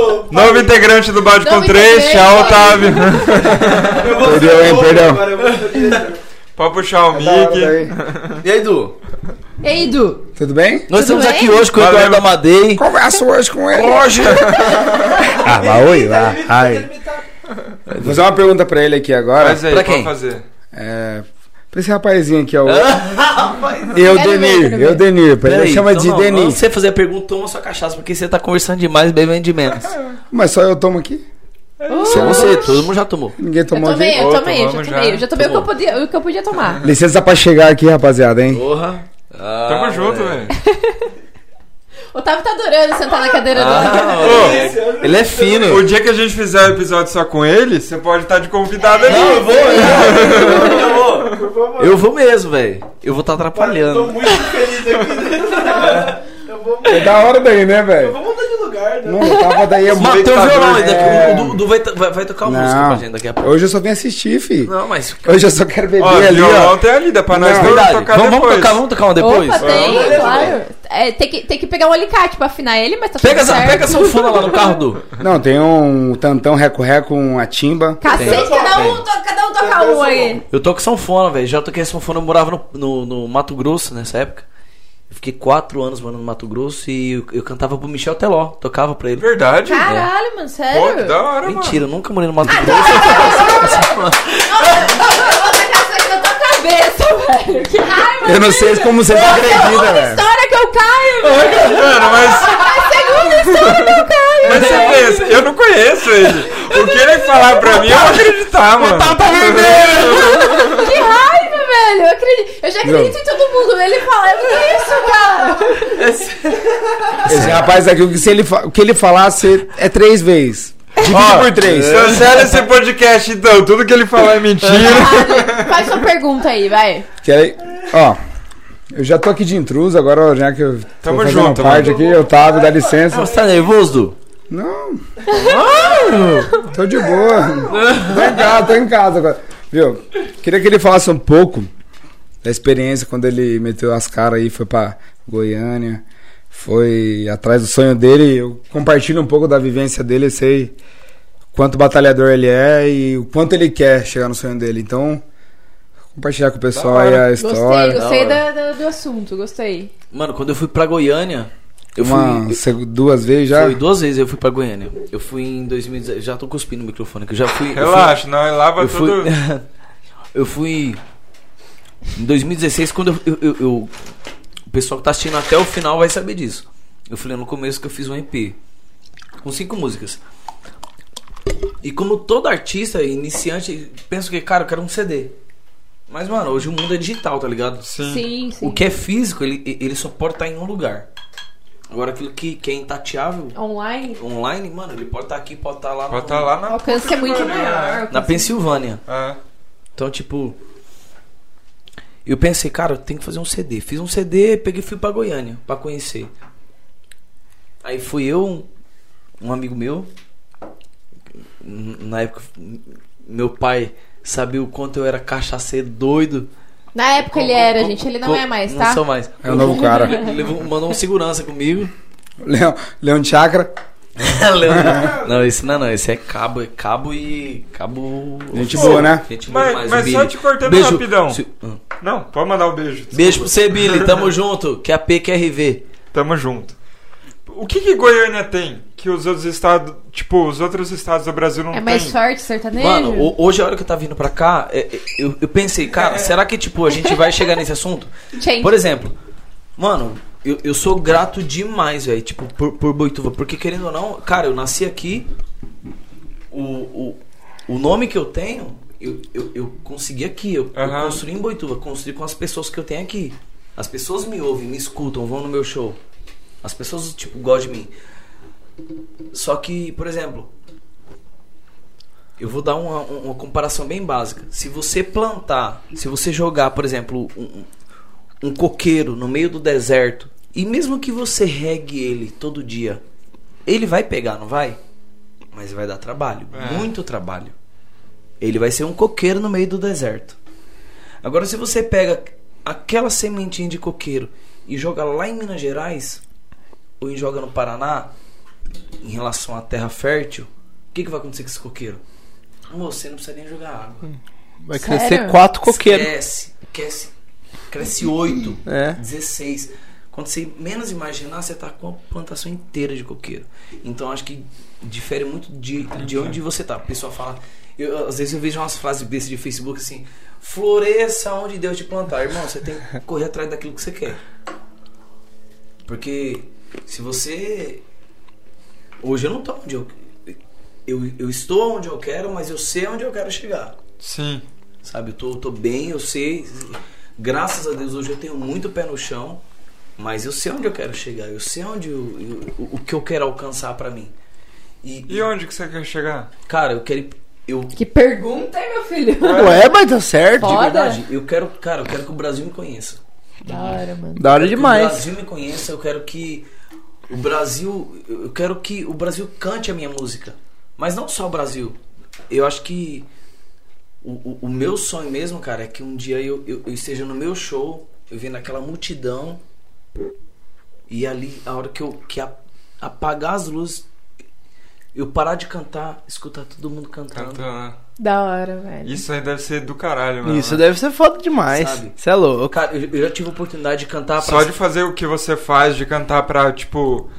[SPEAKER 6] Louco!
[SPEAKER 4] Ah, Novo integrante do Balde com
[SPEAKER 2] Novo
[SPEAKER 4] 3,
[SPEAKER 2] integrante. Tá
[SPEAKER 4] tchau,
[SPEAKER 5] tá?
[SPEAKER 4] Otávio.
[SPEAKER 6] Eu vou
[SPEAKER 7] Perdeu,
[SPEAKER 6] ser
[SPEAKER 7] hein,
[SPEAKER 6] louco
[SPEAKER 7] perdeu.
[SPEAKER 6] agora, eu vou ser-
[SPEAKER 4] Pode puxar
[SPEAKER 7] É
[SPEAKER 4] o mic.
[SPEAKER 5] E aí, Du?
[SPEAKER 2] E aí, Du?
[SPEAKER 7] Tudo bem?
[SPEAKER 5] Nós
[SPEAKER 2] Tudo
[SPEAKER 5] estamos
[SPEAKER 2] bem?
[SPEAKER 5] aqui hoje com o
[SPEAKER 4] Valeu.
[SPEAKER 5] Eduardo Amadei.
[SPEAKER 7] Converso hoje com ele. Hoje. ah, lá, oi,
[SPEAKER 6] tá
[SPEAKER 7] lá. Ai. Vou fazer uma pergunta pra ele aqui agora.
[SPEAKER 4] Faz aí,
[SPEAKER 5] Pra
[SPEAKER 4] pode
[SPEAKER 5] quem?
[SPEAKER 4] fazer.
[SPEAKER 7] É, pra esse rapazinho aqui, ó.
[SPEAKER 3] Ah,
[SPEAKER 7] eu,
[SPEAKER 2] Quero ver,
[SPEAKER 7] Denir.
[SPEAKER 2] quero ver.
[SPEAKER 7] Eu, Denir. Pra ele
[SPEAKER 5] Peraí,
[SPEAKER 7] chama
[SPEAKER 5] então
[SPEAKER 7] de
[SPEAKER 5] não,
[SPEAKER 7] Denir.
[SPEAKER 5] Antes de você fazer a pergunta, toma sua cachaça, porque você tá conversando demais, bebendo de menos.
[SPEAKER 7] Mas só eu tomo aqui?
[SPEAKER 5] Só você, todo mundo já tomou.
[SPEAKER 7] Ninguém
[SPEAKER 2] Eu
[SPEAKER 7] tomou
[SPEAKER 2] tomei,
[SPEAKER 7] aqui?
[SPEAKER 2] eu
[SPEAKER 4] Ô,
[SPEAKER 2] tomei, eu já
[SPEAKER 4] tomamos
[SPEAKER 2] tomei.
[SPEAKER 4] já.
[SPEAKER 2] Eu já tomei o que eu
[SPEAKER 5] Tomou.
[SPEAKER 2] podia- o que eu podia tomar.
[SPEAKER 7] Licença pra chegar aqui, rapaziada, hein?
[SPEAKER 5] Porra. Ah,
[SPEAKER 4] Tamo junto,
[SPEAKER 5] moleque.
[SPEAKER 4] velho.
[SPEAKER 2] Otávio tá adorando sentar na cadeira dele.
[SPEAKER 5] Ah, moleque. ele é
[SPEAKER 4] O
[SPEAKER 5] fino.
[SPEAKER 4] dia que a gente fizer o episódio só com ele, você pode estar de convidado ali.
[SPEAKER 5] Não, eu vou, eu vou. Eu
[SPEAKER 6] Por favor.
[SPEAKER 5] vou, eu vou mesmo, velho. Eu vou estar
[SPEAKER 6] Tô
[SPEAKER 5] atrapalhando.
[SPEAKER 6] muito feliz aqui. Eu vou,
[SPEAKER 7] É da hora daí, né,
[SPEAKER 6] eu
[SPEAKER 7] velho?
[SPEAKER 6] vou mudar de lugar. Né?
[SPEAKER 7] Não, eu tava daí... Eu...
[SPEAKER 5] Matou o violão ainda.
[SPEAKER 7] É.
[SPEAKER 5] O Du- O Du vai, to- vai- vai tocar uma música pra gente daqui a pouco.
[SPEAKER 7] Hoje eu só vim assistir, fi.
[SPEAKER 5] Não, mas.
[SPEAKER 7] Hoje eu só quero beber
[SPEAKER 4] Ó,
[SPEAKER 7] ali,
[SPEAKER 4] violão
[SPEAKER 7] ó.
[SPEAKER 4] tem ali, dá pra nós
[SPEAKER 7] Não,
[SPEAKER 4] dois
[SPEAKER 5] é Verdade.
[SPEAKER 4] tocar
[SPEAKER 5] Vamos, vamos
[SPEAKER 4] depois.
[SPEAKER 5] tocar, vamos tocar uma depois?
[SPEAKER 2] Opa, tem,
[SPEAKER 6] Beleza,
[SPEAKER 2] claro. É, tem, que, tem que pegar um alicate pra afinar ele, mas tá
[SPEAKER 5] Pega
[SPEAKER 2] tudo
[SPEAKER 5] essa,
[SPEAKER 2] certo.
[SPEAKER 5] pega a sanfona lá no carro, Du.
[SPEAKER 7] Não, tem um tantão reco-reco, uma timba.
[SPEAKER 2] Cacete,
[SPEAKER 5] Tem.
[SPEAKER 2] cada um, to- cada um toca um aí.
[SPEAKER 5] Eu toco sanfona, velho. Já toquei sanfona, eu morava no, no, no Mato Grosso nessa época. Eu fiquei quatro anos morando no Mato Grosso e eu, eu cantava pro Michel Teló, tocava pra ele.
[SPEAKER 4] Verdade.
[SPEAKER 2] Caralho, mano,
[SPEAKER 4] Pô, que
[SPEAKER 2] sério?
[SPEAKER 4] da hora, mano.
[SPEAKER 5] Mentira, eu nunca morei no Mato Grosso.
[SPEAKER 2] Eu vou tacar isso aqui na tua cabeça, velho. Que raiva.
[SPEAKER 7] Eu não sei como você não acredita,
[SPEAKER 2] Segunda
[SPEAKER 7] velho.
[SPEAKER 2] história que eu caio, velho.
[SPEAKER 4] Mano, mas,
[SPEAKER 2] A segunda história que eu caio.
[SPEAKER 4] mas você pensa, eu não conheço ele. O que ele falar pra mim, eu vou acreditar, mano.
[SPEAKER 2] Que raiva, velho. Eu, acredito, eu já acredito em todo mundo. Ele fala, eu conheço, cara.
[SPEAKER 7] Esse rapaz aqui, o que, se ele fa- o que ele falar você- é três vezes.
[SPEAKER 4] Ó,
[SPEAKER 7] por três.
[SPEAKER 4] Cancela esse podcast, então. Tudo que ele falar é mentira.
[SPEAKER 2] Caralho. Faz sua pergunta aí, vai.
[SPEAKER 7] Que aí, ó, eu já tô aqui de intruso, agora ó, já que eu tô
[SPEAKER 4] Tamo
[SPEAKER 7] fazendo
[SPEAKER 4] junto,
[SPEAKER 7] parte aqui, eu tava, dá licença.
[SPEAKER 5] Você tá nervoso, Du?
[SPEAKER 7] Não. tô de boa. tô em casa, tô em casa agora. Viu? Queria que ele falasse um pouco da experiência quando ele meteu as caras aí, foi pra Goiânia, foi atrás do sonho dele. Eu compartilho um pouco da vivência dele, eu sei quanto batalhador ele é e o quanto ele quer chegar no sonho dele. Então, compartilhar com o pessoal aí a
[SPEAKER 2] Gostei,
[SPEAKER 7] história.
[SPEAKER 2] gostei
[SPEAKER 5] Da
[SPEAKER 2] da- da- do assunto, gostei.
[SPEAKER 5] Mano, quando eu fui pra Goiânia, eu fui.
[SPEAKER 7] Uma, seg- duas vezes já.
[SPEAKER 5] Foi duas vezes eu fui pra Goiânia. Eu fui em 2017. Já tô cuspindo o microfone que eu já fui. eu fui-
[SPEAKER 4] Relaxa, não, ele lava
[SPEAKER 5] Eu fui.
[SPEAKER 4] tudo.
[SPEAKER 5] eu fui. Em 2016, quando eu, eu- eu- eu- O pessoal que tá assistindo até o final vai saber disso. Eu falei no começo que eu fiz um EP. Com cinco músicas. E como todo artista iniciante, penso que, cara, eu quero um CD. Mas, mano, hoje o mundo é digital, tá ligado?
[SPEAKER 4] Sim.
[SPEAKER 2] Sim, sim.
[SPEAKER 5] O que é físico, ele, ele só pode estar em um lugar. Agora, aquilo que, que é intateável
[SPEAKER 2] Online,
[SPEAKER 5] online, mano, ele pode estar aqui, pode estar lá.
[SPEAKER 4] Pode
[SPEAKER 5] no-
[SPEAKER 4] tá lá
[SPEAKER 2] o
[SPEAKER 4] na
[SPEAKER 2] alcance é muito maior.
[SPEAKER 5] Na Pensilvânia.
[SPEAKER 4] É.
[SPEAKER 5] Então, tipo. Eu pensei, cara, eu tenho que fazer um CD. Fiz um CD, peguei e fui pra Goiânia pra conhecer. Aí fui eu, um- um amigo meu. n- Na época, m- meu pai sabia o quanto eu era cachaceiro doido.
[SPEAKER 2] Na época ele era, gente, ele não
[SPEAKER 5] Co-
[SPEAKER 2] é mais,
[SPEAKER 5] Não
[SPEAKER 2] tá?
[SPEAKER 5] sou mais.
[SPEAKER 7] É o novo cara.
[SPEAKER 5] Ele levou- mandou um segurança comigo.
[SPEAKER 7] Leão, Leão de Chakra.
[SPEAKER 5] Leandro. não, esse não, não. Esse é cabo, é cabo e. Cabo.
[SPEAKER 7] Gente boa, né?
[SPEAKER 5] Gente boa
[SPEAKER 4] Mas,
[SPEAKER 5] demais, o
[SPEAKER 4] mas só
[SPEAKER 5] Billy.
[SPEAKER 4] te cortando
[SPEAKER 5] um Beijo.
[SPEAKER 4] rapidão.
[SPEAKER 5] Se- hum.
[SPEAKER 4] Não, pode mandar o beijo.
[SPEAKER 5] Beijo pro você, Billy. Tamo junto. Que é a PQRV.
[SPEAKER 4] Tamo junto. O que, que Goiânia tem que os outros estados, tipo, os outros estados do Brasil não
[SPEAKER 2] É mais
[SPEAKER 4] tem?
[SPEAKER 2] sorte sertanejo?
[SPEAKER 5] Mano, ho- hoje a hora que eu tava vindo pra cá, é- é- eu, eu pensei, cara, será que, tipo, a gente vai chegar nesse assunto?
[SPEAKER 2] Change.
[SPEAKER 5] Por exemplo, mano, eu, eu sou grato demais, velho, tipo, por, por Boituva. Porque, querendo ou não, cara, eu nasci aqui, o, o, o nome que eu tenho, eu, eu, eu consegui aqui. Eu, eu
[SPEAKER 4] Aham.
[SPEAKER 5] construí em Boituva, construí com as pessoas que eu tenho aqui. As pessoas me ouvem, me escutam, vão no meu show. As pessoas, tipo, gostam de mim. Só que, por exemplo, eu vou dar uma, uma comparação bem básica. Se você plantar, se você jogar, por exemplo, um, um coqueiro no meio do deserto, e mesmo que você regue ele todo dia, ele vai pegar, não vai? Mas vai dar trabalho,
[SPEAKER 4] É.
[SPEAKER 5] muito trabalho. Ele vai ser um coqueiro no meio do deserto. Agora, se você pega aquela sementinha de coqueiro e joga lá em Minas Gerais, ou e joga no Paraná, em relação à terra fértil, o que, que vai acontecer com esse coqueiro? Moço, você não precisa nem jogar água.
[SPEAKER 6] Vai
[SPEAKER 2] Sério?
[SPEAKER 6] crescer quatro coqueiros.
[SPEAKER 5] Cresce, cresce, cresce 8,
[SPEAKER 6] É.
[SPEAKER 5] 16. Quando você menos imaginar, você tá com a plantação inteira de coqueiro. Então acho que difere muito de, de onde você tá. A pessoa fala. eu- às vezes eu vejo umas frases bestas de Facebook assim: floresça onde Deus te plantar. Irmão, você tem que correr atrás daquilo que você quer. Porque se você. Hoje eu não tô onde eu. Eu, eu estou onde eu quero, mas eu sei onde eu quero chegar
[SPEAKER 4] Sim.
[SPEAKER 5] sabe? Eu tô, eu tô bem, eu sei. Graças a Deus hoje eu tenho muito pé no chão, mas eu sei onde eu quero chegar, eu sei onde eu- eu- o, o que eu quero alcançar pra mim. E,
[SPEAKER 4] E onde que você quer chegar?
[SPEAKER 5] cara, eu quero ir- eu de
[SPEAKER 2] Que pergunta, hein, meu filho?
[SPEAKER 3] É.
[SPEAKER 7] é,
[SPEAKER 6] Ué, mas tá certo.
[SPEAKER 2] Foda.
[SPEAKER 5] verdade, eu quero, cara, eu quero que o Brasil me conheça.
[SPEAKER 2] Da hora, mano.
[SPEAKER 3] É
[SPEAKER 6] Da hora
[SPEAKER 5] Que o
[SPEAKER 6] demais.
[SPEAKER 5] Brasil me conheça, eu quero que o Brasil, eu quero que o Brasil cante a minha música. Mas não só o Brasil. Eu acho que o, o, o meu sonho mesmo, cara, é que um dia eu, eu, eu esteja no meu show, eu vendo aquela multidão e ali a hora que eu que a- apagar as luzes, eu parar de cantar, escutar todo mundo cantando.
[SPEAKER 4] Cantando. né?
[SPEAKER 2] Da hora, velho.
[SPEAKER 4] Isso aí deve ser do caralho, mano.
[SPEAKER 6] Isso deve ser foda demais.
[SPEAKER 5] Sabe?
[SPEAKER 6] Você é louco.
[SPEAKER 5] Cara, eu, eu já tive a oportunidade de cantar
[SPEAKER 4] Só de fazer o que você faz, de cantar pra, tipo.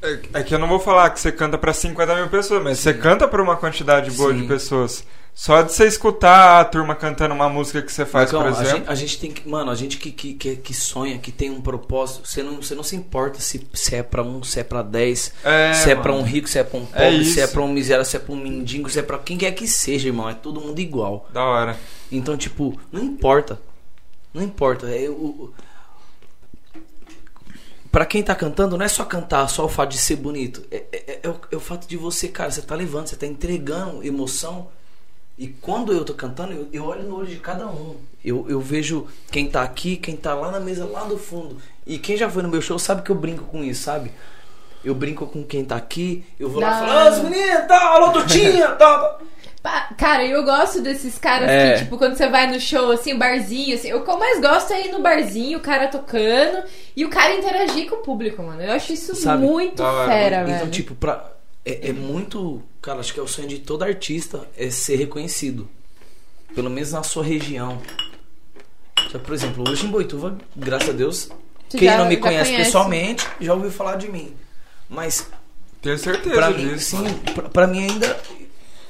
[SPEAKER 4] é- É que eu não vou falar que você canta pra 50 mil pessoas, mas você canta pra uma quantidade boa de
[SPEAKER 5] Sim.
[SPEAKER 4] pessoas. Só de você escutar a turma cantando uma música que você faz,
[SPEAKER 5] Marcão,
[SPEAKER 4] por
[SPEAKER 5] Então, a
[SPEAKER 4] exemplo.
[SPEAKER 5] gente, a gente tem que. Mano, a gente que, que, que, que sonha, que tem um propósito, você não, você não se importa se, se é pra um, se é pra dez,
[SPEAKER 4] É,
[SPEAKER 5] se é
[SPEAKER 4] mano.
[SPEAKER 5] pra um rico, se é pra um
[SPEAKER 4] É
[SPEAKER 5] pobre, se é
[SPEAKER 4] isso.
[SPEAKER 5] pra um miserável, se é pra um mendigo, se é pra quem quer que seja, irmão. É todo mundo igual.
[SPEAKER 4] Da hora.
[SPEAKER 5] Então, tipo, não importa. Não importa. É o- o. Pra quem tá cantando, não é só cantar, só o fato de ser bonito. É, é- é o, é o fato de você, cara, você tá levando, você tá entregando emoção. E quando eu tô cantando, eu, eu olho no olho de cada um. Eu, eu vejo quem tá aqui, quem tá lá na mesa, lá do fundo. E quem já foi no meu show sabe que eu brinco com isso, sabe? Eu brinco com quem tá aqui, eu vou lá e falo,
[SPEAKER 2] Não.
[SPEAKER 5] "Ah, as meninas, tal, alô, tá, Tutinha, tal. tal."
[SPEAKER 2] Pa- Cara, eu gosto desses caras
[SPEAKER 6] É.
[SPEAKER 2] que, tipo, quando você vai no show, assim, barzinho, assim. O que eu mais gosto é ir no barzinho, o cara tocando e o cara interagir com o público, mano. Eu acho isso
[SPEAKER 5] Sabe?
[SPEAKER 2] muito
[SPEAKER 4] Da hora.
[SPEAKER 2] fera, velho.
[SPEAKER 5] Então, tipo, pra, é, é muito. Cara, acho que é o sonho de todo artista é ser reconhecido. Pelo menos na sua região. Só, por exemplo, hoje em Boituva, graças a Deus,
[SPEAKER 2] Tu
[SPEAKER 5] quem
[SPEAKER 2] já-
[SPEAKER 5] não me
[SPEAKER 2] já
[SPEAKER 5] conhece,
[SPEAKER 2] conhece.
[SPEAKER 5] pessoalmente já ouviu falar de mim. Mas
[SPEAKER 4] Tenho certeza
[SPEAKER 5] pra mim,
[SPEAKER 4] disso.
[SPEAKER 5] sim, pra, pra mim ainda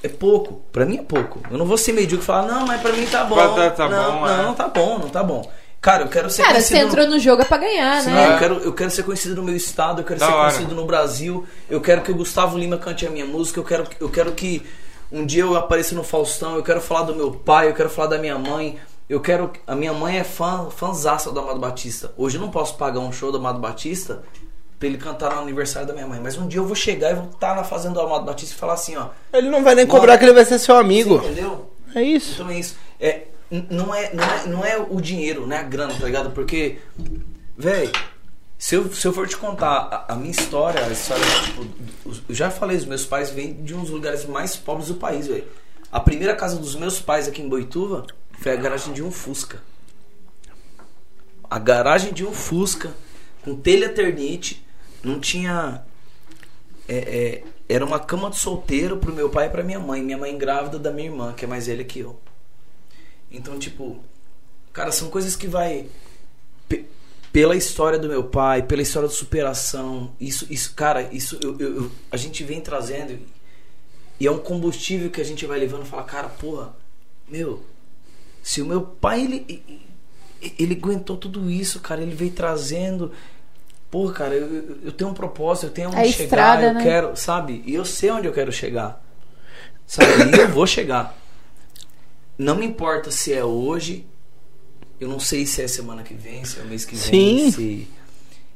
[SPEAKER 5] é pouco. Pra mim é pouco. Eu não vou ser medíocre e falar, não, mas pra mim tá bom.
[SPEAKER 4] Tá- tá
[SPEAKER 5] não,
[SPEAKER 4] bom,
[SPEAKER 5] não,
[SPEAKER 4] é.
[SPEAKER 5] não tá bom, não tá bom. Cara, eu quero ser
[SPEAKER 2] Cara,
[SPEAKER 5] conhecido
[SPEAKER 2] você entrou no jogo é pra ganhar,
[SPEAKER 5] tá Sim,
[SPEAKER 2] né?
[SPEAKER 5] Ah, eu, quero, eu quero ser conhecido no meu estado, eu quero
[SPEAKER 4] Da
[SPEAKER 5] ser
[SPEAKER 4] hora.
[SPEAKER 5] conhecido no Brasil, eu quero que o Gustavo Lima cante a minha música, eu quero, eu quero que um dia eu apareça no Faustão, eu quero falar do meu pai, eu quero falar da minha mãe, eu quero. A minha mãe é fã, fãzaça do Amado Batista. Hoje eu não posso pagar um show do Amado Batista pra ele cantar no aniversário da minha mãe, mas um dia eu vou chegar e vou estar na fazenda do Amado Batista e falar assim, ó.
[SPEAKER 6] Ele não vai nem cobrar que ele vai ser seu amigo.
[SPEAKER 5] Entendeu?
[SPEAKER 6] É isso.
[SPEAKER 5] Então é isso. É, n- não, é, não, é, não é o dinheiro, né? A grana, tá ligado? Porque, velho, se eu, se eu for te contar a, a minha história, a história, tipo, os- eu já falei, os meus pais vêm de uns lugares mais pobres do país, velho. A primeira casa dos meus pais aqui em Boituva foi a garagem de um Fusca. A garagem de um Fusca, com telha ternite, não tinha é, é, era uma cama de solteiro pro meu pai e pra minha mãe. Minha mãe grávida da minha irmã, que é mais velha que eu. Então, tipo, cara, são coisas que vai. pe- Pela história do meu pai, pela história de superação, isso, isso cara, isso eu- eu- eu- a gente vem trazendo e é um combustível que a gente vai levando e fala, cara, porra, meu, se o meu pai, ele, ele aguentou tudo isso, cara, ele veio trazendo. Pô, cara, eu- eu, eu tenho um propósito, eu tenho onde
[SPEAKER 2] É a
[SPEAKER 5] chegar,
[SPEAKER 2] estrada,
[SPEAKER 5] eu
[SPEAKER 2] né?
[SPEAKER 5] quero, sabe? E eu sei onde eu quero chegar. Sabe? E eu vou chegar. Não me importa se é hoje, eu não sei se é semana que vem, se é o mês que vem.
[SPEAKER 6] Sim.
[SPEAKER 5] se-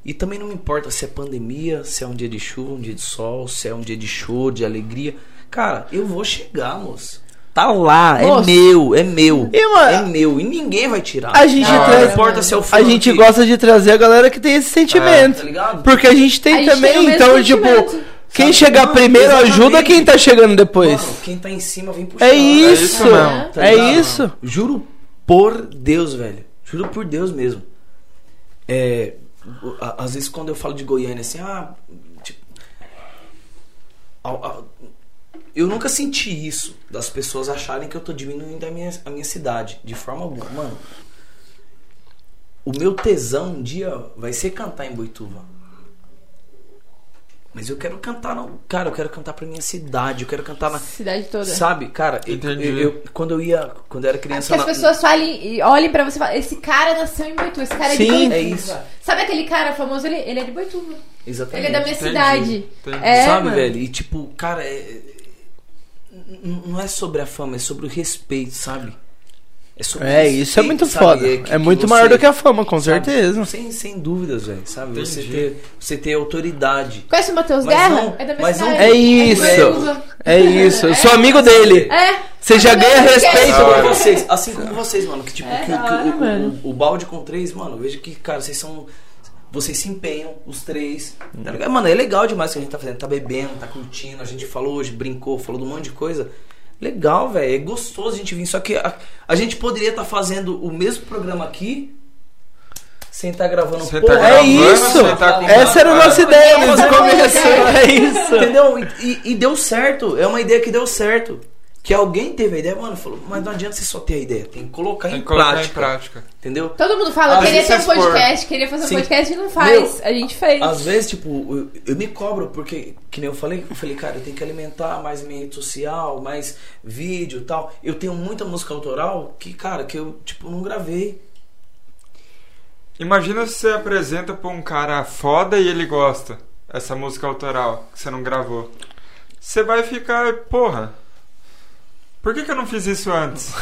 [SPEAKER 5] E também não me importa se é pandemia, se é um dia de chuva, um dia de sol, se é um dia de show, de alegria. Cara, eu vou chegar, moço. Tá lá, é
[SPEAKER 6] Nossa.
[SPEAKER 5] meu, é meu.
[SPEAKER 6] E, mano,
[SPEAKER 5] é meu, e ninguém vai tirar.
[SPEAKER 6] A gente
[SPEAKER 5] não
[SPEAKER 6] traz-
[SPEAKER 5] importa se é o
[SPEAKER 6] A
[SPEAKER 5] fulano
[SPEAKER 6] gente
[SPEAKER 5] que-
[SPEAKER 6] gosta de trazer a galera que tem esse
[SPEAKER 5] tá
[SPEAKER 6] sentimento.
[SPEAKER 5] ligado?
[SPEAKER 6] porque a gente tem
[SPEAKER 2] A gente
[SPEAKER 6] também,
[SPEAKER 2] tem o mesmo
[SPEAKER 6] então,
[SPEAKER 2] sentimento.
[SPEAKER 6] tipo, quem
[SPEAKER 5] Sabe?
[SPEAKER 6] chegar
[SPEAKER 5] Não,
[SPEAKER 6] primeiro ajuda
[SPEAKER 5] exatamente.
[SPEAKER 6] quem tá chegando depois.
[SPEAKER 5] Mano, quem tá em cima vem puxando.
[SPEAKER 6] é
[SPEAKER 5] velho.
[SPEAKER 6] isso,
[SPEAKER 4] isso mesmo,
[SPEAKER 5] Tá
[SPEAKER 6] é
[SPEAKER 5] ligado,
[SPEAKER 6] isso.
[SPEAKER 5] mano? Juro por Deus, velho. Juro por Deus mesmo. É, o- a- às vezes quando eu falo de Goiânia, assim, ah. Tipo, a- a- eu nunca senti isso, das pessoas acharem que eu tô diminuindo a minha, a minha cidade, de forma alguma. Mano, o meu tesão um dia vai ser cantar em Boituva. Mas eu quero cantar, não. Cara, eu quero cantar pra minha cidade, eu quero cantar na,
[SPEAKER 2] Cidade toda.
[SPEAKER 5] Sabe, cara, eu,
[SPEAKER 4] Entendi.
[SPEAKER 5] eu- eu- quando eu ia, quando eu era criança
[SPEAKER 2] Porque as
[SPEAKER 5] na-
[SPEAKER 2] pessoas falem e olhem pra você e falam, esse cara nasceu em Boituva, esse cara é de
[SPEAKER 6] Sim,
[SPEAKER 2] Boituva.
[SPEAKER 5] é isso.
[SPEAKER 2] Sabe aquele cara famoso? Ele, ele é de Boituva. Ele
[SPEAKER 5] Exatamente.
[SPEAKER 2] é da minha
[SPEAKER 4] Entendi,
[SPEAKER 2] cidade.
[SPEAKER 4] entendi.
[SPEAKER 2] É,
[SPEAKER 5] Sabe,
[SPEAKER 2] mano.
[SPEAKER 5] velho? E tipo, cara, é- é- n- n- não é sobre a fama, é sobre o respeito, sabe? É, sobre o
[SPEAKER 6] É, isso é
[SPEAKER 5] respeito,
[SPEAKER 6] muito
[SPEAKER 5] sabe?
[SPEAKER 6] foda.
[SPEAKER 5] que- que
[SPEAKER 6] É muito
[SPEAKER 5] você-
[SPEAKER 6] maior do que a fama, com
[SPEAKER 5] sabe?
[SPEAKER 6] certeza.
[SPEAKER 5] Sem, sem dúvidas, velho, sabe? Você
[SPEAKER 4] Entendi.
[SPEAKER 5] ter, você ter autoridade.
[SPEAKER 2] Conhece o Matheus
[SPEAKER 5] Mas
[SPEAKER 2] Guerra?
[SPEAKER 5] não,
[SPEAKER 2] é da minha
[SPEAKER 5] mas não-
[SPEAKER 2] cidade.
[SPEAKER 6] É
[SPEAKER 2] de
[SPEAKER 6] isso.
[SPEAKER 2] Boituva.
[SPEAKER 6] É isso, eu sou amigo dele.
[SPEAKER 2] É.
[SPEAKER 6] Você já ganha
[SPEAKER 5] Assim
[SPEAKER 6] respeito.
[SPEAKER 4] Da hora.
[SPEAKER 5] como vocês, assim como vocês, mano, que tipo,
[SPEAKER 2] É
[SPEAKER 5] que,
[SPEAKER 2] da
[SPEAKER 5] que
[SPEAKER 2] hora,
[SPEAKER 5] o- o-
[SPEAKER 2] mano.
[SPEAKER 5] o, o balde com três, mano, eu vejo que, cara, vocês são. Vocês se empenham, os três. Tá ligado? Mano, é legal demais o que a gente tá fazendo. Tá bebendo, tá curtindo. A gente falou hoje, brincou, falou de um monte de coisa. Legal, velho. É gostoso a gente vir. Só que a, a gente poderia estar fazendo o mesmo programa aqui sem estar gravando
[SPEAKER 4] Você tá
[SPEAKER 5] porra
[SPEAKER 4] gravando,
[SPEAKER 6] É isso.
[SPEAKER 4] você tá com-
[SPEAKER 6] Essa era a nossa ideia
[SPEAKER 5] Mas
[SPEAKER 6] desde o
[SPEAKER 5] é
[SPEAKER 6] começo.
[SPEAKER 5] verdade.
[SPEAKER 6] É isso.
[SPEAKER 5] Entendeu? E- E, e deu certo. É uma ideia que deu certo. Que alguém teve a ideia, mano, falou, mas não adianta você só ter a ideia, tem que colocar,
[SPEAKER 4] Tem
[SPEAKER 5] em,
[SPEAKER 4] que colocar
[SPEAKER 5] prática,
[SPEAKER 4] em prática.
[SPEAKER 5] Entendeu?
[SPEAKER 2] Todo mundo fala,
[SPEAKER 5] Às
[SPEAKER 2] queria ter um
[SPEAKER 4] vezes é
[SPEAKER 2] podcast, queria fazer um
[SPEAKER 5] Sim.
[SPEAKER 2] podcast e não faz.
[SPEAKER 5] Meu,
[SPEAKER 2] a gente fez.
[SPEAKER 5] Às vezes, tipo, eu, eu me cobro, porque, que nem eu falei, eu falei, cara, eu tenho que alimentar mais minha rede social, mais vídeo e tal. Eu tenho muita música autoral que, cara, que eu, tipo, não gravei.
[SPEAKER 4] Imagina se você apresenta pra um cara foda e ele gosta. Essa música autoral que você não gravou. Você vai ficar, porra. Por que, que eu não fiz isso antes?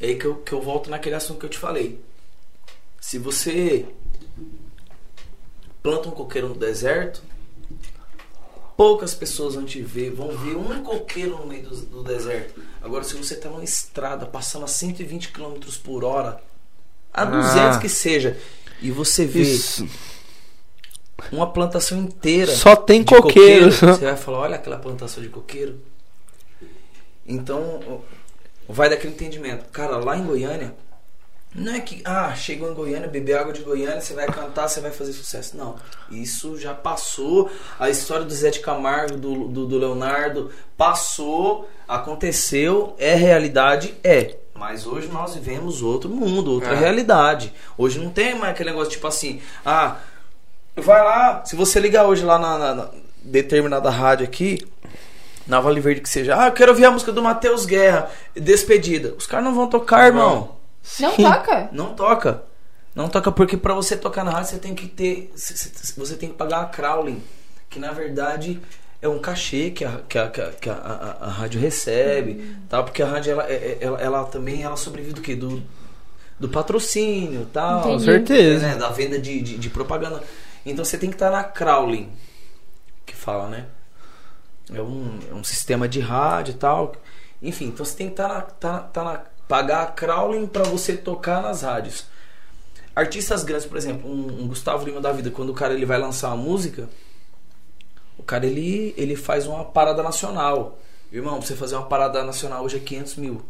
[SPEAKER 5] É aí que eu, que eu volto naquele assunto que eu te falei. Se você planta um coqueiro no deserto, poucas pessoas vão te ver, vão ver um coqueiro no meio do, do deserto. Agora, se você tá numa estrada passando a 120 km por hora, a 200 que seja, e você vê
[SPEAKER 6] Ah. Isso.
[SPEAKER 5] uma plantação inteira
[SPEAKER 6] Só tem
[SPEAKER 5] de coqueiro,
[SPEAKER 6] coqueiros.
[SPEAKER 5] você vai falar, olha aquela plantação de coqueiro. Então, vai daquele entendimento. Cara, lá em Goiânia, não é que, ah, chegou em Goiânia, bebeu água de Goiânia, você vai cantar, você vai fazer sucesso. Não. Isso já passou. A história do Zé de Camargo, do, do, do Leonardo, passou, aconteceu, é realidade, é. Mas hoje nós vivemos outro mundo, outra
[SPEAKER 4] É.
[SPEAKER 5] realidade. Hoje não tem mais aquele negócio tipo assim, ah, vai lá, se você ligar hoje lá na, na- na determinada rádio aqui, na Vale Verde que seja, ah, eu quero ouvir a música do Matheus Guerra, Despedida. Os caras não vão tocar, irmão.
[SPEAKER 2] Não toca?
[SPEAKER 5] Não toca. Não toca porque pra você tocar na rádio você tem que ter, c- c- você tem que pagar a crawling, que na verdade é um cachê que a, que a, que a, que a- a- a rádio recebe, tal, porque a rádio ela, é- é- ela, ela também ela sobrevive do quê? Do, do patrocínio, tal,
[SPEAKER 2] Entendi. Com
[SPEAKER 6] certeza.
[SPEAKER 5] né, da venda de, de, de propaganda. Então você tem que estar na crawling, que fala, né? É um, é um sistema de rádio e tal. Enfim, então você tem que tá na, tá, tá na, pagar a crawling pra você tocar nas rádios. Artistas grandes, por exemplo, um, um Gustavo Lima da vida, quando o cara ele vai lançar uma música, o cara ele, ele faz uma parada nacional. Irmão, pra você fazer uma parada nacional hoje é 500 mil.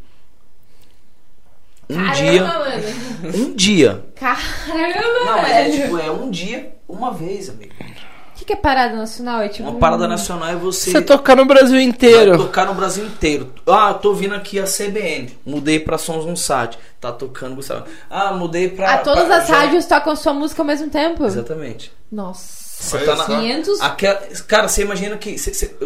[SPEAKER 5] Um
[SPEAKER 2] Caramba,
[SPEAKER 5] dia.
[SPEAKER 2] mano.
[SPEAKER 5] Um dia.
[SPEAKER 2] Caramba,
[SPEAKER 5] Não, mas é
[SPEAKER 2] velho.
[SPEAKER 5] tipo, é um dia, uma vez, amigo.
[SPEAKER 2] O que, que é parada nacional? É tipo.
[SPEAKER 5] Uma parada nacional é você.
[SPEAKER 6] Você tocar no Brasil
[SPEAKER 5] Vai
[SPEAKER 6] inteiro.
[SPEAKER 5] tocar no Brasil inteiro. Ah, tô vindo aqui a CBN. Mudei pra Sons no Sat. Tá tocando Gustavo. Ah, mudei pra.
[SPEAKER 2] Ah, todas
[SPEAKER 5] pra-
[SPEAKER 2] as
[SPEAKER 5] já-
[SPEAKER 2] rádios tocam sua música ao mesmo tempo?
[SPEAKER 5] Exatamente.
[SPEAKER 2] Nossa.
[SPEAKER 5] Você tá na-
[SPEAKER 2] 500?
[SPEAKER 5] Aquela- Cara, você imagina que. você- você-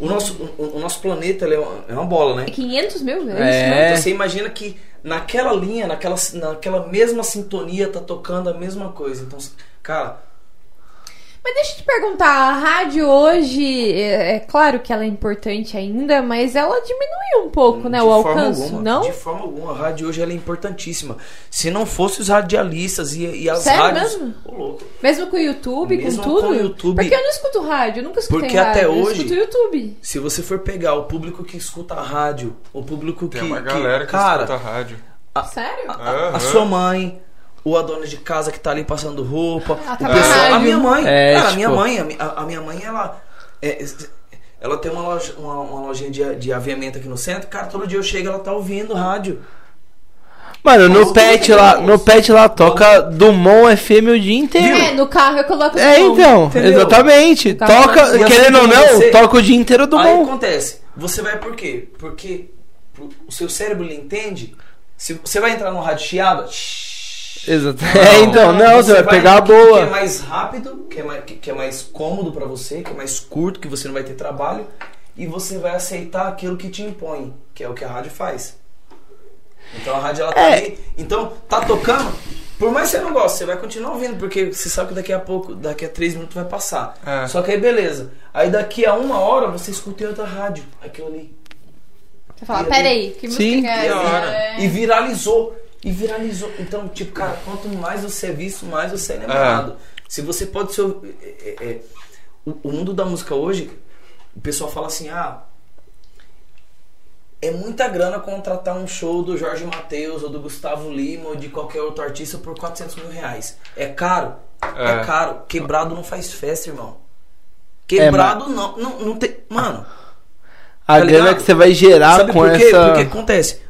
[SPEAKER 5] o, nosso, o, o nosso planeta ele é, uma, é uma bola, né?
[SPEAKER 2] É 500 mil? É, isso mesmo?
[SPEAKER 6] É.
[SPEAKER 5] Então, você imagina que naquela linha, naquela, naquela mesma sintonia, tá tocando a mesma coisa. Então, cara,
[SPEAKER 2] Mas deixa eu te perguntar, a rádio hoje, é, é claro que ela é importante ainda, mas ela diminuiu um pouco, né? O alcance,
[SPEAKER 5] alguma,
[SPEAKER 2] não?
[SPEAKER 5] De forma alguma. A rádio hoje ela é importantíssima. Se não fosse os radialistas e, e as
[SPEAKER 2] Sério
[SPEAKER 5] rádios.
[SPEAKER 2] mesmo?
[SPEAKER 5] Ô, louco.
[SPEAKER 2] Mesmo com o YouTube,
[SPEAKER 5] Mesmo
[SPEAKER 2] com tudo?
[SPEAKER 5] com o YouTube.
[SPEAKER 2] Porque eu não escuto rádio, eu nunca escutei
[SPEAKER 5] Porque
[SPEAKER 2] rádio.
[SPEAKER 5] até
[SPEAKER 2] Eu
[SPEAKER 5] hoje-
[SPEAKER 2] escuto YouTube.
[SPEAKER 5] Se você for pegar o público que escuta a rádio, o público
[SPEAKER 4] Tem
[SPEAKER 5] que.
[SPEAKER 4] uma galera que,
[SPEAKER 5] cara,
[SPEAKER 4] escuta rádio.
[SPEAKER 2] Sério?
[SPEAKER 5] a, a- a sua mãe, ou a dona de casa que tá ali passando roupa.
[SPEAKER 2] Ah,
[SPEAKER 5] o
[SPEAKER 2] tá
[SPEAKER 5] pessoal-
[SPEAKER 2] errado.
[SPEAKER 5] a minha mãe.
[SPEAKER 6] É,
[SPEAKER 5] cara, a
[SPEAKER 6] tipo-
[SPEAKER 5] minha mãe, a mi- a, a minha mãe, ela. é, ela tem uma, loja, uma, uma lojinha de, de aviamento aqui no centro, cara, todo dia eu chego ela tá ouvindo rádio.
[SPEAKER 6] Mano, no pet lá,
[SPEAKER 5] é
[SPEAKER 6] no pet lá toca Dumont FM o dia inteiro.
[SPEAKER 2] É, no carro eu coloco
[SPEAKER 6] É,
[SPEAKER 2] som.
[SPEAKER 6] então,
[SPEAKER 5] tá Entendeu?
[SPEAKER 6] exatamente.
[SPEAKER 2] Tá
[SPEAKER 6] Toca,
[SPEAKER 5] bom.
[SPEAKER 6] querendo ou
[SPEAKER 5] E assim
[SPEAKER 6] não,
[SPEAKER 5] você-
[SPEAKER 6] toca o dia inteiro
[SPEAKER 5] Aí
[SPEAKER 6] Dumont.
[SPEAKER 5] acontece, você vai por quê? Porque pro- o seu cérebro ele entende. Se você vai entrar no rádio chiado. shhh,
[SPEAKER 6] Exato. É, então, não, você vai pegar a
[SPEAKER 5] no que- Que é
[SPEAKER 6] boa.
[SPEAKER 5] mais rápido, que é mais, que- que é mais cômodo pra você, que é mais curto, que você não vai ter trabalho. E você vai aceitar aquilo que te impõe, que é o que a rádio faz. Então a rádio ela tá
[SPEAKER 6] É.
[SPEAKER 5] ali. Então, tá tocando. Por mais que você não goste, você vai continuar ouvindo, porque você sabe que daqui a pouco, daqui a três minutos vai passar.
[SPEAKER 4] É.
[SPEAKER 5] Só que aí beleza. Aí daqui a uma hora você escuta em outra rádio, aquilo ali.
[SPEAKER 2] Você fala, peraí, que música
[SPEAKER 6] Sim.
[SPEAKER 2] que é
[SPEAKER 5] E,
[SPEAKER 2] essa?
[SPEAKER 4] hora.
[SPEAKER 2] É.
[SPEAKER 5] e viralizou. E viralizou. Então, tipo, cara, quanto mais você é visto, mais você é lembrado. Se você pode ser. é, é, é, o, o mundo da música hoje, o pessoal fala assim, ah. É muita grana contratar um show do Jorge Matheus ou do Gustavo Lima ou de qualquer outro artista por 400 mil reais. É caro? É,
[SPEAKER 4] É.
[SPEAKER 5] caro. Quebrado não faz festa, irmão. Quebrado não, não. Não tem. Mano.
[SPEAKER 6] A
[SPEAKER 5] tá
[SPEAKER 6] grana
[SPEAKER 5] ligado?
[SPEAKER 6] que você vai gerar
[SPEAKER 5] Sabe
[SPEAKER 6] com
[SPEAKER 5] por quê?
[SPEAKER 6] essa.
[SPEAKER 5] Porque acontece.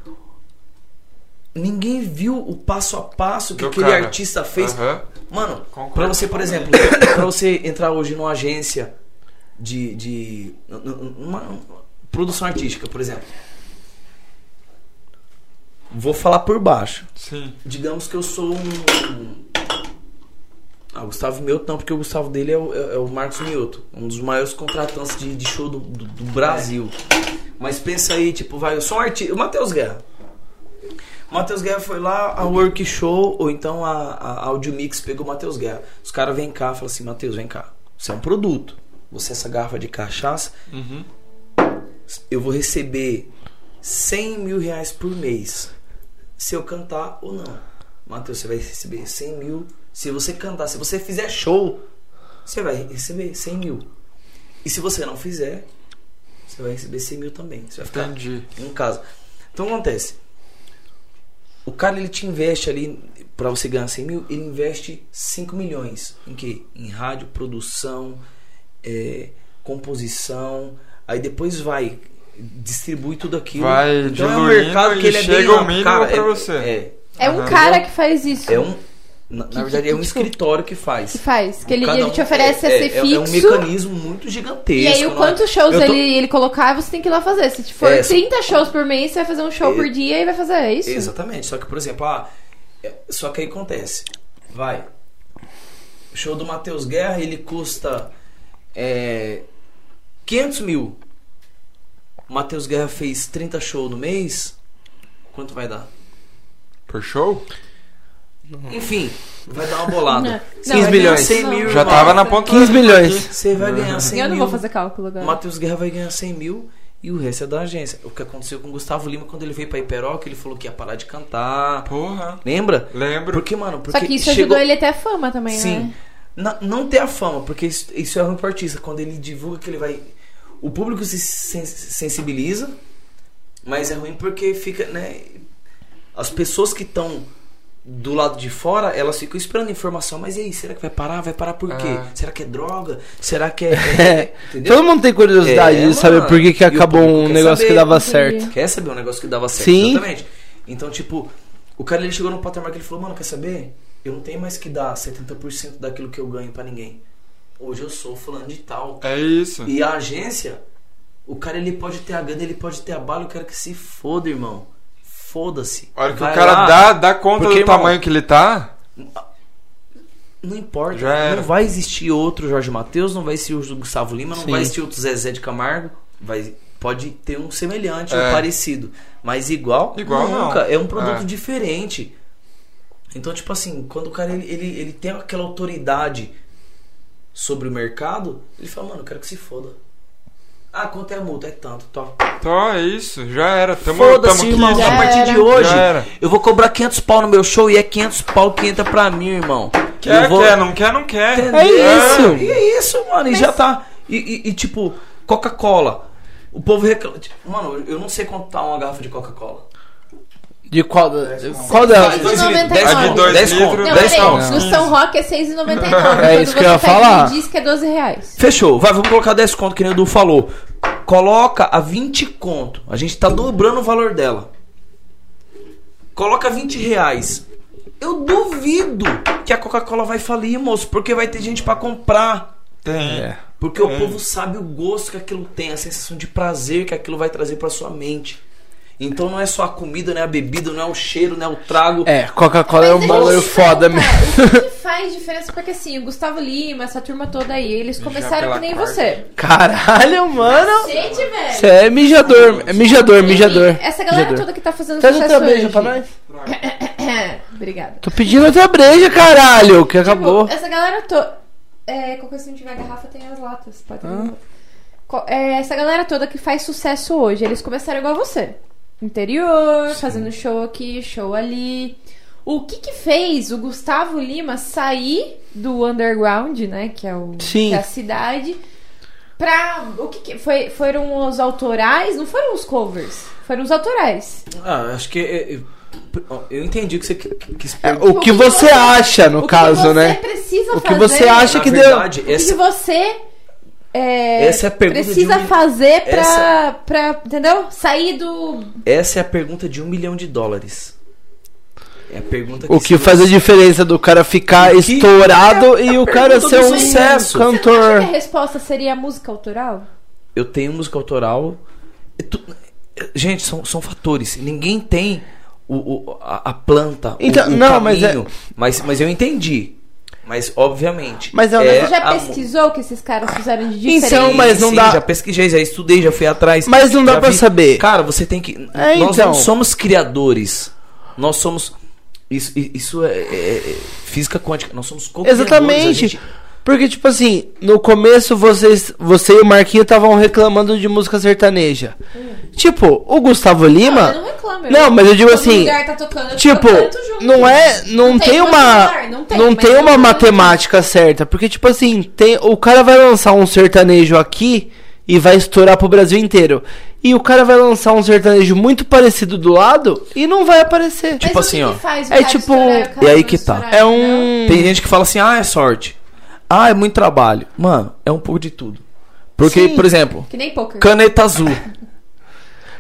[SPEAKER 5] Ninguém viu o passo a passo que
[SPEAKER 4] Do
[SPEAKER 5] aquele
[SPEAKER 4] cara.
[SPEAKER 5] artista fez.
[SPEAKER 4] Aham.
[SPEAKER 5] Mano,
[SPEAKER 4] Concordo
[SPEAKER 5] pra você, por exemplo, pra você entrar hoje numa agência de. de n- n- uma- uma produção artística, por exemplo. Vou falar por baixo.
[SPEAKER 4] Sim.
[SPEAKER 5] Digamos que eu sou um. Ah, o Gustavo Mioto não, porque o Gustavo dele é o, é- é o Marcos Mioto, um dos maiores contratantes de, de show do, do- do Brasil. Mas pensa aí, tipo, vai, eu sou um artista. O Matheus Guerra. O Matheus Guerra foi lá, a Work Show, ou então a, a Audio Mix pegou o Matheus Guerra. Os caras vêm cá e falam assim: Matheus, vem cá. Você é um produto. Você, é essa garrafa de cachaça, eu vou receber 100 mil reais por mês se eu cantar ou não. Matheus, você vai receber 100 mil. Se você cantar, se você fizer show, você vai receber 100 mil. E se você não fizer, você vai receber 100 mil também. Você vai ficar
[SPEAKER 4] Entendi.
[SPEAKER 5] em casa. Então o que acontece. O cara ele te investe ali pra você ganhar 100 mil, ele investe 5 milhões em quê? Em rádio, produção, é, composição. Aí depois vai, distribui tudo aquilo. Então, um
[SPEAKER 4] Vai diluindo e chega ao mínimo pra
[SPEAKER 5] é-
[SPEAKER 4] você.
[SPEAKER 5] É,
[SPEAKER 2] É um cara que faz isso.
[SPEAKER 5] é um. Na, na verdade, é um escritório que faz.
[SPEAKER 2] Que faz. Que ele,
[SPEAKER 5] Cada
[SPEAKER 2] ele te
[SPEAKER 5] um-
[SPEAKER 2] oferece
[SPEAKER 5] é,
[SPEAKER 2] a
[SPEAKER 5] é-
[SPEAKER 2] ser
[SPEAKER 5] é,
[SPEAKER 2] fixo.
[SPEAKER 5] É um mecanismo muito gigantesco.
[SPEAKER 2] E aí, o
[SPEAKER 5] né?
[SPEAKER 2] quantos shows
[SPEAKER 5] Eu tô-
[SPEAKER 2] ele, ele colocar, você tem que ir lá fazer. Se for
[SPEAKER 5] É.
[SPEAKER 2] 30 shows por mês, você vai fazer um show
[SPEAKER 5] É.
[SPEAKER 2] por dia e vai fazer. É isso?
[SPEAKER 5] Exatamente. Só que, por exemplo, ah, é- só que aí acontece. Vai. O show do Matheus Guerra, ele custa é, 500 mil. O Matheus Guerra fez 30 shows no mês. Quanto vai dar?
[SPEAKER 4] Por show?
[SPEAKER 5] Enfim, vai dar uma bolada.
[SPEAKER 2] Não, é
[SPEAKER 5] 15 milhões. 100
[SPEAKER 2] não.
[SPEAKER 5] mil,
[SPEAKER 4] Já
[SPEAKER 3] tá.
[SPEAKER 5] irmão.
[SPEAKER 4] tava na ponta
[SPEAKER 6] 15 milhões.
[SPEAKER 5] Você vai ganhar 100
[SPEAKER 2] Uhum. Eu não
[SPEAKER 5] mil.
[SPEAKER 2] vou fazer cálculo agora.
[SPEAKER 5] O Matheus Guerra vai ganhar 100 mil e o resto é da agência. O que aconteceu com o Gustavo Lima quando ele veio pra Iperoca, ele falou que ia parar de cantar.
[SPEAKER 4] Porra.
[SPEAKER 5] Lembra?
[SPEAKER 4] Lembro.
[SPEAKER 5] Porque, mano, porque
[SPEAKER 2] Só que isso
[SPEAKER 5] chegou...
[SPEAKER 2] ajudou ele até a fama também,
[SPEAKER 5] Sim.
[SPEAKER 2] né?
[SPEAKER 5] Na- não ter a fama, porque isso, isso é ruim pro artista. Quando ele divulga que ele vai. O público se sen- sensibiliza, mas é ruim porque fica, né? As pessoas que estão do lado de fora, elas ficam esperando informação. Mas e aí, será que vai parar? Vai parar por quê?
[SPEAKER 4] Ah.
[SPEAKER 5] Será que é droga? Será que é. é- entendeu?
[SPEAKER 6] Todo mundo tem curiosidade
[SPEAKER 5] É,
[SPEAKER 6] de saber
[SPEAKER 5] mano.
[SPEAKER 6] por que, que
[SPEAKER 5] E o
[SPEAKER 6] acabou
[SPEAKER 5] público
[SPEAKER 6] um
[SPEAKER 5] quer
[SPEAKER 6] negócio que
[SPEAKER 5] saber,
[SPEAKER 6] dava
[SPEAKER 5] entendi.
[SPEAKER 6] certo.
[SPEAKER 5] Quer saber um negócio que dava certo.
[SPEAKER 6] Sim.
[SPEAKER 5] Exatamente. Então, tipo, o cara ele chegou num patamar que ele falou, mano, quer saber? Eu não tenho mais que dar 70% daquilo que eu ganho pra ninguém. Hoje eu sou fulano de tal.
[SPEAKER 4] É isso.
[SPEAKER 5] E a agência, o cara ele pode ter a grana, ele pode ter a bala, eu quero que se foda, irmão. Foda-se.
[SPEAKER 4] A hora que
[SPEAKER 5] Vai
[SPEAKER 4] o cara
[SPEAKER 5] lá.
[SPEAKER 4] dá, dá conta
[SPEAKER 5] Porque,
[SPEAKER 4] do
[SPEAKER 5] irmão,
[SPEAKER 4] tamanho que ele tá.
[SPEAKER 5] Não importa.
[SPEAKER 4] Já era.
[SPEAKER 5] Não vai existir outro Jorge Matheus, não vai existir o Gustavo Lima, não vai existir outro Zezé de Camargo. Vai, pode ter um semelhante, um
[SPEAKER 4] É.
[SPEAKER 5] parecido. Mas igual,
[SPEAKER 4] Igual não.
[SPEAKER 5] nunca. É um produto
[SPEAKER 4] É.
[SPEAKER 5] diferente. Então, tipo assim, quando o cara ele, ele, ele tem aquela autoridade sobre o mercado, ele fala, mano, eu quero que se foda. Ah, quanto é a multa? É tanto, tal.
[SPEAKER 4] Então é isso. Já era. Tamo, tamo
[SPEAKER 5] Foda-se,
[SPEAKER 4] aqui.
[SPEAKER 5] irmão.
[SPEAKER 2] Já
[SPEAKER 5] A partir
[SPEAKER 2] era.
[SPEAKER 5] de hoje,
[SPEAKER 4] Já era.
[SPEAKER 5] eu vou cobrar 500 pau no meu show e é 500 pau que entra pra mim, irmão.
[SPEAKER 4] Quer,
[SPEAKER 5] Eu vou-
[SPEAKER 4] quer, não quer, não quer.
[SPEAKER 5] Entendeu?
[SPEAKER 3] É isso.
[SPEAKER 5] E é isso, mano. E já tá. E, e- e, tipo, Coca-Cola. O povo reclama. Tipo, mano, eu não sei quanto tá uma garrafa de Coca-Cola.
[SPEAKER 3] De qual? Qual delas?
[SPEAKER 2] 2,99.
[SPEAKER 4] A É de 2
[SPEAKER 5] Dez
[SPEAKER 4] litros,
[SPEAKER 5] conto.
[SPEAKER 2] Não,
[SPEAKER 4] 10
[SPEAKER 2] peraí,
[SPEAKER 4] conto.
[SPEAKER 2] no São Roque é 6,99.
[SPEAKER 3] É isso que eu ia falar.
[SPEAKER 2] Diz que é 12 reais.
[SPEAKER 5] Fechou. Vai, vamos colocar 10 conto, que nem o Du falou. Coloca a 20 conto. A gente tá dobrando o valor dela. Coloca 20 reais. Eu duvido que a Coca-Cola vai falir, moço, porque vai ter gente pra comprar.
[SPEAKER 4] Tem.
[SPEAKER 5] Porque o povo sabe o gosto que aquilo tem, a sensação de prazer que aquilo vai trazer pra sua mente. Então não é só a comida, não é a bebida, não é o cheiro, não é o trago.
[SPEAKER 3] É, Coca-Cola é um
[SPEAKER 2] Mas deixa eu
[SPEAKER 3] bagulho
[SPEAKER 2] te
[SPEAKER 3] foda mesmo.
[SPEAKER 2] perguntar, O que que faz diferença? Porque assim, o Gustavo Lima, essa turma toda aí, eles começaram
[SPEAKER 4] pela
[SPEAKER 2] que nem
[SPEAKER 4] corda.
[SPEAKER 2] você.
[SPEAKER 3] Caralho, mano.
[SPEAKER 2] Gente, velho.
[SPEAKER 3] Você é mijador, é mijador, mijador.
[SPEAKER 2] Essa galera
[SPEAKER 3] mijador.
[SPEAKER 2] toda que tá fazendo
[SPEAKER 3] Traz
[SPEAKER 2] sucesso
[SPEAKER 3] outra
[SPEAKER 2] hoje.
[SPEAKER 3] breja é pra nós.
[SPEAKER 2] Obrigada.
[SPEAKER 3] Tô pedindo outra breja, caralho, que acabou.
[SPEAKER 2] Tipo, essa galera toda... É, qualquer coisa, se não tiver garrafa, tem as latas. Pode ter garrafa. Co- é, essa galera toda que faz sucesso hoje, eles começaram igual você. Interior, fazendo show aqui, show ali. O que que fez o Gustavo Lima sair do underground, né? Que é, o,
[SPEAKER 3] Sim.
[SPEAKER 2] que é a cidade. Pra. O que, que foi, foram os autorais? Não foram os covers. Foram os autorais.
[SPEAKER 5] Ah, acho que. é- é- eu entendi o que você qui- quis
[SPEAKER 3] É,
[SPEAKER 5] perguntar.
[SPEAKER 3] o que você acha,
[SPEAKER 2] tipo, o
[SPEAKER 3] no
[SPEAKER 2] que
[SPEAKER 3] caso,
[SPEAKER 2] você
[SPEAKER 3] né?
[SPEAKER 2] precisa
[SPEAKER 3] O que
[SPEAKER 2] fazer,
[SPEAKER 3] você acha
[SPEAKER 5] Na
[SPEAKER 3] que deu.
[SPEAKER 5] verdade,
[SPEAKER 2] O que que
[SPEAKER 5] essa,
[SPEAKER 2] você é,
[SPEAKER 5] Essa é a pergunta
[SPEAKER 2] precisa
[SPEAKER 5] de um-
[SPEAKER 2] fazer pra,
[SPEAKER 5] Essa-
[SPEAKER 2] pra, entendeu? Sair do...
[SPEAKER 5] essa é a pergunta de um milhão de dólares. É a pergunta
[SPEAKER 3] O que
[SPEAKER 5] se
[SPEAKER 3] faz a
[SPEAKER 5] você-
[SPEAKER 3] diferença do cara ficar
[SPEAKER 5] O que-
[SPEAKER 3] estourado
[SPEAKER 5] É
[SPEAKER 3] e
[SPEAKER 5] a
[SPEAKER 3] o cara
[SPEAKER 5] pergunta
[SPEAKER 3] ser
[SPEAKER 5] do
[SPEAKER 3] um
[SPEAKER 5] sucesso.
[SPEAKER 2] Você não acha
[SPEAKER 3] cantor.
[SPEAKER 2] que a resposta seria a música autoral?
[SPEAKER 5] Eu tenho música autoral. É tu- Gente, são, são fatores. Ninguém tem o, o- a, a planta.
[SPEAKER 3] Então,
[SPEAKER 5] o, o
[SPEAKER 3] não, mas
[SPEAKER 5] caminho. mas mas eu entendi. Mas, obviamente.
[SPEAKER 3] Mas é um
[SPEAKER 2] Você já
[SPEAKER 5] a-
[SPEAKER 2] pesquisou o que esses caras fizeram de diferente?
[SPEAKER 3] Então, mas não
[SPEAKER 5] Sim,
[SPEAKER 3] dá-
[SPEAKER 5] Já pesquisei, já estudei, já fui atrás.
[SPEAKER 3] Mas não dá
[SPEAKER 5] já
[SPEAKER 3] pra saber.
[SPEAKER 5] Cara, você tem que.
[SPEAKER 3] É,
[SPEAKER 5] nós
[SPEAKER 3] então.
[SPEAKER 5] não somos criadores. Nós somos. Isso, isso é, é- é física quântica. Nós somos co-criadores.
[SPEAKER 3] Exatamente.
[SPEAKER 5] A gente-
[SPEAKER 3] Porque, tipo assim, no começo vocês, você e o Marquinho estavam reclamando de música sertaneja.
[SPEAKER 5] Hum.
[SPEAKER 3] Tipo, o Gustavo
[SPEAKER 2] Não,
[SPEAKER 3] Lima.
[SPEAKER 2] Ah, eu não reclamo. eu-
[SPEAKER 3] Não, mas eu digo
[SPEAKER 2] Todo
[SPEAKER 3] assim,
[SPEAKER 2] lugar tá tocando, eu
[SPEAKER 3] Tipo,
[SPEAKER 2] canto junto.
[SPEAKER 3] não é. Não,
[SPEAKER 2] Não
[SPEAKER 3] tem,
[SPEAKER 2] tem
[SPEAKER 3] uma.
[SPEAKER 2] popular, não
[SPEAKER 3] Não
[SPEAKER 2] tem,
[SPEAKER 3] tem, é um
[SPEAKER 2] mas todo
[SPEAKER 3] uma
[SPEAKER 2] mundo-
[SPEAKER 3] matemática certa. Porque, tipo assim, tem, o cara vai lançar um sertanejo aqui e vai estourar pro Brasil inteiro. E o cara vai lançar um sertanejo muito parecido do lado e não vai aparecer.
[SPEAKER 2] Mas
[SPEAKER 5] tipo
[SPEAKER 2] o
[SPEAKER 5] assim,
[SPEAKER 2] que
[SPEAKER 5] ó,
[SPEAKER 2] que faz o
[SPEAKER 3] é
[SPEAKER 2] cara
[SPEAKER 3] tipo-
[SPEAKER 2] estourar o cara
[SPEAKER 5] e aí
[SPEAKER 2] não
[SPEAKER 5] que tá.
[SPEAKER 2] estourar,
[SPEAKER 3] é
[SPEAKER 2] entendeu?
[SPEAKER 3] um.
[SPEAKER 5] Tem gente que fala assim, ah, é sorte. Ah, é muito trabalho. Mano, é um pouco de tudo. Porque,
[SPEAKER 3] Sim.
[SPEAKER 5] por exemplo,
[SPEAKER 2] Que nem poker.
[SPEAKER 5] caneta azul.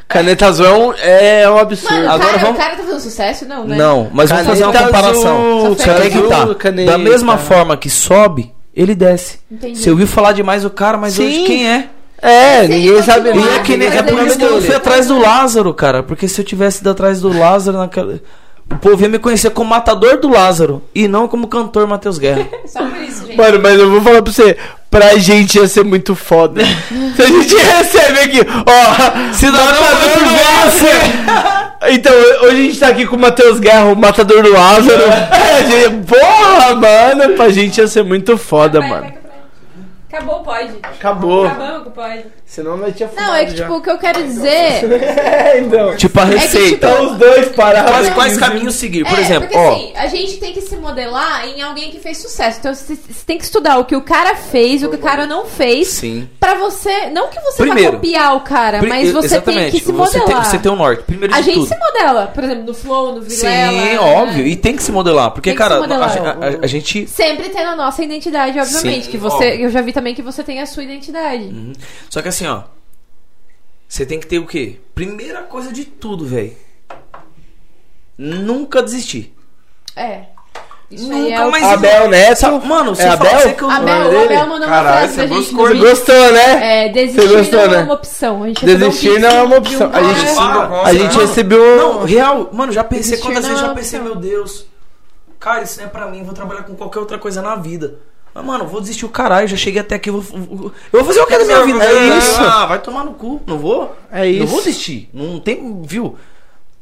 [SPEAKER 3] Caneta azul é um- é um absurdo.
[SPEAKER 2] Mano, o
[SPEAKER 5] Agora
[SPEAKER 2] cara,
[SPEAKER 5] vamos-
[SPEAKER 2] o cara tá fazendo sucesso? Não, né?
[SPEAKER 5] Não, mas
[SPEAKER 3] Caneta
[SPEAKER 5] vamos fazer uma
[SPEAKER 3] azul,
[SPEAKER 5] comparação.
[SPEAKER 3] Só
[SPEAKER 5] Quem é
[SPEAKER 3] caneta
[SPEAKER 5] que tá?
[SPEAKER 3] azul, caneta.
[SPEAKER 5] Da mesma forma que sobe, ele desce.
[SPEAKER 2] Entendi.
[SPEAKER 5] Você ouviu falar demais do cara, mas
[SPEAKER 3] Sim.
[SPEAKER 5] hoje quem é?
[SPEAKER 3] É,
[SPEAKER 2] Sim,
[SPEAKER 3] ninguém sabe.
[SPEAKER 2] continua.
[SPEAKER 5] E é, que nem, é por isso que eu não fui atrás do Lázaro, cara. Porque se eu tivesse ido atrás do Lázaro naquela. O povo ia me conhecer como matador do Lázaro e não como cantor Matheus Guerra.
[SPEAKER 2] É Só por isso, gente.
[SPEAKER 3] Mano, mas eu vou falar pra você, pra gente ia ser muito foda. Se a gente recebe aqui, ó,
[SPEAKER 5] Cidadão
[SPEAKER 3] Matador
[SPEAKER 5] Matador
[SPEAKER 3] do
[SPEAKER 5] do
[SPEAKER 3] Lázaro. Então, hoje a gente tá aqui com o Matheus Guerra, o Matador do Lázaro. É, gente, porra, mano, pra gente ia ser muito foda,
[SPEAKER 2] Vai, vai,
[SPEAKER 3] mano.
[SPEAKER 2] vai. Acabou, pode.
[SPEAKER 3] Acabou.
[SPEAKER 2] Acabamos com o pode.
[SPEAKER 3] Senão não tinha
[SPEAKER 2] Não, é que tipo, o que eu quero dizer...
[SPEAKER 3] É, então.
[SPEAKER 5] Tipo a receita.
[SPEAKER 2] tipo,
[SPEAKER 3] Os dois parados.
[SPEAKER 5] Quais, quais caminhos seguir? Por
[SPEAKER 2] é,
[SPEAKER 5] exemplo,
[SPEAKER 2] porque,
[SPEAKER 5] ó.
[SPEAKER 2] assim, a gente tem que se modelar em alguém que fez sucesso. Então você você tem que estudar o que o cara fez, o que o cara não fez.
[SPEAKER 5] Sim.
[SPEAKER 2] Pra você. Não que você vai
[SPEAKER 5] Primeiro.
[SPEAKER 2] copiar o cara,
[SPEAKER 5] Pri-
[SPEAKER 2] É, mas você tem
[SPEAKER 5] exatamente,
[SPEAKER 2] que se
[SPEAKER 5] você
[SPEAKER 2] modelar.
[SPEAKER 5] tem, você tem um norte. Primeiro
[SPEAKER 2] A
[SPEAKER 5] de
[SPEAKER 2] gente
[SPEAKER 5] tudo.
[SPEAKER 2] se modela, por exemplo, no Flow, no
[SPEAKER 5] Sim,
[SPEAKER 2] Vilela. né?
[SPEAKER 5] óbvio. E tem que se modelar. Porque,
[SPEAKER 2] Tem que
[SPEAKER 5] cara,
[SPEAKER 2] se modelar.
[SPEAKER 5] a gen- a- a- a gente
[SPEAKER 2] Sempre tendo a nossa identidade, obviamente.
[SPEAKER 5] Sim,
[SPEAKER 2] que você.
[SPEAKER 5] óbvio.
[SPEAKER 2] Eu já vi também que você tem a sua identidade.
[SPEAKER 5] Uhum. Só que assim, ó. Você tem que ter o quê? Primeira coisa de tudo, velho. Nunca desistir.
[SPEAKER 2] É. Isso aí
[SPEAKER 5] Nunca
[SPEAKER 2] é o-
[SPEAKER 5] mais.
[SPEAKER 3] Abel Neto.
[SPEAKER 5] Sabe, Mano, se
[SPEAKER 3] É
[SPEAKER 5] eu falar pra
[SPEAKER 3] Abel?
[SPEAKER 5] você que eu.
[SPEAKER 2] Abel,
[SPEAKER 3] nome
[SPEAKER 2] o
[SPEAKER 3] dele?
[SPEAKER 2] Abel mandou uma
[SPEAKER 4] Caralho,
[SPEAKER 2] frase pra
[SPEAKER 4] você
[SPEAKER 2] gente
[SPEAKER 4] buscou,
[SPEAKER 2] no
[SPEAKER 4] hein?
[SPEAKER 2] vídeo.
[SPEAKER 3] Gostou, né?
[SPEAKER 2] É, desistir
[SPEAKER 3] Você gostou,
[SPEAKER 2] não é
[SPEAKER 3] né?
[SPEAKER 2] uma opção. A gente um
[SPEAKER 3] Desistir não é uma opção. A
[SPEAKER 2] A
[SPEAKER 3] gente-
[SPEAKER 2] gente...
[SPEAKER 4] Para,
[SPEAKER 3] A gente
[SPEAKER 4] nossa,
[SPEAKER 3] recebeu. um-
[SPEAKER 5] Não, real. Mano, já pensei
[SPEAKER 2] Desistir não
[SPEAKER 5] quantas vezes
[SPEAKER 2] é
[SPEAKER 5] já
[SPEAKER 2] uma
[SPEAKER 5] pensei,
[SPEAKER 2] opção.
[SPEAKER 5] meu Deus. Cara, isso não é pra mim. Vou trabalhar com qualquer outra coisa na vida. Mas, mano, vou desistir o caralho. Já cheguei até aqui. Vou, vou- eu vou fazer o que da minha vida?
[SPEAKER 4] É
[SPEAKER 3] isso.
[SPEAKER 5] Ah, vai tomar no cu. Não vou?
[SPEAKER 3] É
[SPEAKER 5] Não
[SPEAKER 3] isso.
[SPEAKER 5] vou desistir. Não tem, viu?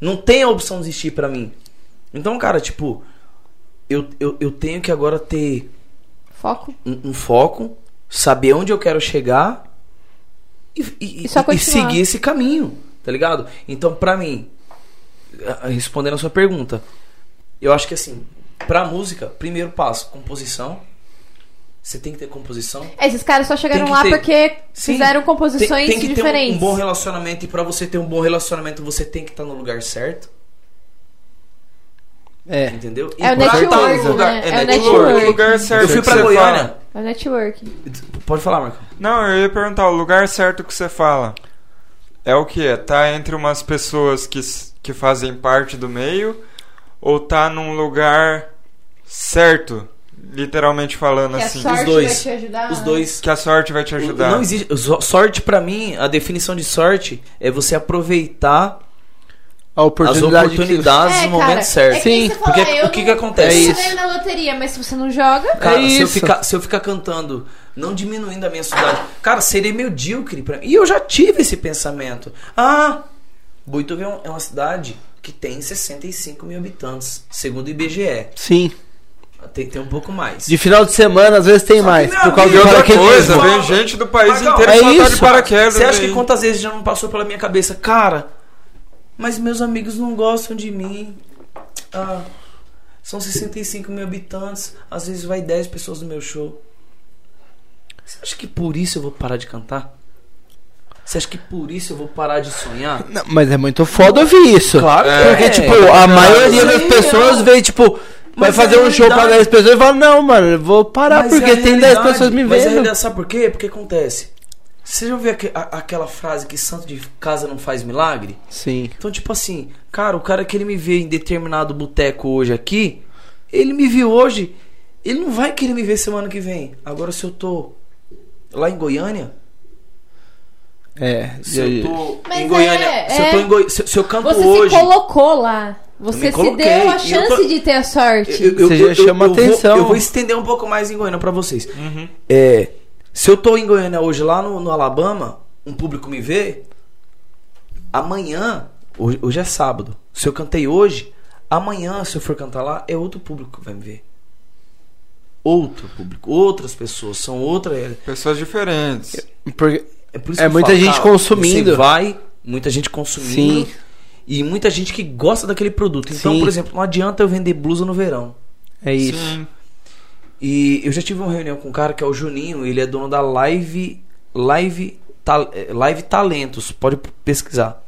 [SPEAKER 5] Não tem a opção de desistir pra mim. Então, cara, tipo, eu, eu, eu tenho que agora ter
[SPEAKER 2] Foco.
[SPEAKER 5] um, um foco, saber onde eu quero chegar e, e-
[SPEAKER 2] E só
[SPEAKER 5] e- e
[SPEAKER 2] continuar.
[SPEAKER 5] seguir esse caminho, tá ligado? Então, pra mim, a- a- respondendo a sua pergunta, eu acho que assim, Pra música, primeiro passo, composição. Você tem que ter composição.
[SPEAKER 2] É, Esses caras só chegaram
[SPEAKER 5] Tem
[SPEAKER 2] lá
[SPEAKER 5] que ter.
[SPEAKER 2] porque
[SPEAKER 5] Sim.
[SPEAKER 2] fizeram composições
[SPEAKER 5] tem, tem que
[SPEAKER 2] diferentes.
[SPEAKER 5] ter um- um, bom relacionamento e pra você ter um bom relacionamento você tem que estar no lugar certo.
[SPEAKER 6] É.
[SPEAKER 5] Entendeu? E
[SPEAKER 2] É o
[SPEAKER 5] pra
[SPEAKER 2] network,
[SPEAKER 5] tá no lugar-
[SPEAKER 2] né?
[SPEAKER 5] é
[SPEAKER 2] É o
[SPEAKER 5] network.
[SPEAKER 4] O
[SPEAKER 2] network.
[SPEAKER 4] lugar certo
[SPEAKER 5] Eu fui
[SPEAKER 4] que
[SPEAKER 5] pra
[SPEAKER 4] você
[SPEAKER 5] Goiânia.
[SPEAKER 4] fala.
[SPEAKER 2] É o network.
[SPEAKER 5] Pode falar, Marco.
[SPEAKER 4] Não, eu ia perguntar, o lugar certo que você fala é o que é? Tá entre umas pessoas que, s- que fazem parte do meio ou tá num lugar certo, literalmente falando
[SPEAKER 2] Que a
[SPEAKER 4] assim,
[SPEAKER 2] sorte
[SPEAKER 5] dois.
[SPEAKER 2] vai te ajudar.
[SPEAKER 5] Os
[SPEAKER 2] né?
[SPEAKER 5] dois.
[SPEAKER 4] que a sorte vai te ajudar.
[SPEAKER 5] Não existe. so- Sorte pra mim, a definição de sorte é você aproveitar
[SPEAKER 6] A
[SPEAKER 5] as
[SPEAKER 6] oportunidade. que-
[SPEAKER 5] oportunidades
[SPEAKER 2] É,
[SPEAKER 5] no momento
[SPEAKER 2] cara,
[SPEAKER 5] certo.
[SPEAKER 2] É que nem
[SPEAKER 6] Sim,
[SPEAKER 2] você falar,
[SPEAKER 5] porque
[SPEAKER 2] eu
[SPEAKER 5] o que
[SPEAKER 2] não-
[SPEAKER 5] que
[SPEAKER 2] Eu
[SPEAKER 5] acontece?
[SPEAKER 6] É
[SPEAKER 2] não ganho
[SPEAKER 6] isso.
[SPEAKER 2] na loteria, mas se você não joga.
[SPEAKER 5] Cara,
[SPEAKER 6] É
[SPEAKER 5] se, eu
[SPEAKER 6] isso.
[SPEAKER 5] ficar, se eu ficar cantando, não diminuindo a minha cidade, cara, seria medíocre pra mim. E eu já tive esse pensamento. Ah, Boituva é um- é uma cidade que tem 65 mil habitantes, segundo o IBGE.
[SPEAKER 6] Sim.
[SPEAKER 5] Tem, tem um pouco mais.
[SPEAKER 6] De final de semana, às vezes tem
[SPEAKER 5] que,
[SPEAKER 6] mais.
[SPEAKER 5] meu
[SPEAKER 6] Por causa
[SPEAKER 5] amigo,
[SPEAKER 6] do
[SPEAKER 5] outra
[SPEAKER 4] Outra
[SPEAKER 6] paraquedismo.
[SPEAKER 4] coisa,
[SPEAKER 5] Fala.
[SPEAKER 4] vem gente do país
[SPEAKER 5] Marcão,
[SPEAKER 4] inteiro
[SPEAKER 6] é
[SPEAKER 4] só tá de
[SPEAKER 6] isso.
[SPEAKER 4] paraquedas.
[SPEAKER 5] Você acha
[SPEAKER 4] vem.
[SPEAKER 5] que quantas vezes já não passou pela minha cabeça, cara? Mas meus amigos não gostam de mim. Ah, são 65 mil habitantes, às vezes vai 10 pessoas no meu show. Você acha que por isso eu vou parar de cantar? Você acha que por isso eu vou parar de sonhar?
[SPEAKER 6] Não, mas é muito foda ouvir isso.
[SPEAKER 5] Claro,
[SPEAKER 4] É.
[SPEAKER 6] Porque,
[SPEAKER 5] é.
[SPEAKER 6] tipo, a maioria das
[SPEAKER 5] Sim,
[SPEAKER 6] pessoas
[SPEAKER 5] é.
[SPEAKER 6] vê, tipo, vai
[SPEAKER 5] Mas
[SPEAKER 6] fazer
[SPEAKER 5] é a
[SPEAKER 6] um show pra
[SPEAKER 5] realidade.
[SPEAKER 6] 10 pessoas e fala, não, mano, eu vou parar
[SPEAKER 5] Mas é
[SPEAKER 6] porque
[SPEAKER 5] a
[SPEAKER 6] tem 10
[SPEAKER 5] realidade.
[SPEAKER 6] pessoas me
[SPEAKER 5] Mas é a
[SPEAKER 6] vendo.
[SPEAKER 5] realidade, sabe por quê? Porque acontece. Você já ouviu aque- a- aquela frase que santo de casa não faz milagre?
[SPEAKER 6] Sim.
[SPEAKER 5] Então, tipo assim, cara, o cara que ele me vê em determinado boteco hoje aqui, ele me viu hoje, ele não vai querer me ver semana que vem. Agora, se eu tô lá em Goiânia,
[SPEAKER 6] É.
[SPEAKER 5] se eu tô
[SPEAKER 2] Mas
[SPEAKER 5] em Goiânia,
[SPEAKER 2] é,
[SPEAKER 5] se eu tô
[SPEAKER 2] é.
[SPEAKER 5] em Goi- se, se eu canto
[SPEAKER 2] Você
[SPEAKER 5] hoje,
[SPEAKER 2] se colocou lá. Você se
[SPEAKER 5] coloquei,
[SPEAKER 2] deu
[SPEAKER 5] e eu
[SPEAKER 2] a chance
[SPEAKER 5] tô-
[SPEAKER 2] de ter a sorte.
[SPEAKER 6] Você já chama
[SPEAKER 5] eu vou-
[SPEAKER 6] atenção. Uhum.
[SPEAKER 5] eu vou estender um pouco mais em Goiânia pra vocês. É, se eu tô em Goiânia hoje lá no, no Alabama, um público me vê, amanhã, hoje, hoje é sábado. Se eu cantei hoje, amanhã, se eu for cantar lá, é outro público que vai me ver. Outro público, outras pessoas, são outra.
[SPEAKER 4] Pessoas diferentes.
[SPEAKER 6] Porque-
[SPEAKER 5] É, por isso
[SPEAKER 6] É
[SPEAKER 5] que eu
[SPEAKER 6] muita
[SPEAKER 5] falo,
[SPEAKER 6] gente
[SPEAKER 5] cara,
[SPEAKER 6] consumindo.
[SPEAKER 5] Você vai, muita gente consumindo.
[SPEAKER 6] Sim.
[SPEAKER 5] E muita gente que gosta daquele produto. Então,
[SPEAKER 6] Sim.
[SPEAKER 5] por exemplo, não adianta eu vender blusa no verão.
[SPEAKER 6] É isso.
[SPEAKER 4] Sim.
[SPEAKER 5] E eu já tive uma reunião com um cara que é o Juninho, ele é dono da Live Live Ta- eh, Live Talentos, pode pesquisar.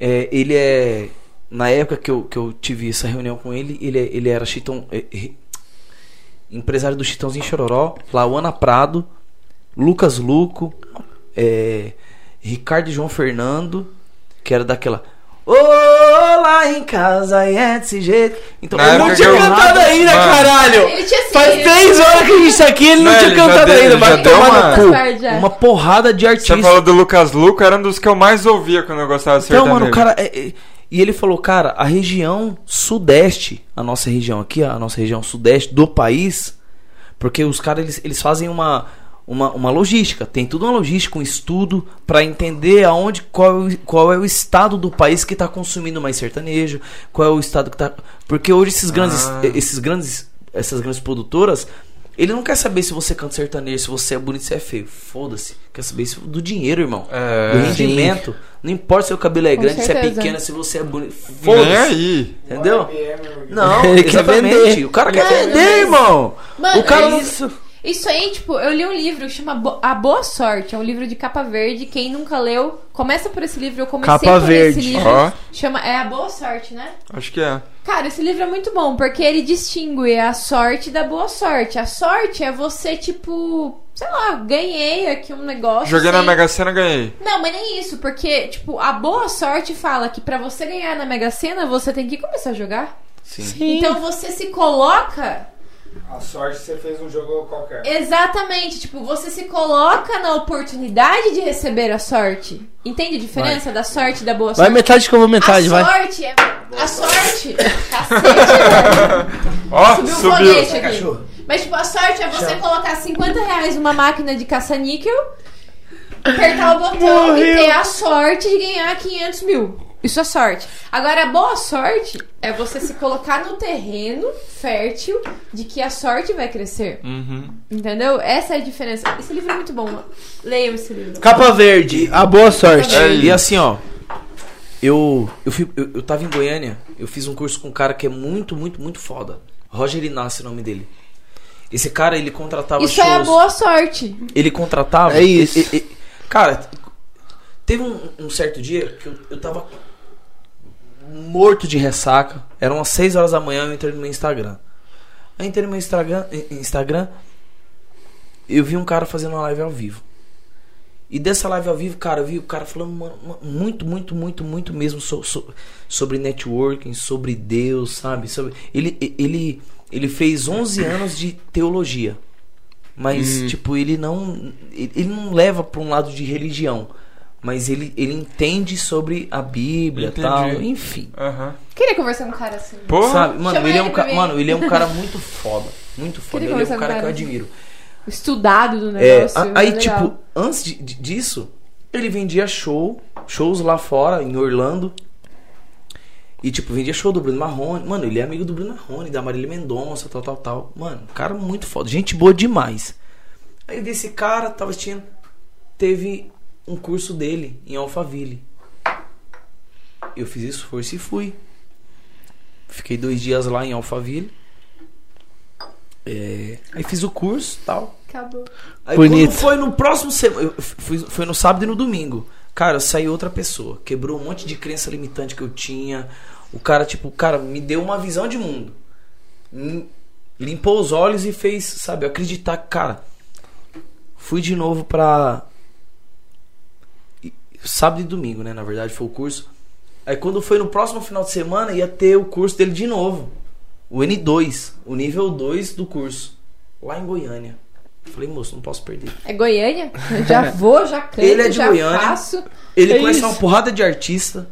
[SPEAKER 5] É, ele é na época que eu, que eu tive essa reunião com ele, ele, é- ele era Chitão eh, eh, empresário do Chitãozinho Chororó, Lauana Prado, Lucas Luco, é, Ricardo e João Fernando, que era daquela Ô, lá em casa é desse jeito. Então,
[SPEAKER 4] Na
[SPEAKER 5] eu
[SPEAKER 4] época
[SPEAKER 5] não
[SPEAKER 4] que
[SPEAKER 5] tinha
[SPEAKER 4] eu-
[SPEAKER 5] cantado ainda,
[SPEAKER 4] Mano.
[SPEAKER 5] caralho.
[SPEAKER 2] Ele tinha sido.
[SPEAKER 6] Faz 10 horas que a gente tá aqui ele não,
[SPEAKER 4] Não,
[SPEAKER 6] tinha
[SPEAKER 4] ele já
[SPEAKER 6] cantado
[SPEAKER 4] deu-
[SPEAKER 6] ainda.
[SPEAKER 4] ele já
[SPEAKER 6] Vai
[SPEAKER 4] deu
[SPEAKER 6] tomar
[SPEAKER 4] uma-
[SPEAKER 6] no cu.
[SPEAKER 2] é.
[SPEAKER 5] Uma porrada de
[SPEAKER 4] Você
[SPEAKER 5] artistas.
[SPEAKER 4] falou do Lucas Luco, era um dos que eu mais ouvia quando eu gostava de
[SPEAKER 5] Então,
[SPEAKER 4] sertanejo.
[SPEAKER 5] mano, o cara. é- é- e ele falou, cara, a região sudeste, a nossa região aqui, a nossa região sudeste do país, porque os caras eles, eles fazem uma, uma, uma logística, tem tudo uma logística, um estudo pra entender aonde qual, é o- qual é o estado do país que tá consumindo mais sertanejo, qual é o estado que tá. Porque hoje esses grandes.
[SPEAKER 4] Ah.
[SPEAKER 5] Esses grandes. Essas grandes produtoras. Ele não quer saber se você canta sertanejo, se você é bonito, se é feio. Foda-se. Quer saber se- do dinheiro, irmão.
[SPEAKER 4] É.
[SPEAKER 5] do rendimento. Não importa se o cabelo é
[SPEAKER 2] Com
[SPEAKER 5] grande, se é
[SPEAKER 2] certeza.
[SPEAKER 5] pequeno, se você é bonito.
[SPEAKER 4] Nem
[SPEAKER 5] Foda-se.
[SPEAKER 4] aí.
[SPEAKER 5] Entendeu? Não,
[SPEAKER 6] Ele quer
[SPEAKER 5] exatamente.
[SPEAKER 6] vender.
[SPEAKER 5] O cara quer
[SPEAKER 2] Mano,
[SPEAKER 5] vender, irmão.
[SPEAKER 2] Mano,
[SPEAKER 5] o cara
[SPEAKER 2] é
[SPEAKER 5] não-
[SPEAKER 2] isso. Isso aí, tipo, eu li um livro que chama Bo- A Boa Sorte. É um livro de capa verde. Quem nunca leu, começa por esse livro. Eu comecei
[SPEAKER 6] Capa
[SPEAKER 2] por
[SPEAKER 6] verde.
[SPEAKER 2] esse livro.
[SPEAKER 4] Ó.
[SPEAKER 2] Chama É a Boa Sorte, né?
[SPEAKER 4] Acho que é.
[SPEAKER 2] Cara, esse livro é muito bom, porque ele distingue a sorte da boa sorte. A sorte é você, tipo, sei lá, ganhei aqui um negócio.
[SPEAKER 4] Joguei na
[SPEAKER 2] sem-
[SPEAKER 4] Mega Sena, ganhei.
[SPEAKER 2] Não, mas nem isso, porque, tipo, a boa sorte fala que pra você ganhar na Mega Sena, você tem que começar a jogar.
[SPEAKER 6] Sim.
[SPEAKER 2] Então você se coloca
[SPEAKER 7] A sorte você fez um jogo qualquer.
[SPEAKER 2] Exatamente, tipo, você se coloca na oportunidade de receber a sorte. Entende a diferença da sorte e da boa
[SPEAKER 6] Vai
[SPEAKER 2] sorte?
[SPEAKER 6] metade que eu vou metade,
[SPEAKER 2] a
[SPEAKER 6] vai.
[SPEAKER 2] sorte é. A sorte. Cacete,
[SPEAKER 4] Ó,
[SPEAKER 2] subiu um
[SPEAKER 4] subiu.
[SPEAKER 2] foguete aqui. Mas, tipo, a sorte é você colocar 50 reais numa máquina de caça-níquel, apertar o botão e ter a sorte de ganhar 500 mil. Isso é sorte. Agora, a boa sorte é você se colocar no terreno fértil de que a sorte vai crescer.
[SPEAKER 4] Uhum.
[SPEAKER 2] Entendeu? Essa é a diferença. Esse livro é muito bom. Leiam esse livro.
[SPEAKER 6] Capa verde, a boa sorte.
[SPEAKER 4] É
[SPEAKER 5] E
[SPEAKER 4] isso.
[SPEAKER 5] assim, ó. Eu, eu, fui, eu, eu tava em Goiânia, eu fiz um curso com um cara que é muito, muito, muito foda. Roger Inácio é o nome dele. Esse cara, ele contratava
[SPEAKER 2] Isso
[SPEAKER 5] shows.
[SPEAKER 2] é a boa sorte.
[SPEAKER 5] Ele contratava.
[SPEAKER 6] É isso.
[SPEAKER 5] e- e- cara, teve um, um certo dia que eu, eu tava morto de ressaca. Eram umas 6 horas da manhã, eu entrei no meu Instagram. Aí entrei no meu Instagram, em- em Instagram, eu vi um cara fazendo uma live ao vivo. E dessa live ao vivo, cara, eu vi o cara falando mano, mano, muito, muito, muito, muito mesmo so- so- sobre networking, sobre Deus, sabe? Sobre- ele, ele, ele fez 11 anos de teologia. Mas,
[SPEAKER 4] Hum.
[SPEAKER 5] tipo, ele não. Ele ele não leva pra um lado de religião. Mas ele, ele entende sobre a Bíblia e
[SPEAKER 4] Entendi.
[SPEAKER 5] tal. Enfim.
[SPEAKER 4] Aham.
[SPEAKER 2] Queria conversar com um cara assim.
[SPEAKER 4] Porra.
[SPEAKER 5] Sabe? Mano
[SPEAKER 2] Chama
[SPEAKER 5] ele, é um
[SPEAKER 2] ele
[SPEAKER 5] ca-
[SPEAKER 2] pra mim.
[SPEAKER 5] mano, ele é um cara muito foda. Muito foda.
[SPEAKER 2] Queria
[SPEAKER 5] Ele é
[SPEAKER 2] conversar
[SPEAKER 5] um
[SPEAKER 2] com
[SPEAKER 5] cara
[SPEAKER 2] o
[SPEAKER 5] que eu
[SPEAKER 2] cara.
[SPEAKER 5] admiro.
[SPEAKER 2] Estudado do
[SPEAKER 5] É,
[SPEAKER 2] negócio.
[SPEAKER 5] a- aí,
[SPEAKER 2] legal.
[SPEAKER 5] tipo, antes de- de- disso, ele vendia show, shows lá fora, em Orlando. E, tipo, vendia show do Bruno Marrone. Mano, ele é amigo do Bruno Marrone, da Marília Mendonça, tal, tal, tal. Mano, um cara muito foda. Gente boa demais. Aí desse cara, tava assistindo, teve um curso dele em Alphaville. Eu fiz esforço e fui. Fiquei dois dias lá em Alphaville. É, aí fiz o curso tal.
[SPEAKER 2] Acabou.
[SPEAKER 5] Aí
[SPEAKER 6] Bonito.
[SPEAKER 5] quando foi no próximo semana. Foi, foi no sábado e no domingo. Cara, eu saí outra pessoa. Quebrou um monte de crença limitante que eu tinha. O cara, tipo, cara, me deu uma visão de mundo. Hum, Limpou os olhos e fez, sabe, eu acreditar. Cara, fui de novo pra. e- Sábado e domingo, né? Na verdade, foi o curso. Aí quando foi no próximo final de semana, ia ter o curso dele de novo. O N2, o nível 2 do curso. Lá em Goiânia. Falei, moço, não posso perder.
[SPEAKER 2] É Goiânia? Eu já vou, já canto,
[SPEAKER 5] Ele é de
[SPEAKER 2] já
[SPEAKER 5] Goiânia.
[SPEAKER 2] faço.
[SPEAKER 5] Ele
[SPEAKER 2] É
[SPEAKER 5] conhece
[SPEAKER 2] isso.
[SPEAKER 5] uma porrada de artista.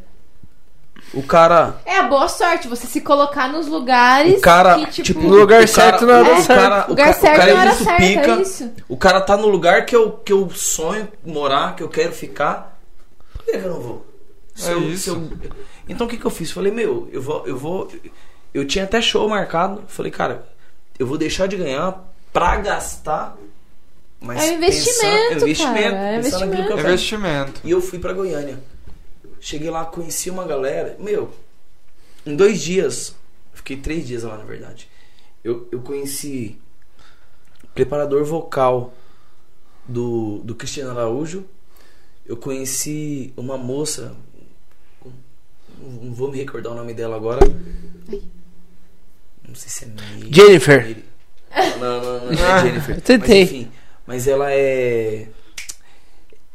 [SPEAKER 5] O cara.
[SPEAKER 2] É a boa sorte, você se colocar nos lugares
[SPEAKER 5] O cara,
[SPEAKER 2] que, tipo...
[SPEAKER 5] tipo,
[SPEAKER 6] No lugar
[SPEAKER 5] o cara-
[SPEAKER 6] certo na hora
[SPEAKER 5] o
[SPEAKER 6] certa.
[SPEAKER 5] cara- o
[SPEAKER 2] lugar
[SPEAKER 5] ca- o
[SPEAKER 2] certo
[SPEAKER 5] cara é
[SPEAKER 2] na hora
[SPEAKER 5] muito
[SPEAKER 2] certa,
[SPEAKER 5] pica.
[SPEAKER 2] é isso.
[SPEAKER 5] O cara tá no lugar que eu, que eu sonho morar, que eu quero ficar. Por que que eu não vou? Se
[SPEAKER 4] É
[SPEAKER 5] eu-
[SPEAKER 4] isso.
[SPEAKER 5] se eu- Então o que, que eu fiz? Falei, meu, eu vou, eu vou. Eu tinha até show marcado. Falei, cara, eu vou deixar de ganhar pra gastar. Mas
[SPEAKER 2] É um investimento,
[SPEAKER 5] pensando, é um investimento,
[SPEAKER 2] cara, é um
[SPEAKER 5] pensando naquilo que eu quero.
[SPEAKER 4] Investimento.
[SPEAKER 5] E eu fui pra Goiânia. Cheguei lá, conheci uma galera. Meu, em dois dias, fiquei três dias lá na verdade. Eu, eu conheci preparador vocal do, do Cristiano Araújo. Eu conheci uma moça. Não não vou me recordar o nome dela agora. Não sei se é Meire.
[SPEAKER 6] Jennifer.
[SPEAKER 5] Meire. Não, não, não, não é Jennifer.
[SPEAKER 6] tentei.
[SPEAKER 5] Mas, enfim, mas ela é.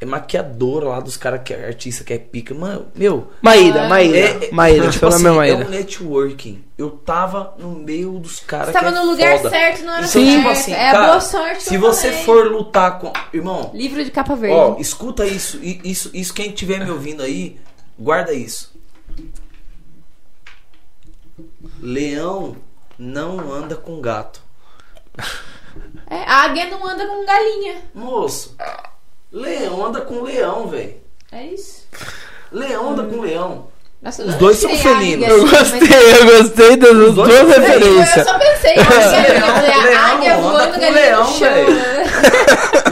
[SPEAKER 5] É maquiadora lá dos caras que é artista, que é pica. Mano, meu.
[SPEAKER 6] Maíra, Maíra.
[SPEAKER 5] É, é-
[SPEAKER 6] Maíra,
[SPEAKER 5] é,
[SPEAKER 6] seu
[SPEAKER 3] tipo
[SPEAKER 6] nome
[SPEAKER 3] assim,
[SPEAKER 6] é
[SPEAKER 5] é
[SPEAKER 6] Maíra.
[SPEAKER 5] um networking. Eu tava no meio dos caras
[SPEAKER 2] Você
[SPEAKER 5] que
[SPEAKER 2] tava
[SPEAKER 5] é
[SPEAKER 2] no lugar
[SPEAKER 5] foda.
[SPEAKER 2] certo na hora
[SPEAKER 5] Então,
[SPEAKER 2] certa.
[SPEAKER 5] tipo assim,
[SPEAKER 2] é
[SPEAKER 5] cara,
[SPEAKER 2] a boa sorte.
[SPEAKER 5] Se
[SPEAKER 2] eu
[SPEAKER 5] você
[SPEAKER 2] falei.
[SPEAKER 5] for lutar com. Irmão,
[SPEAKER 2] Livro de capa verde.
[SPEAKER 5] ó, escuta isso. i- Isso, isso quem estiver me ouvindo aí, guarda isso. Leão não anda com gato.
[SPEAKER 2] É, a águia não anda com galinha.
[SPEAKER 5] Moço, leão anda com leão, velho.
[SPEAKER 2] É isso.
[SPEAKER 5] Leão anda
[SPEAKER 4] Hum.
[SPEAKER 5] com leão.
[SPEAKER 2] Nossa,
[SPEAKER 5] Os
[SPEAKER 2] eu
[SPEAKER 5] dois
[SPEAKER 2] tirei
[SPEAKER 5] são
[SPEAKER 2] a águia,
[SPEAKER 5] felinos.
[SPEAKER 2] assim,
[SPEAKER 6] Eu
[SPEAKER 2] mas-
[SPEAKER 6] gostei, eu gostei das
[SPEAKER 5] dois
[SPEAKER 6] duas
[SPEAKER 5] são
[SPEAKER 2] Tipo, Eu
[SPEAKER 6] referências.
[SPEAKER 2] só pensei, a águia, eu falei, a
[SPEAKER 5] Leão
[SPEAKER 2] águia
[SPEAKER 5] anda
[SPEAKER 2] voando,
[SPEAKER 5] com
[SPEAKER 2] galinha
[SPEAKER 5] leão,
[SPEAKER 2] no chão.
[SPEAKER 5] velho.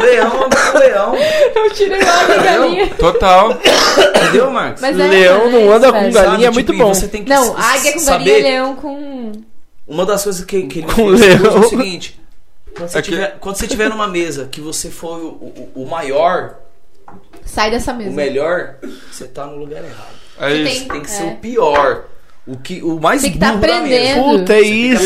[SPEAKER 5] Leão anda com leão.
[SPEAKER 2] Eu tirei a águia e galinha.
[SPEAKER 4] Total.
[SPEAKER 5] Entendeu, Marcos?
[SPEAKER 2] Mas é,
[SPEAKER 6] Leão não
[SPEAKER 2] velho.
[SPEAKER 6] anda com
[SPEAKER 5] Sabe, tipo,
[SPEAKER 6] galinha, é muito
[SPEAKER 5] e
[SPEAKER 6] bom.
[SPEAKER 5] Você tem que
[SPEAKER 2] Não,
[SPEAKER 5] s-
[SPEAKER 2] águia com
[SPEAKER 5] saber,
[SPEAKER 2] galinha, é leão com...
[SPEAKER 5] Uma das coisas que, que ele
[SPEAKER 6] Com
[SPEAKER 5] me fez
[SPEAKER 6] leão.
[SPEAKER 5] é o seguinte. Quando você,
[SPEAKER 4] É que-
[SPEAKER 5] tiver, quando você tiver numa mesa que você for o, o- o maior,
[SPEAKER 2] Sai dessa
[SPEAKER 5] o
[SPEAKER 2] mesa.
[SPEAKER 5] melhor, você tá no lugar errado.
[SPEAKER 4] É
[SPEAKER 2] Você
[SPEAKER 4] isso.
[SPEAKER 2] tem-
[SPEAKER 5] Tem que ser
[SPEAKER 2] É.
[SPEAKER 5] o pior. O, que, o mais
[SPEAKER 2] Tem que tá
[SPEAKER 5] burro da mesa.
[SPEAKER 2] aprendendo.
[SPEAKER 6] Puta, é isso.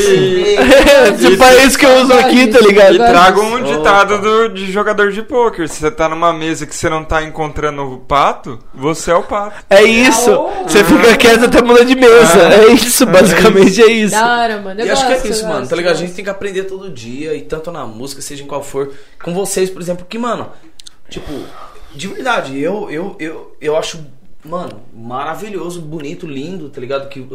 [SPEAKER 5] Aprender.
[SPEAKER 6] Tipo, é isso que eu uso aqui, tá
[SPEAKER 4] E
[SPEAKER 6] ligado?
[SPEAKER 4] traga um
[SPEAKER 5] Opa.
[SPEAKER 4] ditado do- de jogador de pôquer. Se você tá numa mesa que você não tá encontrando o pato, você é o pato.
[SPEAKER 6] É isso.
[SPEAKER 2] Aô.
[SPEAKER 6] Você fica quieto até muda de mesa. É isso, basicamente é isso.
[SPEAKER 2] Da hora, mano. Eu
[SPEAKER 5] E acho que
[SPEAKER 2] gosto,
[SPEAKER 5] é isso,
[SPEAKER 2] eu
[SPEAKER 5] mano,
[SPEAKER 2] gosto,
[SPEAKER 5] tá ligado? A
[SPEAKER 2] eu
[SPEAKER 5] gente tem que aprender todo dia, e tanto na música, seja em qual for. Com vocês, por exemplo, que, mano, tipo, de verdade, eu, eu, eu, eu acho, mano, maravilhoso, bonito, lindo, tá ligado? Que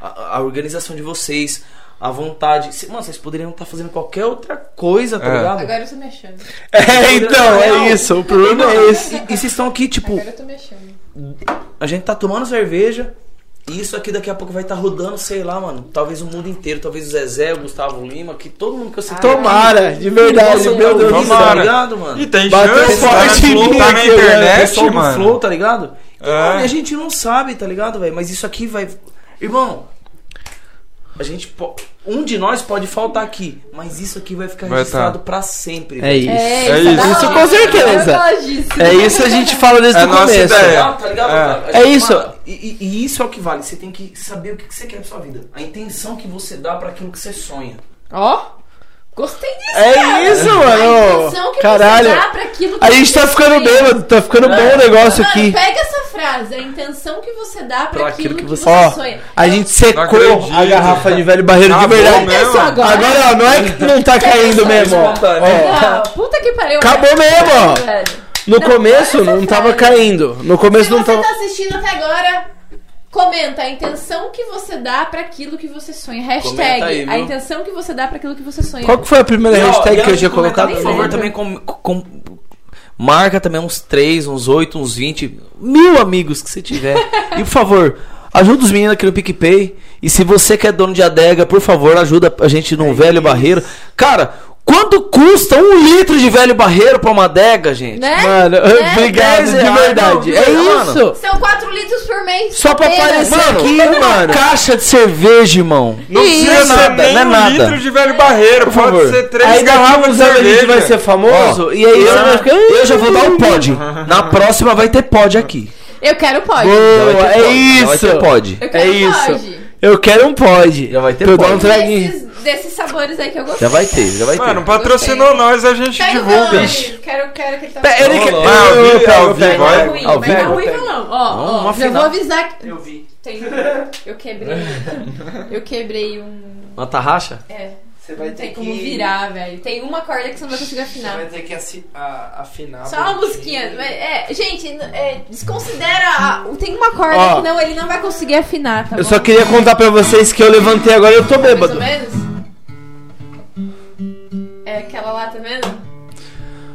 [SPEAKER 5] a, a organização de vocês, a vontade. Cê- Mano, vocês poderiam estar fazendo qualquer outra coisa, tá
[SPEAKER 4] É.
[SPEAKER 5] ligado?
[SPEAKER 2] Agora eu tô me achando.
[SPEAKER 6] É, então, é isso. O problema é esse.
[SPEAKER 5] E, e vocês estão aqui, tipo,
[SPEAKER 2] Agora eu tô me achando.
[SPEAKER 5] a gente tá tomando cerveja. E isso aqui daqui a pouco vai
[SPEAKER 6] tá
[SPEAKER 5] estar rodando, sei lá, mano. Talvez o mundo inteiro, talvez o Zezé, o Gustavo Lima, que todo mundo que eu citei.
[SPEAKER 6] Tomara, de verdade,
[SPEAKER 5] Nossa,
[SPEAKER 6] meu Deus do
[SPEAKER 5] Tá
[SPEAKER 6] céu.
[SPEAKER 4] Tomara.
[SPEAKER 5] ligado, mano?
[SPEAKER 4] É, E tem
[SPEAKER 6] Bateu
[SPEAKER 4] chance, tá,
[SPEAKER 6] forte em mim
[SPEAKER 4] tá na
[SPEAKER 6] aqui agora,
[SPEAKER 4] internet,
[SPEAKER 5] pessoal do
[SPEAKER 4] mano.
[SPEAKER 5] Flow, tá ligado? E,
[SPEAKER 4] É.
[SPEAKER 5] mano, e a gente não sabe, tá ligado, velho? Mas isso aqui vai. Irmão,
[SPEAKER 6] a gente po- um de nós pode faltar aqui, mas isso aqui vai ficar
[SPEAKER 4] Vai
[SPEAKER 6] registrado
[SPEAKER 4] tá.
[SPEAKER 6] pra sempre.
[SPEAKER 3] É isso.
[SPEAKER 4] É isso.
[SPEAKER 3] Isso com certeza. É isso a gente fala desde
[SPEAKER 4] É
[SPEAKER 3] o
[SPEAKER 4] nossa
[SPEAKER 3] começo.
[SPEAKER 4] ideia.
[SPEAKER 6] Tá, tá ligado?
[SPEAKER 4] É.
[SPEAKER 6] A gente-
[SPEAKER 3] É isso.
[SPEAKER 6] mano, e, e- e isso é o que vale. Você tem que saber o que, que você quer pra sua vida. A intenção que você dá pra aquilo que você sonha.
[SPEAKER 2] Ó, gostei disso.
[SPEAKER 3] É isso,
[SPEAKER 2] A
[SPEAKER 3] mano.
[SPEAKER 2] intenção que
[SPEAKER 3] Caralho.
[SPEAKER 2] você dá pra aquilo que
[SPEAKER 3] A gente tá
[SPEAKER 2] você
[SPEAKER 3] ficando
[SPEAKER 2] sonha.
[SPEAKER 3] bêbado, tá ficando bom o negócio
[SPEAKER 2] Mano,
[SPEAKER 3] aqui.
[SPEAKER 2] pega essa frase. A intenção que você dá pra,
[SPEAKER 6] Pra
[SPEAKER 2] aquilo, que você,
[SPEAKER 3] Ó,
[SPEAKER 2] sonha.
[SPEAKER 3] a gente secou
[SPEAKER 4] acredito.
[SPEAKER 3] a garrafa de velho barreiro de
[SPEAKER 4] Acabou
[SPEAKER 3] verdade.
[SPEAKER 4] mesmo.
[SPEAKER 2] Isso agora.
[SPEAKER 3] Agora ó, não é que não tá caindo mesmo, ó. Ó,
[SPEAKER 2] Não, puta que pariu.
[SPEAKER 3] Acabou
[SPEAKER 2] velho.
[SPEAKER 3] mesmo, ó.
[SPEAKER 2] Velho.
[SPEAKER 3] No começo não tava caindo. No
[SPEAKER 2] Se
[SPEAKER 3] começo não
[SPEAKER 2] você
[SPEAKER 3] tava.
[SPEAKER 2] tá assistindo até agora, comenta a intenção que você dá pra aquilo que você sonha. Hashtag
[SPEAKER 6] Comenta aí, viu?
[SPEAKER 2] a intenção que você dá pra aquilo que você sonha.
[SPEAKER 3] Qual que foi a primeira
[SPEAKER 6] E, ó, e
[SPEAKER 3] hashtag que eu
[SPEAKER 6] antes
[SPEAKER 3] tinha
[SPEAKER 6] de comentar,
[SPEAKER 3] colocado?
[SPEAKER 6] Por favor, também com- com- marca também uns 3, uns 8, uns 20, mil amigos que você tiver. e por favor, ajuda os um meninos aqui no PicPay. E se você que é dono de adega, por favor, ajuda a gente no Velho Barreiro. Cara, quanto custa um litro de Velho Barreiro pra uma adega, gente?
[SPEAKER 2] Né?
[SPEAKER 3] Mano,
[SPEAKER 2] Né?
[SPEAKER 3] obrigado,
[SPEAKER 6] 10
[SPEAKER 3] de
[SPEAKER 6] reais,
[SPEAKER 3] verdade.
[SPEAKER 6] não,
[SPEAKER 3] É
[SPEAKER 6] mano.
[SPEAKER 3] isso.
[SPEAKER 2] São 4 litros por mês.
[SPEAKER 3] Só pra
[SPEAKER 2] apenas.
[SPEAKER 3] aparecer
[SPEAKER 6] Mano,
[SPEAKER 3] aqui, mano.
[SPEAKER 6] é Caixa de cerveja, irmão.
[SPEAKER 4] Não precisa
[SPEAKER 6] isso?
[SPEAKER 4] ser nem
[SPEAKER 6] Não é
[SPEAKER 4] um
[SPEAKER 6] nada.
[SPEAKER 4] litro de velho barreiro, pode
[SPEAKER 3] favor.
[SPEAKER 4] ser três
[SPEAKER 3] Aí garrafa
[SPEAKER 4] garrafas de
[SPEAKER 3] usando a gente
[SPEAKER 4] cerveja.
[SPEAKER 3] vai ser famoso. E aí você vai
[SPEAKER 6] é Eu,
[SPEAKER 3] ficar.
[SPEAKER 6] eu já vou dar o pod. Na próxima vai ter pod aqui.
[SPEAKER 2] Eu quero pode.
[SPEAKER 3] Boa, é
[SPEAKER 6] Já vai ter
[SPEAKER 3] isso.
[SPEAKER 6] pod.
[SPEAKER 2] Eu
[SPEAKER 3] É
[SPEAKER 2] quero
[SPEAKER 3] isso.
[SPEAKER 2] pode.
[SPEAKER 3] Eu quero um pod.
[SPEAKER 6] Já vai ter
[SPEAKER 3] Pra eu
[SPEAKER 6] pod.
[SPEAKER 3] dar um traguinho.
[SPEAKER 2] Desses, desses sabores aí que eu gostei.
[SPEAKER 6] Já vai ter, já vai ter.
[SPEAKER 4] Mano, patrocinou nós, a gente
[SPEAKER 2] Pega o
[SPEAKER 4] divulga.
[SPEAKER 2] Dani. Quero, quero que ele tá
[SPEAKER 3] Pe- Ele
[SPEAKER 6] Não,
[SPEAKER 3] que...
[SPEAKER 6] não,
[SPEAKER 4] Ah,
[SPEAKER 3] Eu-
[SPEAKER 4] ao
[SPEAKER 3] eu
[SPEAKER 4] vivo,
[SPEAKER 3] pego,
[SPEAKER 6] tá
[SPEAKER 4] ao
[SPEAKER 3] eu
[SPEAKER 4] vivo,
[SPEAKER 2] Vai
[SPEAKER 3] pego.
[SPEAKER 2] dar
[SPEAKER 4] olha.
[SPEAKER 2] ruim,
[SPEAKER 6] Ao
[SPEAKER 2] vai dar
[SPEAKER 6] vivo,
[SPEAKER 2] ruim, vilão. Ó,
[SPEAKER 6] Uma
[SPEAKER 2] ó, já
[SPEAKER 6] final.
[SPEAKER 2] vou avisar que.
[SPEAKER 3] Eu vi.
[SPEAKER 2] Tem- Eu quebrei. Eu quebrei um.
[SPEAKER 6] Uma tarraxa?
[SPEAKER 2] É,
[SPEAKER 3] Você
[SPEAKER 2] não tem como virar, velho. Tem uma corda que você não vai conseguir afinar.
[SPEAKER 3] ter que afinar. né?
[SPEAKER 2] Só uma musiquinha. vai- É, gente, n- é, desconsidera. a- Tem uma corda
[SPEAKER 3] Ó.
[SPEAKER 2] que não, ele não vai conseguir afinar, tá
[SPEAKER 3] Eu
[SPEAKER 2] bom?
[SPEAKER 3] só queria contar pra vocês que eu levantei agora e eu tô
[SPEAKER 2] Mais ou
[SPEAKER 3] bêbado.
[SPEAKER 2] menos? É aquela lá, tá vendo?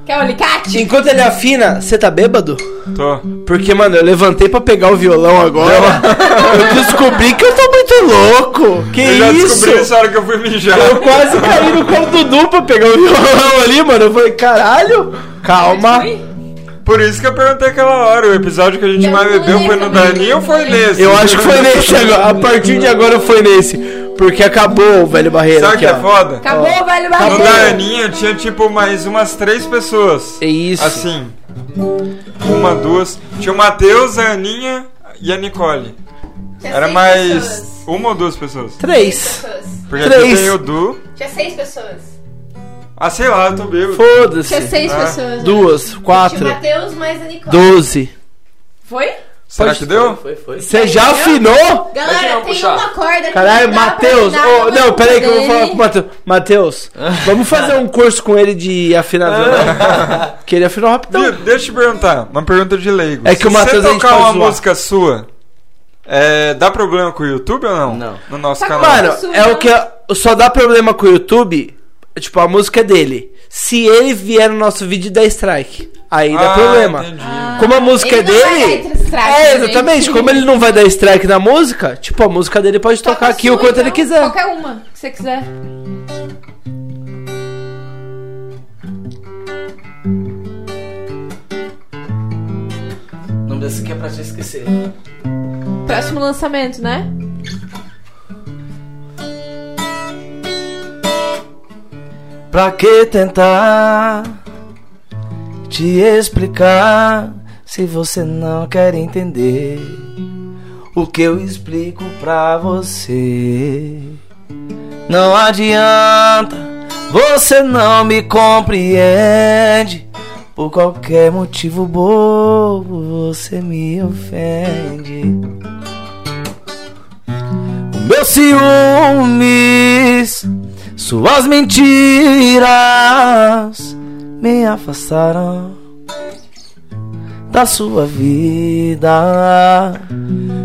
[SPEAKER 2] Quer o alicate?
[SPEAKER 3] Enquanto ele afina, você tá bêbado?
[SPEAKER 4] Tô.
[SPEAKER 3] Porque, mano, eu levantei pra pegar o violão agora. Eu descobri que eu tô muito louco. Que
[SPEAKER 4] eu já
[SPEAKER 3] isso?
[SPEAKER 4] descobri essa hora que eu fui mijar.
[SPEAKER 3] Eu quase caí no colo do Du pra pegar o violão ali, mano. Eu falei, caralho, calma.
[SPEAKER 4] Por isso que eu perguntei aquela hora, o episódio que a gente
[SPEAKER 2] Eu
[SPEAKER 4] mais
[SPEAKER 2] não é
[SPEAKER 4] bebeu foi no
[SPEAKER 2] lembro também,
[SPEAKER 4] Daninho ou foi
[SPEAKER 2] não lembro.
[SPEAKER 4] nesse?
[SPEAKER 3] Eu acho que foi nesse agora. A partir de agora foi nesse. Porque acabou o velho barreiro
[SPEAKER 4] Sabe o
[SPEAKER 3] aqui,
[SPEAKER 4] que é
[SPEAKER 3] ó.
[SPEAKER 4] foda?
[SPEAKER 2] Acabou, velho
[SPEAKER 4] No
[SPEAKER 2] barulho.
[SPEAKER 4] Daninho tinha tipo mais umas três pessoas.
[SPEAKER 3] É isso.
[SPEAKER 4] Assim. Uma, duas. Tinha o Matheus, a Aninha e a Nicole.
[SPEAKER 2] Tinha
[SPEAKER 4] Era
[SPEAKER 2] É seis
[SPEAKER 4] mais
[SPEAKER 2] pessoas.
[SPEAKER 4] uma ou duas pessoas.
[SPEAKER 3] Três.
[SPEAKER 2] Pessoas.
[SPEAKER 4] Porque aqui
[SPEAKER 3] Três.
[SPEAKER 4] tem o Du.
[SPEAKER 2] Tinha seis pessoas.
[SPEAKER 4] Ah, sei lá, eu tô bêbado.
[SPEAKER 2] Tinha
[SPEAKER 3] Foda-se.
[SPEAKER 2] seis
[SPEAKER 4] Ah,
[SPEAKER 2] pessoas. né?
[SPEAKER 3] Duas,
[SPEAKER 2] Tinha o
[SPEAKER 3] quatro,
[SPEAKER 2] Matheus mais a Nicole.
[SPEAKER 3] doze.
[SPEAKER 2] Foi?
[SPEAKER 4] Será que deu?
[SPEAKER 6] Foi, foi.
[SPEAKER 3] Você já afinou?
[SPEAKER 6] Vai tirar,
[SPEAKER 2] Galera, tem
[SPEAKER 6] puxar.
[SPEAKER 2] uma corda que
[SPEAKER 3] Caralho,
[SPEAKER 2] Tá não dá pra
[SPEAKER 3] Matheus.
[SPEAKER 2] afinar,
[SPEAKER 3] ô,
[SPEAKER 2] mas
[SPEAKER 3] não, peraí que eu vou
[SPEAKER 2] dele-
[SPEAKER 3] falar com o Matheus. Matheus, vamos fazer um curso com ele de afinar violão? Porque ele afinou
[SPEAKER 4] Vitor,
[SPEAKER 3] rapidão.
[SPEAKER 4] deixa eu te perguntar. Uma pergunta de leigo.
[SPEAKER 3] É que o
[SPEAKER 4] Se
[SPEAKER 3] Matheus a
[SPEAKER 4] você
[SPEAKER 3] gente
[SPEAKER 4] tocar
[SPEAKER 3] pode
[SPEAKER 4] uma
[SPEAKER 3] zoar.
[SPEAKER 4] música sua, é, dá problema com o YouTube ou não?
[SPEAKER 6] Não.
[SPEAKER 4] No nosso
[SPEAKER 2] Tá
[SPEAKER 4] canal.
[SPEAKER 3] Mano,
[SPEAKER 2] Isso
[SPEAKER 3] é
[SPEAKER 2] não.
[SPEAKER 3] o que só dá problema com o YouTube. Tipo, a música é dele. Se ele vier no nosso vídeo e der strike, aí dá
[SPEAKER 4] Ah,
[SPEAKER 3] problema.
[SPEAKER 4] entendi.
[SPEAKER 3] Como a música é
[SPEAKER 2] Ele não vai
[SPEAKER 3] dele.
[SPEAKER 2] dar strike,
[SPEAKER 3] é,
[SPEAKER 2] gente.
[SPEAKER 3] exatamente. Como ele não vai dar strike na música, tipo, a música dele pode
[SPEAKER 2] Toca
[SPEAKER 3] tocar aqui
[SPEAKER 2] sua,
[SPEAKER 3] o quanto
[SPEAKER 2] então,
[SPEAKER 3] ele quiser.
[SPEAKER 2] Qualquer uma que você quiser.
[SPEAKER 6] O nome dessa aqui é pra te esquecer.
[SPEAKER 2] Próximo lançamento, né?
[SPEAKER 6] Pra que tentar te explicar se você não quer entender o que eu explico pra você? Não adianta, você não me compreende. Por qualquer motivo bobo, você me ofende. O meu ciúmes, suas mentiras me afastaram da sua vida.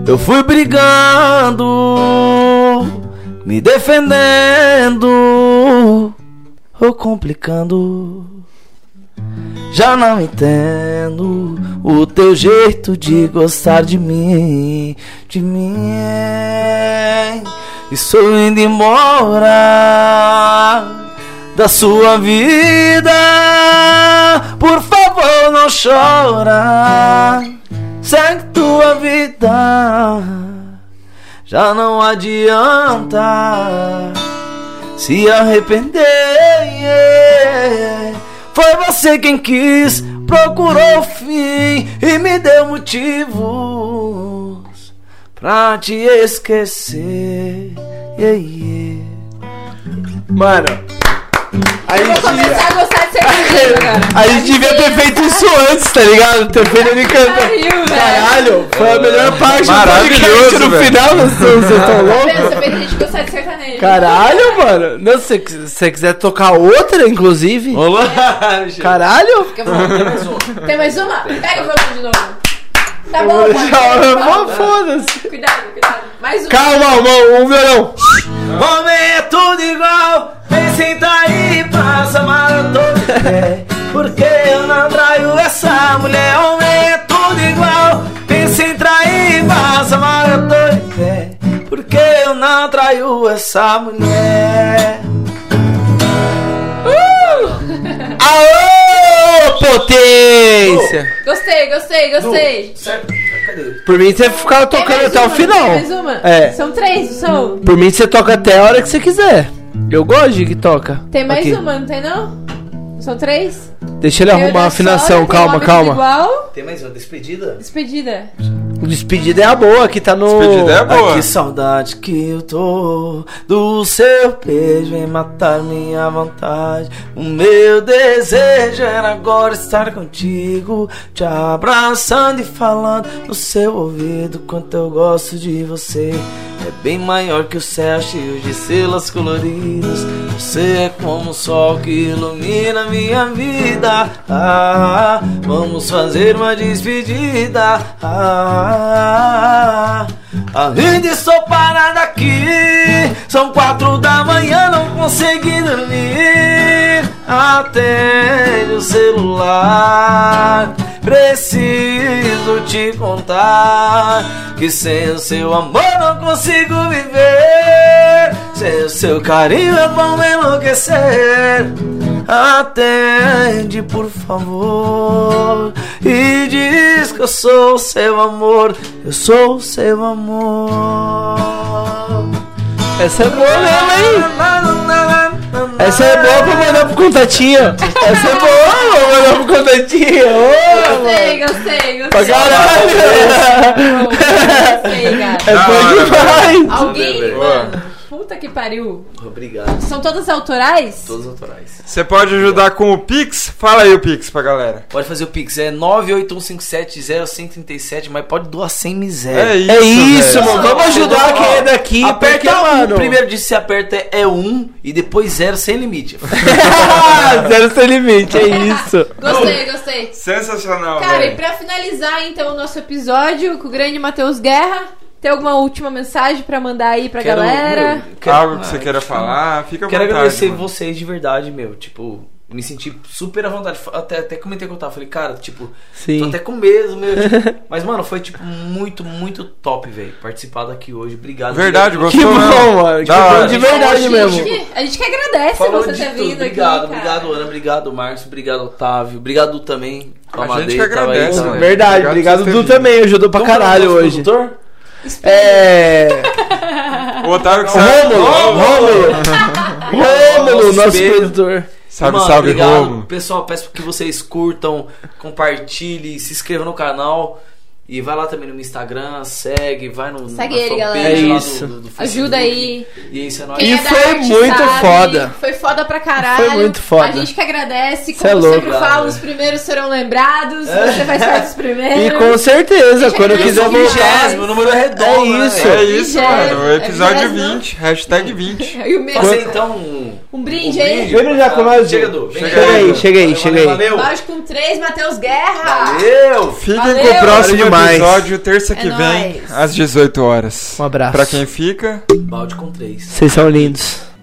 [SPEAKER 6] Eu fui brigando, me defendendo ou complicando. Já não entendo o teu jeito de gostar de mim, de mim. Estou indo embora da sua vida. Por favor, não chora. Segue tua vida.
[SPEAKER 5] Já não adianta se arrepender. Foi você quem quis, procurou o fim e me deu motivos pra te esquecer. Yeah, yeah.
[SPEAKER 3] Mano, a
[SPEAKER 2] Eu vou
[SPEAKER 3] gente,
[SPEAKER 2] começar a gostar de sertanejo, cara.
[SPEAKER 3] a gente devia ter feito isso antes, tá ligado? Ter feito ele cantando.
[SPEAKER 2] Pariu, velho.
[SPEAKER 3] Caralho, foi a melhor parte do podcast
[SPEAKER 4] É. Maravilhoso,
[SPEAKER 3] no
[SPEAKER 4] velho.
[SPEAKER 3] final, vocês vocês estão loucos?
[SPEAKER 2] Pensa, Tá fez a gente gostar de sertanejo.
[SPEAKER 3] Caralho, mano. Não, se se você quiser tocar outra, inclusive.
[SPEAKER 5] Olá, gente.
[SPEAKER 3] Caralho.
[SPEAKER 2] Fica bom. Tem mais uma? Pega o violão de novo. Tá bom, pode.
[SPEAKER 3] Calma, foda-se.
[SPEAKER 2] Cuidado, cuidado. Mais uma.
[SPEAKER 3] Calma, mão, um violão.
[SPEAKER 5] Homem é tudo igual, vem sentar e passa maratona de pé. Porque eu não traio essa mulher, homem é tudo igual, vem sentar e passa maratona de pé. Porque eu não traio essa mulher.
[SPEAKER 3] Aô, potência.
[SPEAKER 2] Gostei, gostei, gostei.
[SPEAKER 3] Por mim, você ficar
[SPEAKER 2] Tem
[SPEAKER 3] tocando
[SPEAKER 2] mais
[SPEAKER 3] até
[SPEAKER 2] uma,
[SPEAKER 3] o
[SPEAKER 2] não
[SPEAKER 3] final.
[SPEAKER 2] Tem mais uma?
[SPEAKER 3] É.
[SPEAKER 2] São três, são.
[SPEAKER 3] Por mim, você toca até a hora que você quiser. Eu gosto de que toca.
[SPEAKER 2] Tem mais
[SPEAKER 3] Aqui.
[SPEAKER 2] uma, não tem não? São três?
[SPEAKER 3] Deixa ele
[SPEAKER 2] Eu
[SPEAKER 3] arrumar a
[SPEAKER 2] da Sônia,
[SPEAKER 3] afinação,
[SPEAKER 2] tem Homem
[SPEAKER 3] calma,
[SPEAKER 2] Tudo
[SPEAKER 3] calma.
[SPEAKER 2] Igual,
[SPEAKER 5] Tem mais uma despedida?
[SPEAKER 2] despedida.
[SPEAKER 3] Despedida é a boa, que tá no.
[SPEAKER 4] Despedida é boa.
[SPEAKER 5] Ai, que saudade que eu tô do seu beijo, vem matar minha vontade. O meu desejo era agora estar contigo, te abraçando e falando no seu ouvido quanto eu gosto de você. É bem maior que o céu cheio de estrelas coloridas. Você é como o sol que ilumina minha vida. Ah, vamos fazer uma despedida. Ah, ainda estou parada aqui. São quatro da manhã, não consegui dormir. Atende o celular. Preciso te contar que sem o seu amor não consigo viver. Sem o seu carinho eu vou enlouquecer. Atende, por favor, e diz que eu sou o seu amor. Eu sou o seu amor.
[SPEAKER 3] Essa é boa mesmo, hein? Essa é boa pra mandar pro contatinho. Essa é boa pra mandar pro contatinho. Ô,
[SPEAKER 2] Gostei, gostei,
[SPEAKER 3] pra
[SPEAKER 2] gostei.
[SPEAKER 3] caralho.
[SPEAKER 2] Gostei, cara.
[SPEAKER 3] É
[SPEAKER 4] Da
[SPEAKER 3] bom
[SPEAKER 4] hora,
[SPEAKER 3] demais.
[SPEAKER 2] Alguém,
[SPEAKER 4] Boa.
[SPEAKER 2] mano. Puta que pariu.
[SPEAKER 5] Obrigado,
[SPEAKER 2] São todas autorais?
[SPEAKER 5] todos os autorais.
[SPEAKER 4] Você pode ajudar com o Pix? Fala aí o Pix pra galera.
[SPEAKER 5] Pode fazer o Pix, é 981570137, mas pode doar sem miséria.
[SPEAKER 4] É isso,
[SPEAKER 3] É isso,
[SPEAKER 4] velho.
[SPEAKER 3] mano. Vamos ajudar quem é daqui.
[SPEAKER 5] aperta
[SPEAKER 3] porque,
[SPEAKER 5] um,
[SPEAKER 3] mano.
[SPEAKER 5] primeiro disso você aperta é 1 um, e depois 0 sem limite.
[SPEAKER 3] Zero sem limite, é isso.
[SPEAKER 2] Gostei, gostei.
[SPEAKER 4] Sensacional,
[SPEAKER 2] Cara, e
[SPEAKER 4] velho.
[SPEAKER 2] pra finalizar então o nosso episódio com o grande Matheus Guerra, tem alguma última mensagem pra mandar aí pra
[SPEAKER 5] Quero- um
[SPEAKER 2] galera?
[SPEAKER 5] meu, quero-
[SPEAKER 4] Algo que você
[SPEAKER 5] ah,
[SPEAKER 4] queira falar, fica à
[SPEAKER 5] Quero
[SPEAKER 4] vontade.
[SPEAKER 5] agradecer
[SPEAKER 4] mano.
[SPEAKER 5] vocês de verdade, meu. Tipo, me senti super à vontade. Até, até comentei com o Otávio, Falei, cara, tipo, tô
[SPEAKER 3] Sim.
[SPEAKER 5] até com medo, meu. tipo. mas, mano, foi, tipo, muito, muito top, velho. Participar daqui hoje. Obrigado.
[SPEAKER 4] Verdade,
[SPEAKER 5] obrigado.
[SPEAKER 4] gostou?
[SPEAKER 3] Que bom,
[SPEAKER 4] mesmo?
[SPEAKER 3] mano. Que
[SPEAKER 4] Da
[SPEAKER 3] bom
[SPEAKER 4] hora.
[SPEAKER 3] de
[SPEAKER 2] a
[SPEAKER 3] verdade
[SPEAKER 2] gente,
[SPEAKER 3] mesmo.
[SPEAKER 2] Que, a gente que agradece
[SPEAKER 5] Falou
[SPEAKER 2] você
[SPEAKER 5] de
[SPEAKER 2] ter
[SPEAKER 5] tudo.
[SPEAKER 2] vindo
[SPEAKER 5] Obrigado,
[SPEAKER 2] aqui. cara.
[SPEAKER 5] obrigado, Ana. Obrigado, Márcio. Obrigado, Otávio. Obrigado também.
[SPEAKER 4] A gente que
[SPEAKER 5] Amadei, tava aí
[SPEAKER 4] agradece, né?
[SPEAKER 5] também.
[SPEAKER 4] velho.
[SPEAKER 3] Verdade,
[SPEAKER 4] Obrigado por
[SPEAKER 3] obrigado.
[SPEAKER 4] ter
[SPEAKER 3] Du
[SPEAKER 4] vindo.
[SPEAKER 3] também ajudou pra
[SPEAKER 5] Vamos falar
[SPEAKER 3] caralho
[SPEAKER 5] do nosso
[SPEAKER 3] hoje.
[SPEAKER 5] produtor?
[SPEAKER 3] É.
[SPEAKER 4] O Otávio que sabe.
[SPEAKER 3] Rômulo, Rômulo. Rômulo,
[SPEAKER 5] Nosso
[SPEAKER 3] nosso
[SPEAKER 5] espelho.
[SPEAKER 3] produtor.
[SPEAKER 4] Salve,
[SPEAKER 5] Mano,
[SPEAKER 4] salve,
[SPEAKER 5] obrigado.
[SPEAKER 4] Rômulo.
[SPEAKER 5] Pessoal, peço que vocês curtam, compartilhem, se inscrevam no canal. E vai lá também no meu Instagram, segue, vai no.
[SPEAKER 2] Segue
[SPEAKER 5] na
[SPEAKER 2] ele,
[SPEAKER 5] fanpage
[SPEAKER 2] galera.
[SPEAKER 5] lá do-
[SPEAKER 3] É isso.
[SPEAKER 5] do- do Facebook.
[SPEAKER 2] Ajuda aí.
[SPEAKER 5] E isso é nóis.
[SPEAKER 2] Quem
[SPEAKER 3] E
[SPEAKER 2] é da
[SPEAKER 3] foi
[SPEAKER 2] arte
[SPEAKER 3] muito
[SPEAKER 2] sabe,
[SPEAKER 3] foda.
[SPEAKER 2] Foi foda pra caralho.
[SPEAKER 3] Foi muito foda.
[SPEAKER 2] A gente que agradece. Como
[SPEAKER 3] Cê é
[SPEAKER 2] eu
[SPEAKER 3] louco,
[SPEAKER 2] sempre
[SPEAKER 5] cara.
[SPEAKER 2] falo, os primeiros serão lembrados. Você faz parte dos
[SPEAKER 3] E
[SPEAKER 2] primeiros.
[SPEAKER 3] com certeza, quando eu
[SPEAKER 2] Gente,
[SPEAKER 3] quiser
[SPEAKER 2] é
[SPEAKER 3] eu
[SPEAKER 2] isso,
[SPEAKER 3] vou.
[SPEAKER 2] gente.
[SPEAKER 5] vigésimo, número redondo.
[SPEAKER 3] É
[SPEAKER 5] né,
[SPEAKER 3] isso.
[SPEAKER 5] velho?
[SPEAKER 4] É isso,
[SPEAKER 2] Vigésimo,
[SPEAKER 4] mano. O
[SPEAKER 2] é
[SPEAKER 4] episódio
[SPEAKER 2] vigésimo.
[SPEAKER 4] 20. Hashtag 20.
[SPEAKER 2] E o meu,
[SPEAKER 5] Faça então um.
[SPEAKER 2] um
[SPEAKER 5] um
[SPEAKER 2] brinde, hein?
[SPEAKER 5] vídeo.
[SPEAKER 3] Vem já com nós,
[SPEAKER 5] Chega,
[SPEAKER 3] Du.
[SPEAKER 5] Du. Vem
[SPEAKER 4] Chega aí,
[SPEAKER 5] Du.
[SPEAKER 3] chega aí,
[SPEAKER 5] Valeu,
[SPEAKER 3] chega aí.
[SPEAKER 5] Valeu.
[SPEAKER 2] Lógico, com três, Matheus Guerra.
[SPEAKER 5] Valeu.
[SPEAKER 4] Fiquem
[SPEAKER 2] Valeu.
[SPEAKER 4] com o próximo
[SPEAKER 3] Valeu demais.
[SPEAKER 4] episódio, terça que
[SPEAKER 2] É
[SPEAKER 4] vem,
[SPEAKER 2] nóis.
[SPEAKER 4] às 18 horas.
[SPEAKER 3] Um abraço.
[SPEAKER 4] Pra quem fica,
[SPEAKER 5] Balde com três.
[SPEAKER 3] Vocês são lindos.